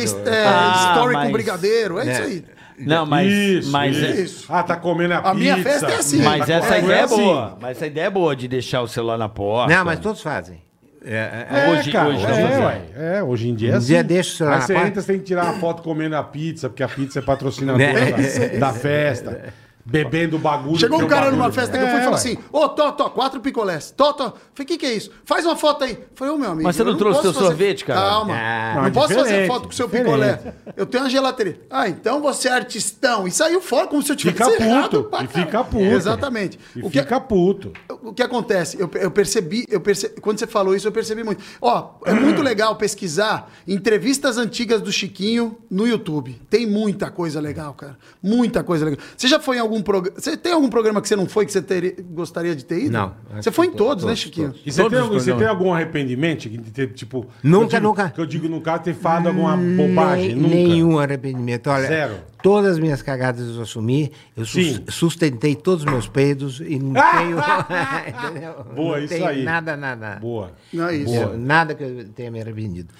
Speaker 5: antes do-
Speaker 1: é,
Speaker 4: Ah,
Speaker 1: story
Speaker 4: mas-
Speaker 1: com brigadeiro, é,
Speaker 5: É.
Speaker 1: isso aí.
Speaker 4: Não, mas.
Speaker 3: Isso,
Speaker 4: mas é-
Speaker 3: isso. Ah, tá comendo a,
Speaker 1: A
Speaker 3: pizza.
Speaker 1: minha festa é assim.
Speaker 4: mas
Speaker 3: Tá
Speaker 4: essa
Speaker 3: comendo
Speaker 4: ideia é
Speaker 3: assim.
Speaker 4: boa. Mas essa ideia é boa de deixar o celular na porta.
Speaker 5: Não, mas todos fazem. É, é,
Speaker 3: É,
Speaker 4: Hoje-
Speaker 3: cara,
Speaker 4: hoje tá
Speaker 3: é,
Speaker 4: não
Speaker 3: é,
Speaker 4: fazia.
Speaker 3: ué. É, hoje em dia é
Speaker 5: Um
Speaker 3: assim.
Speaker 5: dia deixa o celular
Speaker 3: Aí
Speaker 5: na
Speaker 3: você
Speaker 5: porta.
Speaker 3: entra, você tem que tirar a foto comendo a pizza, porque a pizza é patrocinadora
Speaker 5: Né?
Speaker 3: da, da festa. Bebendo bagulho.
Speaker 1: é, Chegou
Speaker 3: que
Speaker 1: um
Speaker 3: é
Speaker 1: cara
Speaker 3: bagulho.
Speaker 1: numa
Speaker 4: né?
Speaker 1: festa que eu fui e
Speaker 3: É,
Speaker 1: falou
Speaker 3: ué.
Speaker 1: assim: Ô, Tó, Tó, quatro picolés. Tó, Tó. Falei, o que, que é isso? Faz uma foto aí. Falei, ô, meu amigo.
Speaker 4: Mas você não
Speaker 1: eu
Speaker 4: trouxe
Speaker 1: posso
Speaker 4: teu sorvete, cara?
Speaker 1: Calma.
Speaker 5: Ah,
Speaker 1: não
Speaker 3: não, é
Speaker 1: posso fazer
Speaker 3: diferente,
Speaker 1: foto com o seu
Speaker 3: diferente.
Speaker 1: picolé. Eu tenho uma gelateria. Ah, então você é artistão. E saiu fora como se eu tivesse
Speaker 3: Fica
Speaker 1: tá errado
Speaker 3: puto,
Speaker 1: pra
Speaker 3: e
Speaker 1: caralho.
Speaker 3: fica puto.
Speaker 1: Exatamente.
Speaker 3: E
Speaker 1: O que, é-
Speaker 3: fica puto.
Speaker 1: o que acontece? Eu, eu percebi, eu perce- quando você falou isso, eu percebi muito. Ó, é muito legal pesquisar entrevistas antigas do Chiquinho no YouTube. Tem muita coisa legal, cara. Muita coisa legal. Você já foi em algum programa? Você tem algum programa que você não foi que você teria- gostaria de ter ido?
Speaker 5: Não.
Speaker 1: Você foi em todos, né, Chiquinho?
Speaker 3: E você,
Speaker 5: Todos
Speaker 3: tem,
Speaker 5: os
Speaker 3: algum- e você
Speaker 5: programas.
Speaker 3: tem algum arrependimento Chiquinho, de ter, tipo...
Speaker 5: Nunca,
Speaker 3: eu digo-
Speaker 5: nunca.
Speaker 3: Que eu digo no caso, ter falado alguma
Speaker 1: Hum,
Speaker 3: é bobagem.
Speaker 5: Nem-
Speaker 3: nunca.
Speaker 5: Nenhum arrependimento. Olha,
Speaker 3: Zero.
Speaker 5: todas as minhas cagadas eu assumi, eu sus-
Speaker 3: Sim. Ah!
Speaker 5: sustentei todos os meus peidos e não tenho. entendeu?
Speaker 3: Boa,
Speaker 5: não
Speaker 3: isso
Speaker 5: tenho
Speaker 3: aí.
Speaker 5: Nada, nada.
Speaker 3: Boa.
Speaker 1: Não é isso.
Speaker 5: Eu- nada que eu tenha me arrependido.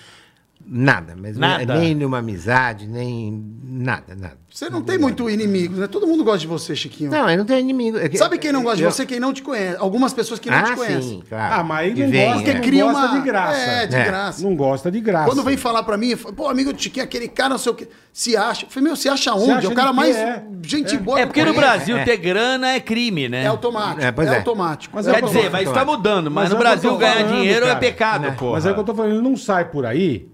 Speaker 5: Nada, mas
Speaker 4: Nada.
Speaker 5: nem numa amizade, nem nada, nada.
Speaker 1: Você não tem muito inimigo, né? Todo mundo gosta de você, Chiquinho.
Speaker 5: Não, eu não tenho inimigo. É que-
Speaker 1: Sabe quem não gosta de
Speaker 5: eu-
Speaker 1: você? Quem não te conhece. Algumas pessoas que não
Speaker 5: ah,
Speaker 1: te conhecem.
Speaker 5: sim, claro.
Speaker 3: Ah, mas aí
Speaker 5: Que
Speaker 3: não
Speaker 5: vem,
Speaker 3: gosta,
Speaker 5: é.
Speaker 3: não
Speaker 1: Cria
Speaker 3: gosta
Speaker 1: uma-
Speaker 3: de graça.
Speaker 1: É, de
Speaker 5: É.
Speaker 1: graça.
Speaker 3: Não gosta de graça.
Speaker 1: Quando vem falar pra mim, fala, pô, amigo do Tiquinho, aquele cara, não sei o quê, se acha. Eu falei, meu, se acha onde?
Speaker 3: acha
Speaker 1: é o cara
Speaker 3: de quê?
Speaker 1: mais
Speaker 3: É.
Speaker 1: gente boa.
Speaker 4: É
Speaker 1: que eu
Speaker 4: porque no
Speaker 1: conheço.
Speaker 4: Brasil ter grana é crime, né?
Speaker 1: É automático.
Speaker 5: É,
Speaker 1: É,
Speaker 5: pois é.
Speaker 1: automático.
Speaker 3: Mas
Speaker 1: É
Speaker 3: eu
Speaker 4: Quer
Speaker 3: tô-
Speaker 1: automático.
Speaker 4: dizer, mas está mudando. Mas,
Speaker 3: Mas é
Speaker 4: no
Speaker 3: o que
Speaker 4: Brasil
Speaker 3: eu tô
Speaker 4: ganhar
Speaker 3: falando,
Speaker 4: dinheiro é
Speaker 3: cara.
Speaker 4: pecado, pô.
Speaker 3: Mas é o que eu tô falando, ele não sai por aí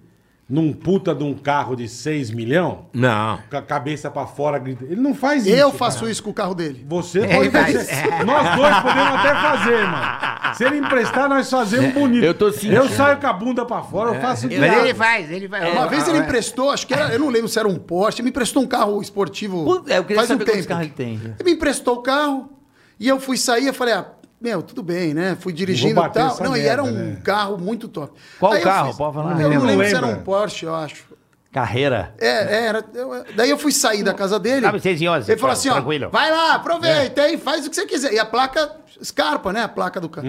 Speaker 3: num puta de um carro de 6 milhão,
Speaker 5: Não.
Speaker 3: com a cabeça pra fora, gritando. Ele não faz isso.
Speaker 1: Eu faço
Speaker 3: cara.
Speaker 1: isso com o carro dele.
Speaker 3: Você
Speaker 5: É,
Speaker 3: pode
Speaker 5: mas-
Speaker 3: fazer. Nós dois podemos até fazer, mano. Se ele emprestar, nós
Speaker 5: É.
Speaker 3: fazemos bonito.
Speaker 4: eu tô sentindo.
Speaker 3: Eu saio com a bunda pra fora, eu faço de
Speaker 5: Mas
Speaker 3: lado.
Speaker 5: É. ele faz, ele faz.
Speaker 1: É, Uma vez ele
Speaker 5: Ah,
Speaker 1: emprestou, acho que era, eu não lembro se era um Porsche, ele me emprestou um carro esportivo.
Speaker 4: Pô, é, eu queria
Speaker 1: faz um
Speaker 4: saber quantos
Speaker 1: tempo.
Speaker 4: carros ele tem.
Speaker 1: Ele me emprestou o carro e eu fui sair, eu falei, ah, meu, tudo bem, né? Fui dirigindo e
Speaker 3: bater
Speaker 1: tal.
Speaker 3: essa
Speaker 1: Não, e
Speaker 3: merda,
Speaker 1: era um
Speaker 3: né?
Speaker 1: carro muito top.
Speaker 4: Qual
Speaker 1: Aí eu
Speaker 4: carro?
Speaker 1: fiz-
Speaker 4: Pode falar?
Speaker 1: Eu não
Speaker 3: Não
Speaker 1: lembro se
Speaker 3: lembra.
Speaker 1: era um Porsche, eu acho.
Speaker 6: Carreira.
Speaker 1: É, é, era, eu- daí eu fui sair da casa dele.
Speaker 6: Sabe, seis e onze,
Speaker 1: Ele falou
Speaker 6: tá,
Speaker 1: assim, ó,
Speaker 6: tranquilo.
Speaker 1: vai lá, aproveita, hein, faz o que você quiser. E a placa escarpa, né, a placa do carro.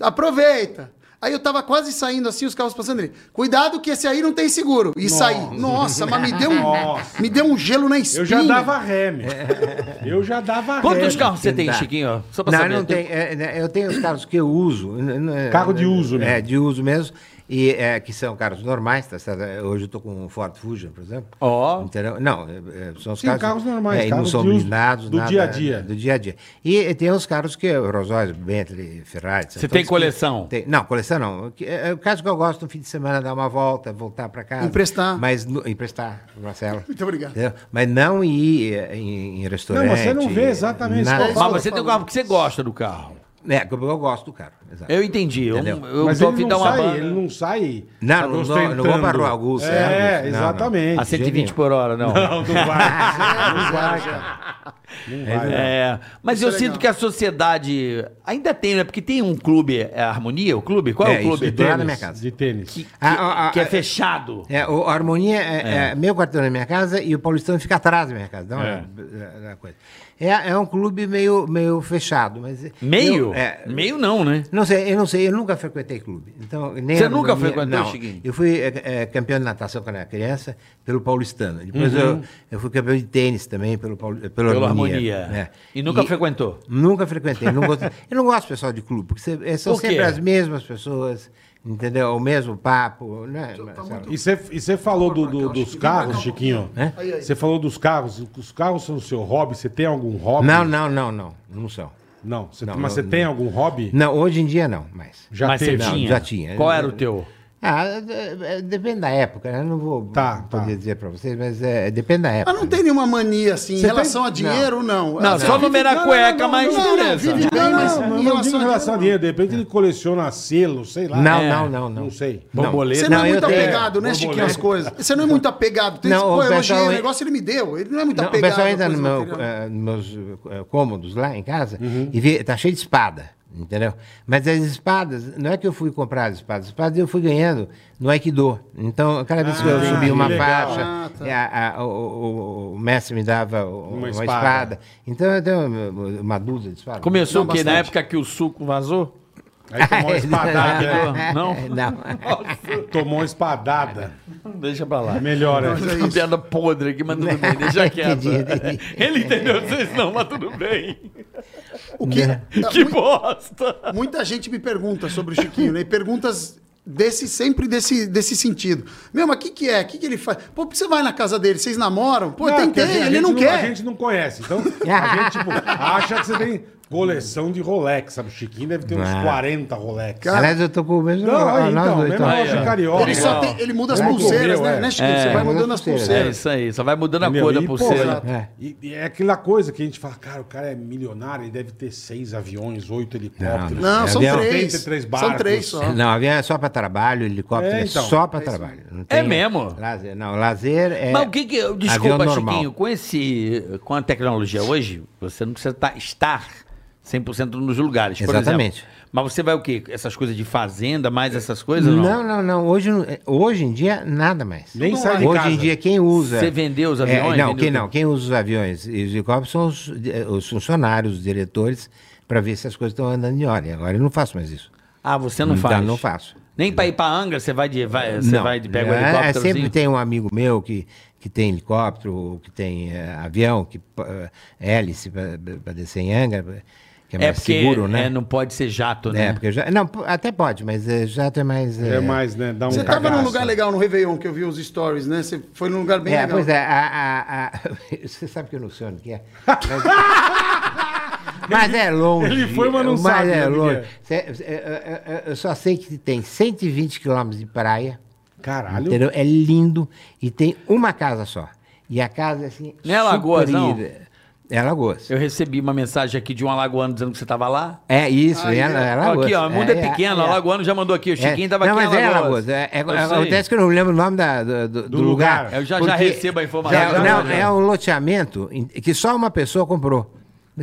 Speaker 1: Aproveita. Aí eu tava quase saindo assim, os carros passando ele. Cuidado que esse aí não tem seguro. E saí. Nossa, mas me deu um,
Speaker 3: Nossa.
Speaker 1: me deu um gelo na espinha.
Speaker 3: Eu já dava ré, meu.
Speaker 5: É.
Speaker 3: Eu já dava ré.
Speaker 4: Quantos
Speaker 3: meu.
Speaker 4: carros você tem,
Speaker 5: Dá.
Speaker 4: Chiquinho? Só pra
Speaker 5: Tá. Não,
Speaker 4: saber.
Speaker 5: não tem. é, né, eu tenho os carros que eu uso. n- n-
Speaker 3: Carro de uso né?
Speaker 5: É,
Speaker 3: mesmo.
Speaker 5: de uso mesmo. E é, que são carros normais, tá certo? Hoje eu tô com um Ford Fusion, por exemplo.
Speaker 4: Ó.
Speaker 5: Entendeu? Não, é, é, são os
Speaker 3: Sim,
Speaker 5: carros.
Speaker 3: carros normais,
Speaker 5: e
Speaker 3: carros
Speaker 5: não são
Speaker 3: de uso
Speaker 5: blindados,
Speaker 3: do
Speaker 5: nada,
Speaker 3: dia a dia.
Speaker 5: Do dia a dia. E, e tem os carros que Rolls Royce, Bentley, Ferrari. são
Speaker 4: Você
Speaker 5: todos
Speaker 4: tem
Speaker 5: que-
Speaker 4: coleção?
Speaker 5: tem- não, coleção não. O que- É, é o caso que eu gosto no fim de semana dar uma volta, voltar para casa.
Speaker 1: Emprestar.
Speaker 5: Mas no- emprestar, pro Marcelo.
Speaker 1: Muito obrigado.
Speaker 5: Entendeu? Mas não ir é, em, em restaurante.
Speaker 3: Não, mas você não vê exatamente
Speaker 5: nada
Speaker 3: qual
Speaker 5: disso.
Speaker 4: Mas você tem um carro que você gosta do carro.
Speaker 5: É, como eu gosto do carro. Exato.
Speaker 4: Eu entendi. Eu,
Speaker 5: Entendeu?
Speaker 4: eu
Speaker 3: Mas
Speaker 4: tô
Speaker 3: ele
Speaker 4: ouvindo
Speaker 3: não,
Speaker 4: dar uma
Speaker 3: sai,
Speaker 4: banda.
Speaker 3: ele não sai.
Speaker 5: Não, não- não-
Speaker 3: ostentando.
Speaker 5: não vou pra Rua Augusta,
Speaker 3: É,
Speaker 5: não, não.
Speaker 3: exatamente.
Speaker 4: A 120 por hora, não.
Speaker 3: Não, não vai. Não vai, cara. Não vai.
Speaker 4: É, mas eu
Speaker 1: é
Speaker 4: sinto
Speaker 1: legal.
Speaker 4: que a sociedade ainda tem, né? Porque tem um clube, é a Harmonia, o clube? Qual é,
Speaker 5: É,
Speaker 4: o clube?
Speaker 5: isso, do lado da minha casa.
Speaker 3: De tênis.
Speaker 4: Que, que-
Speaker 5: Ah, ah, ah,
Speaker 4: que é
Speaker 5: ah,
Speaker 4: fechado.
Speaker 5: É, o a Harmonia é, é meu quarteirão na minha casa e o Paulistão fica atrás da minha casa. Não é. é- é coisa. É, é um clube meio, meio fechado. Mas
Speaker 4: Meio?
Speaker 5: eu- é,
Speaker 4: Meio não, né?
Speaker 5: Não sei, eu não sei, eu nunca frequentei clube. Então, nem
Speaker 4: Você
Speaker 5: a
Speaker 4: nunca
Speaker 5: harmonia-
Speaker 4: frequentou,
Speaker 5: não.
Speaker 4: Chiquinho?
Speaker 5: Eu fui eh, eh, campeão de natação quando era criança pelo paulistano. Depois eu, eu fui campeão de tênis também pelo, Paul- eh, pelo,
Speaker 4: Uhum. Pela
Speaker 5: harmonia.
Speaker 4: harmonia.
Speaker 5: né?
Speaker 4: E nunca frequentou.
Speaker 5: Nunca frequentei. não gosto- eu não gosto, pessoal, de clube, porque cê- eh, são
Speaker 4: Por quê?
Speaker 5: sempre as mesmas pessoas, entendeu? O mesmo papo, né? Marcelo?
Speaker 3: E você- E você falou do- do- dos carros, Chiquinho?
Speaker 5: Hã?
Speaker 3: Você falou dos carros. Os carros são o seu hobby? Você tem algum hobby?
Speaker 5: Não, não, não, não. Não são.
Speaker 3: Não, você-
Speaker 5: Não,
Speaker 3: mas
Speaker 5: não,
Speaker 3: você
Speaker 5: não.
Speaker 3: tem algum hobby?
Speaker 5: Não, hoje em dia não, mas.
Speaker 3: Já
Speaker 4: mas
Speaker 3: teve.
Speaker 4: você tinha.
Speaker 5: já tinha.
Speaker 4: Qual era o teu?
Speaker 5: Ah, eh, eh, depende da época, né? Eu Não vou
Speaker 3: Tá,
Speaker 5: poder
Speaker 3: tá.
Speaker 5: dizer para vocês, mas eh, depende da época.
Speaker 1: Mas não tem nenhuma mania, assim, em relação a dinheiro, não. Assim,
Speaker 4: Não,
Speaker 1: Ela-
Speaker 4: só numerar a cueca, mas
Speaker 1: não, não,
Speaker 4: beleza.
Speaker 1: vive-
Speaker 3: Não, não,
Speaker 1: Bem, mas
Speaker 3: não,
Speaker 1: em
Speaker 3: não,
Speaker 1: relação
Speaker 3: digo em
Speaker 1: a
Speaker 3: relação a
Speaker 1: dinheiro,
Speaker 3: dinheiro. De repente
Speaker 1: É.
Speaker 3: ele coleciona selo, sei lá.
Speaker 5: Não,
Speaker 3: É.
Speaker 5: não, não, não.
Speaker 3: Não sei.
Speaker 5: Não.
Speaker 4: Bomboleta.
Speaker 1: Você não,
Speaker 5: Não,
Speaker 1: é
Speaker 5: eu
Speaker 1: muito
Speaker 5: tenho.
Speaker 1: apegado, né, Chiquinho, as coisas. Você não é muito apegado. Tem
Speaker 5: Não,
Speaker 1: esse-
Speaker 5: o
Speaker 1: pô, eu elogiei
Speaker 5: pessoal-
Speaker 1: o negócio, ele me deu. Ele não é muito
Speaker 5: Não, o
Speaker 1: apegado.
Speaker 5: pessoal entra
Speaker 1: à
Speaker 5: no
Speaker 1: coisa
Speaker 5: meu,
Speaker 1: material.
Speaker 5: eh, nos eh, cômodos lá em casa
Speaker 3: Uhum.
Speaker 5: e vê, tá cheio de espada, entendeu? Mas as espadas, não é que eu fui comprar as espadas, as espadas eu fui ganhando no Aikido. Então, cada vez que eu
Speaker 3: Ah,
Speaker 5: subia
Speaker 3: que
Speaker 5: uma
Speaker 3: legal.
Speaker 5: faixa,
Speaker 1: Ah, tá.
Speaker 5: eh, a- a- o, o- o mestre me dava o-
Speaker 3: Uma
Speaker 5: uma,
Speaker 3: espada.
Speaker 5: espada. Então, eu tenho uma dúzia de espadas.
Speaker 4: Começou
Speaker 1: Não,
Speaker 4: o quê? Na
Speaker 1: bastante.
Speaker 4: época que o suco vazou?
Speaker 3: Aí tomou uma espadada. né?
Speaker 4: Não?
Speaker 5: Não.
Speaker 3: Tomou uma espadada.
Speaker 4: Então Deixa pra lá.
Speaker 3: Melhor, é.
Speaker 4: Uma piada podre aqui, mas tudo bem, deixa quieto.
Speaker 5: Entendi, entendi.
Speaker 4: Ele entendeu vocês não, mas tudo bem.
Speaker 1: O que, tá
Speaker 4: Que
Speaker 1: mu-
Speaker 4: bosta!
Speaker 1: Muita gente me pergunta sobre o Chiquinho, né? E perguntas desse, sempre desse, desse sentido. Meu, mas o que, que é? O que, que ele faz? Pô, por que você vai na casa dele? Vocês namoram? Pô, eu
Speaker 3: Não, porque
Speaker 1: tentei,
Speaker 3: a gente- a
Speaker 1: ele
Speaker 3: gente
Speaker 1: não,
Speaker 3: A
Speaker 1: quer.
Speaker 3: gente não conhece. Então, a gente tipo, acha que você tem coleção de Rolex, sabe? O Chiquinho deve ter uns
Speaker 5: Não.
Speaker 3: 40 Rolex.
Speaker 5: Aliás, eu tô com o mesmo.
Speaker 3: Não, aí,
Speaker 5: nós
Speaker 3: então,
Speaker 5: dois,
Speaker 3: mesmo
Speaker 5: então.
Speaker 3: loja carioca.
Speaker 1: Ele, só tem- ele muda as
Speaker 3: Não
Speaker 1: pulseiras,
Speaker 3: correu,
Speaker 1: né?
Speaker 3: é.
Speaker 1: né, Chiquinho? você vai
Speaker 5: muda as
Speaker 1: mudando as
Speaker 5: pulseiras,
Speaker 1: pulseiras.
Speaker 4: É isso aí, só vai mudando a
Speaker 3: Entendeu?
Speaker 4: cor da
Speaker 3: E, pô,
Speaker 4: pulseira.
Speaker 1: exato.
Speaker 5: É.
Speaker 3: E, e é aquela coisa que a gente fala, cara, o cara é milionário, ele deve ter seis aviões, oito helicópteros. É,
Speaker 1: Não, são
Speaker 5: Avião.
Speaker 1: três.
Speaker 3: 83
Speaker 1: São
Speaker 3: barcos.
Speaker 1: três só.
Speaker 5: Não, avião é só para trabalho, helicóptero
Speaker 3: É,
Speaker 5: é,
Speaker 3: então.
Speaker 5: só para trabalho. Não
Speaker 4: É
Speaker 5: tem
Speaker 4: mesmo?
Speaker 5: Lazer. Não, lazer é.
Speaker 4: Mas o que que...
Speaker 5: avião
Speaker 4: Desculpa,
Speaker 5: normal.
Speaker 4: Chiquinho, com, esse, com a tecnologia hoje, você não precisa tá- estar 100% nos lugares, por
Speaker 5: Exatamente.
Speaker 4: exemplo. Mas você vai o quê? Essas coisas de fazenda, mais essas coisas? ou
Speaker 5: Não, não, não. Hoje, não- é, hoje em dia, nada mais.
Speaker 3: Nem sai
Speaker 1: é.
Speaker 3: de
Speaker 5: hoje
Speaker 3: casa.
Speaker 5: em dia, quem usa.
Speaker 4: Você vendeu os aviões?
Speaker 5: É, não,
Speaker 4: Vendeu
Speaker 5: quem
Speaker 4: tudo?
Speaker 5: não. Quem usa os aviões e os helicópteros são os, eh, os funcionários, os diretores, para ver se as coisas estão andando de ordem. Agora eu não faço mais isso.
Speaker 4: Ah, você não
Speaker 5: Então,
Speaker 4: faz?
Speaker 5: não faço.
Speaker 4: Nem pra ir pra Angra, você vai de. Vai, você
Speaker 5: não.
Speaker 4: vai de pega o
Speaker 5: É,
Speaker 4: helicóptero.
Speaker 5: sempre tem um amigo meu que, que tem helicóptero, ou que tem eh, avião, que eh, hélice para descer em Angra, que é mais seguro, né?
Speaker 4: é, não pode ser jato, né?
Speaker 5: É, porque já, não, p- até pode, mas eh, jato é mais.
Speaker 3: É
Speaker 5: eh,
Speaker 3: mais, né? Dá um
Speaker 1: Você tava
Speaker 3: cagaço.
Speaker 1: num lugar legal no Réveillon, que eu vi os stories, né? Você foi num lugar bem
Speaker 5: É,
Speaker 1: legal.
Speaker 5: pois é, a, a- a- você sabe que eu não sei onde que é. Mas, mas é longe.
Speaker 3: ele foi, mas não
Speaker 5: mas
Speaker 3: sabe
Speaker 5: é
Speaker 3: onde que
Speaker 5: longe.
Speaker 3: é.
Speaker 5: Cê- cê- eu- eu- Eu só sei que tem 120 quilômetros de praia,
Speaker 3: Caralho.
Speaker 5: entendeu? É lindo e tem uma casa só. E a casa é assim.
Speaker 4: Não é Lagoas, não?
Speaker 5: super- É Lagoas.
Speaker 4: Eu recebi uma mensagem aqui de um alagoano dizendo que você tava lá.
Speaker 5: É isso,
Speaker 1: Aí,
Speaker 5: é, é
Speaker 1: ó,
Speaker 5: Lagoas.
Speaker 4: Aqui, ó, o mundo é,
Speaker 5: é,
Speaker 4: pequeno, o
Speaker 5: é.
Speaker 4: alagoano já mandou aqui, o Chiquinho
Speaker 5: É,
Speaker 4: tava
Speaker 5: não,
Speaker 4: aqui
Speaker 5: mas
Speaker 4: em
Speaker 5: é
Speaker 4: Alagoas.
Speaker 5: Alagoas. É, é,
Speaker 4: Eu sei.
Speaker 5: acontece que eu não lembro o nome da- do, do- do
Speaker 3: lugar.
Speaker 5: lugar.
Speaker 4: Eu já- já
Speaker 5: porque
Speaker 4: recebo a informação.
Speaker 5: É,
Speaker 4: Já-
Speaker 5: não,
Speaker 4: já.
Speaker 5: é um loteamento em- que só uma pessoa comprou.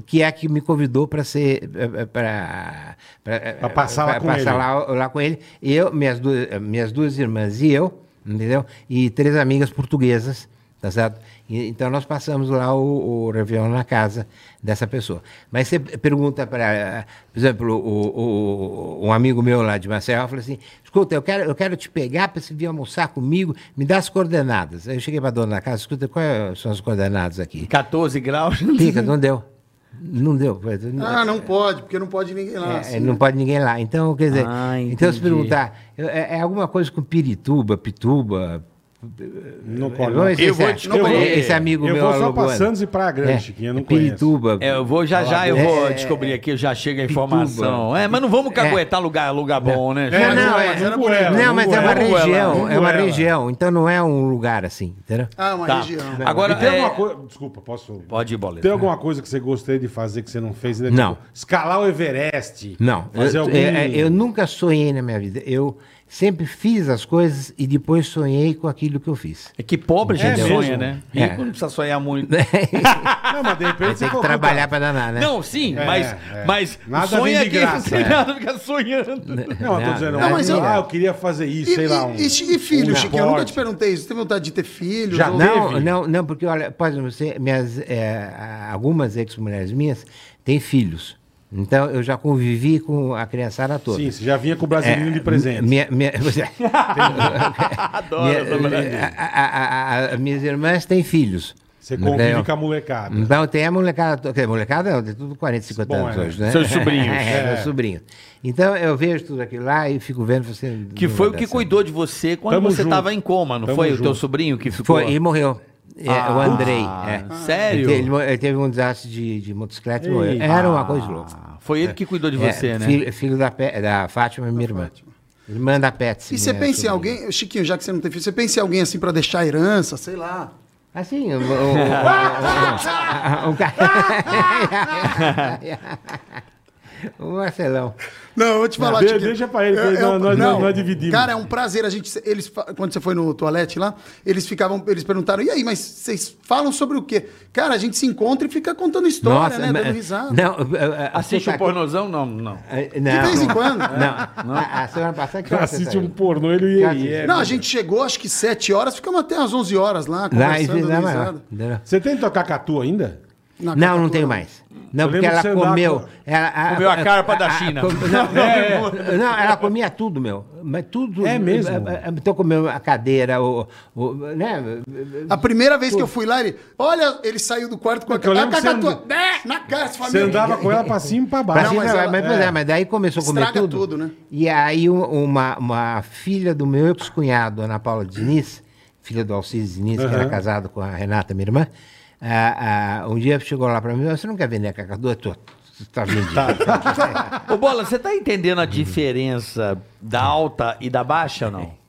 Speaker 5: Que é a que me convidou para ser. para
Speaker 3: Pra passar lá com ele.
Speaker 5: lá, lá com ele. Eu, minhas duas, minhas duas irmãs e eu. entendeu? E três amigas portuguesas, tá certo? E, então nós passamos lá o, o Réveillon na casa dessa pessoa. Mas você pergunta para, por exemplo, o, o- um amigo meu lá de Maceió, falou assim, escuta, eu quero, eu quero te pegar para você vir almoçar comigo, me dá as coordenadas. Aí eu cheguei para dona da casa, escuta, quais são as coordenadas aqui?
Speaker 4: 14 graus.
Speaker 5: Fica, não deu. Não deu. Foi-
Speaker 1: Ah, não pode, porque não pode ninguém lá.
Speaker 5: é,
Speaker 1: assim.
Speaker 5: é, não pode ninguém lá. Então, quer dizer,
Speaker 4: Ah,
Speaker 5: então se
Speaker 4: entendi.
Speaker 5: perguntar, eu- é, é alguma coisa com pirituba, pituba.
Speaker 3: Não
Speaker 5: Eu
Speaker 3: colhe.
Speaker 5: vou, esse,
Speaker 4: Eu vou
Speaker 5: esse-
Speaker 4: descobrir.
Speaker 5: Esse amigo
Speaker 3: Eu
Speaker 5: meu é
Speaker 3: vou só pra
Speaker 5: alagoano.
Speaker 3: Santos e pra Granche, que eu não conheço.
Speaker 5: É, Pirituba.
Speaker 4: É, eu vou já já, eu
Speaker 5: É,
Speaker 4: vou
Speaker 5: é,
Speaker 4: descobrir aqui, já chega a informação. É, mas não vamos caguetar lugar, lugar bom, né?
Speaker 5: Não, não,
Speaker 3: mas
Speaker 5: é-
Speaker 3: era Buela,
Speaker 5: não, mas é uma
Speaker 3: Buela,
Speaker 5: região, é uma
Speaker 3: Buela.
Speaker 5: região, então não é um lugar assim, entendeu?
Speaker 1: Ah, uma
Speaker 4: Tá.
Speaker 1: região.
Speaker 4: Agora,
Speaker 3: E tem
Speaker 4: é,
Speaker 3: alguma coisa. Desculpa, posso.
Speaker 4: pode ir,
Speaker 3: Tem
Speaker 4: boleto.
Speaker 3: alguma coisa que você gostaria de fazer que você não fez? Né?
Speaker 5: Não.
Speaker 3: Tipo, escalar o Everest.
Speaker 5: Não,
Speaker 3: Fazer
Speaker 5: eu,
Speaker 3: algum...
Speaker 5: é, é, eu nunca sonhei na minha vida. Eu sempre fiz as coisas e depois sonhei com aquilo que eu fiz.
Speaker 4: É que pobre a gente
Speaker 3: É
Speaker 4: sonha,
Speaker 3: mesmo.
Speaker 4: né?
Speaker 5: É.
Speaker 4: Rico não precisa sonhar muito. né?
Speaker 3: Não, mas de repente você
Speaker 5: Tem que
Speaker 3: falou,
Speaker 5: trabalhar
Speaker 3: puta,
Speaker 5: para danar, né?
Speaker 4: Não, sim,
Speaker 3: É,
Speaker 4: mas,
Speaker 3: é.
Speaker 4: mas
Speaker 3: Nada
Speaker 4: sonha
Speaker 3: vem de
Speaker 4: que
Speaker 3: graça,
Speaker 4: sem
Speaker 5: é.
Speaker 4: nada fica sonhando.
Speaker 3: Não, eu tô dizendo,
Speaker 1: Não, mas eu-
Speaker 3: ah, eu queria fazer isso,
Speaker 1: E,
Speaker 3: sei lá.
Speaker 1: e- e- e filho,
Speaker 3: um
Speaker 1: Chiquinho? Eu nunca te
Speaker 3: esporte.
Speaker 1: perguntei isso. Você tem vontade de ter filhos?
Speaker 3: Já
Speaker 1: Ou-
Speaker 5: Não,
Speaker 3: teve?
Speaker 5: não, não, porque olha, pode você, minhas, é, a- algumas ex-mulheres minhas têm filhos. Então eu já convivi com a criançada toda. É,
Speaker 3: Sim, você já vinha com o brasileiro de presente.
Speaker 5: Minha, minha, você-
Speaker 4: Adoro essa
Speaker 5: minha-
Speaker 4: maravilha.
Speaker 5: a- a- a- a- minhas irmãs têm filhos.
Speaker 3: Você convive
Speaker 5: Entendeu?
Speaker 3: com a molecada.
Speaker 5: Então tem a molecada, to- quer dizer, molecada não, tem tudo 40, 50
Speaker 3: Bom,
Speaker 5: anos
Speaker 3: é.
Speaker 5: hoje, né?
Speaker 4: Seus sobrinhos.
Speaker 5: é,
Speaker 3: É.
Speaker 5: meus sobrinhos. Então eu vejo tudo aquilo lá e fico vendo você.
Speaker 4: Que foi o que cuidou de você quando
Speaker 3: Tamo
Speaker 4: você
Speaker 3: junto.
Speaker 4: estava em coma, não
Speaker 3: Tamo
Speaker 4: foi? O
Speaker 3: junto.
Speaker 4: teu sobrinho que ficou? Ah,
Speaker 5: Foi, e morreu. É, o Andrei.
Speaker 3: Ah.
Speaker 5: é.
Speaker 4: sério?
Speaker 5: Ele, mo- ele teve um desastre de, de motocicleta e morreu.
Speaker 3: Eita.
Speaker 5: Era uma coisa louca.
Speaker 4: Ah, Foi ele que cuidou de
Speaker 5: É,
Speaker 4: você, né?
Speaker 5: Filho, filho da, Pe- da Fátima, minha irmã. Irmã da Petsy.
Speaker 1: E você
Speaker 5: minha
Speaker 1: pensa em
Speaker 5: sobrinha.
Speaker 1: alguém, Chiquinho, já que você não tem filho, você pensa em alguém assim pra deixar herança, sei lá.
Speaker 5: Assim, o, o, o, o, o cara. o Um Marcelão.
Speaker 1: Não, eu vou te falar, É,
Speaker 3: de-
Speaker 1: Chiquinho.
Speaker 3: deixa pra ele, pra ele, nós- nós- nós dividimos.
Speaker 1: um Cara, é um prazer. A gente, eles, fa- quando você foi no toalete lá, eles ficavam, eles perguntaram, e aí, mas vocês falam sobre o quê? Cara, a gente se encontra e fica contando história,
Speaker 3: é
Speaker 1: né?
Speaker 5: mas-
Speaker 1: Dando risada.
Speaker 5: Não, eu- eu-
Speaker 4: Assiste um
Speaker 5: puta,
Speaker 4: pornozão? Não, não.
Speaker 5: eh, Não, de
Speaker 1: vez em quando. né?
Speaker 5: Não. A, a semana passada que
Speaker 3: Você
Speaker 5: hora você
Speaker 3: assiste
Speaker 5: saiu?
Speaker 3: um pornô, ele
Speaker 5: Que
Speaker 3: ia. né?
Speaker 5: hora você
Speaker 1: Não, a gente chegou, acho que 7 horas, ficamos até às 11 horas lá,
Speaker 5: Lá, e-
Speaker 3: é
Speaker 1: conversando,
Speaker 5: lá,
Speaker 1: dando
Speaker 5: mas-
Speaker 1: risada.
Speaker 5: entendeu?
Speaker 3: Você tem que tocar catu ainda?
Speaker 5: Não,
Speaker 1: Na
Speaker 5: não
Speaker 1: catatura.
Speaker 5: tenho mais. Não,
Speaker 3: Eu
Speaker 5: porque
Speaker 3: lembro
Speaker 5: ela
Speaker 3: que você andava
Speaker 5: comeu.
Speaker 3: com-
Speaker 5: Ela,
Speaker 4: Comeu a carpa da China.
Speaker 5: com- não,
Speaker 4: É.
Speaker 5: é, não, ela comia tudo, meu. Mas tudo.
Speaker 3: É mesmo?
Speaker 5: eh, eh, Então comeu a cadeira, o. o né?
Speaker 1: A primeira vez que eu fui lá, ele. Olha, ele saiu do quarto com a
Speaker 3: Porque eu
Speaker 1: cara.
Speaker 3: lembro que você and-
Speaker 1: Na cara, essa
Speaker 3: Você
Speaker 1: família.
Speaker 3: andava com ela pra cima e pra
Speaker 5: Pra
Speaker 3: baixo.
Speaker 5: cima,
Speaker 1: mas
Speaker 5: mas,
Speaker 1: ela-
Speaker 5: pois
Speaker 3: é.
Speaker 5: é, mas daí começou a comer
Speaker 1: Estraga
Speaker 5: tudo.
Speaker 1: tudo, né?
Speaker 5: E aí um- uma, uma filha do meu ex-cunhado, Ana Paula Diniz, filha do Alcides Diniz, que era
Speaker 3: Aham.
Speaker 5: casado com a Renata, minha irmã, ah, ah, um dia chegou lá pra mim, você não quer vender a cacatua? Tô, tá vendido.
Speaker 4: Ô, Bola, você tá entendendo a diferença da alta e da baixa ou não?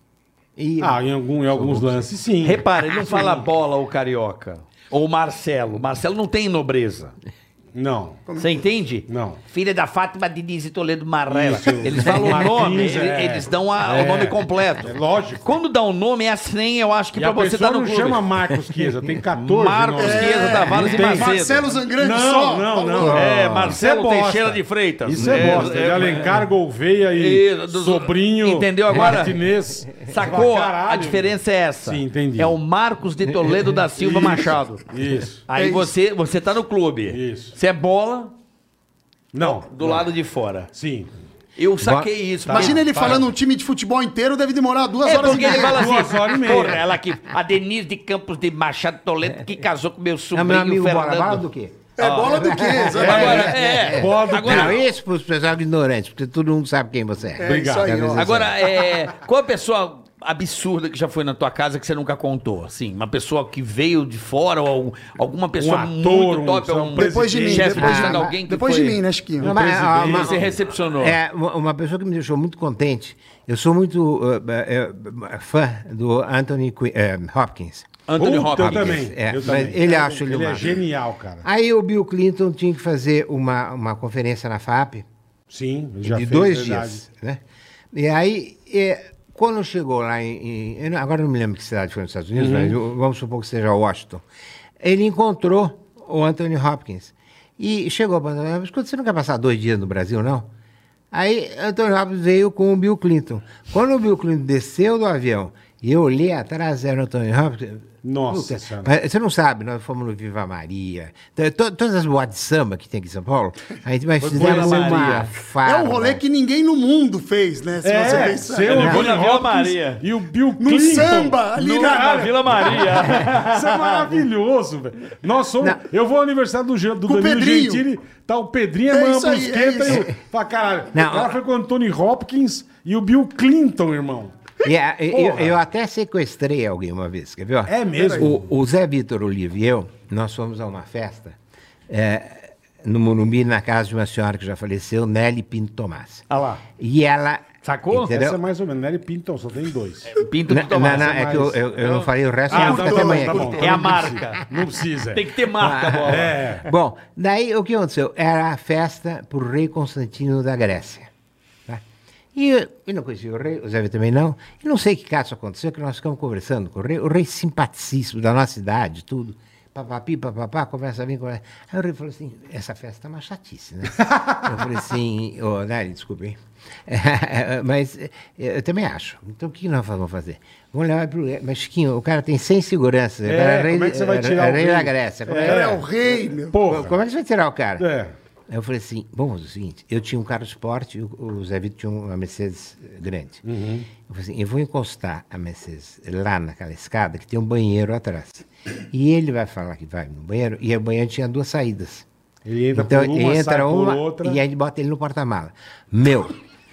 Speaker 5: E-
Speaker 3: Ah, em, algum- em alguns lances, sim.
Speaker 4: Repara, ele não fala bola ou carioca. Ou Marcelo. Marcelo não tem nobreza.
Speaker 3: Não.
Speaker 4: Você entende?
Speaker 3: Não.
Speaker 4: Filha da Fátima Diniz e Toledo Marrela.
Speaker 3: Isso.
Speaker 4: Eles falam o
Speaker 3: Marquinhos,
Speaker 4: nome, ele-
Speaker 3: é.
Speaker 4: eles dão a- o
Speaker 3: É.
Speaker 4: nome completo.
Speaker 3: É lógico.
Speaker 4: Quando dá um nome, é a senha, eu acho que
Speaker 3: E
Speaker 4: pra
Speaker 3: a
Speaker 4: você tá
Speaker 3: pessoa
Speaker 4: no
Speaker 3: não
Speaker 4: clube.
Speaker 3: chama Marcos Chiesa, tem 14
Speaker 4: Marcos
Speaker 3: nomes.
Speaker 4: Chiesa, Tavares e
Speaker 3: não tem.
Speaker 4: Macedo.
Speaker 1: Marcelo Zangrande
Speaker 3: Não,
Speaker 1: só.
Speaker 3: não, não.
Speaker 4: É,
Speaker 3: Isso
Speaker 4: Marcelo
Speaker 3: é bosta.
Speaker 4: Teixeira de Freitas.
Speaker 3: Isso é, bosta. de Alencar, Gouveia e,
Speaker 4: E dos-
Speaker 3: sobrinho.
Speaker 4: Entendeu agora?
Speaker 3: Martinez.
Speaker 4: Sacou?
Speaker 3: Pra caralho.
Speaker 4: a diferença é essa.
Speaker 3: Sim, entendi.
Speaker 4: É o Marcos de Toledo da Silva
Speaker 3: Isso,
Speaker 4: Machado.
Speaker 3: É Isso.
Speaker 4: Aí você, você tá no clube.
Speaker 3: Isso.
Speaker 4: Você é bola
Speaker 3: Não.
Speaker 4: do lado de fora.
Speaker 3: Sim.
Speaker 4: Eu saquei isso.
Speaker 1: Tá, Imagina ele
Speaker 3: tá.
Speaker 1: falando um time de futebol inteiro, deve demorar duas
Speaker 4: É
Speaker 1: horas e
Speaker 4: porque ele
Speaker 1: meia.
Speaker 4: fala
Speaker 3: Duas horas e
Speaker 4: assim,
Speaker 3: meia.
Speaker 4: porra, ela que, a Denise de Campos de Machado Toledo, que casou com meu
Speaker 5: É
Speaker 4: sobrinho
Speaker 5: meu amigo bola,
Speaker 4: Fernando.
Speaker 5: bola do quê?
Speaker 1: É bola do quê?
Speaker 4: É,
Speaker 1: Exatamente.
Speaker 4: agora, é,
Speaker 3: Bola do
Speaker 4: agora,
Speaker 5: não, isso para os pessoal ignorantes, porque todo mundo sabe quem você é.
Speaker 1: É isso aí, ó.
Speaker 4: agora, é, qual a pessoa absurda que já foi na tua casa que você nunca contou? Assim, uma pessoa que veio de fora ou algum- alguma pessoa
Speaker 3: ator,
Speaker 4: muito
Speaker 3: um-
Speaker 4: top,
Speaker 3: um
Speaker 4: algum
Speaker 1: Depois de mim,
Speaker 4: chefe
Speaker 1: depois,
Speaker 4: de
Speaker 1: de,
Speaker 4: estado,
Speaker 1: mim.
Speaker 4: alguém que
Speaker 1: depois
Speaker 4: foi-
Speaker 1: de mim, né, Chiquinho?
Speaker 5: Não, mas, ah, uma-
Speaker 4: Você recepcionou.
Speaker 5: É, uma uma pessoa que me deixou muito contente. Eu sou muito uh, uh, uh, fã do Anthony Qui- eh, Hopkins.
Speaker 4: Anthony
Speaker 3: Puta,
Speaker 4: Hopkins.
Speaker 3: Eu também.
Speaker 5: É,
Speaker 3: eu
Speaker 5: mas
Speaker 3: também.
Speaker 5: ele acha ele
Speaker 3: Ele é
Speaker 5: uma- Ah,
Speaker 3: genial, cara.
Speaker 5: Aí o Bill Clinton tinha que fazer uma, uma conferência na FAP
Speaker 3: Sim, ele já
Speaker 5: de
Speaker 3: fez,
Speaker 5: dois
Speaker 3: verdade.
Speaker 5: dias. Né? E aí, eh, quando chegou lá em. em- eu não- agora eu não me lembro que cidade foi nos Estados
Speaker 3: Uhum.
Speaker 5: Unidos, mas eu- vamos supor que seja Washington. Ele encontrou o Anthony Hopkins. E chegou para Anthony Hopkins, "Escuta, você não quer passar dois dias no Brasil, não? Aí Anthony Hopkins veio com o Bill Clinton. Quando o Bill Clinton desceu do avião E eu olhei atrás, era o Anthony Hopkins.
Speaker 3: Nossa
Speaker 5: Puta,
Speaker 3: Senhora.
Speaker 5: mas você não sabe, nós fomos no Viva Maria. To- to- Todas as boates de samba que tem aqui em São Paulo, a gente vai fazer
Speaker 3: Viva Maria.
Speaker 5: uma farra.
Speaker 1: É um rolê que ninguém no mundo fez, né? Se você
Speaker 3: É,
Speaker 1: pensar.
Speaker 3: seu
Speaker 8: Na
Speaker 3: Anthony
Speaker 8: Vila
Speaker 3: Hopkins
Speaker 8: Maria.
Speaker 3: E o Bill
Speaker 1: Num
Speaker 3: Clinton.
Speaker 1: samba, ali
Speaker 8: No-
Speaker 1: na-
Speaker 8: na Vila Maria.
Speaker 3: Isso é maravilhoso, velho. Nós somos.
Speaker 5: Não.
Speaker 3: Eu vou ao aniversário do, Jean- do
Speaker 1: Com o
Speaker 3: Danilo
Speaker 1: Pedrinho.
Speaker 3: Gentili, tá o Pedrinho, a
Speaker 1: É
Speaker 3: Mãe
Speaker 1: isso aí,
Speaker 3: Brusqueta
Speaker 1: é
Speaker 3: e o. Fala, caralho.
Speaker 5: Não,
Speaker 3: o cara
Speaker 5: ó.
Speaker 3: foi com o Anthony Hopkins e o Bill Clinton, irmão.
Speaker 5: E a- e- eu,
Speaker 3: Porra.
Speaker 5: eu até sequestrei alguém uma vez, quer ver? ó?
Speaker 3: É mesmo?
Speaker 5: O, o Zé Vitor Oliva e eu, nós fomos a uma festa é, no Morumbi, na casa de uma senhora que já faleceu, Nelly Pinto Tomás.
Speaker 8: Ah lá.
Speaker 5: E ela...
Speaker 8: Sacou?
Speaker 5: Entendeu?
Speaker 3: Essa é mais ou menos. Nelly Pinton, só tem dois.
Speaker 4: Pinto
Speaker 1: Né,
Speaker 5: Não,
Speaker 4: do
Speaker 5: não,
Speaker 4: Tomás.
Speaker 5: não,
Speaker 3: essa é
Speaker 5: é que eu,
Speaker 3: mais-
Speaker 5: eu, eu não falei o resto,
Speaker 3: Ah,
Speaker 5: senão
Speaker 3: tá
Speaker 5: fica
Speaker 3: bom,
Speaker 5: assim, até amanhã.
Speaker 3: tá
Speaker 5: aqui.
Speaker 3: bom.
Speaker 8: É a
Speaker 3: Não precisa,
Speaker 8: marca.
Speaker 3: Não precisa.
Speaker 8: Tem que ter marca, bola.
Speaker 3: É.
Speaker 5: Bom, daí o que aconteceu? Era a festa pro rei Constantino da Grécia. tá? E eu, eu não conhecia o rei, o Zé Vitor também não. E não sei que caso aconteceu, que nós ficamos conversando com o rei, o rei simpaticíssimo da nossa idade, tudo. Papapi, papapá, conversa bem, conversa. Aí o rei falou assim, essa festa tá uma chatice, né? eu falei assim, ô oh, Nari, desculpe, hein? mas eh, eu também acho. Então o que nós vamos fazer? Vamos levar pro. Mas, Chiquinho, o cara tem 100 seguranças.
Speaker 3: É,
Speaker 5: o cara rei,
Speaker 3: como é que você vai
Speaker 5: eh,
Speaker 3: tirar o
Speaker 5: rei
Speaker 3: rei?
Speaker 5: da Grécia. Como é, que-
Speaker 1: Cara, é o rei, meu.
Speaker 3: Porra.
Speaker 5: como é que você vai tirar o cara?
Speaker 3: É.
Speaker 5: Aí eu falei assim, bom, vamos fazer o seguinte, eu tinha um carro esporte, o, o Zé Vito tinha uma Mercedes eh, grande.
Speaker 3: Uhum.
Speaker 5: Eu falei assim, eu vou encostar a Mercedes lá naquela escada que tem um banheiro atrás. E ele vai falar que vai no banheiro, e o banheiro tinha duas saídas.
Speaker 3: Ele entra
Speaker 5: então,
Speaker 3: por uma,
Speaker 5: ele entra
Speaker 3: sai por
Speaker 5: uma
Speaker 3: outra.
Speaker 5: e a gente bota ele no porta-mala. Meu,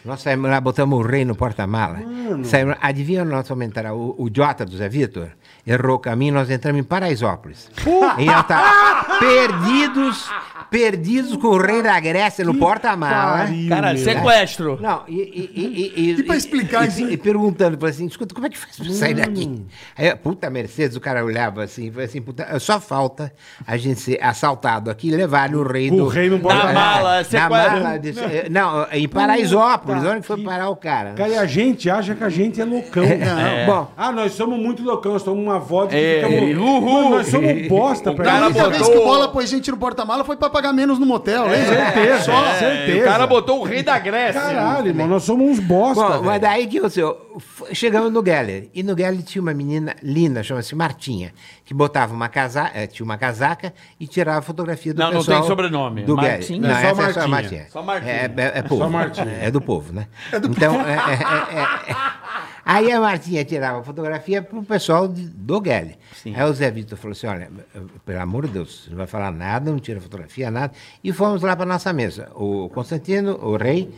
Speaker 5: nós saímos lá, botamos o rei no porta-mala. Saímos, adivinha onde nós vamos entrar? O, o idiota do Zé Vitor errou o caminho, nós entramos em Paraisópolis. E nós tá perdidos, perdidos com o rei da Grécia no porta-mala.
Speaker 3: Pariu,
Speaker 8: Cara,
Speaker 3: meu.
Speaker 8: sequestro.
Speaker 5: Não, e, e, e, e,
Speaker 1: E pra explicar
Speaker 5: e-
Speaker 1: isso? Hum.
Speaker 5: E, e perguntando, falou assim, escuta, como é que faz pra sair daqui? Aí, eu, puta Mercedes, o cara olhava assim, e falou assim, puta, só falta a gente ser assaltado aqui e levar no rei
Speaker 3: Com
Speaker 5: do...
Speaker 3: o rei no
Speaker 8: Na
Speaker 3: porta-
Speaker 8: mala,
Speaker 5: Na
Speaker 8: sequestro.
Speaker 5: mala, desse- eh, não, em Paraisópolis,
Speaker 3: Puta
Speaker 5: onde foi
Speaker 3: que-
Speaker 5: parar o cara?
Speaker 3: Cara, e a gente acha que a gente é loucão.
Speaker 5: Não,
Speaker 3: né?
Speaker 5: Bom,
Speaker 3: Ah, nós somos muito loucão, nós somos uma vodka que
Speaker 8: É,
Speaker 3: ficamos-
Speaker 8: uhul.
Speaker 3: Mano, nós somos um bosta, pra
Speaker 1: A
Speaker 8: cara
Speaker 3: gente.
Speaker 1: única vez que o
Speaker 8: botou-
Speaker 1: Bola pôs gente no porta-mala foi pra pagar menos no motel, lembra?
Speaker 3: Certeza,
Speaker 8: É,
Speaker 3: certeza.
Speaker 8: o cara botou o rei da
Speaker 4: assim,
Speaker 8: Grécia.
Speaker 3: Caralho, irmão, nós somos uns bosta.
Speaker 5: Bom, mas
Speaker 3: velho.
Speaker 5: daí que aconteceu? F- Chegamos no Geller. E no Geller tinha uma menina linda, chama-se Martinha, que botava uma casaca, tinha uma casaca e tirava fotografia do
Speaker 8: Não, não
Speaker 5: pessoal.
Speaker 8: tem sobrenome.
Speaker 5: Do Geller.
Speaker 8: Martinha?
Speaker 5: Não,
Speaker 3: É só
Speaker 5: essa é só
Speaker 3: Martinha.
Speaker 5: a Martinha.
Speaker 8: Só Martinha.
Speaker 5: É, é- é povo.
Speaker 3: Só Martinha.
Speaker 5: É do povo, né? então, é- é- é- é- Aí a Martinha tirava a fotografia pro pessoal de- do Geller. Aí o Zé Vitor falou assim, olha, pelo amor de Deus, você não vai falar nada, não tira fotografia, nada. E fomos lá para nossa mesa. O Constantino, o Rei,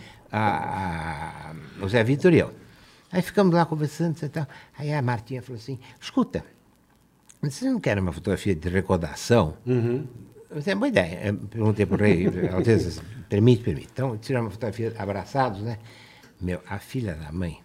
Speaker 5: a- a- o Zé Vitor e eu. Aí ficamos lá conversando e tal. Aí a Martinha falou assim, escuta, vocês não querem uma fotografia de recordação? Você é boa ideia. Eu perguntei para o rei, Alteza, permite, permite. Então, tiramos uma fotografia abraçados, né? Meu, a filha da mãe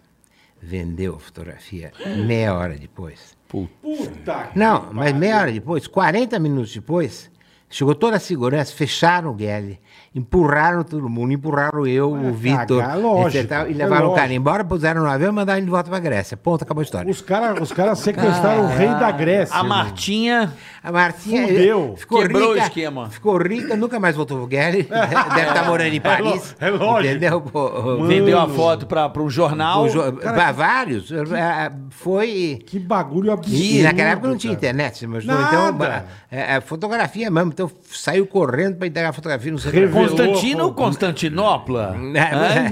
Speaker 5: vendeu a fotografia meia hora depois.
Speaker 3: Puta que-
Speaker 5: Não, mas meia hora depois, 40 minutos depois, chegou toda a segurança, fecharam o Guelli, empurraram todo mundo, empurraram eu, o Vitor,
Speaker 3: cagar, lógico,
Speaker 5: etc, tal,
Speaker 3: é
Speaker 5: e levaram o cara
Speaker 3: lógico.
Speaker 5: embora, puseram no avião e mandaram ele de volta para a Grécia. Ponto, acabou a história.
Speaker 3: Os caras os cara sequestraram o rei da Grécia.
Speaker 8: A
Speaker 3: irmão.
Speaker 8: Martinha.
Speaker 5: A Martinha
Speaker 3: Fudeu.
Speaker 5: ficou
Speaker 8: Quebrou
Speaker 5: rica,
Speaker 8: o esquema.
Speaker 5: Ficou rica, nunca mais voltou pro Guerre. Deve estar morando em Paris.
Speaker 3: é lógico.
Speaker 5: Entendeu? Pô, pô,
Speaker 8: Vendeu a foto pra, pra um jornal.
Speaker 5: o jo- pra vários. eh, Foi.
Speaker 3: Que bagulho absurdo.
Speaker 5: E, naquela época não tinha
Speaker 3: cara.
Speaker 5: internet, mas
Speaker 3: Nada.
Speaker 5: então ba- é, é, fotografia mesmo, então saiu correndo para entregar a fotografia no centro.
Speaker 3: Revelou.
Speaker 8: Constantino ou Constantinopla?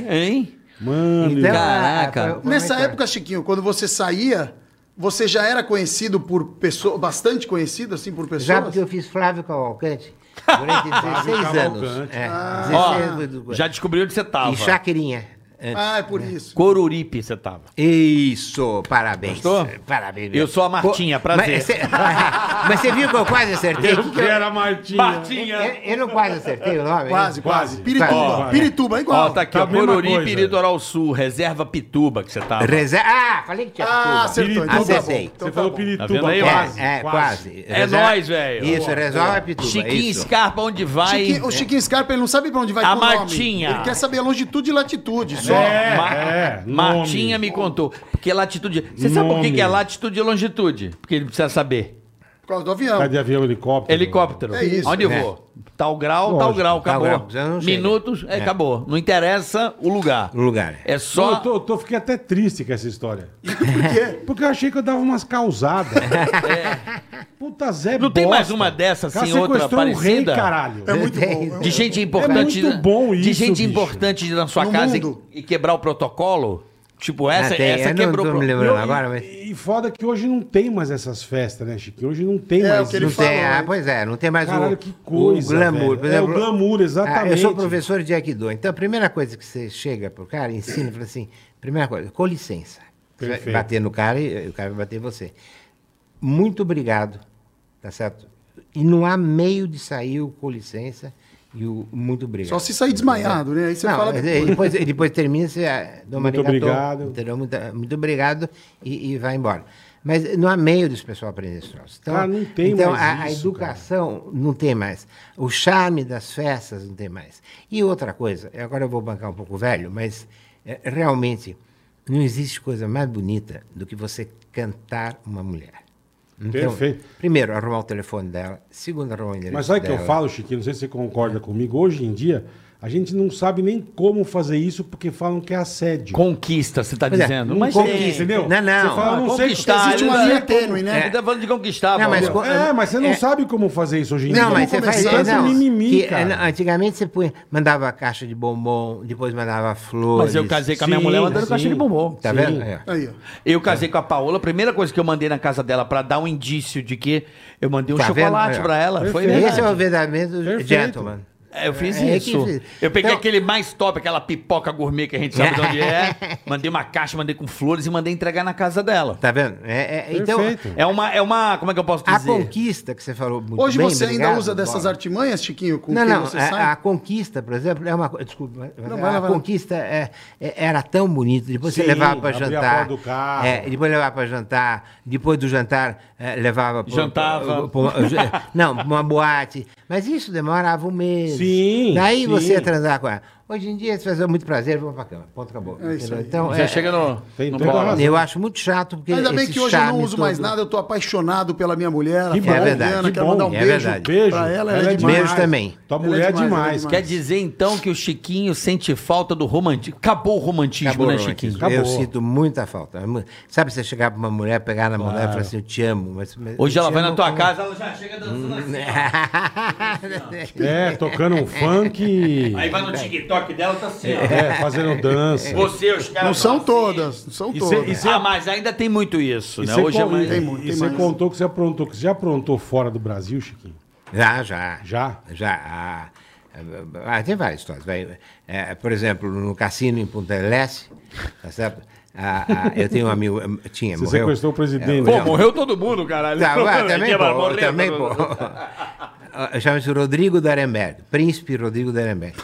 Speaker 5: É,
Speaker 8: É, hein?
Speaker 3: Mano,
Speaker 5: Então,
Speaker 8: Caraca.
Speaker 5: é, foi- foi
Speaker 1: Nessa
Speaker 5: uma história.
Speaker 1: época, Chiquinho, quando você saía, você já era conhecido por pessoas, bastante conhecido, assim, por pessoas?
Speaker 5: Já porque eu fiz Flávio Cavalcante durante 16 anos.
Speaker 3: Cavalcante. Ah.
Speaker 5: É,
Speaker 8: Ó,
Speaker 5: 16
Speaker 8: já descobriu onde você tava.
Speaker 5: E Chaquirinha. antes.
Speaker 1: Ah, é por isso.
Speaker 8: Coruripe você tava.
Speaker 5: Isso, parabéns.
Speaker 8: Gostou?
Speaker 5: Parabéns.
Speaker 8: Eu sou a Martinha, prazer.
Speaker 5: Mas cê- Mas você viu que eu quase acertei?
Speaker 3: eu que era Martinha.
Speaker 5: Eu,
Speaker 8: Martinha!
Speaker 5: eu não quase acertei o nome.
Speaker 1: Quase, quase.
Speaker 3: Quase.
Speaker 1: Pirituba,
Speaker 3: Ó,
Speaker 1: Pirituba, é igual.
Speaker 8: Ó, tá aqui,
Speaker 3: Tá a
Speaker 8: ó.
Speaker 3: mesma
Speaker 8: Coruripe,
Speaker 3: coisa.
Speaker 8: Litoral Sul, Reserva Pituba que você tava.
Speaker 5: Reze- Ah, falei que tinha
Speaker 1: Ah,
Speaker 5: tudo.
Speaker 1: acertou.
Speaker 3: Pirituba.
Speaker 1: Então tá bom.
Speaker 5: Acertei.
Speaker 1: Então
Speaker 3: Você
Speaker 1: tá
Speaker 3: falou
Speaker 1: bom.
Speaker 8: Tá
Speaker 3: Pirituba,
Speaker 8: vendo aí,
Speaker 3: quase,
Speaker 5: É, é, quase.
Speaker 8: É
Speaker 5: Reserva-
Speaker 8: nóis, velho.
Speaker 5: Isso, resolve tudo.
Speaker 8: Chiquinho
Speaker 5: é isso.
Speaker 8: Scarpa, onde vai?
Speaker 1: Chiquinho- o Chiquinho Scarpa, ele não sabe pra onde vai
Speaker 8: A
Speaker 1: com o nome.
Speaker 8: Martinha.
Speaker 1: Ele quer saber é a longitude e latitude só.
Speaker 3: É,
Speaker 8: Ma-
Speaker 3: é,
Speaker 8: Martinha
Speaker 3: nome.
Speaker 8: me contou. Porque é latitude. Você sabe por que
Speaker 3: Nome.
Speaker 8: que é latitude e longitude? Porque ele precisa saber.
Speaker 1: Por causa do avião.
Speaker 3: Tá de avião, helicóptero.
Speaker 4: Helicóptero.
Speaker 1: É isso.
Speaker 4: Onde eu
Speaker 5: É.
Speaker 4: vou? Tal grau, tal
Speaker 3: Lógico,
Speaker 4: grau,
Speaker 5: tal grau,
Speaker 4: acabou.
Speaker 5: já não chega.
Speaker 4: Minutos, é,
Speaker 5: É.
Speaker 4: acabou. Não interessa o lugar.
Speaker 5: O lugar, é.
Speaker 4: É
Speaker 3: Não,
Speaker 4: só.
Speaker 3: eu, tô, eu tô- fiquei até triste com essa história.
Speaker 1: Por quê?
Speaker 3: Porque eu achei que eu dava umas causadas. Puta Zé
Speaker 4: É. Não tem
Speaker 3: bosta.
Speaker 4: mais uma dessa assim,
Speaker 3: Cara,
Speaker 4: outra
Speaker 3: sequestrou
Speaker 4: parecida?
Speaker 3: Um rei, caralho.
Speaker 5: Tá
Speaker 1: É muito
Speaker 5: Tem-
Speaker 1: bom.
Speaker 4: De gente importante.
Speaker 3: É muito bom
Speaker 4: De
Speaker 3: isso,
Speaker 4: gente
Speaker 3: bicho.
Speaker 4: importante na sua
Speaker 1: No
Speaker 4: casa e-
Speaker 1: mundo.
Speaker 4: e, quebrar o protocolo. Tipo, essa,
Speaker 5: Ah, tem,
Speaker 4: essa
Speaker 5: eu
Speaker 4: quebrou
Speaker 5: não
Speaker 4: o
Speaker 5: tô me
Speaker 4: protocolo.
Speaker 5: lembrando
Speaker 3: E-
Speaker 5: agora, mas...
Speaker 3: E foda que hoje não tem mais essas festas, né, Chiquinho? Hoje não tem
Speaker 1: É,
Speaker 3: mais.
Speaker 1: o que ele
Speaker 5: Não
Speaker 3: isso.
Speaker 1: falou,
Speaker 5: tem, ah,
Speaker 1: né?
Speaker 5: pois é, não tem mais
Speaker 3: Caralho,
Speaker 5: o,
Speaker 3: que coisa,
Speaker 5: o glamour.
Speaker 3: velho. É, o glamour, exatamente.
Speaker 5: Ah, eu sou professor de Aikido, então a primeira coisa que você chega pro cara, ensina, fala assim, primeira coisa, com licença. Você vai
Speaker 3: Perfeito.
Speaker 5: bater no cara e o cara vai bater em você. Muito obrigado, tá certo? E não há meio de sair o com licença e o muito obrigado.
Speaker 1: Só se sair desmaiado, né? Aí você
Speaker 5: Não,
Speaker 1: fala
Speaker 5: mas
Speaker 1: depois.
Speaker 5: e depois, e depois termina, você ah, dá uma
Speaker 3: Muito
Speaker 5: arigatô,
Speaker 3: obrigado.
Speaker 5: entendeu? Muito, muito obrigado e, e vai embora. Mas não há meio desse pessoal aprender esse troço. Então,
Speaker 3: Cara, Ah, não tem
Speaker 5: então
Speaker 3: mais
Speaker 5: a, a
Speaker 3: isso,
Speaker 5: educação não tem mais. O charme das festas não tem mais. E outra coisa, agora eu vou bancar um pouco velho, mas eh, realmente não existe coisa mais bonita do que você cantar uma mulher. Então,
Speaker 3: Perfeito.
Speaker 5: Primeiro, arrumar o telefone dela. Segundo, arrumar o endereço
Speaker 3: Mas sabe o que eu
Speaker 5: dela.
Speaker 3: falo, Chiquinho? Não sei se você concorda comigo. Hoje em dia, a gente não sabe nem como fazer isso porque falam que é assédio.
Speaker 8: Conquista, você tá
Speaker 5: Pois é,
Speaker 8: dizendo.
Speaker 5: não
Speaker 8: Mas
Speaker 5: conquista,
Speaker 8: tem.
Speaker 3: Entendeu?
Speaker 5: Não, não.
Speaker 3: Você fala,
Speaker 5: Ah, É.
Speaker 3: não sei um
Speaker 8: conquistar,
Speaker 1: Existe uma
Speaker 8: Ainda-
Speaker 1: linha tênue, né?
Speaker 4: Ele tá falando de conquistar,
Speaker 5: Não, mas
Speaker 4: Paulo.
Speaker 5: co-
Speaker 3: É, mas você não
Speaker 5: É.
Speaker 3: sabe como fazer isso hoje em dia.
Speaker 5: Não, mas você
Speaker 1: Vamos
Speaker 5: faz
Speaker 1: começar
Speaker 5: é,
Speaker 1: essa
Speaker 5: não,
Speaker 3: mimimi,
Speaker 5: que,
Speaker 3: cara.
Speaker 5: é, não, Antigamente você punha, mandava caixa de bombom, depois mandava flores.
Speaker 4: Mas eu casei com a minha
Speaker 3: Sim,
Speaker 4: mulher mandando
Speaker 3: sim.
Speaker 4: caixa de bombom.
Speaker 5: Tá
Speaker 3: Sim.
Speaker 5: vendo? É.
Speaker 1: Aí, ó.
Speaker 4: Eu casei com a Paola, a primeira coisa que eu mandei na casa dela pra dar um indício de que eu mandei um
Speaker 5: Tá vendo?
Speaker 4: chocolate
Speaker 5: Aí, ó.
Speaker 4: pra ela. Foi
Speaker 3: Perfeito.
Speaker 5: Esse
Speaker 4: verdade.
Speaker 5: é o verdadeiro
Speaker 3: Perfeito.
Speaker 5: gentleman.
Speaker 4: É, Eu fiz
Speaker 5: É, é que-
Speaker 4: isso. Eu peguei
Speaker 5: Então-
Speaker 4: aquele mais top, aquela pipoca gourmet que a gente sabe de onde é. Mandei uma caixa, mandei com flores e mandei entregar na casa dela.
Speaker 5: Tá vendo? É, é, então,
Speaker 3: Perfeito.
Speaker 4: É uma, é uma. Como é que eu posso
Speaker 5: a
Speaker 4: dizer?
Speaker 5: conquista que você falou muito
Speaker 1: Hoje
Speaker 5: bem,
Speaker 1: você ainda
Speaker 5: obrigado,
Speaker 1: usa dessas
Speaker 5: Bola.
Speaker 1: artimanhas, Chiquinho, com
Speaker 5: Não,
Speaker 1: quem
Speaker 5: não.
Speaker 1: você
Speaker 5: A, a
Speaker 1: sai?
Speaker 5: conquista, por exemplo, é uma coisa. Desculpa, mas
Speaker 1: Não,
Speaker 5: a
Speaker 1: vai lá, vai lá.
Speaker 5: conquista é- é- era tão bonito. Depois
Speaker 3: Sim,
Speaker 5: você levava para
Speaker 3: abria a
Speaker 5: jantar.
Speaker 3: porta do carro.
Speaker 5: é, depois levava para jantar. Depois do jantar, é, levava. pro-
Speaker 8: Jantava.
Speaker 5: pro- pro- ju- não, pra uma boate. Mas isso demorava um mês.
Speaker 3: Sim,
Speaker 5: Daí
Speaker 3: sim.
Speaker 5: você ia transar com ela. Hoje em dia, você faz muito prazer, vamos pra cama. Ponto, acabou.
Speaker 1: É isso
Speaker 5: Entendeu?
Speaker 1: aí.
Speaker 5: Então,
Speaker 4: Já
Speaker 5: é-
Speaker 4: chega no.
Speaker 3: Tem
Speaker 4: no
Speaker 3: toda
Speaker 4: bola.
Speaker 3: razão.
Speaker 5: Eu acho muito chato. Porque
Speaker 1: Ainda bem
Speaker 5: esse
Speaker 1: que hoje eu não
Speaker 5: charme
Speaker 1: uso mais
Speaker 5: todo-
Speaker 1: nada, eu tô apaixonado pela minha mulher,
Speaker 3: Que
Speaker 1: a
Speaker 3: bom,
Speaker 5: é verdade,
Speaker 1: Fabiana,
Speaker 3: que
Speaker 1: quero
Speaker 3: bom.
Speaker 1: mandar um
Speaker 5: É
Speaker 1: beijo.
Speaker 5: verdade.
Speaker 3: Beijo.
Speaker 1: Pra ela, ela é
Speaker 5: demais.
Speaker 1: demais.
Speaker 5: também.
Speaker 3: Tua
Speaker 1: Ela é
Speaker 3: mulher é
Speaker 1: demais, ela é
Speaker 3: demais.
Speaker 1: demais.
Speaker 4: Quer dizer então que o Chiquinho sente falta do romantismo. Acabou o romantismo,
Speaker 5: Acabou,
Speaker 4: né,
Speaker 5: Ronald?
Speaker 4: Chiquinho?
Speaker 3: Acabou.
Speaker 5: Eu sinto muita falta. Sabe você chegar pra uma mulher, pegar na mulher e falar assim, eu te amo. Mas, mas
Speaker 4: Hoje
Speaker 5: eu
Speaker 4: ela
Speaker 5: te
Speaker 4: vai na
Speaker 5: amo
Speaker 4: tua
Speaker 5: com-
Speaker 4: casa, ela já chega dançando assim.
Speaker 5: né?
Speaker 3: É, tocando um funk. e-
Speaker 7: Aí vai no TikTok dela, tá assim, ó.
Speaker 3: É, fazendo dança.
Speaker 7: Você, os caras.
Speaker 1: Não são
Speaker 7: falam assim,
Speaker 1: todas, não são
Speaker 3: E
Speaker 1: todas.
Speaker 3: cê- e cê-
Speaker 4: Ah, mas ainda tem muito isso,
Speaker 3: E
Speaker 4: né?
Speaker 3: você
Speaker 4: Hoje é
Speaker 3: con-
Speaker 4: mais.
Speaker 1: Tem
Speaker 3: e-
Speaker 1: muito,
Speaker 3: e
Speaker 1: tem
Speaker 3: você
Speaker 1: mais.
Speaker 3: contou que você aprontou. que Você já aprontou fora do Brasil, Chiquinho?
Speaker 5: Já, já.
Speaker 3: Já?
Speaker 5: Já. Ah, ah, tem várias histórias. vai. É, por exemplo, no cassino em Punta del Este, tá certo? Ah, ah, eu tenho um amigo, eh, tinha,
Speaker 3: Você
Speaker 5: morreu.
Speaker 3: sequestrou o presidente.
Speaker 5: É,
Speaker 3: Pô,
Speaker 5: morreu.
Speaker 4: Morreu todo mundo, caralho.
Speaker 5: Tá, ué, também,
Speaker 4: Que
Speaker 5: pô,
Speaker 4: morreu
Speaker 5: também,
Speaker 4: todo
Speaker 5: pô.
Speaker 4: mundo.
Speaker 5: Ah, Chama-se Rodrigo Darenberg, príncipe Rodrigo Darenberg.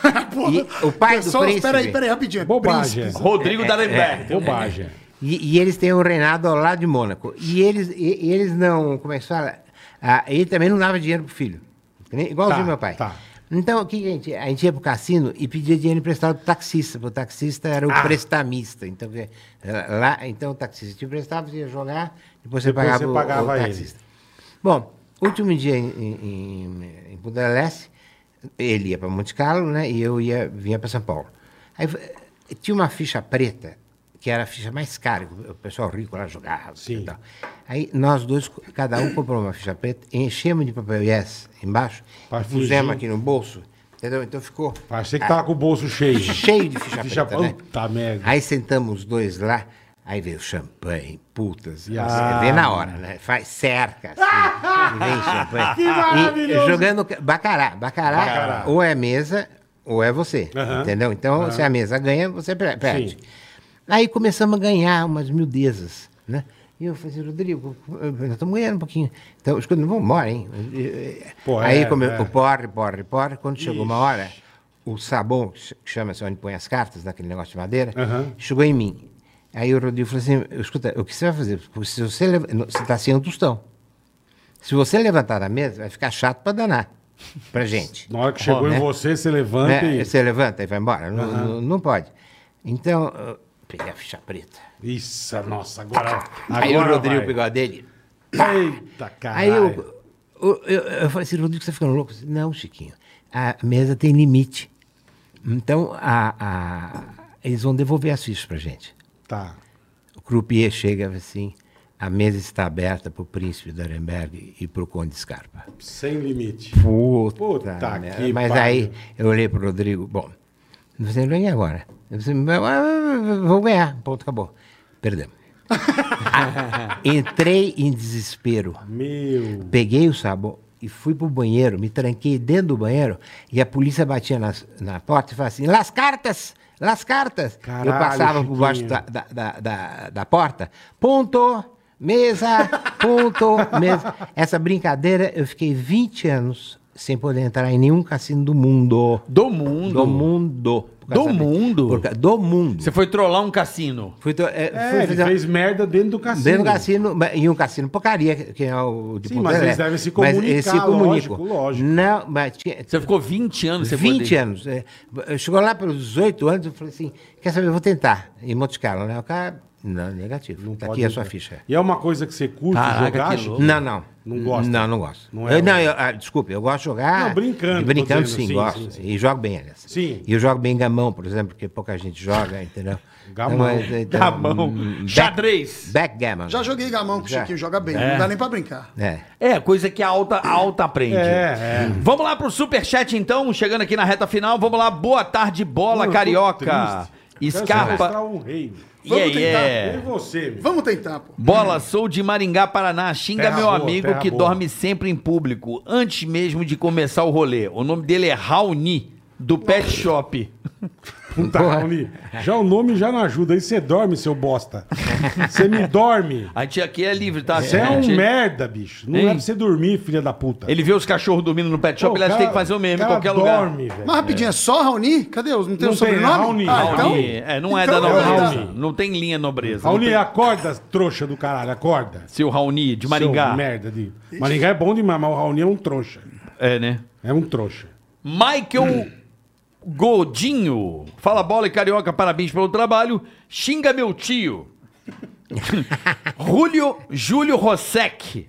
Speaker 5: e o pai do
Speaker 1: Pessoal,
Speaker 5: príncipe...
Speaker 1: Peraí, peraí,
Speaker 5: É
Speaker 1: rapidinho.
Speaker 3: Bobagem. é.
Speaker 1: Príncipes.
Speaker 4: Rodrigo D'Alembert.
Speaker 3: Bobagem.
Speaker 5: E, e eles têm um reinado ao lado de Mônaco. E eles, e- e eles não, como é que se fala? Ah, ele também não dava dinheiro pro filho. Que nem- Igualzinho
Speaker 3: Tá,
Speaker 5: meu pai.
Speaker 3: tá.
Speaker 5: Então, o que que a gente, a gente ia pro cassino e pedia dinheiro emprestado pro taxista, porque o taxista era
Speaker 3: Ah.
Speaker 5: o prestamista. Então, que- lá, então o taxista te emprestava, você ia jogar, depois você
Speaker 3: Depois
Speaker 5: pagava,
Speaker 3: você
Speaker 5: o-
Speaker 3: pagava
Speaker 5: o,
Speaker 3: ele.
Speaker 5: taxista. Bom, último dia em, em, em- em Punta del Este, ele ia para Monte Carlo, né? E eu ia, vinha para São Paulo. Aí eh, tinha uma ficha preta, que era a ficha mais cara, que o pessoal rico lá jogava.
Speaker 3: Sim.
Speaker 5: E tal. Aí nós dois, cada um comprou uma ficha preta, enchemos de papel yes embaixo,
Speaker 3: Pra
Speaker 5: e
Speaker 3: fingir.
Speaker 5: pusemos aqui no bolso, entendeu? Então ficou
Speaker 3: Achei que tava com o bolso cheio.
Speaker 5: cheio de ficha,
Speaker 3: Ficha
Speaker 5: preta, né?
Speaker 3: puta merda.
Speaker 5: Aí sentamos os dois lá, aí veio champanhe, putas.
Speaker 3: E a-
Speaker 5: Você vê na hora, né? Faz cerca, assim, e vem champanhe.
Speaker 3: Que
Speaker 5: E
Speaker 3: maravilhoso!
Speaker 5: jogando ca- bacará. bacará.
Speaker 3: Bacará.
Speaker 5: ou é mesa, ou é você,
Speaker 3: Aham.
Speaker 5: entendeu? Então, se a mesa ganha, você per- perde.
Speaker 3: Sim.
Speaker 5: Aí começamos a ganhar umas miudezas, né? E eu falei, assim, Rodrigo, nós estamos ganhando um pouquinho. Então, escuta, não vamos embora, hein?
Speaker 3: Pô,
Speaker 5: aí
Speaker 3: é,
Speaker 5: come-
Speaker 3: é.
Speaker 5: o porre, porre, porre. Quando chegou uma hora, o sabão, que ch- que chama-se onde põe as cartas, naquele negócio de madeira,
Speaker 3: Aham.
Speaker 5: chegou em mim. Aí o Rodrigo falou assim, escuta, o que você vai fazer? Porque se você leva- não, você está sem um tostão. Se você levantar da mesa, vai ficar chato para danar para gente.
Speaker 3: Na hora que chegou em
Speaker 5: né?
Speaker 3: você, você levanta
Speaker 5: Né?
Speaker 3: e...
Speaker 5: Você levanta e vai embora. Não, não- não pode. Então, eu peguei a ficha preta.
Speaker 3: Isso, nossa, agora...
Speaker 5: Aí o
Speaker 3: agora
Speaker 5: Rodrigo
Speaker 3: vai.
Speaker 5: pegou a dele.
Speaker 3: Eita,
Speaker 5: Aí
Speaker 3: caralho.
Speaker 5: eu, eu, eu, eu falei assim, Rodrigo, você tá ficando louco? Eu disse, Não, Chiquinho, a mesa tem limite. Então, a, a- eles vão devolver as fichas pra gente.
Speaker 3: Tá.
Speaker 5: O croupier chega assim, a mesa está aberta pro príncipe da Arenberg e pro conde Scarpa.
Speaker 3: Sem limite.
Speaker 5: Puta,
Speaker 3: Puta
Speaker 5: merda.
Speaker 3: que
Speaker 5: Mas
Speaker 3: pariu.
Speaker 5: aí eu olhei pro Rodrigo, bom, você não ganha agora. Eu disse, "Ah, vou ganhar, ponto, acabou. Perdemos. Ah, Entrei em desespero.
Speaker 3: Meu.
Speaker 5: Peguei o sabão e fui pro banheiro, me tranquei dentro do banheiro e a polícia batia nas- na, porta e falava assim: Las cartas! Las cartas!
Speaker 3: Caralho,
Speaker 5: eu passava por baixo da,
Speaker 3: Chiquinho.
Speaker 5: da, da, da- da porta, ponto, mesa, ponto, mesa. Essa brincadeira eu fiquei 20 anos sem poder entrar em nenhum cassino do mundo.
Speaker 4: Do mundo.
Speaker 5: Do mundo. Por
Speaker 4: Do
Speaker 5: causa de-
Speaker 4: mundo?
Speaker 5: por ca- do mundo.
Speaker 4: Você foi trollar um cassino.
Speaker 5: Fui, to- é,
Speaker 3: É,
Speaker 5: fui
Speaker 3: ele
Speaker 5: fazer-
Speaker 3: fez merda dentro do cassino.
Speaker 5: Dentro do cassino, mas- em um cassino porcaria, que é o de
Speaker 3: Sim,
Speaker 5: Porto
Speaker 3: mas eles
Speaker 5: Alegre.
Speaker 3: devem se
Speaker 5: Mas eles se
Speaker 3: comunicar,
Speaker 5: comunicam.
Speaker 3: lógico, lógico.
Speaker 5: Não, mas tinha,
Speaker 4: Você ficou 20 anos sem
Speaker 5: 20
Speaker 4: poder-
Speaker 5: anos. é. Eu Chegou lá pelos 18 anos, eu falei assim, quer saber, eu vou tentar. Em Monte Carlo, né? O cara, não, negativo.
Speaker 3: Não
Speaker 5: tá
Speaker 3: pode
Speaker 5: aqui a
Speaker 3: entrar.
Speaker 5: sua ficha.
Speaker 3: E é uma coisa que você curte
Speaker 4: Caraca,
Speaker 3: jogar,
Speaker 4: que
Speaker 3: Chico?
Speaker 4: louco.
Speaker 5: Não, não.
Speaker 3: Não gosta?
Speaker 5: Não, não gosto.
Speaker 3: Não é
Speaker 5: eu, não,
Speaker 3: o-
Speaker 5: eu, ah, desculpe, eu gosto de jogar.
Speaker 3: Não, brincando, tô
Speaker 5: Brincando,
Speaker 3: dizendo,
Speaker 5: sim,
Speaker 3: sim,
Speaker 5: gosto.
Speaker 3: sim, sim.
Speaker 5: E jogo bem, aliás.
Speaker 3: Sim.
Speaker 5: E eu jogo bem gamão, por exemplo, porque pouca gente joga, entendeu? Então,
Speaker 3: Gamão.
Speaker 5: mas,
Speaker 8: Gamão.
Speaker 5: hum,
Speaker 8: Xadrez.
Speaker 5: Backgammon.
Speaker 1: Já joguei gamão com o
Speaker 5: Já.
Speaker 1: Chiquinho, joga bem. Não dá nem pra brincar.
Speaker 5: É.
Speaker 4: É, coisa que a alta, a alta aprende.
Speaker 3: É, é.
Speaker 4: Vamos lá pro superchat, então. Chegando aqui na reta final. Vamos lá. Boa tarde, bola
Speaker 3: Mano, eu tô
Speaker 4: carioca.
Speaker 3: triste. Quero sequestrar
Speaker 4: Escapa.
Speaker 3: um rei.
Speaker 4: Yeah,
Speaker 1: Vamos tentar.
Speaker 4: yeah.
Speaker 3: E você, meu?
Speaker 1: Vamos tentar, pô.
Speaker 4: Bola, sou de Maringá, Paraná. Xinga
Speaker 3: Terra
Speaker 4: meu
Speaker 3: boa,
Speaker 4: amigo
Speaker 3: terra
Speaker 4: que
Speaker 3: boa.
Speaker 4: dorme sempre em público, antes mesmo de começar o rolê. O nome dele é Raoni, do Pet Shop.
Speaker 3: Puta, Raoni, já o nome já não ajuda. Aí você dorme, seu bosta. Você me dorme.
Speaker 4: A gente aqui é livre, tá?
Speaker 3: Você é um
Speaker 4: gente?
Speaker 3: merda, bicho. Não
Speaker 4: Hein?
Speaker 3: é pra você dormir, filha da puta.
Speaker 4: Ele vê os cachorros dormindo no Pet Shop,
Speaker 3: Pô,
Speaker 4: ele acha que
Speaker 3: cara-
Speaker 4: tem que fazer o mesmo em
Speaker 3: cara
Speaker 4: qualquer
Speaker 3: dorme,
Speaker 4: lugar.
Speaker 3: velho.
Speaker 1: Mas rapidinho, é só Raoni? Cadê? Não tem
Speaker 3: Não
Speaker 1: o
Speaker 3: tem,
Speaker 1: sobrenome?
Speaker 3: Raoni.
Speaker 1: Ah, então...
Speaker 4: Raoni, é, não é
Speaker 1: então
Speaker 4: da
Speaker 1: é o
Speaker 4: nobreza.
Speaker 3: Raoni.
Speaker 4: Não tem linha nobreza. não
Speaker 3: Raoni,
Speaker 4: tem-
Speaker 3: acorda, trouxa do caralho, acorda.
Speaker 4: Seu Raoni, de Maringá.
Speaker 3: Seu merda de... Maringá é bom demais, mas o Raoni é um trouxa.
Speaker 4: É, né?
Speaker 3: É um trouxa.
Speaker 4: Michael Godinho. Fala bola e carioca, parabéns pelo trabalho. Xinga meu tio. Julio, Júlio Rossec.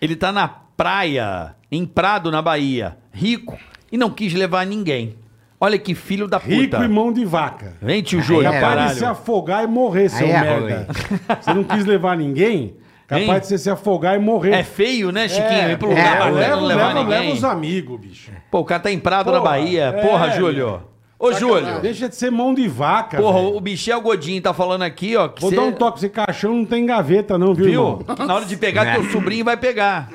Speaker 4: Ele tá na praia, em Prado, na Bahia. Rico e não quis levar ninguém. Olha que filho da
Speaker 3: Rico
Speaker 4: puta.
Speaker 3: e mão de vaca.
Speaker 4: Vem, tio Júlio,
Speaker 5: é,
Speaker 3: Capaz de
Speaker 4: caralho.
Speaker 3: se afogar e morrer, seu
Speaker 5: Aí é
Speaker 3: merda. Você não quis levar ninguém? Capaz
Speaker 4: Hein?
Speaker 3: de você se afogar e morrer.
Speaker 4: É feio, né, Chiquinho?
Speaker 3: É,
Speaker 4: Ir pro
Speaker 3: é,
Speaker 4: lugar bacana,
Speaker 3: leva,
Speaker 4: não levar
Speaker 3: leva,
Speaker 4: ninguém.
Speaker 3: leva os amigos, bicho.
Speaker 4: Pô, o cara tá em Prado, na
Speaker 3: Porra,
Speaker 4: Bahia.
Speaker 3: é,
Speaker 4: Porra, Júlio. Ô, Júlio.
Speaker 3: Deixa de ser mão de vaca.
Speaker 4: Porra,
Speaker 3: velho.
Speaker 4: o Michel Godinho tá falando aqui, ó. que
Speaker 3: Vou
Speaker 4: cê-
Speaker 3: dar um toque, esse caixão não tem gaveta não, viu,
Speaker 4: Viu?
Speaker 3: irmão? É.
Speaker 4: Na hora de pegar, teu sobrinho vai pegar.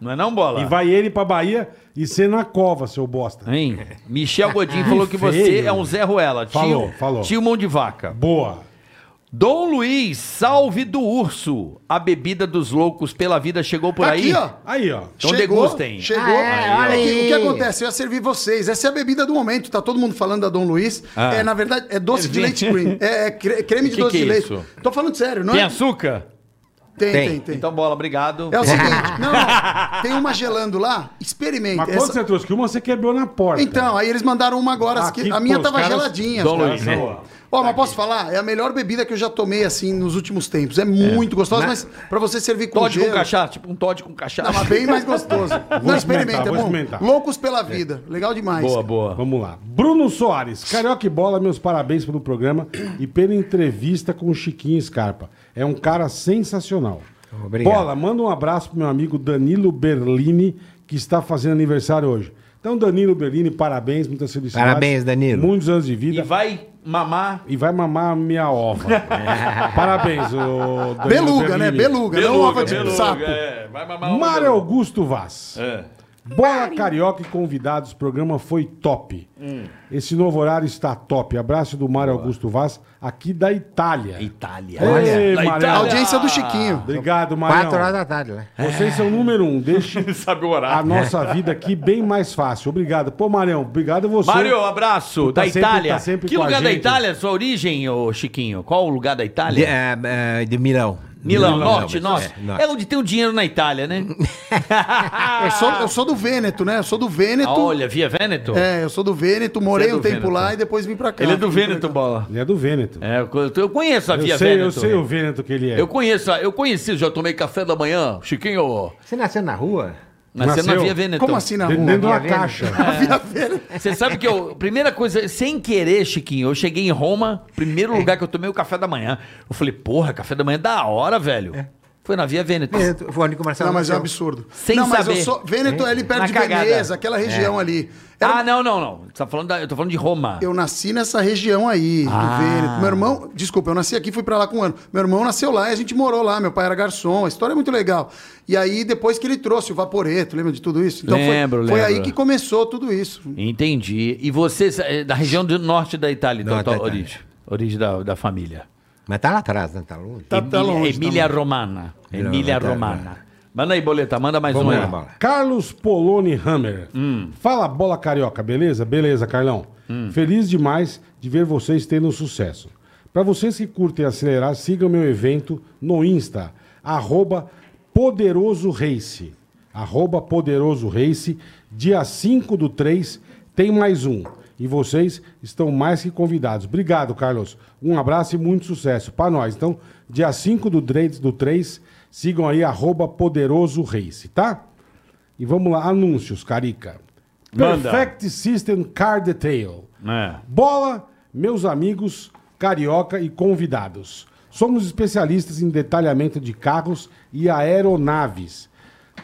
Speaker 4: Não é não, Bola?
Speaker 3: E vai ele pra Bahia e ser na cova, seu bosta.
Speaker 4: Hein? Michel Godinho falou que você
Speaker 3: feio.
Speaker 4: é um Zé Ruela. Tio,
Speaker 3: Falou, falou.
Speaker 4: Tio um Mão de Vaca.
Speaker 3: Boa.
Speaker 4: Dom Luiz, salve do urso. A bebida dos loucos pela vida chegou por aí.
Speaker 1: Aqui, ó.
Speaker 3: Aí, ó.
Speaker 4: Então degustem.
Speaker 1: Chegou.
Speaker 5: Ah, é, olha
Speaker 1: É que-
Speaker 5: aí.
Speaker 1: O que acontece? Eu ia servir vocês. Essa é a bebida do momento. Tá todo mundo falando da Dom Luiz.
Speaker 4: Ah.
Speaker 1: É, na verdade, é doce de leite cream. É, é cre- creme de
Speaker 4: Que
Speaker 1: doce
Speaker 4: que
Speaker 1: de
Speaker 4: é
Speaker 1: leite.
Speaker 4: isso?
Speaker 1: Tô falando sério, não
Speaker 4: Tem
Speaker 1: é?
Speaker 4: açúcar?
Speaker 1: Tem,
Speaker 5: Tem.
Speaker 1: tem, tem.
Speaker 4: Então, Bola, obrigado.
Speaker 1: É o seguinte, não, não. Tem uma gelando lá. Experimente.
Speaker 3: Mas quando
Speaker 1: Essa-
Speaker 3: você trouxe que uma, você quebrou na porta.
Speaker 1: Então, aí eles mandaram uma agora.
Speaker 3: Aqui,
Speaker 1: que- a minha
Speaker 3: pô, os
Speaker 1: tava
Speaker 3: caras-
Speaker 1: geladinha.
Speaker 4: Dom
Speaker 1: os caras
Speaker 4: Luiz,
Speaker 1: são-
Speaker 4: né?
Speaker 1: Ó, mas posso falar? É a melhor bebida que eu já tomei, assim, nos últimos tempos. É muito gostosa, mas pra você servir com
Speaker 4: Todd com
Speaker 1: gelo...
Speaker 4: cachaça? Tipo um Todd com
Speaker 1: Não,
Speaker 4: cachaça.
Speaker 1: mas bem mais
Speaker 3: Vou
Speaker 1: gostoso. Não, experimenta,
Speaker 3: experimentar,
Speaker 1: é
Speaker 3: vou
Speaker 1: bom.
Speaker 3: experimentar.
Speaker 1: Loucos pela vida. Legal demais.
Speaker 4: Boa,
Speaker 1: cara.
Speaker 4: boa.
Speaker 3: Vamos lá. Bruno Soares, Carioca e Bola, meus parabéns pelo programa e pela entrevista com o Chiquinho Scarpa. É um cara sensacional.
Speaker 5: Obrigado.
Speaker 3: Bola, manda um abraço pro meu amigo Danilo Berlini, que está fazendo aniversário hoje. Então, Danilo Berlini, parabéns, muitas felicidades.
Speaker 5: Parabéns, Danilo.
Speaker 3: Muitos anos de vida.
Speaker 4: E vai mamar.
Speaker 3: E vai mamar a minha ova. Parabéns, ô Danilo
Speaker 1: Beluga, né?
Speaker 3: Berlini.
Speaker 1: Beluga, não ova de sapo.
Speaker 8: É, vai mamar uma
Speaker 3: Mário
Speaker 8: beluga.
Speaker 3: Augusto Vaz. Bola Carioca e convidados, programa foi top. Esse novo horário está top. Abraço do Mário Augusto Vaz, aqui da Itália.
Speaker 4: Itália.
Speaker 3: Ei,
Speaker 8: Da
Speaker 4: Ah.
Speaker 3: Mário.
Speaker 1: A
Speaker 8: Itália.
Speaker 1: audiência é do Chiquinho.
Speaker 3: Obrigado,
Speaker 5: Quatro horas
Speaker 3: Mário.
Speaker 5: da tarde né? lá.
Speaker 3: Vocês são o número um. Deixe
Speaker 8: Sabe o horário.
Speaker 4: É.
Speaker 3: a nossa vida aqui bem mais fácil. Obrigado. Pô, Marião, obrigado a você.
Speaker 4: Mário, um abraço.
Speaker 3: Tá
Speaker 4: da
Speaker 3: sempre-
Speaker 4: Itália.
Speaker 3: tá sempre
Speaker 4: que
Speaker 3: com a
Speaker 4: lugar da
Speaker 3: gente.
Speaker 4: Itália? Sua origem, ô Chiquinho? Qual o lugar da
Speaker 5: De,
Speaker 4: Itália?
Speaker 5: ah, ah, de Milão.
Speaker 4: Milão,
Speaker 5: Milão,
Speaker 4: norte,
Speaker 5: mas-
Speaker 4: norte.
Speaker 5: é,
Speaker 4: É,
Speaker 5: norte.
Speaker 4: onde tem o dinheiro na Itália, né?
Speaker 1: Eu sou, eu sou do Vêneto, né? Eu sou do Vêneto.
Speaker 4: Olha, via Veneto.
Speaker 1: É, eu sou do Vêneto, morei
Speaker 4: Você é do
Speaker 1: um tempo
Speaker 4: Vêneto.
Speaker 1: lá e depois vim pra cá.
Speaker 4: Ele é do
Speaker 1: Vim pra
Speaker 4: Veneto,
Speaker 1: cá.
Speaker 4: bola.
Speaker 3: Ele é do Vêneto.
Speaker 4: É, eu eu conheço a
Speaker 3: Ah, eu,
Speaker 4: via
Speaker 3: sei,
Speaker 4: Veneto.
Speaker 3: eu sei o Vêneto que ele é.
Speaker 4: Eu conheço, eu conheci, já tomei café da manhã, Chiquinho.
Speaker 5: Você nasceu na rua?
Speaker 4: Nasceu na
Speaker 3: Nasceu?
Speaker 4: Via Veneto.
Speaker 1: Como assim na
Speaker 3: Dentro
Speaker 4: é
Speaker 1: rua?
Speaker 3: dentro de uma
Speaker 5: Vêneto.
Speaker 3: caixa.
Speaker 1: Via Vêneto.
Speaker 4: Você sabe que eu. Primeira coisa, sem querer, Chiquinho, eu cheguei em Roma, primeiro lugar que eu tomei o café da manhã. Eu falei, porra, café da manhã é da hora, velho.
Speaker 1: É.
Speaker 4: Foi na Via Veneto.
Speaker 5: Vêneto, Foi onde que o Marcelo
Speaker 1: Não, mas é um
Speaker 5: nasceu.
Speaker 1: absurdo.
Speaker 4: Sem
Speaker 1: não, mas
Speaker 4: saber.
Speaker 1: eu sou. Vêneto é ali perto
Speaker 4: Na
Speaker 1: de
Speaker 4: cagada.
Speaker 1: Veneza, aquela região ali. Era- um
Speaker 4: Ah, não, não, não. Você tá falando da- eu tô falando de Roma.
Speaker 1: Eu nasci nessa região aí,
Speaker 4: Ah.
Speaker 1: do Vêneto. Meu irmão, desculpa, eu nasci aqui e fui pra lá com um ano. Meu irmão nasceu lá e a gente morou lá. Meu pai era garçom, a história é muito legal. E aí, depois que ele trouxe o Vaporeto, lembra de tudo isso? Então foi-
Speaker 4: Lembro,
Speaker 1: foi,
Speaker 4: lembro.
Speaker 1: aí que começou tudo isso.
Speaker 4: Entendi. E você, é da região do norte da Itália, então,
Speaker 5: Norte
Speaker 4: tua
Speaker 5: da Itália.
Speaker 4: origem. Origem da, da família.
Speaker 5: Mas tá lá atrás, não tá longe?
Speaker 1: Tá, tá longe. tá
Speaker 4: Emília Romana. Emília
Speaker 5: tá-
Speaker 4: Romana. Manda aí, boleta, manda mais
Speaker 5: Vamos
Speaker 4: um
Speaker 5: lá,
Speaker 4: aí.
Speaker 5: bola.
Speaker 3: Carlos Poloni Hammer. Fala bola carioca, beleza? Beleza, Carlão. Feliz demais de ver vocês tendo sucesso. Para vocês que curtem acelerar, sigam meu evento no Insta, arroba Poderoso Race. Arroba Poderoso Race, dia 5 do 3, tem mais um. E vocês estão mais que convidados. Obrigado, Carlos. Um abraço e muito sucesso para nós. Então, dia 5 do 3, do 3 sigam aí, arroba Poderoso Race, tá? E vamos lá, anúncios, Carica.
Speaker 6: Manda.
Speaker 3: Perfect System Car Detail.
Speaker 6: É.
Speaker 3: Bola, meus amigos, carioca e convidados. Somos especialistas em detalhamento de carros e aeronaves.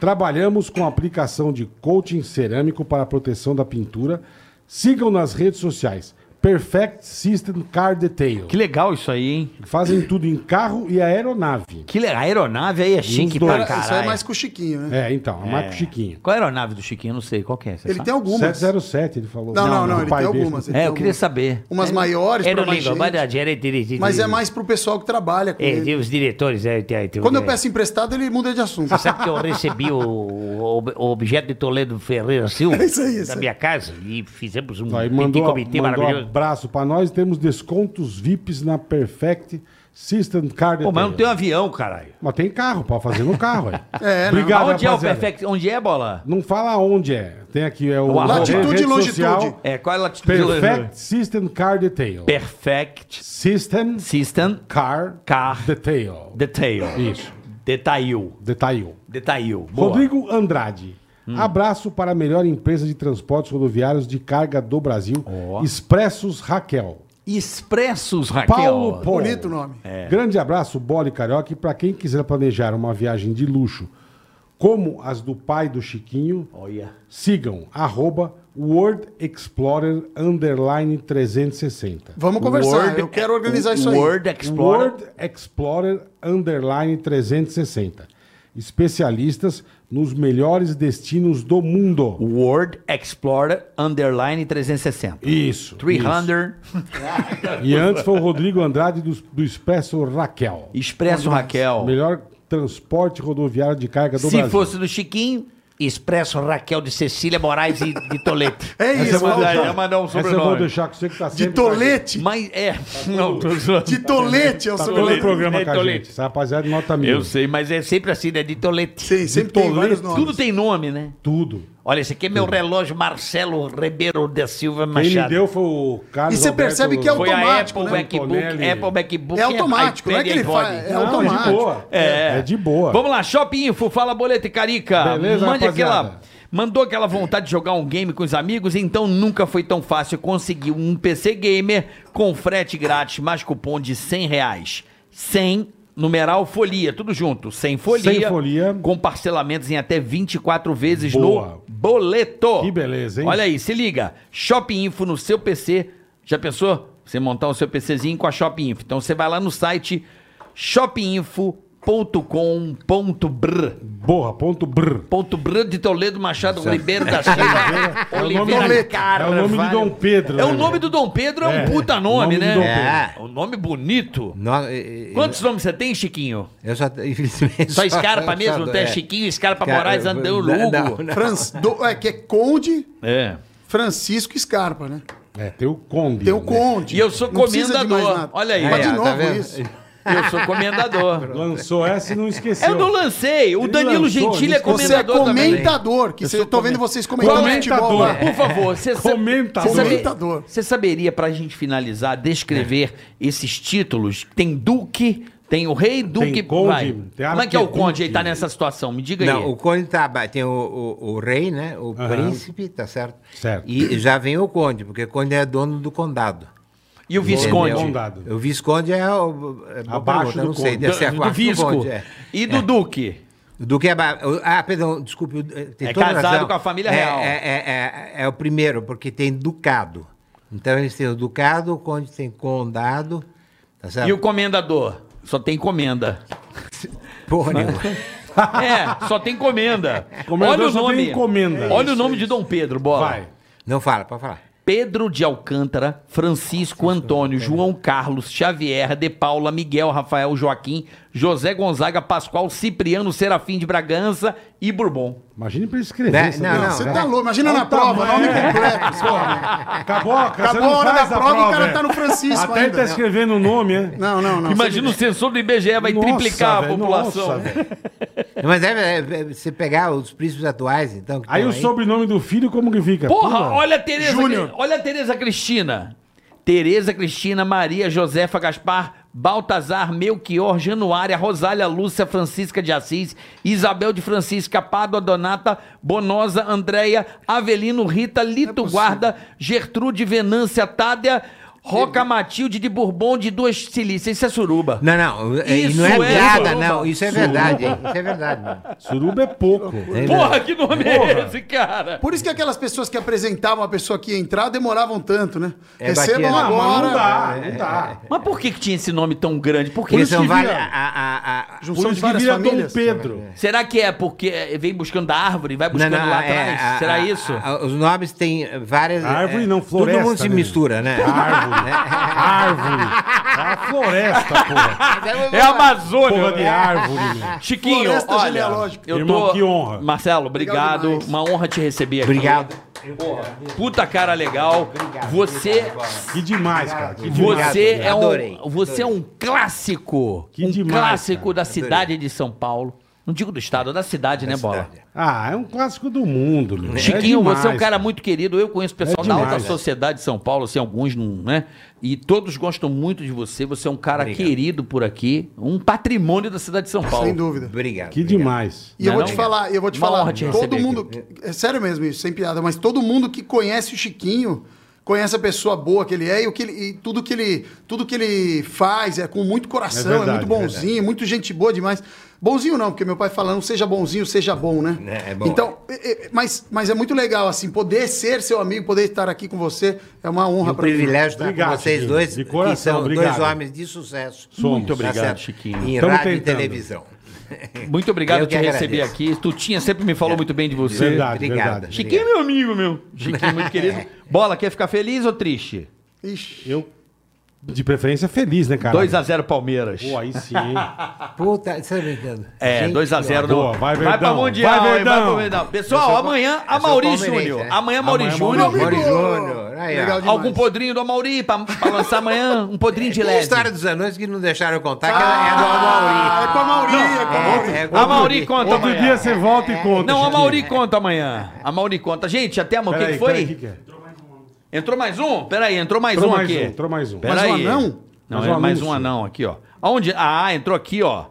Speaker 3: Trabalhamos com aplicação de coating cerâmico para a proteção da pintura. Sigam nas redes sociais. Perfect System Car Detail.
Speaker 4: Que legal isso aí, hein?
Speaker 3: Fazem tudo em carro e aeronave.
Speaker 4: Que legal. A aeronave aí é chique
Speaker 3: dois.
Speaker 1: longe.
Speaker 4: pra
Speaker 1: Cara, isso aí é
Speaker 4: caralho.
Speaker 1: mais com o Chiquinho, né?
Speaker 3: É, então, a Marco Chiquinho.
Speaker 4: Qual é a aeronave do Chiquinho? Eu não sei. Qual que é? Você
Speaker 1: Ele
Speaker 4: sabe?
Speaker 1: tem um algumas.
Speaker 3: 707, ele falou.
Speaker 1: Não, não, não,
Speaker 3: do
Speaker 1: ele
Speaker 3: pai
Speaker 1: tem
Speaker 3: dele.
Speaker 1: algumas. ele
Speaker 4: É,
Speaker 1: tem
Speaker 4: eu queria
Speaker 1: algumas.
Speaker 4: saber.
Speaker 1: Umas
Speaker 4: Eu
Speaker 1: maiores
Speaker 4: não
Speaker 1: Então, um pra mais
Speaker 4: ligo,
Speaker 1: gente.
Speaker 4: mas era direito-
Speaker 1: Mas é mais pro pessoal que trabalha com
Speaker 4: É,
Speaker 1: ele.
Speaker 4: e os diretores. é, tem- tem-
Speaker 1: Quando eu
Speaker 4: é.
Speaker 1: peço emprestado, ele muda de assunto.
Speaker 4: Você sabe que eu recebi o, o- o objeto de Toledo Ferreira Silva
Speaker 1: É isso aí, isso
Speaker 4: da
Speaker 1: aí.
Speaker 4: minha casa e fizemos um
Speaker 3: Aí
Speaker 4: petit
Speaker 3: mandou,
Speaker 4: comitê
Speaker 3: mandou um
Speaker 4: maravilhoso.
Speaker 3: abraço pra nós. Temos descontos VIPs na Perfect System Card.
Speaker 4: Pô, mas eu
Speaker 3: Detail.
Speaker 4: não tem um avião, caralho.
Speaker 3: Mas tem carro, pode fazer no carro. É,
Speaker 1: É, não.
Speaker 3: Obrigado,
Speaker 4: Onde é o
Speaker 3: rapaziada.
Speaker 4: Perfect? Onde é, bola?
Speaker 3: Não fala onde é. Tem aqui, é o...
Speaker 4: O arroba.
Speaker 3: rede
Speaker 1: Latitude e
Speaker 3: social,
Speaker 1: longitude.
Speaker 4: É, qual é a latitude?
Speaker 3: Perfect System Car Detail.
Speaker 4: Perfect
Speaker 3: System
Speaker 4: System
Speaker 3: Car,
Speaker 4: Car
Speaker 3: Detail.
Speaker 4: Detail.
Speaker 3: Isso.
Speaker 4: Detail.
Speaker 3: Detail.
Speaker 4: Detail. Boa. Hum.
Speaker 3: Rodrigo Andrade. Abraço para a melhor empresa de transportes rodoviários de carga do Brasil, Expressos Raquel.
Speaker 4: Expressos, Raquel.
Speaker 3: Paulo Paul.
Speaker 1: Bonito o nome.
Speaker 4: É.
Speaker 3: Grande abraço, Bola e Carioca. E para quem quiser planejar uma viagem de luxo, como as do pai do Chiquinho,
Speaker 4: Olha.
Speaker 3: sigam arroba World Explorer underline 360.
Speaker 1: Vamos conversar, eu quero organizar isso aí.
Speaker 4: é Word Explorer.
Speaker 3: World Explorer underline 360. Especialistas nos melhores destinos do mundo.
Speaker 4: Word Explorer Underline 360.
Speaker 3: Isso.
Speaker 4: 300
Speaker 3: isso. E antes foi o Rodrigo Andrade do, do Expresso Raquel.
Speaker 4: Expresso Raquel.
Speaker 3: Melhor transporte rodoviário de carga do
Speaker 4: Se
Speaker 3: Brasil.
Speaker 4: fosse do Chiquinho, Expresso Raquel de Cecília Moraes e de Toleto.
Speaker 1: É isso,
Speaker 3: eu vou
Speaker 1: Paulo.
Speaker 3: deixar-
Speaker 4: já mandou um
Speaker 3: Essa eu vou
Speaker 4: sobrenome.
Speaker 3: deixar com você que tá
Speaker 1: De
Speaker 3: sempre...
Speaker 1: tolete.
Speaker 4: Mas é.
Speaker 1: Tá
Speaker 4: Não, tô zoando.
Speaker 1: De tolete é o
Speaker 3: Tá
Speaker 1: seu
Speaker 3: todo o
Speaker 1: nome.
Speaker 3: programa
Speaker 4: É
Speaker 3: com a
Speaker 4: Toledo.
Speaker 3: gente. Essa rapaziada é nota mil.
Speaker 4: Eu sei, mas é sempre assim, né? De Toleto.
Speaker 1: Sim, sempre tem vários nomes.
Speaker 4: Tudo tem nome, né?
Speaker 3: Tudo.
Speaker 4: Olha, esse aqui é meu relógio Marcelo Ribeiro da Silva
Speaker 3: Quem
Speaker 4: Machado.
Speaker 3: me deu foi o Carlos
Speaker 1: E você
Speaker 3: Alberto-
Speaker 1: percebe que é o-
Speaker 4: Foi a
Speaker 1: automático,
Speaker 4: Apple
Speaker 1: né,
Speaker 4: MacBook,
Speaker 3: Antonelli?
Speaker 4: Apple MacBook.
Speaker 1: É automático, não é que ele
Speaker 4: iPad e
Speaker 1: faz-
Speaker 4: iPhone.
Speaker 1: é
Speaker 3: Não,
Speaker 1: automático.
Speaker 3: É de boa.
Speaker 4: É.
Speaker 3: É de boa.
Speaker 4: Vamos lá, Shopping Info, fala Boleta e Carica.
Speaker 3: Beleza,
Speaker 4: Mande
Speaker 3: rapaziada?
Speaker 4: aquela. Mandou aquela vontade de jogar um game com os amigos, então nunca foi tão fácil conseguir um PC Gamer com frete grátis mais cupom de 100 reais. 100, numeral folia, tudo junto. Sem folia.
Speaker 3: Sem folia.
Speaker 4: Com parcelamentos em até 24 vezes
Speaker 3: Boa.
Speaker 4: no boleto.
Speaker 3: Que beleza, hein?
Speaker 4: Olha aí, se liga. Shopping Info no seu PC. Já pensou? Você montar o seu PCzinho com a Shopping Info. Então você vai lá no site shoppinginfo.com.br.
Speaker 3: Borra, ponto brr.
Speaker 4: Ponto Br de Toledo Machado Ribeiro da Silva. Oliveira
Speaker 3: É o nome de
Speaker 4: Carvalho.
Speaker 3: Dom Pedro.
Speaker 4: É o
Speaker 3: né,
Speaker 4: nome
Speaker 3: velho?
Speaker 4: do Dom Pedro, é
Speaker 3: É,
Speaker 4: um puta nome,
Speaker 3: nome do Dom
Speaker 4: né? É.
Speaker 5: Pedro.
Speaker 4: Um nome bonito.
Speaker 5: No- e- e-
Speaker 4: Quantos nomes você tem, Chiquinho?
Speaker 5: Eu só, infelizmente...
Speaker 4: Só Scarpa mesmo?
Speaker 5: só-
Speaker 4: Tem
Speaker 5: é.
Speaker 4: Chiquinho, Scarpa
Speaker 5: Cara,
Speaker 4: Moraes,
Speaker 5: eu-
Speaker 4: Andão,
Speaker 5: não,
Speaker 4: Lugo.
Speaker 5: não, não.
Speaker 1: Franz, do- é, que é Conde
Speaker 4: É.
Speaker 1: Francisco Scarpa, né?
Speaker 3: É, tem o Conde.
Speaker 1: Tem o
Speaker 3: né?
Speaker 1: Conde.
Speaker 4: E eu sou
Speaker 1: Não precisa de mais
Speaker 4: comendador.
Speaker 1: nada.
Speaker 4: Olha aí.
Speaker 1: Mas
Speaker 5: Aí,
Speaker 1: de
Speaker 5: ó,
Speaker 1: novo
Speaker 5: tá vendo?
Speaker 1: isso.
Speaker 4: Eu sou comendador.
Speaker 3: Lançou essa
Speaker 1: É
Speaker 3: e não esqueceu.
Speaker 4: Eu não lancei. O
Speaker 3: Ele
Speaker 4: Danilo
Speaker 3: lançou,
Speaker 4: Gentili é
Speaker 3: ele
Speaker 1: Você é
Speaker 4: comendador também.
Speaker 1: comentador, que você, eu tô vendo vocês comentando futebol lá.
Speaker 4: Por favor, você sa-
Speaker 3: Comentador.
Speaker 4: você sabe-
Speaker 1: Comentador.
Speaker 4: Você saberia, pra gente finalizar, descrever
Speaker 3: É.
Speaker 4: esses títulos? Tem Duque, tem o Rei Duque.
Speaker 3: Conde,
Speaker 4: vai.
Speaker 3: tem
Speaker 4: Como é que é o Conde aí
Speaker 3: Arquiduque.
Speaker 4: tá nessa situação? Me diga
Speaker 5: Não,
Speaker 4: aí.
Speaker 5: o conde tá, ba- tem o, o- o rei, né? O
Speaker 3: Aham.
Speaker 5: príncipe, tá certo?
Speaker 3: Certo.
Speaker 5: E já vem o conde, porque o conde é dono do condado.
Speaker 4: E o Visconde?
Speaker 3: Conde. Condado.
Speaker 5: O visconde é o... É boa
Speaker 3: Abaixo
Speaker 5: pergunta,
Speaker 3: do
Speaker 5: não sei,
Speaker 3: conde.
Speaker 5: deve ser
Speaker 4: Do, do
Speaker 5: abaixo do
Speaker 4: Visco.
Speaker 5: conde, é.
Speaker 4: E do Duque?
Speaker 5: Do que é ba- Ah, perdão, desculpe. eh, Tem
Speaker 4: É
Speaker 5: toda
Speaker 4: casado
Speaker 5: razão.
Speaker 4: com a família
Speaker 5: É-
Speaker 4: real.
Speaker 5: É, é- é- é o primeiro, porque tem ducado. Então eles têm o ducado, o conde tem condado. Tá certo?
Speaker 4: E o comendador? Só tem comenda.
Speaker 5: Porra nenhuma.
Speaker 4: É, só tem comenda.
Speaker 3: Comendador
Speaker 4: Olha o
Speaker 3: só tem
Speaker 4: nome.
Speaker 3: encomenda.
Speaker 4: Olha o nome de Dom Pedro, bola.
Speaker 3: Vai.
Speaker 5: Não fala, pode falar.
Speaker 4: Pedro de Alcântara, Francisco Antônio, João Carlos, Xavier, De Paula, Miguel, Rafael, Joaquim, José Gonzaga, Pascoal, Cipriano, Serafim de Bragança e Bourbon.
Speaker 3: Imagina pra ele escrever.
Speaker 5: Né?
Speaker 3: essa
Speaker 5: Não,
Speaker 3: merda.
Speaker 1: Não,
Speaker 5: não,
Speaker 1: você
Speaker 5: já-
Speaker 1: tá louco. Imagina
Speaker 3: é. Olha
Speaker 1: na
Speaker 3: o
Speaker 1: prova,
Speaker 3: tamanho.
Speaker 1: nome completo.
Speaker 3: Acabou, a- você
Speaker 1: Acabou
Speaker 3: não
Speaker 1: a hora da
Speaker 3: faz
Speaker 1: prova, e o cara
Speaker 3: é.
Speaker 1: tá no Francisco
Speaker 3: Até ele tá
Speaker 1: ainda.
Speaker 3: escrevendo o nome, é?
Speaker 1: Não, não, não.
Speaker 4: Imagina o sensor do IBGE vai
Speaker 3: Nossa,
Speaker 4: triplicar
Speaker 3: velho,
Speaker 4: a população.
Speaker 3: nossa, velho.
Speaker 5: Mas é, é, é, você pegar os príncipes atuais, então. que
Speaker 3: Aí
Speaker 5: tão
Speaker 3: o sobrenome do filho, como que fica?
Speaker 4: Porra,
Speaker 3: Pula.
Speaker 4: olha a Tereza,
Speaker 1: Júnior.
Speaker 4: olha a Tereza Cristina. Tereza Cristina, Maria Josefa Gaspar, Baltazar, Melchior, Januária, Rosália Lúcia, Francisca de Assis, Isabel de Francisca, Pádua Donata, Bonosa, Andréia, Avelino, Rita, Lito Guarda, Gertrude, Venância, Tádea, Roca Matilde de Bourbon de Duas Cilícias. Isso é suruba.
Speaker 5: Não, não, é-
Speaker 4: Isso
Speaker 5: não é,
Speaker 4: é
Speaker 5: piada,
Speaker 4: suruba.
Speaker 5: não. Isso é verdade, hein? Isso é verdade, mano.
Speaker 3: Suruba é pouco.
Speaker 5: É
Speaker 4: Porra,
Speaker 5: verdade.
Speaker 4: que nome
Speaker 3: Porra.
Speaker 4: é esse, cara?
Speaker 1: Por isso que aquelas pessoas que apresentavam a pessoa que ia entrar demoravam tanto, né?
Speaker 5: É,
Speaker 1: Recebam
Speaker 5: batia na mão,
Speaker 1: agora.
Speaker 3: Não dá,
Speaker 1: né?
Speaker 3: não
Speaker 1: É,
Speaker 3: dá.
Speaker 4: Mas por que, que tinha esse nome tão grande? Por que
Speaker 5: Porque
Speaker 4: isso
Speaker 5: são
Speaker 4: que
Speaker 5: várias.
Speaker 4: vira-
Speaker 5: a- a- a-
Speaker 3: Por
Speaker 1: Junção de
Speaker 3: isso que
Speaker 1: várias
Speaker 3: vira Dom
Speaker 1: famílias. né?
Speaker 3: Pedro.
Speaker 4: Será que é porque vem buscando da árvore, vai buscando lá
Speaker 5: é,
Speaker 4: atrás?
Speaker 5: a-
Speaker 4: Será
Speaker 5: a-
Speaker 4: isso?
Speaker 5: a- os nomes têm várias.
Speaker 3: Árvore
Speaker 5: é,
Speaker 3: não, floresta,
Speaker 5: Todo mundo se
Speaker 3: né?
Speaker 5: mistura, né?
Speaker 3: Árvore. Árvore. É a floresta, porra.
Speaker 4: é a Amazônia.
Speaker 3: Porra de
Speaker 4: né?
Speaker 3: árvore, meu.
Speaker 4: Chiquinho,
Speaker 1: Floresta
Speaker 4: olha,
Speaker 1: genealógica.
Speaker 4: eu
Speaker 3: Irmão,
Speaker 4: tô...
Speaker 3: que honra.
Speaker 4: Marcelo,
Speaker 1: Obrigado
Speaker 4: obrigado.
Speaker 1: demais.
Speaker 4: Uma honra te receber aqui.
Speaker 5: Obrigado.
Speaker 4: Puta cara legal. você
Speaker 3: Que demais, cara. Que demais.
Speaker 4: você
Speaker 5: obrigado.
Speaker 4: é um
Speaker 5: Adorei,
Speaker 4: você é um clássico,
Speaker 3: Que
Speaker 4: um
Speaker 3: demais,
Speaker 4: clássico
Speaker 3: cara.
Speaker 4: da cidade de São Paulo. Não digo do estado, é da cidade, né, bola?
Speaker 5: cidade.
Speaker 3: Ah, é um clássico do mundo, meu.
Speaker 4: Chiquinho,
Speaker 3: demais,
Speaker 4: você é um cara muito querido. Eu conheço o pessoal
Speaker 3: É
Speaker 4: da
Speaker 3: demais,
Speaker 4: alta
Speaker 3: é.
Speaker 4: sociedade de São Paulo, assim, alguns, não, né? E todos gostam muito de você. Você é um cara
Speaker 5: Obrigado.
Speaker 4: querido por aqui, um patrimônio da cidade de São Paulo.
Speaker 1: Sem dúvida.
Speaker 5: Obrigado.
Speaker 3: Que
Speaker 5: obrigado.
Speaker 3: demais.
Speaker 1: E eu
Speaker 4: Não
Speaker 1: vou
Speaker 4: é
Speaker 1: te
Speaker 4: não?
Speaker 1: falar, eu vou te
Speaker 4: Uma honra
Speaker 1: falar,
Speaker 4: te
Speaker 1: todo
Speaker 4: receber
Speaker 1: mundo. É sério mesmo isso, sem piada, mas todo mundo que conhece o Chiquinho conhece a pessoa boa que ele é e, o que ele, e tudo que ele tudo que ele faz é com muito coração,
Speaker 3: É
Speaker 1: é,
Speaker 3: verdade,
Speaker 1: muito bonzinho, muito gente boa demais. Bonzinho não, porque meu pai fala, não seja bonzinho, seja bom, né?
Speaker 5: É, é bom.
Speaker 1: Então, é, é, mas, mas é muito legal, assim, poder ser seu amigo, poder estar aqui com você, é uma
Speaker 5: É
Speaker 1: honra
Speaker 5: um
Speaker 1: pra mim.
Speaker 5: privilégio estar
Speaker 3: Obrigado,
Speaker 5: com vocês
Speaker 3: Chiquinho.
Speaker 5: dois,
Speaker 3: De coração,
Speaker 5: que são
Speaker 3: obrigado.
Speaker 5: dois homens de sucesso.
Speaker 3: Somos.
Speaker 5: Tá
Speaker 4: obrigado,
Speaker 5: certo?
Speaker 4: Chiquinho.
Speaker 5: Em
Speaker 3: Tamo
Speaker 5: rádio
Speaker 3: tentando.
Speaker 5: e televisão.
Speaker 4: Muito obrigado
Speaker 5: Eu
Speaker 4: por
Speaker 5: que
Speaker 4: te receber
Speaker 5: agradeço.
Speaker 4: aqui. Tutinha sempre me falou muito bem de você.
Speaker 3: Verdade,
Speaker 5: Obrigado.
Speaker 3: verdade.
Speaker 4: Chiquinho é meu amigo, meu. Chiquinho, é muito querido. Bola, quer ficar feliz ou triste?
Speaker 1: Ixi,
Speaker 3: Eu, de preferência, feliz, né, cara?
Speaker 4: 2x0 Palmeiras.
Speaker 3: Pô, aí sim, hein?
Speaker 5: Puta, você tá brincando.
Speaker 4: É,
Speaker 5: Gente,
Speaker 4: 2x0 não.
Speaker 3: boa,
Speaker 4: vai
Speaker 3: vai,
Speaker 4: pra
Speaker 3: Verdão.
Speaker 4: Mundial,
Speaker 3: Vai,
Speaker 4: hein? vai
Speaker 3: Verdão.
Speaker 4: pra Mundial. Pessoal, amanhã a
Speaker 5: eu sou
Speaker 4: Mauri
Speaker 5: palmeirense,
Speaker 4: Júnior.
Speaker 5: né?
Speaker 4: Amanhã Mauri
Speaker 3: Amanhã,
Speaker 4: Júnior.
Speaker 1: Mauri
Speaker 5: Mauri
Speaker 1: Pô,
Speaker 5: Júnior. Aí,
Speaker 1: legal
Speaker 5: ó.
Speaker 1: demais.
Speaker 4: Algum podrinho do Amauri pra, pra lançar amanhã? Um podrinho de
Speaker 5: Tem a
Speaker 4: leve.
Speaker 5: história dos anões que não deixaram eu contar, que é do Amauri.
Speaker 1: É com a Mauri, é com a Mauri.
Speaker 5: É, é
Speaker 4: A Mauri conta
Speaker 3: Outro
Speaker 4: amanhã.
Speaker 3: dia você volta e conta.
Speaker 4: Não, a
Speaker 3: Chiquinho.
Speaker 4: Mauri conta amanhã. A Mauri conta. Gente, até amanhã. O que,
Speaker 3: Peraí,
Speaker 4: que foi?
Speaker 3: peraí, o que que é?
Speaker 4: Entrou mais um? Peraí, entrou mais
Speaker 3: Entrou
Speaker 4: um
Speaker 3: mais
Speaker 4: aqui.
Speaker 3: um, entrou mais um.
Speaker 1: Mais um
Speaker 4: Peraí.
Speaker 1: anão?
Speaker 4: Não,
Speaker 3: Mais
Speaker 4: é
Speaker 3: um
Speaker 4: mais um
Speaker 3: anúncio.
Speaker 4: anão aqui, ó. Aonde? Ah, entrou aqui, ó.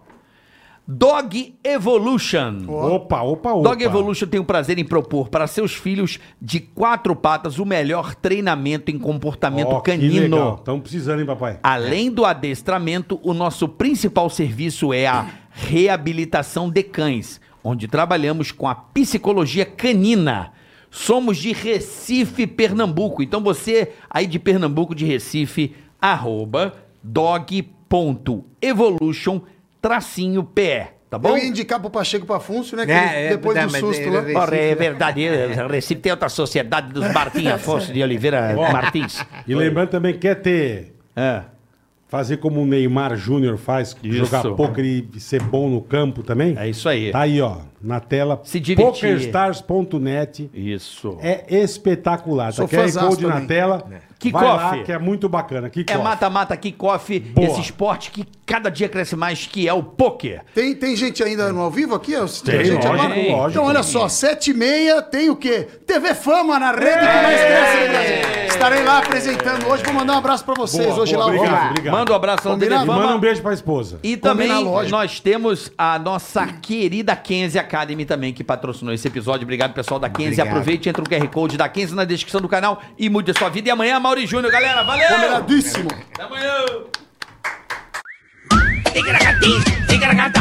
Speaker 4: Dog Evolution.
Speaker 3: Opa, opa, opa.
Speaker 4: Dog Evolution tem o prazer em propor para seus filhos de quatro patas o melhor treinamento em comportamento
Speaker 3: Ó, que legal.
Speaker 4: canino.
Speaker 3: Tamo precisando, hein, papai?
Speaker 4: Além do adestramento, o nosso principal serviço é a reabilitação de cães, onde trabalhamos com a psicologia canina. Somos de Recife, Pernambuco. Então você aí de Pernambuco, de Recife, arroba dog.evolution tracinho PE, tá bom?
Speaker 1: Eu ia indicar pro Pacheco Pafuncio, né? que
Speaker 5: É,
Speaker 1: ele-
Speaker 5: é,
Speaker 1: depois
Speaker 5: tá,
Speaker 1: do
Speaker 5: mas
Speaker 1: susto
Speaker 5: ele-
Speaker 1: lá.
Speaker 5: ele-
Speaker 4: Ora, é verdade, é, Recife tem outra sociedade dos Martim Afonso de Oliveira Martins.
Speaker 3: E lembrando também que quer ter
Speaker 4: É.
Speaker 3: Fazer como o Neymar Júnior faz,
Speaker 6: Isso.
Speaker 3: jogar poker e ser bom no campo também.
Speaker 6: É isso aí.
Speaker 3: Tá aí, ó, na tela.
Speaker 4: Se divertir.
Speaker 3: Pokerstars.net.
Speaker 6: Isso.
Speaker 3: É espetacular. Tá
Speaker 1: Sou
Speaker 3: QR
Speaker 1: fãzaço
Speaker 3: Code na
Speaker 1: também.
Speaker 3: tela.
Speaker 4: Kickoff.
Speaker 3: Vai lá, que é muito bacana.
Speaker 4: É
Speaker 3: Kickoff.
Speaker 4: mata-mata, kickoff,
Speaker 3: Boa.
Speaker 4: esse esporte que cada dia cresce mais, que é o pôquer.
Speaker 1: Tem, tem gente ainda no ao vivo aqui? Tem, gente
Speaker 3: lógico, lógico.
Speaker 1: Então, olha só, sete e meia tem o quê? TV Fama na rede que mais cresce no Brasil. Estarei lá apresentando hoje. Vou mandar um abraço pra vocês
Speaker 3: Boa,
Speaker 1: hoje
Speaker 3: boa,
Speaker 1: lá ao
Speaker 3: obrigado,
Speaker 1: vivo.
Speaker 3: obrigado.
Speaker 4: Manda um abraço lá no
Speaker 1: Combinado?
Speaker 3: E manda um
Speaker 4: Telefama.
Speaker 3: beijo pra esposa.
Speaker 4: E também
Speaker 1: lógico.
Speaker 4: nós temos a nossa querida Kenzie Academy também, que patrocinou esse episódio. Obrigado, pessoal da Kenzie.
Speaker 5: Obrigado.
Speaker 4: Aproveite, entra o QR Code da Kenzie na descrição do canal e mude a sua vida. E amanhã, Mauri Júnior, galera. Valeu!
Speaker 1: Combinadíssimo.
Speaker 4: Até amanhã!
Speaker 2: Tigaracati, tigaracata.